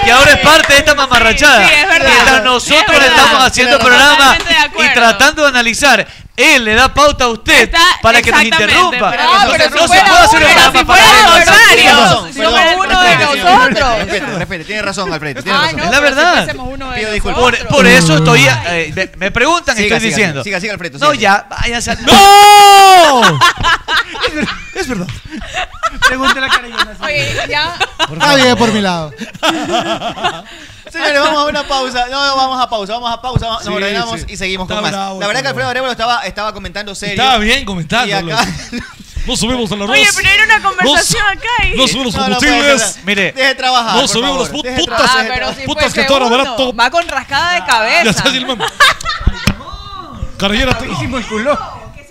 Speaker 6: que ahora es parte de esta mamarrachada.
Speaker 8: Sí, sí, es verdad.
Speaker 6: Mientras nosotros
Speaker 8: Es verdad.
Speaker 6: le estamos haciendo
Speaker 8: Claro.
Speaker 6: programa
Speaker 8: Totalmente de acuerdo.
Speaker 6: y tratando de analizar, él le da pauta a usted para que nos
Speaker 8: exactamente,
Speaker 6: interrumpa.
Speaker 8: pero Ah,
Speaker 6: Entonces,
Speaker 8: pero
Speaker 6: no
Speaker 8: si
Speaker 6: se
Speaker 8: fuera
Speaker 6: puede hacer un
Speaker 8: uno,
Speaker 6: programa
Speaker 8: si
Speaker 6: para
Speaker 8: fuera
Speaker 6: él,
Speaker 8: uno
Speaker 6: no
Speaker 8: de
Speaker 6: se puede.
Speaker 8: nosotros. Si fuera uno de nosotros.
Speaker 5: Respete, respete, tiene razón, Alfredo. Tiene
Speaker 8: Ay,
Speaker 5: razón.
Speaker 8: no,
Speaker 6: Es la
Speaker 8: pero si
Speaker 6: verdad.
Speaker 8: fuésemos uno de
Speaker 5: Pido
Speaker 8: nosotros.
Speaker 5: disculpas.
Speaker 6: Por, por eso estoy. eh, me- me preguntan,
Speaker 5: Siga,
Speaker 6: estoy
Speaker 5: siga,
Speaker 6: diciendo.
Speaker 5: siga, siga, Alfredo,
Speaker 6: No,
Speaker 5: siga.
Speaker 6: ya, váyanse al.
Speaker 5: ¡No!
Speaker 10: Es verdad.
Speaker 6: Pregúntele a
Speaker 11: Oye, ya.
Speaker 37: Está bien por mi
Speaker 6: (laughs)
Speaker 37: lado.
Speaker 5: Señores, vamos a una pausa. No, no, vamos a pausa, vamos a pausa. Nos
Speaker 37: Sí,
Speaker 5: ordenamos
Speaker 37: sí.
Speaker 5: y seguimos
Speaker 37: Está
Speaker 5: con más.
Speaker 37: bravo,
Speaker 5: la verdad
Speaker 37: está
Speaker 5: que Alfredo Arevalo estaba, estaba comentando serio.
Speaker 9: Estaba bien comentando.
Speaker 5: Y acá. (laughs)
Speaker 9: No subimos el arroz.
Speaker 8: Oye, pero era una conversación acá y...
Speaker 9: No subimos los
Speaker 5: No, no puede
Speaker 9: combustibles.
Speaker 5: ser.
Speaker 6: Mire.
Speaker 5: Deje trabajar.
Speaker 9: No
Speaker 5: por
Speaker 9: subimos
Speaker 5: favor.
Speaker 9: las put-
Speaker 5: Deje
Speaker 9: putas,
Speaker 5: trabajar.
Speaker 9: eh,
Speaker 11: Pero si
Speaker 9: putas
Speaker 11: fue
Speaker 9: que todo era
Speaker 11: segundo,
Speaker 9: barato.
Speaker 11: Va con rascada de
Speaker 9: Ya
Speaker 11: cabeza.
Speaker 9: está, Gilman. Carayena, te-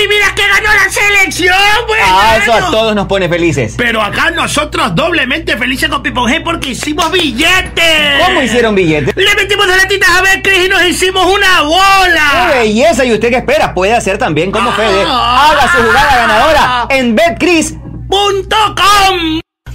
Speaker 38: mi vida que ganó la selección, güey!
Speaker 39: Ah, eso a todos nos pone felices.
Speaker 38: Pero acá nosotros doblemente felices con Pipo G porque hicimos billetes.
Speaker 39: ¿Cómo
Speaker 2: Eh.
Speaker 39: hicieron billetes?
Speaker 38: Le metimos a la tita a ver, Cris, y nos hicimos una
Speaker 2: Ah.
Speaker 38: bola.
Speaker 39: ¡Qué belleza! ¿Y usted qué espera? Puede hacer también
Speaker 2: Ah.
Speaker 39: como Fede. Haga su jugada ganadora en BetCris.com.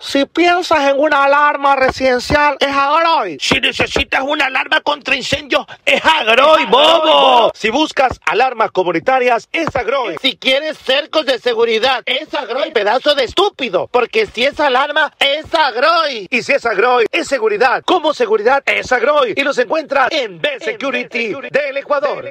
Speaker 26: Si piensas en una alarma residencial, es Agroy. Si necesitas una alarma contra incendios, es Agroy, bobo. Si buscas alarmas comunitarias, es Agroy. Si quieres cercos de seguridad, es Agroy, pedazo de estúpido. Porque si es alarma, es Agroy. Y si es Agroy, es seguridad. Como seguridad, es Agroy. Y los encuentras en B Security del Ecuador.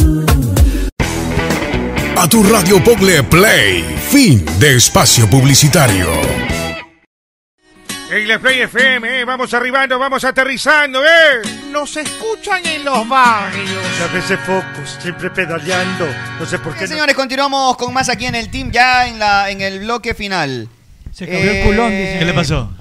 Speaker 40: A tu radio Pogle Play, fin de espacio publicitario.
Speaker 1: En la Play FM, eh, vamos arribando, vamos aterrizando, ¿eh? Nos escuchan en los barrios.
Speaker 3: A veces focos, siempre pedaleando. No sé por qué.
Speaker 5: Bien,
Speaker 3: no-
Speaker 5: señores, continuamos con más aquí en el team, ya en, la, en el bloque final. Se
Speaker 6: cabrió el culón, dice. ¿Qué le pasó?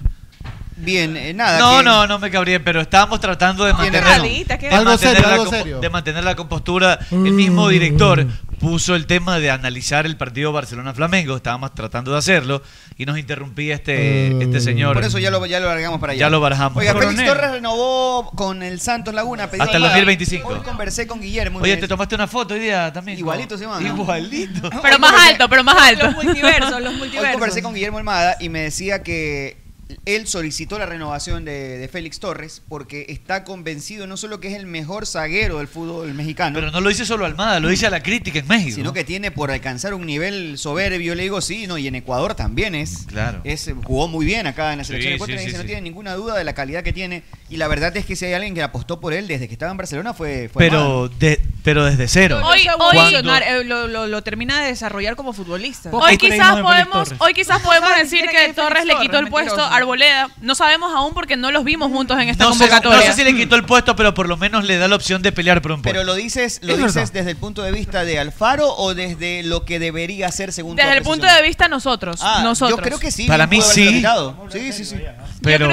Speaker 5: Bien, eh, nada.
Speaker 6: No,
Speaker 5: que-
Speaker 6: no, no me cabría, pero estábamos tratando de mantener,
Speaker 5: rarita, qué
Speaker 6: de
Speaker 5: Algo
Speaker 6: mantener
Speaker 5: serio,
Speaker 6: la
Speaker 5: algo
Speaker 6: compo-
Speaker 5: serio.
Speaker 6: de mantener la compostura. El mismo director puso el tema de analizar el partido Barcelona-Flamengo. Estábamos tratando de hacerlo y nos interrumpía este, este señor.
Speaker 5: Eh, Por eso ya lo, ya lo largamos para allá.
Speaker 6: Ya lo barajamos.
Speaker 5: Oiga, Félix
Speaker 6: Coronel.
Speaker 5: Torres renovó con el Santos Laguna. pedí
Speaker 6: Hasta el
Speaker 5: ayuda.
Speaker 6: 2025.
Speaker 5: Hoy conversé con Guillermo.
Speaker 6: Oye, te tomaste una foto hoy día también.
Speaker 5: Igualito se llama, ¿no? Ah,
Speaker 6: Igualito.
Speaker 8: Pero más alto, pero más alto. Los multiversos, los
Speaker 5: Hoy
Speaker 8: multiversos.
Speaker 5: conversé con Guillermo Almada y me decía que él solicitó la renovación de, de Félix Torres porque está convencido no solo que es el mejor zaguero del fútbol mexicano.
Speaker 6: Pero no lo dice solo Almada, lo dice a la crítica en México.
Speaker 5: Sino que tiene por alcanzar un nivel soberbio, le digo, sí, no, y en Ecuador también es.
Speaker 6: Claro.
Speaker 5: Es, eh, jugó muy bien acá en la
Speaker 6: Sí,
Speaker 5: selección
Speaker 6: sí,
Speaker 5: ecuatoriana,
Speaker 6: sí,
Speaker 5: dice,
Speaker 6: sí.
Speaker 5: no tiene ninguna duda de la calidad que tiene. Y la verdad es que si hay alguien que apostó por él desde que estaba en Barcelona fue. fue Almada.
Speaker 6: Pero, de- pero desde cero.
Speaker 8: Hoy- hoy-
Speaker 6: Cuando-
Speaker 11: Eh, lo, lo- lo termina de desarrollar como futbolista.
Speaker 8: Hoy quizás, podemos, hoy quizás podemos decir que Torres le quitó el puesto a Arboleda. No sabemos aún porque no los vimos juntos en esta
Speaker 6: no, sé,
Speaker 8: convocatoria.
Speaker 6: no sé si le quitó el puesto, pero por lo menos le da la opción de pelear por un puesto.
Speaker 5: Pero lo dices, lo
Speaker 6: Es
Speaker 5: dices
Speaker 6: verdad.
Speaker 5: desde el punto de vista de Alfaro o desde lo que debería ser según tu
Speaker 8: Desde el punto
Speaker 5: apreciación?
Speaker 8: de vista nosotros,
Speaker 5: Ah,
Speaker 8: nosotros.
Speaker 5: Yo creo que sí.
Speaker 6: Para
Speaker 5: bien
Speaker 6: mí
Speaker 5: pudo
Speaker 6: sí.
Speaker 5: haberlo quitado. Sí, sí, sí.
Speaker 6: Pero...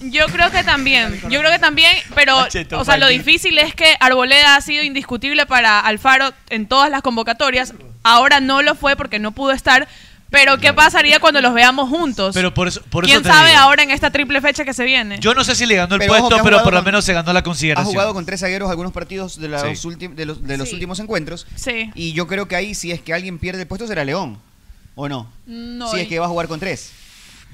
Speaker 8: Yo creo que también, yo creo que también, pero,
Speaker 6: Machete,
Speaker 8: o sea, lo
Speaker 6: Frankie.
Speaker 8: difícil es que Arboleda ha sido indiscutible para Alfaro en todas las convocatorias. Ahora no lo fue porque no pudo estar, pero ¿qué pasaría cuando los veamos juntos?
Speaker 6: Pero por eso, por eso
Speaker 8: ¿Quién
Speaker 6: te
Speaker 8: sabe
Speaker 6: digo.
Speaker 8: ahora en esta triple fecha que se viene?
Speaker 6: Yo no sé si le ganó el
Speaker 5: Pero ojo
Speaker 6: puesto,
Speaker 5: que ha
Speaker 6: pero
Speaker 5: jugado
Speaker 6: por lo
Speaker 5: con-
Speaker 6: menos se ganó la
Speaker 5: Ha
Speaker 6: consideración.
Speaker 5: jugado con tres zagueros algunos partidos de, los
Speaker 6: Sí.
Speaker 5: ulti- de los, de los
Speaker 8: Sí.
Speaker 5: últimos encuentros.
Speaker 8: Sí.
Speaker 5: Y yo creo que ahí, si es que alguien pierde el puesto, será León. ¿O no?
Speaker 8: No,
Speaker 5: si es que va a jugar con tres.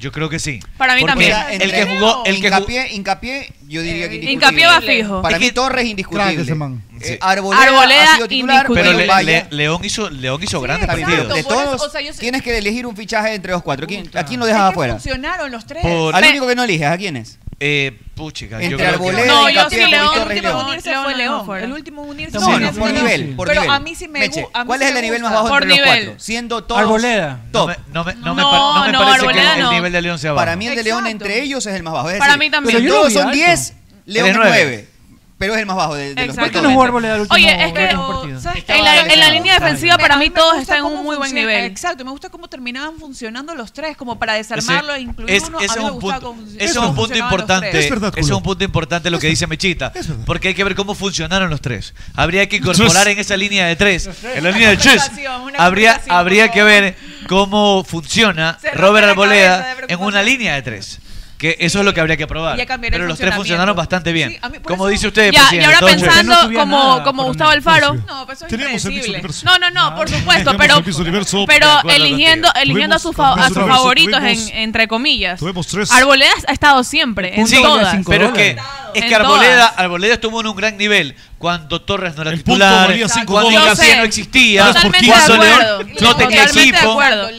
Speaker 6: Yo creo que sí.
Speaker 8: Para mí también.
Speaker 6: el que jugó- el que jugó-
Speaker 5: hincapié, hincapié, yo diría que
Speaker 11: Eh,
Speaker 5: indiscutible.
Speaker 8: Hincapié va fijo.
Speaker 5: Para
Speaker 8: Es
Speaker 5: mí
Speaker 8: que-
Speaker 5: Torres indiscutible.
Speaker 10: Crack ese man.
Speaker 5: Eh,
Speaker 6: Sí.
Speaker 5: Arboleda,
Speaker 8: Arboleda,
Speaker 5: ha sido titular,
Speaker 6: Pero
Speaker 5: pero
Speaker 6: le-
Speaker 5: vaya.
Speaker 6: le- León hizo, León hizo grandes
Speaker 5: Está bien,
Speaker 6: partidos.
Speaker 5: de
Speaker 8: por eso,
Speaker 5: todos,
Speaker 8: o sea, yo sé-
Speaker 5: tienes que elegir un fichaje entre los cuatro. ¿Quién- ¿A quién lo dejas afuera?
Speaker 11: Funcionaron los tres.
Speaker 6: Por-
Speaker 5: Al único que no eliges, ¿a quién es?
Speaker 6: Eh, puchica, yo
Speaker 5: Entre
Speaker 6: creo que-
Speaker 5: Arboleda
Speaker 11: No,
Speaker 5: y
Speaker 11: yo sí,
Speaker 5: Capié,
Speaker 11: León,
Speaker 5: Torres
Speaker 11: el
Speaker 5: y
Speaker 11: último
Speaker 5: León.
Speaker 11: en unirse
Speaker 8: León,
Speaker 11: fue
Speaker 8: León
Speaker 11: León.
Speaker 8: afuera.
Speaker 11: El último en unirse
Speaker 5: No,
Speaker 11: fue
Speaker 5: no,
Speaker 11: León.
Speaker 5: por nivel, por
Speaker 11: Pero
Speaker 5: nivel.
Speaker 11: a mí sí me
Speaker 5: Meche,
Speaker 11: gusta.
Speaker 5: ¿Cuál es el nivel más bajo
Speaker 11: Por
Speaker 5: entre
Speaker 11: nivel.
Speaker 5: los cuatro? Siendo todos
Speaker 6: Arboleda.
Speaker 5: top.
Speaker 6: No me, no me par- no me parece que el- el nivel de León sea bajo.
Speaker 5: Para mí el de León entre ellos es el más bajo. Es
Speaker 8: Para
Speaker 5: decir,
Speaker 8: mí también.
Speaker 5: si
Speaker 8: Pero yo lo
Speaker 5: todos
Speaker 8: vi
Speaker 5: son
Speaker 8: alto.
Speaker 5: 10, León
Speaker 6: Era
Speaker 5: es
Speaker 6: nueve.
Speaker 5: 9. Pero es el más bajo de, de los cuatro.
Speaker 8: Exactamente. ¿Por qué no jugó
Speaker 7: Arboleda el último-
Speaker 8: Oye, es que
Speaker 7: último partido?
Speaker 11: ¿Sabes qué?
Speaker 8: en la, en la línea defensiva
Speaker 11: Pero
Speaker 8: para
Speaker 11: a
Speaker 8: mí
Speaker 11: me
Speaker 8: todos
Speaker 11: gusta
Speaker 8: están en
Speaker 11: cómo
Speaker 8: un muy buen
Speaker 11: funciona-
Speaker 8: nivel.
Speaker 11: Exacto, me gusta cómo terminaban funcionando los tres, como para
Speaker 6: Ese-
Speaker 11: desarmarlo e incluir
Speaker 6: es-
Speaker 11: uno.
Speaker 6: ese
Speaker 11: a mí
Speaker 6: es
Speaker 11: me
Speaker 6: un
Speaker 11: gustaba
Speaker 6: punto,
Speaker 11: cómo funcionaban
Speaker 6: ese es un punto
Speaker 11: los tres.
Speaker 6: importante. ese es un punto importante lo que dice Mechita. Porque hay que ver cómo funcionaron los tres. Habría que incorporar en esa línea de tres, en la línea de tres,
Speaker 11: compensación, una
Speaker 6: habría,
Speaker 11: compensación,
Speaker 6: habría
Speaker 11: por
Speaker 6: que ver cómo funciona
Speaker 11: Se rompe
Speaker 6: Robert
Speaker 11: la cabeza de
Speaker 6: Arboleda en
Speaker 11: preocupación.
Speaker 6: una línea de tres. que eso es lo que habría que probar.
Speaker 11: Ya cambiaron
Speaker 6: Pero
Speaker 11: el
Speaker 6: los tres
Speaker 11: funcionamiento.
Speaker 6: funcionaron bastante bien.
Speaker 11: Sí, a mí por
Speaker 6: Como
Speaker 11: eso-
Speaker 6: dice usted,
Speaker 8: Ya, y
Speaker 6: presidente,
Speaker 8: ahora
Speaker 6: todo bien.
Speaker 8: pensando como, como Gustavo Alfaro.
Speaker 9: negocio.
Speaker 8: No, pues eso es
Speaker 9: Teníamos el
Speaker 8: impredecible.
Speaker 9: Miss Universo.
Speaker 8: No, no, no, por supuesto,
Speaker 9: Teníamos
Speaker 8: pero,
Speaker 9: el Miss Universo.
Speaker 8: pero
Speaker 9: De acuerdo
Speaker 8: eligiendo,
Speaker 9: contigo.
Speaker 8: eligiendo a, sus
Speaker 9: Tuvimos
Speaker 8: fa- a sus
Speaker 9: Miss Universo,
Speaker 8: favoritos,
Speaker 9: tuvimos-
Speaker 8: en- entre comillas.
Speaker 9: tuvimos tres.
Speaker 8: Arboledas ha estado siempre, en
Speaker 6: Sí,
Speaker 8: todas.
Speaker 6: pero es que, es
Speaker 8: En
Speaker 6: que Arboleda,
Speaker 8: todas.
Speaker 6: Arboleda estuvo en un gran nivel cuando Torres no era
Speaker 41: punto
Speaker 6: titular,
Speaker 41: valía cinco
Speaker 6: cuando
Speaker 41: dólares.
Speaker 6: García
Speaker 41: Yo
Speaker 6: no
Speaker 41: sé.
Speaker 6: existía,
Speaker 41: Totalmente de
Speaker 6: cuando
Speaker 41: acuerdo.
Speaker 6: León no tenía
Speaker 8: Totalmente de
Speaker 6: equipo.
Speaker 8: acuerdo.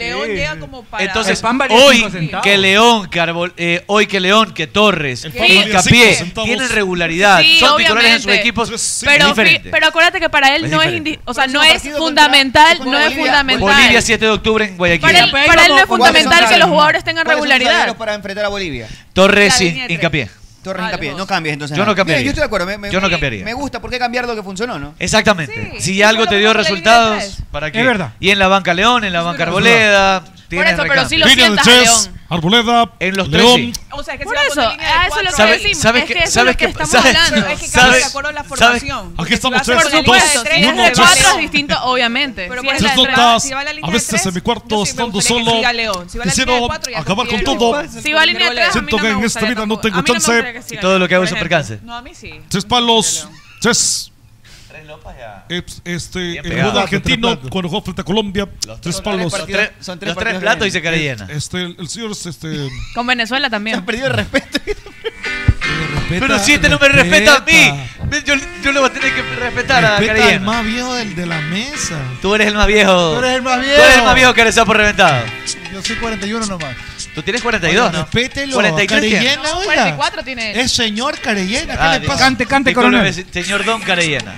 Speaker 6: Entonces,
Speaker 7: El pan valía
Speaker 6: hoy
Speaker 7: cinco centavos.
Speaker 6: que León, que Arbol- eh, hoy que León, que Torres,
Speaker 8: pan valía
Speaker 6: que
Speaker 8: cinco
Speaker 6: Capié
Speaker 8: centavos.
Speaker 6: tienen regularidad,
Speaker 8: Sí,
Speaker 6: son titulares en sus
Speaker 8: obviamente.
Speaker 6: equipos,
Speaker 8: pero,
Speaker 6: es
Speaker 8: fi-
Speaker 6: diferente.
Speaker 8: pero acuérdate que para él
Speaker 6: Es
Speaker 8: no es,
Speaker 6: diferente.
Speaker 8: indi- o sea, no es fundamental, no es fundamental.
Speaker 6: Bolivia 7 de octubre en Guayaquil.
Speaker 8: Para él, para él no es fundamental que los jugadores tengan
Speaker 5: ¿Cuáles son tus
Speaker 8: regularidad.
Speaker 5: zagueros para enfrentar a Bolivia?
Speaker 6: Torres sin hincapié.
Speaker 5: Torres Hincapié. No cambies entonces.
Speaker 6: Yo no
Speaker 5: nada. Mira,
Speaker 6: cambiaría.
Speaker 5: yo estoy de acuerdo. Me, me-
Speaker 6: Yo no cambiaría.
Speaker 5: Me gusta. ¿Por qué cambiar lo que funcionó, no?
Speaker 6: Exactamente.
Speaker 5: Sí,
Speaker 6: si
Speaker 5: sí,
Speaker 6: algo
Speaker 5: solo
Speaker 6: te dio
Speaker 5: por la línea de
Speaker 6: resultados,
Speaker 5: tres.
Speaker 6: ¿para qué?
Speaker 5: Es verdad.
Speaker 6: Y en la banca León, en la banca Arboleda. tienes
Speaker 8: eso, pero
Speaker 6: recambio.
Speaker 8: sí lo Línea de sientas a tres, León.
Speaker 9: Arboleda,
Speaker 6: en los tres,
Speaker 9: León.
Speaker 6: sí.
Speaker 11: O sea, que
Speaker 8: Por
Speaker 11: se va
Speaker 8: eso,
Speaker 11: con la línea de
Speaker 8: a eso es lo
Speaker 11: cuatro.
Speaker 8: que decimos.
Speaker 6: sabes
Speaker 8: es
Speaker 6: que-
Speaker 8: que eso es
Speaker 6: sabes
Speaker 8: lo
Speaker 6: que-
Speaker 8: que estamos
Speaker 6: sabes-
Speaker 8: hablando.
Speaker 11: Es que cambia
Speaker 6: ¿Sabes?
Speaker 11: de acuerdo a la
Speaker 6: ¿Sabes?
Speaker 11: formación.
Speaker 9: Aquí estamos
Speaker 11: Si vas
Speaker 9: tres,
Speaker 11: por la línea
Speaker 9: dos,
Speaker 11: de tres,
Speaker 9: uno,
Speaker 11: se
Speaker 8: De
Speaker 11: va
Speaker 9: tres.
Speaker 8: cuatro es distinto, obviamente.
Speaker 11: Pero
Speaker 8: Sí,
Speaker 11: por
Speaker 8: es
Speaker 11: eso
Speaker 8: la
Speaker 9: Tres
Speaker 8: de tres.
Speaker 9: notas,
Speaker 11: si va la línea
Speaker 9: a
Speaker 11: de
Speaker 9: veces
Speaker 11: tres,
Speaker 9: en mi cuarto
Speaker 11: yo sí me
Speaker 9: estando
Speaker 11: gustaría que
Speaker 9: solo.
Speaker 11: siga León. Si va la línea de
Speaker 9: quisiera
Speaker 11: cuatro, ya no
Speaker 9: acabar con
Speaker 11: quiero.
Speaker 9: todo.
Speaker 11: Si va la línea de tres, a
Speaker 9: Siento
Speaker 11: mí no
Speaker 9: que
Speaker 11: me
Speaker 9: en esta
Speaker 11: gustaría
Speaker 9: vida no
Speaker 11: tampoco.
Speaker 9: tengo
Speaker 11: A mí no me
Speaker 9: chance.
Speaker 11: gustaría que siga
Speaker 6: Todo lo que hago
Speaker 11: Por
Speaker 6: es
Speaker 11: ejemplo.
Speaker 6: percance.
Speaker 11: No, a mí sí.
Speaker 9: Tres palos. Tres. Eh, Este, el
Speaker 6: pegado.
Speaker 9: jugador argentino
Speaker 6: Tres platos.
Speaker 9: cuando jugó frente a Colombia, tres
Speaker 6: son tres
Speaker 9: palos.
Speaker 6: partidos- Los tres- son tres los tres partidos platos y se queda
Speaker 9: Eh,
Speaker 6: llena.
Speaker 9: Este, el, el señor es este.
Speaker 8: Con Venezuela también. Se han
Speaker 5: perdido el respeto.
Speaker 6: Pero si este no me respeta a mí, yo, yo le voy a tener que respetar a
Speaker 10: Respeta al
Speaker 6: Carillena.
Speaker 10: más viejo del de la mesa.
Speaker 6: Tú eres el más viejo.
Speaker 10: Tú eres el más
Speaker 6: Tú eres el
Speaker 10: viejo.
Speaker 6: más viejo que eres sapo reventado.
Speaker 42: Yo soy 41 nomás.
Speaker 6: Tú tienes 42, ¿no?
Speaker 10: Respételo.
Speaker 6: 43 tiene.
Speaker 10: Carellena, oiga.
Speaker 8: 44 tiene él.
Speaker 10: Es señor Carellena. ¿Qué
Speaker 6: Ah,
Speaker 10: le
Speaker 6: disculpe,
Speaker 10: pasa?
Speaker 6: discúlpeme, se- Señor Don Carellena.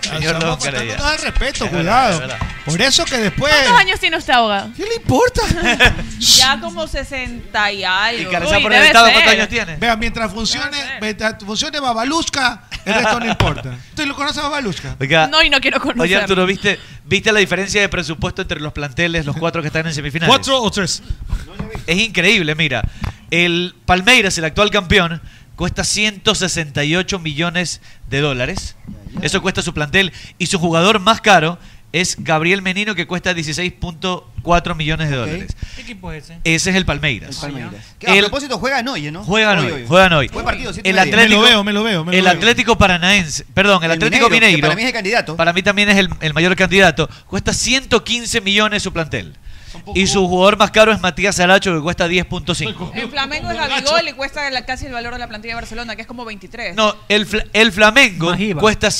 Speaker 6: Señor Don
Speaker 10: Estamos
Speaker 6: Carellena.
Speaker 10: contándonos al respeto,
Speaker 6: Es verdad, es
Speaker 10: cuidado.
Speaker 6: verdad.
Speaker 10: Por eso que después.
Speaker 8: ¿Cuántos años tiene usted, abogado?
Speaker 10: ¿Qué le importa?
Speaker 9: (laughs)
Speaker 11: Ya como 60 y algo.
Speaker 10: Uy, debe ser. Vea, mientras funcione, mientras funcione Babalushka, el resto no importa. ¿Tú lo conoces a Babalushka?
Speaker 6: Oiga,
Speaker 8: No, y no quiero conocerlo.
Speaker 6: Oye, Arturo, ¿viste, ¿viste la diferencia de presupuesto entre los planteles, los cuatro que están en semifinales?
Speaker 9: ¿Cuatro o tres?
Speaker 6: Es increíble, mira. El Palmeiras, el actual campeón, cuesta 168 millones de dólares. Eso cuesta su plantel. Y su jugador más caro es Gabriel Menino, que cuesta 16.4 millones de dólares.
Speaker 7: ¿Qué equipo es eh? ese?
Speaker 6: Ese es el Palmeiras.
Speaker 5: Que a
Speaker 6: El-
Speaker 5: propósito, juegan hoy, ¿no?
Speaker 6: Juegan hoy,
Speaker 5: hoy.
Speaker 6: juegan hoy.
Speaker 5: Buen partido, siete y
Speaker 6: el
Speaker 5: media.
Speaker 6: Atlético,
Speaker 5: Me lo veo, me lo veo, me lo
Speaker 6: el
Speaker 5: veo.
Speaker 6: Atlético Paranaense, perdón, el,
Speaker 5: El
Speaker 6: Atlético
Speaker 5: Mineiro, que
Speaker 6: Mineiro.
Speaker 5: para mí es el candidato.
Speaker 6: Para mí también es el, el mayor candidato. Cuesta 115 millones su plantel. Y su jugador más caro es Matías Aracho, que cuesta 10.5.
Speaker 11: El Flamengo es Gabigol y cuesta la- casi el valor de la plantilla de Barcelona, que es como 23.
Speaker 6: No, el, Fla- el Flamengo cuesta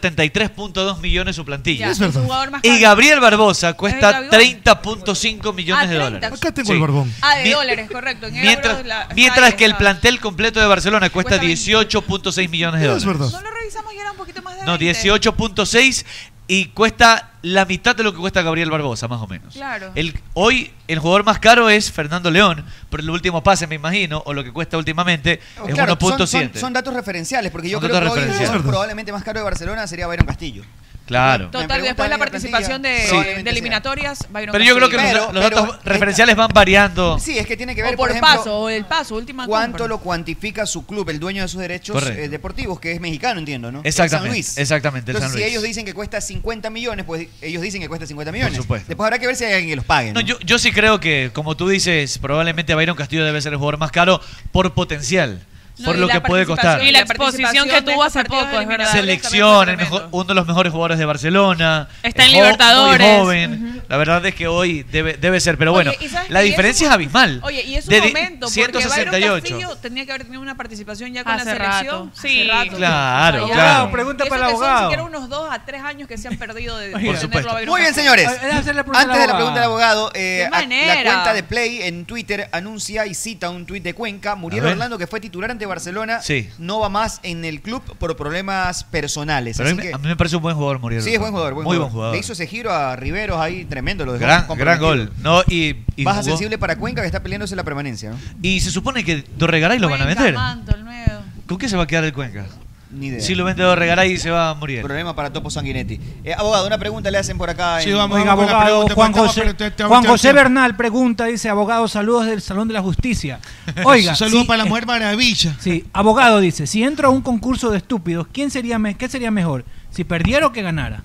Speaker 6: 173.2 millones su plantilla.
Speaker 11: Ya, Es verdad. el jugador más
Speaker 6: Y
Speaker 11: caro.
Speaker 6: Gabriel Barbosa
Speaker 11: Es
Speaker 6: cuesta
Speaker 11: el
Speaker 6: 30.5 millones de dólares.
Speaker 11: Acá
Speaker 9: tengo el barbón.
Speaker 11: Ah, de
Speaker 6: Mi-
Speaker 11: dólares, correcto. En euros
Speaker 6: Mientras,
Speaker 11: Ah, la-
Speaker 6: mientras
Speaker 11: está
Speaker 6: que el
Speaker 11: esa.
Speaker 6: plantel completo de Barcelona cuesta 18.6 millones de dólares.
Speaker 11: No lo revisamos y era un poquito más de
Speaker 6: No,
Speaker 11: 20.
Speaker 6: 18.6 y cuesta la mitad de lo que cuesta Gabriel Barbosa, más o menos.
Speaker 11: Claro.
Speaker 6: El, hoy el jugador más caro es Fernando León, por el último pase, me imagino, o lo que cuesta últimamente,
Speaker 5: Oh,
Speaker 6: es
Speaker 5: claro, son-
Speaker 6: 1.7.
Speaker 5: son, son datos referenciales, porque yo
Speaker 6: Son
Speaker 5: creo que
Speaker 6: datos
Speaker 5: hoy el
Speaker 6: referenciales.
Speaker 5: jugador probablemente más caro de Barcelona sería Bayron Castillo.
Speaker 6: Claro.
Speaker 11: Total, después la participación de,
Speaker 6: Sí.
Speaker 11: de eliminatorias, Byron
Speaker 6: Pero yo creo que
Speaker 11: Castillo.
Speaker 6: los, los datos referenciales van variando.
Speaker 5: Sí, es que tiene que ver
Speaker 11: O por
Speaker 5: ejemplo,
Speaker 11: paso, o el paso, última
Speaker 5: ¿Cuánto
Speaker 11: compra.
Speaker 5: lo cuantifica su club, el dueño de sus derechos
Speaker 6: Correcto.
Speaker 5: eh, deportivos, que es mexicano, entiendo, ¿no?
Speaker 6: Exactamente,
Speaker 5: El San Luis.
Speaker 6: exactamente, el
Speaker 5: Entonces,
Speaker 6: San
Speaker 5: si
Speaker 6: Luis.
Speaker 5: ellos dicen que cuesta 50 millones, pues ellos dicen que cuesta 50 millones.
Speaker 6: supuesto.
Speaker 5: Después habrá que ver si hay alguien que los pague. ¿no?
Speaker 6: No, yo, yo sí creo que, como tú dices, probablemente Byron Castillo debe ser el jugador más caro por potencial,
Speaker 8: No,
Speaker 6: por
Speaker 8: y
Speaker 6: lo
Speaker 8: la
Speaker 6: que puede costar.
Speaker 8: Y la exposición que tuvo hace poco, es verdad.
Speaker 6: selección, el mejor- uno de los mejores jugadores de Barcelona.
Speaker 8: Está en
Speaker 6: es jo- muy
Speaker 8: Libertadores.
Speaker 6: joven. La verdad es que hoy debe, debe ser, pero bueno,
Speaker 11: Oye, ¿y sabes
Speaker 6: la
Speaker 11: qué? Y
Speaker 6: diferencia
Speaker 11: un-
Speaker 6: es abismal.
Speaker 11: Oye, y es un
Speaker 6: De di-
Speaker 11: momento, porque Byron
Speaker 6: 168.
Speaker 11: Castillo tenía que haber tenido una participación ya con
Speaker 8: Hace
Speaker 11: la selección.
Speaker 8: rato. Sí.
Speaker 6: Claro,
Speaker 11: O sea, ya-
Speaker 6: claro.
Speaker 7: Pregunta
Speaker 11: Eso
Speaker 7: para el
Speaker 11: que son
Speaker 7: abogado.
Speaker 11: siquiera unos dos a tres años que se han perdido de,
Speaker 5: Por
Speaker 11: de
Speaker 5: supuesto.
Speaker 11: tenerlo a Byron
Speaker 5: Muy bien,
Speaker 11: Castillo.
Speaker 5: señores.
Speaker 11: Ay, déjame hacer la pregunta
Speaker 5: Antes de
Speaker 11: al
Speaker 5: la pregunta del abogado, eh,
Speaker 11: ¿Qué
Speaker 5: a- la
Speaker 11: manera?
Speaker 5: cuenta de Play en Twitter anuncia y cita un tuit de Cuenca. Muriel
Speaker 6: A ver.
Speaker 5: Orlando, que fue titular ante Barcelona,
Speaker 6: Sí.
Speaker 5: no va más en el club por problemas personales.
Speaker 6: Pero a,
Speaker 5: Así
Speaker 6: mí,
Speaker 5: que-
Speaker 6: a mí me parece un buen jugador, Muriel.
Speaker 5: sí, es buen jugador. buen
Speaker 6: Muy
Speaker 5: jugador.
Speaker 6: buen jugador.
Speaker 5: Le hizo ese giro a Riveros ahí tremendo. Lo dejó
Speaker 6: Gran, gran
Speaker 5: comprometido.
Speaker 6: gol. No, y, y
Speaker 5: Baja
Speaker 6: jugó-
Speaker 5: sensible para Cuenca, que está peleándose la permanencia. ¿no?
Speaker 6: y se supone que Dorregaray lo van a vender.
Speaker 11: Manto, el nuevo.
Speaker 6: ¿Con qué se va a quedar el Cuenca?
Speaker 5: Ni idea.
Speaker 6: Si lo vende Dorregaray se va a morir.
Speaker 5: Problema para Topo Sanguinetti. Eh, abogado, una pregunta le hacen por acá. en-
Speaker 7: Oiga, abogado, Juan José, Juan José Bernal pregunta, dice, abogado, saludos del Salón de la Justicia. Oiga.
Speaker 10: Saludos
Speaker 7: si- eh,
Speaker 10: para la Mujer Maravilla.
Speaker 7: Sí, abogado dice, si entro a un concurso de estúpidos, ¿quién sería me- ¿qué sería mejor? ¿Si perdiera o que ganara?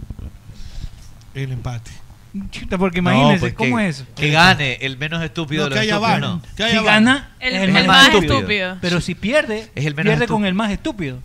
Speaker 10: El empate.
Speaker 7: Chuta, porque imagínense,
Speaker 6: No, pues
Speaker 7: ¿cómo
Speaker 6: que-
Speaker 7: es eso?
Speaker 6: Que gane el menos estúpido de los estúpidos, no.
Speaker 7: Si gana,
Speaker 11: El-
Speaker 7: es
Speaker 11: el
Speaker 7: el, más,
Speaker 11: más
Speaker 7: estúpido.
Speaker 11: estúpido.
Speaker 7: Pero si pierde,
Speaker 6: Es el menos
Speaker 7: pierde
Speaker 6: estúpido.
Speaker 7: con el más estúpido.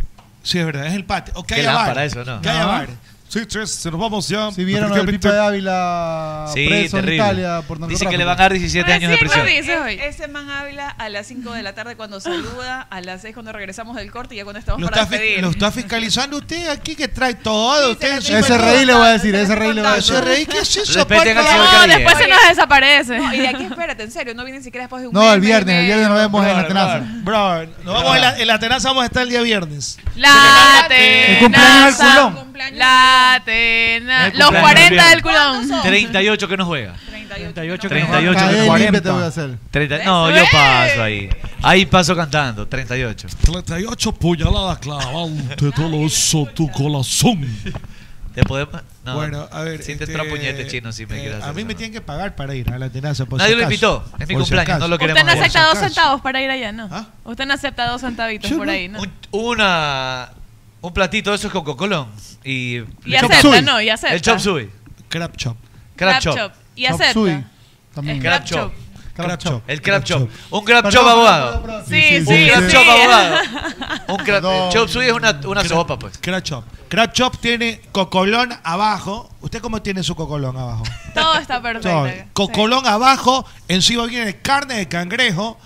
Speaker 9: Sí, es verdad, es el pate.
Speaker 6: Qué lámpara eso, ¿no? No.
Speaker 43: Sí, tres, se nos vamos ya.
Speaker 10: Si vieron lo del Pipa de Ávila
Speaker 6: Sí,
Speaker 10: Ah, preso en
Speaker 6: terrible.
Speaker 10: Italia por
Speaker 6: Dicen
Speaker 10: narcotráfico.
Speaker 6: que le van a dar 17 años de prisión.
Speaker 11: E- Ese man Ávila a las 5 de la tarde cuando saluda, a las 6 cuando regresamos del corte y ya cuando estamos
Speaker 9: Lo
Speaker 11: para
Speaker 9: está, fi-
Speaker 11: despedir.
Speaker 9: lo está fiscalizando usted aquí que trae todo. usted
Speaker 10: estoy Ese contando, rey le voy a decir, se la ese estoy rey le voy a contando. decir.
Speaker 9: ¿Ese rey qué es eso?
Speaker 10: Respeten
Speaker 9: papá?
Speaker 10: al señor Calle. después
Speaker 11: se nos desaparece. y de aquí espérate, en serio, no viene ni siquiera después de un
Speaker 10: No,
Speaker 11: mes,
Speaker 10: el
Speaker 11: mes y
Speaker 10: viernes, el
Speaker 11: medio.
Speaker 10: viernes nos vemos en la
Speaker 9: Brother,
Speaker 10: tenaza.
Speaker 9: brother, brother, nos vamos en, la, en la tenaza vamos a estar el día viernes.
Speaker 11: La
Speaker 9: El
Speaker 11: tenaza.
Speaker 9: cumpleaños del culón.
Speaker 11: La tena.
Speaker 6: Es el
Speaker 11: Los
Speaker 6: cumpleaños
Speaker 11: 40 del
Speaker 6: del
Speaker 11: culón.
Speaker 6: 38 que no juega.
Speaker 7: 38 que nos va a
Speaker 6: 38
Speaker 7: caer
Speaker 6: que no
Speaker 7: limpio
Speaker 6: juega.
Speaker 7: te voy a hacer.
Speaker 6: 30 no, yo paso ahí. Ahí paso cantando. 38.
Speaker 43: 38 puñaladas clavante doloroso tu corazón.
Speaker 6: Te podemos. No,
Speaker 9: Bueno, a ver,
Speaker 6: Sí, te
Speaker 9: este,
Speaker 6: entró puñete chino si me
Speaker 9: eh,
Speaker 6: quieres
Speaker 9: a
Speaker 6: hacer.
Speaker 9: mí me tienen que pagar para ir a la tenaza. Por
Speaker 6: Nadie
Speaker 9: si
Speaker 6: lo
Speaker 9: acaso.
Speaker 6: invitó. Es mi
Speaker 9: Por si
Speaker 6: cumpleaños,
Speaker 9: acaso.
Speaker 6: no lo queremos.
Speaker 8: Usted no
Speaker 6: Por si
Speaker 8: acepta dos
Speaker 6: acaso.
Speaker 8: centavos para ir allá, ¿no? Usted no acepta dos centavitos por ahí, ¿no?
Speaker 6: Una. Un platito de esos con cocolón. Y.
Speaker 8: Y acepta, Chop suey. ¿no? Y acepta.
Speaker 6: El chop suey.
Speaker 9: Crab chop.
Speaker 6: Crab chop.
Speaker 8: Y acepta.
Speaker 10: También.
Speaker 6: El crab chop.
Speaker 10: Crab chop.
Speaker 6: El crab chop. Un crab chop abogado.
Speaker 8: Sí, sí,
Speaker 6: Un crab
Speaker 8: sí.
Speaker 6: chop abogado.
Speaker 8: (laughs)
Speaker 6: Un crab
Speaker 9: Perdón.
Speaker 6: chop suey es una, una sopa, pues.
Speaker 9: Crab chop. Crab chop tiene cocolón abajo. ¿Usted cómo tiene su cocolón abajo?
Speaker 8: Todo está perfecto.
Speaker 9: Todo. Cocolón abajo, encima viene carne de cangrejo.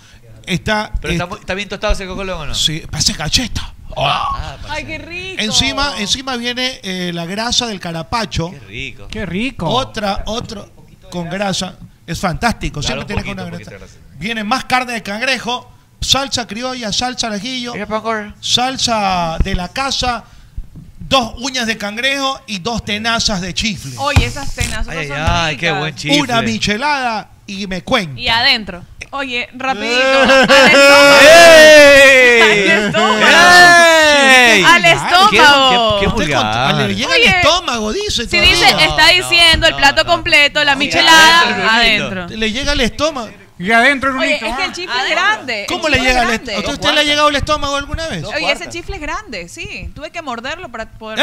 Speaker 9: Está.
Speaker 6: Pero está, muy- está bien tostado ese cocolón o no?
Speaker 9: Este Sí, parece cacheta.
Speaker 6: Ah,
Speaker 11: Ay, qué rico.
Speaker 9: Encima, encima viene eh, la grasa del carapacho. Qué
Speaker 6: rico.
Speaker 7: Qué rico.
Speaker 9: Otra, otro con grasa. Es fantástico.
Speaker 6: Claro,
Speaker 9: Siempre tiene que
Speaker 6: un
Speaker 9: una
Speaker 6: poquito,
Speaker 9: grasa.
Speaker 6: un poquito
Speaker 9: Viene más carne de cangrejo, salsa criolla, salsa al ajillo, salsa de la casa, dos uñas de cangrejo y dos tenazas de chifle.
Speaker 11: Oye, esas tenas.
Speaker 6: Ay,
Speaker 11: no
Speaker 6: ay,
Speaker 11: son
Speaker 6: ay, qué
Speaker 11: ricas.
Speaker 6: buen chifle.
Speaker 9: Una michelada y me cuen.
Speaker 11: Y adentro. Oye, rapidito.
Speaker 6: ¡Ey!
Speaker 11: Al estómago.
Speaker 6: ¡Ey!
Speaker 11: Al
Speaker 6: Qué-
Speaker 11: estómago.
Speaker 6: qué- qué vulgar.
Speaker 9: Ah, Le llega
Speaker 11: Oye,
Speaker 9: el estómago, dice.
Speaker 11: Si
Speaker 9: todavía.
Speaker 11: dice, está diciendo el plato completo, la michelada, adentro.
Speaker 9: Le llega el estómago.
Speaker 7: Y adentro
Speaker 11: Oye, es que el chifle es grande.
Speaker 9: ¿Cómo
Speaker 11: el
Speaker 9: le
Speaker 11: chifle
Speaker 9: llega
Speaker 11: es
Speaker 9: al
Speaker 11: grande.
Speaker 9: estómago? ¿Usted le ha llegado el estómago alguna vez?
Speaker 11: Oye, ese chifle es grande, sí. Tuve que morderlo para
Speaker 8: Eh,
Speaker 11: poder.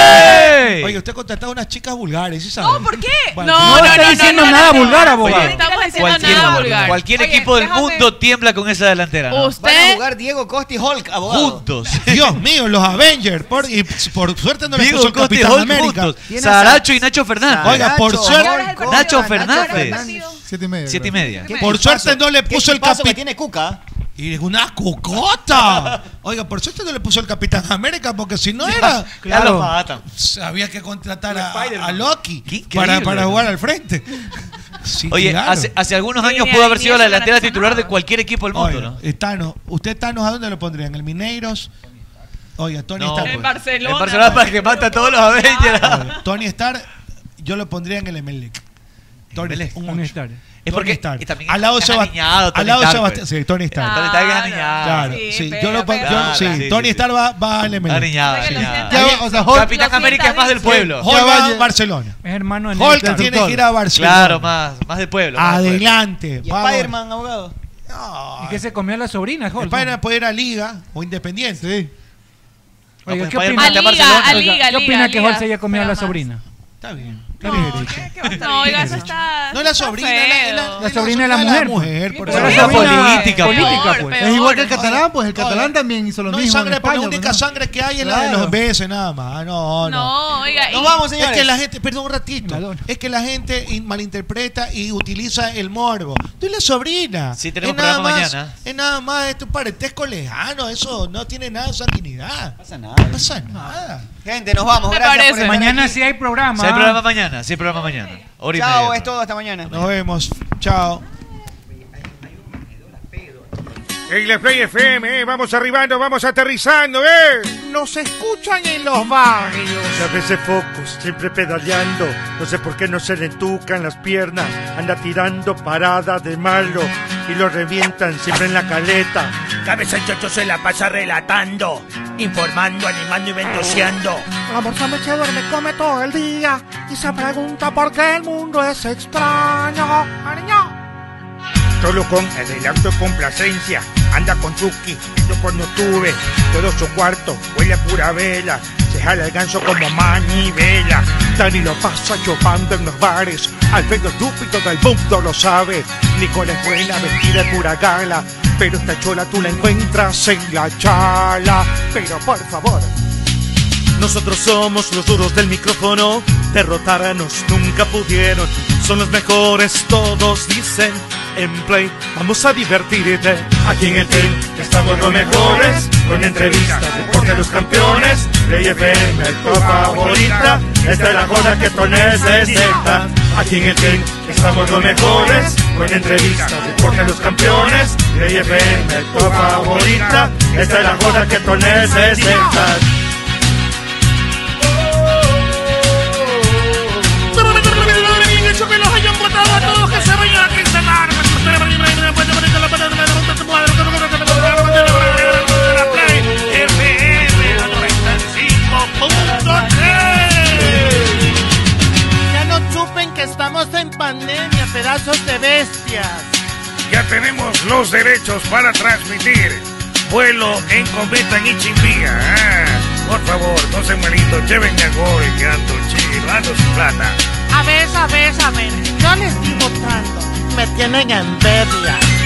Speaker 9: ¡Ey! Oye, usted ha contratado a unas chicas vulgares, ¿sí sabe?
Speaker 11: No, ¿por qué?
Speaker 9: Bueno.
Speaker 11: No, no, no, no, no, no.
Speaker 6: Oye,
Speaker 11: No estamos
Speaker 8: pues,
Speaker 11: haciendo
Speaker 6: cualquier,
Speaker 11: nada vulgar.
Speaker 6: cualquier
Speaker 11: Oye,
Speaker 6: equipo del
Speaker 11: déjame-
Speaker 6: mundo tiembla con esa delantera. ¿no?
Speaker 11: Usted.
Speaker 5: jugar Diego Costa y Hulk, abogado.
Speaker 6: Juntos.
Speaker 9: (laughs) Dios mío, los Avengers. Por, y por suerte no les
Speaker 6: Diego
Speaker 9: puso el
Speaker 6: Costa y
Speaker 9: Capitán
Speaker 6: Hulk
Speaker 9: América.
Speaker 6: juntos. Saracho y Nacho Fernández.
Speaker 9: Oiga, por
Speaker 6: Nacho,
Speaker 9: suerte.
Speaker 6: Hulk, Nacho Nacho Fernández. Fernández.
Speaker 10: Siete y media.
Speaker 6: Siete y
Speaker 10: creo.
Speaker 6: media.
Speaker 9: Por suerte no le puso el
Speaker 5: chipazo que
Speaker 9: Capitán.
Speaker 5: tiene Cuca.
Speaker 9: Y es una
Speaker 6: (laughs)
Speaker 9: cucota. Oiga, por suerte no le puso el Capitán América, porque si no era.
Speaker 6: Ya lo matan.
Speaker 9: Había que contratar a, a Loki
Speaker 6: qué
Speaker 9: para,
Speaker 6: horrible,
Speaker 9: para
Speaker 6: ¿no?
Speaker 9: jugar al frente. Sí,
Speaker 6: Oye,
Speaker 9: claro.
Speaker 6: hace, hace algunos
Speaker 9: Sí,
Speaker 6: años
Speaker 9: ni
Speaker 6: pudo
Speaker 9: ahí
Speaker 6: haber
Speaker 9: ni
Speaker 6: sido
Speaker 9: eso
Speaker 6: la
Speaker 9: era
Speaker 6: delantera titular de cualquier equipo del mundo,
Speaker 9: Oiga,
Speaker 6: ¿no?
Speaker 9: eh, Thanos, ¿usted Thanos a dónde lo pondría? ¿En el Mineiros? Oiga, Tony
Speaker 6: No,
Speaker 9: Stark.
Speaker 6: En pues. (laughs) Barcelona. En Barcelona para que mata a todos los Avengers.
Speaker 9: Oiga, Tony Stark, yo lo pondría en el Emelec. Tony, un ocho.
Speaker 6: Es porque-
Speaker 9: Tony Stark.
Speaker 6: y también
Speaker 9: al lado de
Speaker 6: está
Speaker 9: Sebast-
Speaker 6: aniñado Tony
Speaker 9: al lado de
Speaker 6: Stark,
Speaker 9: Sebastián.
Speaker 6: pues.
Speaker 9: Sí, Tony Stark.
Speaker 6: Tony Stark es
Speaker 10: Ah,
Speaker 6: aniñado.
Speaker 9: Claro,
Speaker 6: Sí,
Speaker 9: sí.
Speaker 6: pero-
Speaker 9: Yo lo pon- yo-
Speaker 6: pero-
Speaker 9: sí,
Speaker 6: Sí, sí,
Speaker 9: Tony
Speaker 6: sí.
Speaker 9: Stark va, va al Emelec.
Speaker 6: Aniñado, aniñado.
Speaker 9: Ya va, o sea, Hulk-
Speaker 6: Capitán América es más del pueblo.
Speaker 9: Hulk va a Barcelona.
Speaker 7: Es hermano de
Speaker 9: Hulk tiene que ir a Barcelona.
Speaker 6: Claro, más, más del pueblo. más del pueblo.
Speaker 9: Adelante. vamos.
Speaker 5: abogado.
Speaker 7: Y que se comió a la sobrina, Hulk.
Speaker 9: Spider-Man puede ir a Liga o Independiente.
Speaker 10: Sí.
Speaker 7: Oiga,
Speaker 9: pues,
Speaker 7: ¿qué opina?
Speaker 9: Spider-Man está en Barcelona.
Speaker 7: Oiga,
Speaker 9: A Liga,
Speaker 7: ¿Qué
Speaker 9: Liga,
Speaker 7: opina que
Speaker 9: Liga.
Speaker 7: Hulk se haya comido a la sobrina?
Speaker 9: Está bien.
Speaker 11: No, oiga, eso
Speaker 10: Ah,
Speaker 11: está.
Speaker 9: No es la sobrina, es la- es la-
Speaker 7: La sobrina de la mujer.
Speaker 9: por
Speaker 7: Pero
Speaker 9: eso.
Speaker 7: la sobrina
Speaker 10: Política,
Speaker 7: política, pues.
Speaker 10: Es igual que el catalán, pues el catalán también hizo lo
Speaker 9: No hay
Speaker 10: mismo.
Speaker 9: sangre,
Speaker 10: en
Speaker 9: pero
Speaker 10: España,
Speaker 9: la única
Speaker 10: pues, ¿no?
Speaker 9: sangre que hay es la de
Speaker 10: Claro.
Speaker 9: los besos, nada más. Ah, No, no.
Speaker 10: No, oiga,
Speaker 9: Nos
Speaker 10: y-
Speaker 9: vamos,
Speaker 10: señores.
Speaker 9: Es que la gente, perdón un ratito, es que la gente in- malinterpreta y utiliza el morbo. Tú y la sobrina.
Speaker 6: Sí, tenemos
Speaker 9: Es nada
Speaker 6: programa
Speaker 9: más-
Speaker 6: mañana.
Speaker 9: Es nada más, es tu parentesco lejano, eso no tiene nada de sanguinidad.
Speaker 5: Pasa nada.
Speaker 9: No pasa nada.
Speaker 5: Gente, nos vamos.
Speaker 9: Me
Speaker 5: Gracias por
Speaker 9: parece.
Speaker 5: estar
Speaker 7: Mañana
Speaker 5: aquí.
Speaker 7: sí hay programa.
Speaker 6: Sí, hay programa mañana. Sí, hay programa mañana. Hora y
Speaker 5: Chao,
Speaker 6: media.
Speaker 5: es todo. Hasta mañana.
Speaker 9: Nos vemos. Chao.
Speaker 1: Regla Play FM, eh, vamos arribando, vamos aterrizando, ¿eh?
Speaker 44: Nos escuchan en los barrios.
Speaker 1: Muchas veces focos, siempre pedaleando. No sé por qué no se le entucan las piernas. Anda tirando parada de malo y lo revientan siempre en la caleta.
Speaker 44: Cabeza el chocho se la pasa relatando, informando, animando y ventoseando.
Speaker 45: La morsa me duerme, come todo el día y se pregunta por qué el mundo es extraño. Ariño.
Speaker 46: Solo con el relato de complacencia Anda con Chucky, yo cuando tuve Todo su cuarto huele a pura vela Se
Speaker 1: jala el ganso como manivela. Dani lo pasa chupando en los bares, Alfredo estúpido del mundo lo sabe. Nicole es buena, vestida de pura gala, pero esta chola tú la encuentras en la chala. Pero por favor,
Speaker 6: Nosotros somos los duros del micrófono, derrotarnos nunca pudieron. Son los mejores, todos dicen. En Play, vamos a divertirte. Aquí en el team estamos los mejores, con entrevistas, deporte de los campeones. Play FM, tu favorita, esta es la joda que tú necesitas. Aquí en el team estamos los mejores, con entrevistas, deporte de los campeones. Play FM, tu favorita, esta es la joda que tú necesitas.
Speaker 9: Hecho que los hayan votado a todos que se vayan a quincenar. Play FM 95.3.
Speaker 10: Ya no chupen que estamos en pandemia, pedazos de bestias.
Speaker 9: Ya tenemos los derechos para transmitir vuelo en cometa en Ichimbía. Ah, por favor, no sean malitos, llévenme a gol que ando chido, ando sin plata.
Speaker 10: A ver, a ver, a ver, yo les estoy votando. Me tienen envidia.